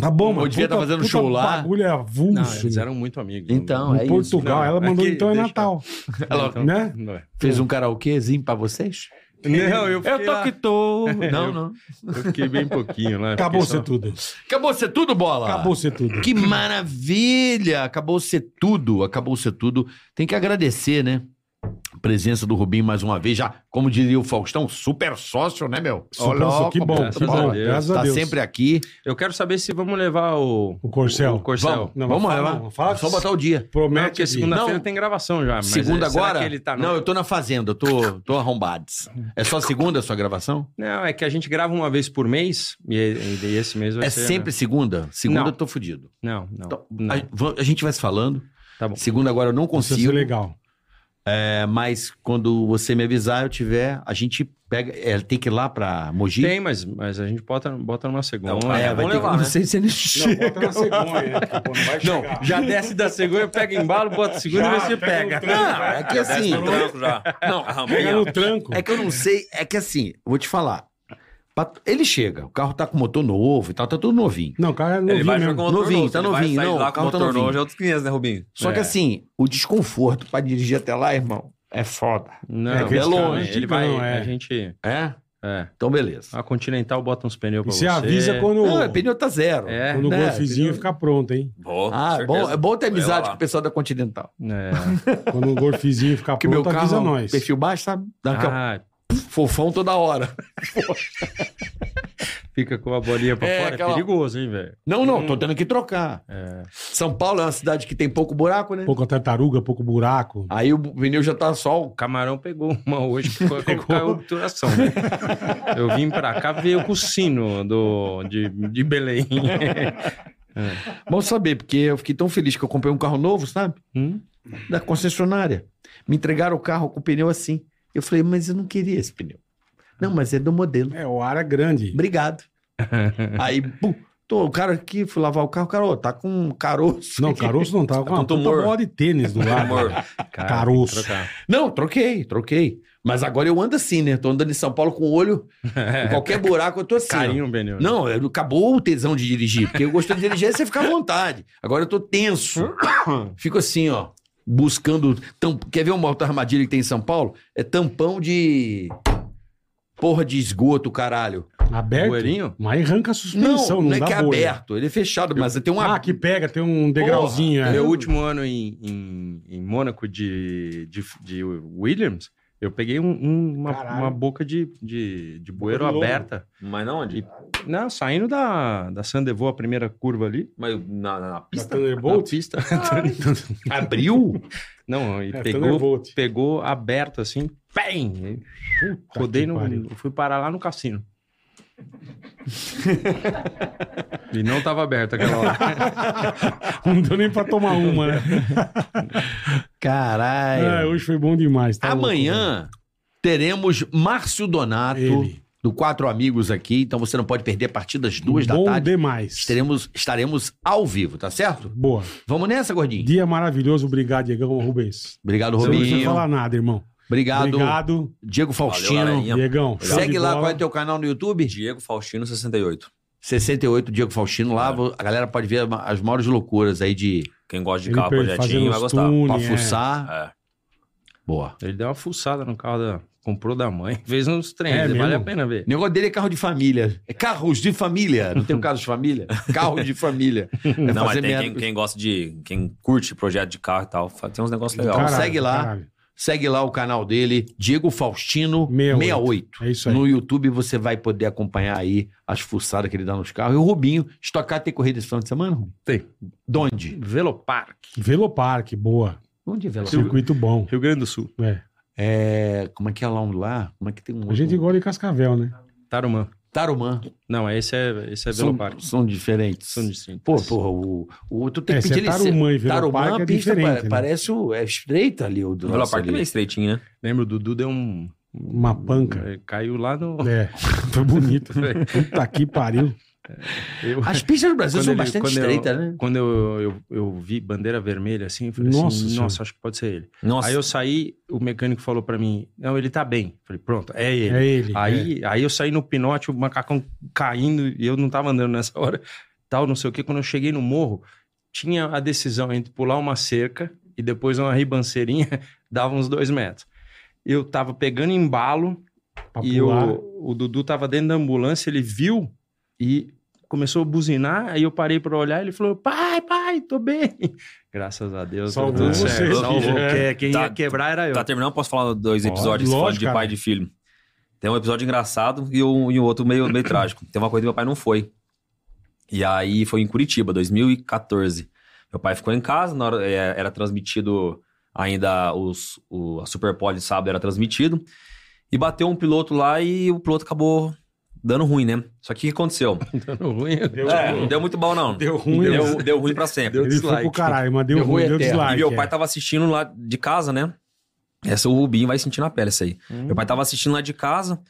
D: Tá bom,
C: Eu
D: mano.
C: devia tá fazendo show lá.
D: bagulho é avulso.
E: Não, eles
D: né?
E: eram muito amigos. né?
C: Então,
D: Em
C: é isso.
D: Portugal,
E: Não,
D: ela mandou
E: aqui,
D: então é
E: deixa.
D: Natal.
E: Ela-
D: Né?
E: Não, é.
C: Fez um karaokezinho pra vocês?
E: Não, eu fiquei, lá-
D: [LAUGHS]
C: tô. Não, não.
E: eu fiquei bem pouquinho lá.
D: Acabou
E: fiquei
D: ser
E: só-
D: tudo.
C: Acabou ser tudo, bola.
D: Acabou ser tudo.
C: Que maravilha! Acabou ser tudo, acabou ser tudo. Tem que agradecer, né? A presença do Rubinho mais uma vez, já, como diria o Faustão, super sócio, né, meu? Ó,
D: Super,
C: louco,
D: que bom,
C: cara.
D: que
E: Graças a
D: bom.
E: Deus.
D: Graças a
C: Tá
D: Deus.
C: sempre aqui.
E: Eu quero saber se vamos levar o...
D: O Corcel.
E: O Corcel.
C: Vamos.
D: Não,
C: Vamos
D: mas
C: lá.
D: fala- fala-
C: Só botar o dia.
E: Não,
D: Promete
E: porque
D: que assim,
E: segunda-feira
C: Não.
E: tem gravação já. mas
C: segunda
E: é- será
C: agora?
E: que ele tá no-
C: Não, eu tô na fazenda, eu tô, tô arrombado. É só segunda a sua gravação?
E: Não, é que a gente grava uma vez por mês e, e- e esse mês vai
C: é
E: ser... né?
C: sempre segunda? Segunda
E: Não.
C: eu tô fudido.
E: Não, não.
C: Então,
E: não.
C: a, va- a gente vai se falando.
E: Tá bom.
C: Segunda agora eu não
D: Isso é
C: consigo.
D: legal.
C: É, mas quando você me avisar, eu tiver, a gente pega. É, tem que ir lá pra Mogi?
E: Tem, mas, mas a gente bota, bota numa segunda.
C: Então,
A: Não, é, vai
E: Vamos
A: ter
E: levar,
A: que-
E: né?
C: Não sei se ele
D: Não,
C: chega.
D: bota na cegonha, né? Porque, pô, Não, vai
E: Não,
D: chegar.
E: já desce da segunda, pega embalo, bota segunda
D: Já,
E: e você
D: pega no
E: pega.
D: tranco.
C: Não, é que
A: Desce
C: assim.
A: no tranco já. Não, a
D: Pega
A: rampinha.
D: no tranco.
C: É que eu não sei. É que assim, eu vou te falar. Pra- Ele chega, o carro tá com motor novo e tal, tá tudo novinho.
D: Não, o cara é
A: Ele
D: novinho
A: vai
D: mesmo.
A: jogar com motor
C: Novinho,
A: novo.
C: tá
A: Ele vai
C: novinho,
A: sair
C: não,
A: lá
C: o
A: com
C: carro tá
A: motor novo,
C: novinho.
A: já é outros 500, né, Rubinho?
C: Só que
E: É.
C: assim, o desconforto pra dirigir até lá, irmão, é foda.
E: Não,
D: É que
C: é
E: esse cara,
C: longe,
E: Ele vai,
D: não, é.
E: a gente...
C: É?
E: É.
C: Então, beleza.
E: A Continental bota uns pneus
D: E
E: pra
D: você
E: você.
D: avisa quando,
C: Não, é pneu tá zero.
E: É.
D: quando o
C: né?
D: golfezinho
C: Pneu-
D: ficar pronto, hein?
A: Bom, com
C: Ah, bom,
A: certeza.
C: é bom ter
A: Vai
C: amizade
A: lá.
C: com o pessoal da Continental.
E: É.
D: Quando o golfezinho ficar
C: Porque
D: pronto,
C: meu
D: avisa
C: carro, é um
D: nós.
C: perfil baixo, sabe? Dá aquela
E: Ah,
C: fofão toda hora.
E: fica com a bolinha pra
C: É,
E: fora.
C: aquela-
E: É perigoso, hein, velho?
C: Não,
D: Hum.
C: não, tô tendo que trocar.
E: É.
C: São Paulo é uma cidade que tem pouco buraco, né?
D: Pouco tartaruga, pouco buraco.
C: Aí o pneu já tá só o
E: O camarão pegou uma hoje que foi
D: Pegou.
E: caiu a obturação. né? Eu vim pra cá, veio com o sino do, de, de Belém.
C: Bom saber, porque eu fiquei tão feliz que eu comprei um carro novo, sabe?
E: Hum?
C: Da concessionária. Me entregaram o carro com o pneu assim. Eu falei, mas eu não queria esse pneu. Não, mas é do modelo.
D: É, o ar é grande. [LAUGHS]
C: Obrigado. Aí, pum, tô, o cara aqui, fui lavar o carro, o cara, ó, tá com um caroço.
D: Não, caroço não, tava com
A: Tá
D: uma
A: com
D: puta
A: tumor.
D: bola de tênis do lado.
A: Amor,
E: Cara,
D: Caroço.
E: tem que trocar.
C: [LAUGHS] Não, troquei, troquei. Mas agora eu ando assim, né? Tô andando em São Paulo com o olho,
D: É.
C: em
E: [LAUGHS]
C: qualquer buraco eu tô assim. ó.
E: Carinho, Benio.
C: é, Não, eu- acabou o tesão de dirigir, porque eu gosto de dirigir, é você fica à vontade. Agora eu tô
D: [COUGHS]
C: tenso. Fico assim, ó, buscando. tam- Quer ver uma outra armadilha que tem em São Paulo? É tampão de. Porra de esgoto, caralho.
D: Aberto?
E: Bueirinho?
D: Mas arranca a suspensão, não,
C: é
D: dá
C: que é
D: bolha.
C: aberto, ele é fechado, mas tem uma. [LAUGHS]
D: Ah, que pega, tem um degrauzinho. é.
E: Meu último ano em, em, em Mônaco de, de, de Williams, eu peguei um- um- uma,
D: Caralho.
E: uma boca de, de, de bueiro
D: de lobo.
E: aberta.
A: [LAUGHS] mas não onde?
E: Não, saindo da, da Sandevô, a primeira curva ali.
A: Mas na, na- na
D: Da
A: pista?
E: Na
D: Thunderbolt?
E: pista.
C: Abriu?
E: Não, e
D: É,
E: pegou
C: [LAUGHS]
D: Thunderbolt.
E: pegou aberto assim, bem!
D: Puta
E: Rodei
D: que
E: no.
D: pariu.
E: Fui parar lá no cassino. [LAUGHS] e não tava aberto aquela hora.
D: Não deu nem pra tomar uma, né?
C: [LAUGHS]
D: Ah,
C: Caralho.
D: hoje foi bom demais. tá Ah, louco,
C: É. Amanhã tá teremos Márcio Donato,
D: velho. ele.
C: do Quatro Amigos aqui, então você não pode perder a partir das duas da
D: bom
C: tarde.
D: demais.
C: Estaremos, estaremos ao vivo, tá certo?
D: Boa.
C: Vamos nessa, gordinho?
D: Dia maravilhoso. Obrigado, Diegão Rubens.
C: Obrigado,
D: Não precisa
C: Robinho.
D: falar nada, irmão.
C: Obrigado,
D: Obrigado,
C: Diego Faustino.
A: galerinha.
D: Diegão. show
C: Segue
D: de
C: lá,
D: bola.
C: qual é o teu canal no YouTube?
A: Diego Faustino 68.
C: 68 Diego Faustino. Lá vo- a galera pode ver as maiores loucuras aí de
A: Quem gosta de
D: Ele
A: carro
D: per-
A: projetinho
D: fazendo
A: vai
D: os
A: gostar.
C: pra
D: túneis, é.
C: fuçar.
A: É.
C: Boa.
E: Ele deu uma fuçada no carro da. Comprou da mãe. [LAUGHS] Fez uns treinos.
D: É
E: vale a
D: mesmo?
E: pena ver.
C: O negócio dele é carro de família. É carros de família. Não tem um carro de
A: [LAUGHS]
C: família? Carro de família. É
A: Não, mas
C: fazer
A: tem
C: merda.
A: quem, quem gosta de. Quem curte projeto de carro e tal, fa- tem uns negócios legais.
D: Caralho,
C: um segue lá.
D: caralho.
C: Segue lá o canal dele, Diego Faustino 68.
D: 68. É isso aí.
C: No YouTube você vai poder acompanhar aí as fuçadas que ele dá nos carros. E o Rubinho, estocar tem corrida esse final de semana, Rubinho?
E: Tem.
C: Donde?
E: Velopark.
D: Veloparque, boa.
C: Onde é Velopark?
D: Circuito bom.
E: Rio Grande do Sul.
D: É.
C: É, como é que é lá um lá? Como é que tem um
D: A gente gosta de Cascavel, né?
E: Tarumã.
C: Tarumã.
E: Não, esse é, esse é
C: são,
E: Velopark.
C: são diferentes.
E: São distintos.
C: Pô, porra, o, o tu tem
D: É,
C: que
D: se
C: pedir
D: é
C: licença.
D: Tarumã e
C: Tarumã,
D: Veloparque
C: a
D: é
C: pista
D: diferente.
C: pa-
D: né?
C: parece o, é estreita ali o do
A: O Velopark
C: nosso
A: é meio
C: ali.
A: estreitinho, né?
E: Lembro, o Dudu deu um.
D: Uma panca.
E: é, Caiu lá no. né?
D: É, [LAUGHS] foi bonito. [LAUGHS] Puta que pariu.
E: Eu-
C: As pistas do Brasil
E: Quando
C: são
E: ele-
C: bastante
E: quando eu-
C: estreitas, né?
E: Quando eu, eu, eu vi bandeira vermelha assim, eu falei
D: Nossa
E: assim:
D: Senhora.
E: nossa, acho que pode ser ele.
A: Nossa,
E: Aí eu saí, o mecânico falou pra mim: Não, ele tá bem. Falei, pronto, é ele.
D: É ele.
E: aí, aí eu saí no pinote, o macacão caindo, e eu não tava andando nessa hora. Tal, não sei o que. Quando eu cheguei no morro, tinha a decisão entre pular uma cerca e depois uma ribanceirinha, [LAUGHS] dava uns dois metros. Eu tava pegando embalo,
D: é, pra
E: e
D: pular.
E: o, o Dudu tava dentro da ambulância, ele viu e começou a buzinar. Aí eu parei pra olhar ele falou: pai, pai, tô bem. [LAUGHS] Graças a Deus.
D: Salvou
E: tudo
A: você,
E: certo.
A: filho.
E: Salvou. Que- Quem
A: Tá-
E: ia quebrar era eu.
A: tá terminando? Posso falar dois
E: Pode,
A: episódios falando
D: lógico,
A: de
D: cara.
A: pai e de filho? Tem um episódio engraçado e um, e um outro meio, meio trágico. Tem uma coisa que meu pai não foi. E aí foi em Curitiba, 2014. Meu pai ficou em casa, na hora, é, era transmitido ainda os, o, a Superpole de sábado era transmitido. E bateu um piloto lá e o piloto acabou dando ruim, né? Só que o que aconteceu?
E: Dando ruim.
D: Deu,
A: É, não deu muito bom, não.
D: deu ruim.
A: Deu, deu ruim né? pra sempre.
E: deu
D: ele foi
E: dislike.
D: pro caralho, mas deu,
C: Deu
D: ruim,
C: ruim
D: deu
C: eterno.
D: dislike.
A: E meu
D: é.
A: pai tava assistindo lá de casa, né? Essa o Rubinho vai sentir na pele isso aí. Meu pai tava assistindo lá de casa.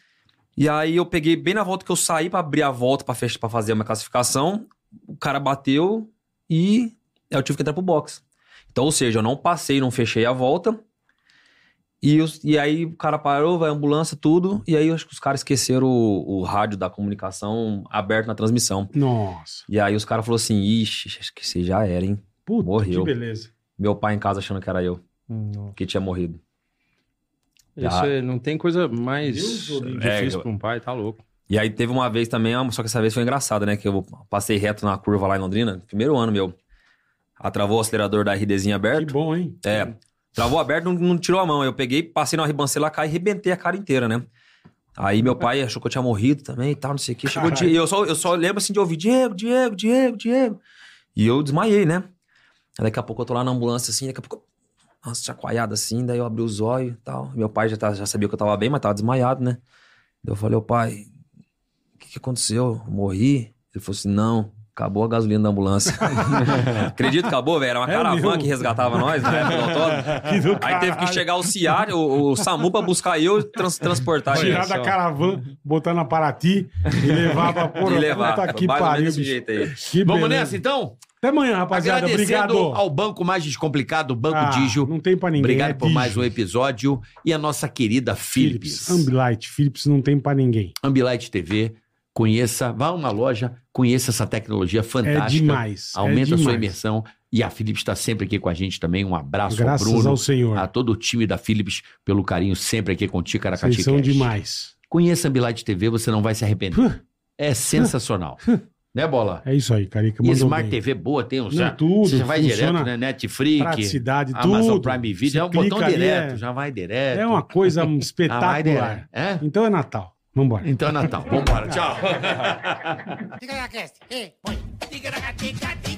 A: E aí eu peguei bem na volta que eu saí pra abrir a volta pra fechar para fazer uma classificação. O cara bateu e eu tive que entrar pro box. Então, ou seja, eu não passei, não fechei a volta. E, os- e aí o cara parou, vai a ambulância, tudo. E aí eu acho que os caras esqueceram o, o rádio da comunicação aberto na transmissão.
D: Nossa.
A: E aí os caras falaram assim: ixi, acho que você já era, hein?
D: Puta,
A: Morreu.
D: que beleza.
A: Meu pai em casa achando que era eu, que tinha morrido.
E: Isso
A: Ah.
E: é- não tem coisa mais
D: Deus, Olinda.
E: difícil
A: É,
E: para um pai, tá louco.
A: E aí teve uma vez também, ah, só que essa vez foi engraçada, né? Que eu passei reto na curva lá em Londrina, primeiro ano meu. Atravou o acelerador da RDzinha
D: Que
A: aberto.
D: bom, hein?
A: É. Travou aberto, não, não tirou a mão. Eu peguei, passei na ribanceira, caí e arrebentei a cara inteira, né? Aí meu pai achou que eu tinha morrido também e tal, não sei o quê. Chegou o
D: Caralho.
A: Diego, eu só, eu só lembro assim de ouvir Diego, Diego, Diego, Diego. E eu desmaiei, né? Aí daqui a pouco eu tô lá na ambulância assim, daqui a pouco, eu- nossa, chacoalhado assim, daí eu abri os olhos e tal. Meu pai já, tá- já sabia que eu tava bem, mas tava desmaiado, né? Daí eu falei, ô pai, o que, que aconteceu? Eu Morri? Ele falou assim, não, acabou a gasolina da ambulância. [LAUGHS] Acredito que acabou, velho? Era uma
D: É
A: caravana
D: mesmo?
A: que resgatava nós,
D: [LAUGHS]
A: né? Pelo autódromo.
D: Que do
A: Aí teve que
D: caralho.
A: chegar o CIA, o, o SAMU pra buscar eu e trans- transportar ele.
D: Tirar
E: Olha
D: da
E: só.
D: caravana, botar na Paraty e levar pra porra.
A: E levar.
D: Puta que
A: Mais ou menos
D: pariu,
A: desse
D: bicho.
A: jeito aí.
D: Que
C: Vamos
D: beleza.
C: nessa, então?
D: Até amanhã, rapaziada.
C: Agradecendo
D: Obrigado.
C: ao Banco Mais Descomplicado, Banco
D: Ah,
C: Digio.
D: Não tem pra ninguém.
C: Obrigado
D: é
C: por
D: Digio.
C: mais um episódio. E a nossa querida Philips.
D: Philips. Ambilight. Philips não tem pra ninguém.
C: Ambilight TV. Conheça, vá a uma loja, conheça essa tecnologia fantástica.
D: É demais. é
C: Aumenta a sua
D: demais.
C: imersão. E a Philips está sempre aqui com a gente também. Um abraço
D: Graças
C: ao Bruno,
D: ao Senhor.
C: a todo o time da Philips, pelo carinho sempre aqui contigo, Caracati.
D: Vocês são
C: Cast.
D: demais.
C: Conheça a Ambilight TV, você não vai se
D: Huh.
C: arrepender. É sensacional. né, Bola?
D: É isso aí, Carica.
C: E
D: mandou
C: Smart
D: bem.
C: TV boa tem um
D: Não, tudo.
C: Você já vai
D: funciona.
C: direto, né? Netflix,
D: Praticidade,
C: Amazon
D: tudo.
C: Prime
D: Você
C: Video. É um
D: clica
C: botão
D: ali,
C: direto,
D: é-
C: já vai direto.
D: É uma coisa
C: Já vai
D: [LAUGHS] espetacular.
C: direto. É?
D: Então é Natal. Vambora. [LAUGHS]
C: Então é Natal. Vambora. Tchau.
F: Tiga na cast. Ei, põe. Tiga na catica, tiga.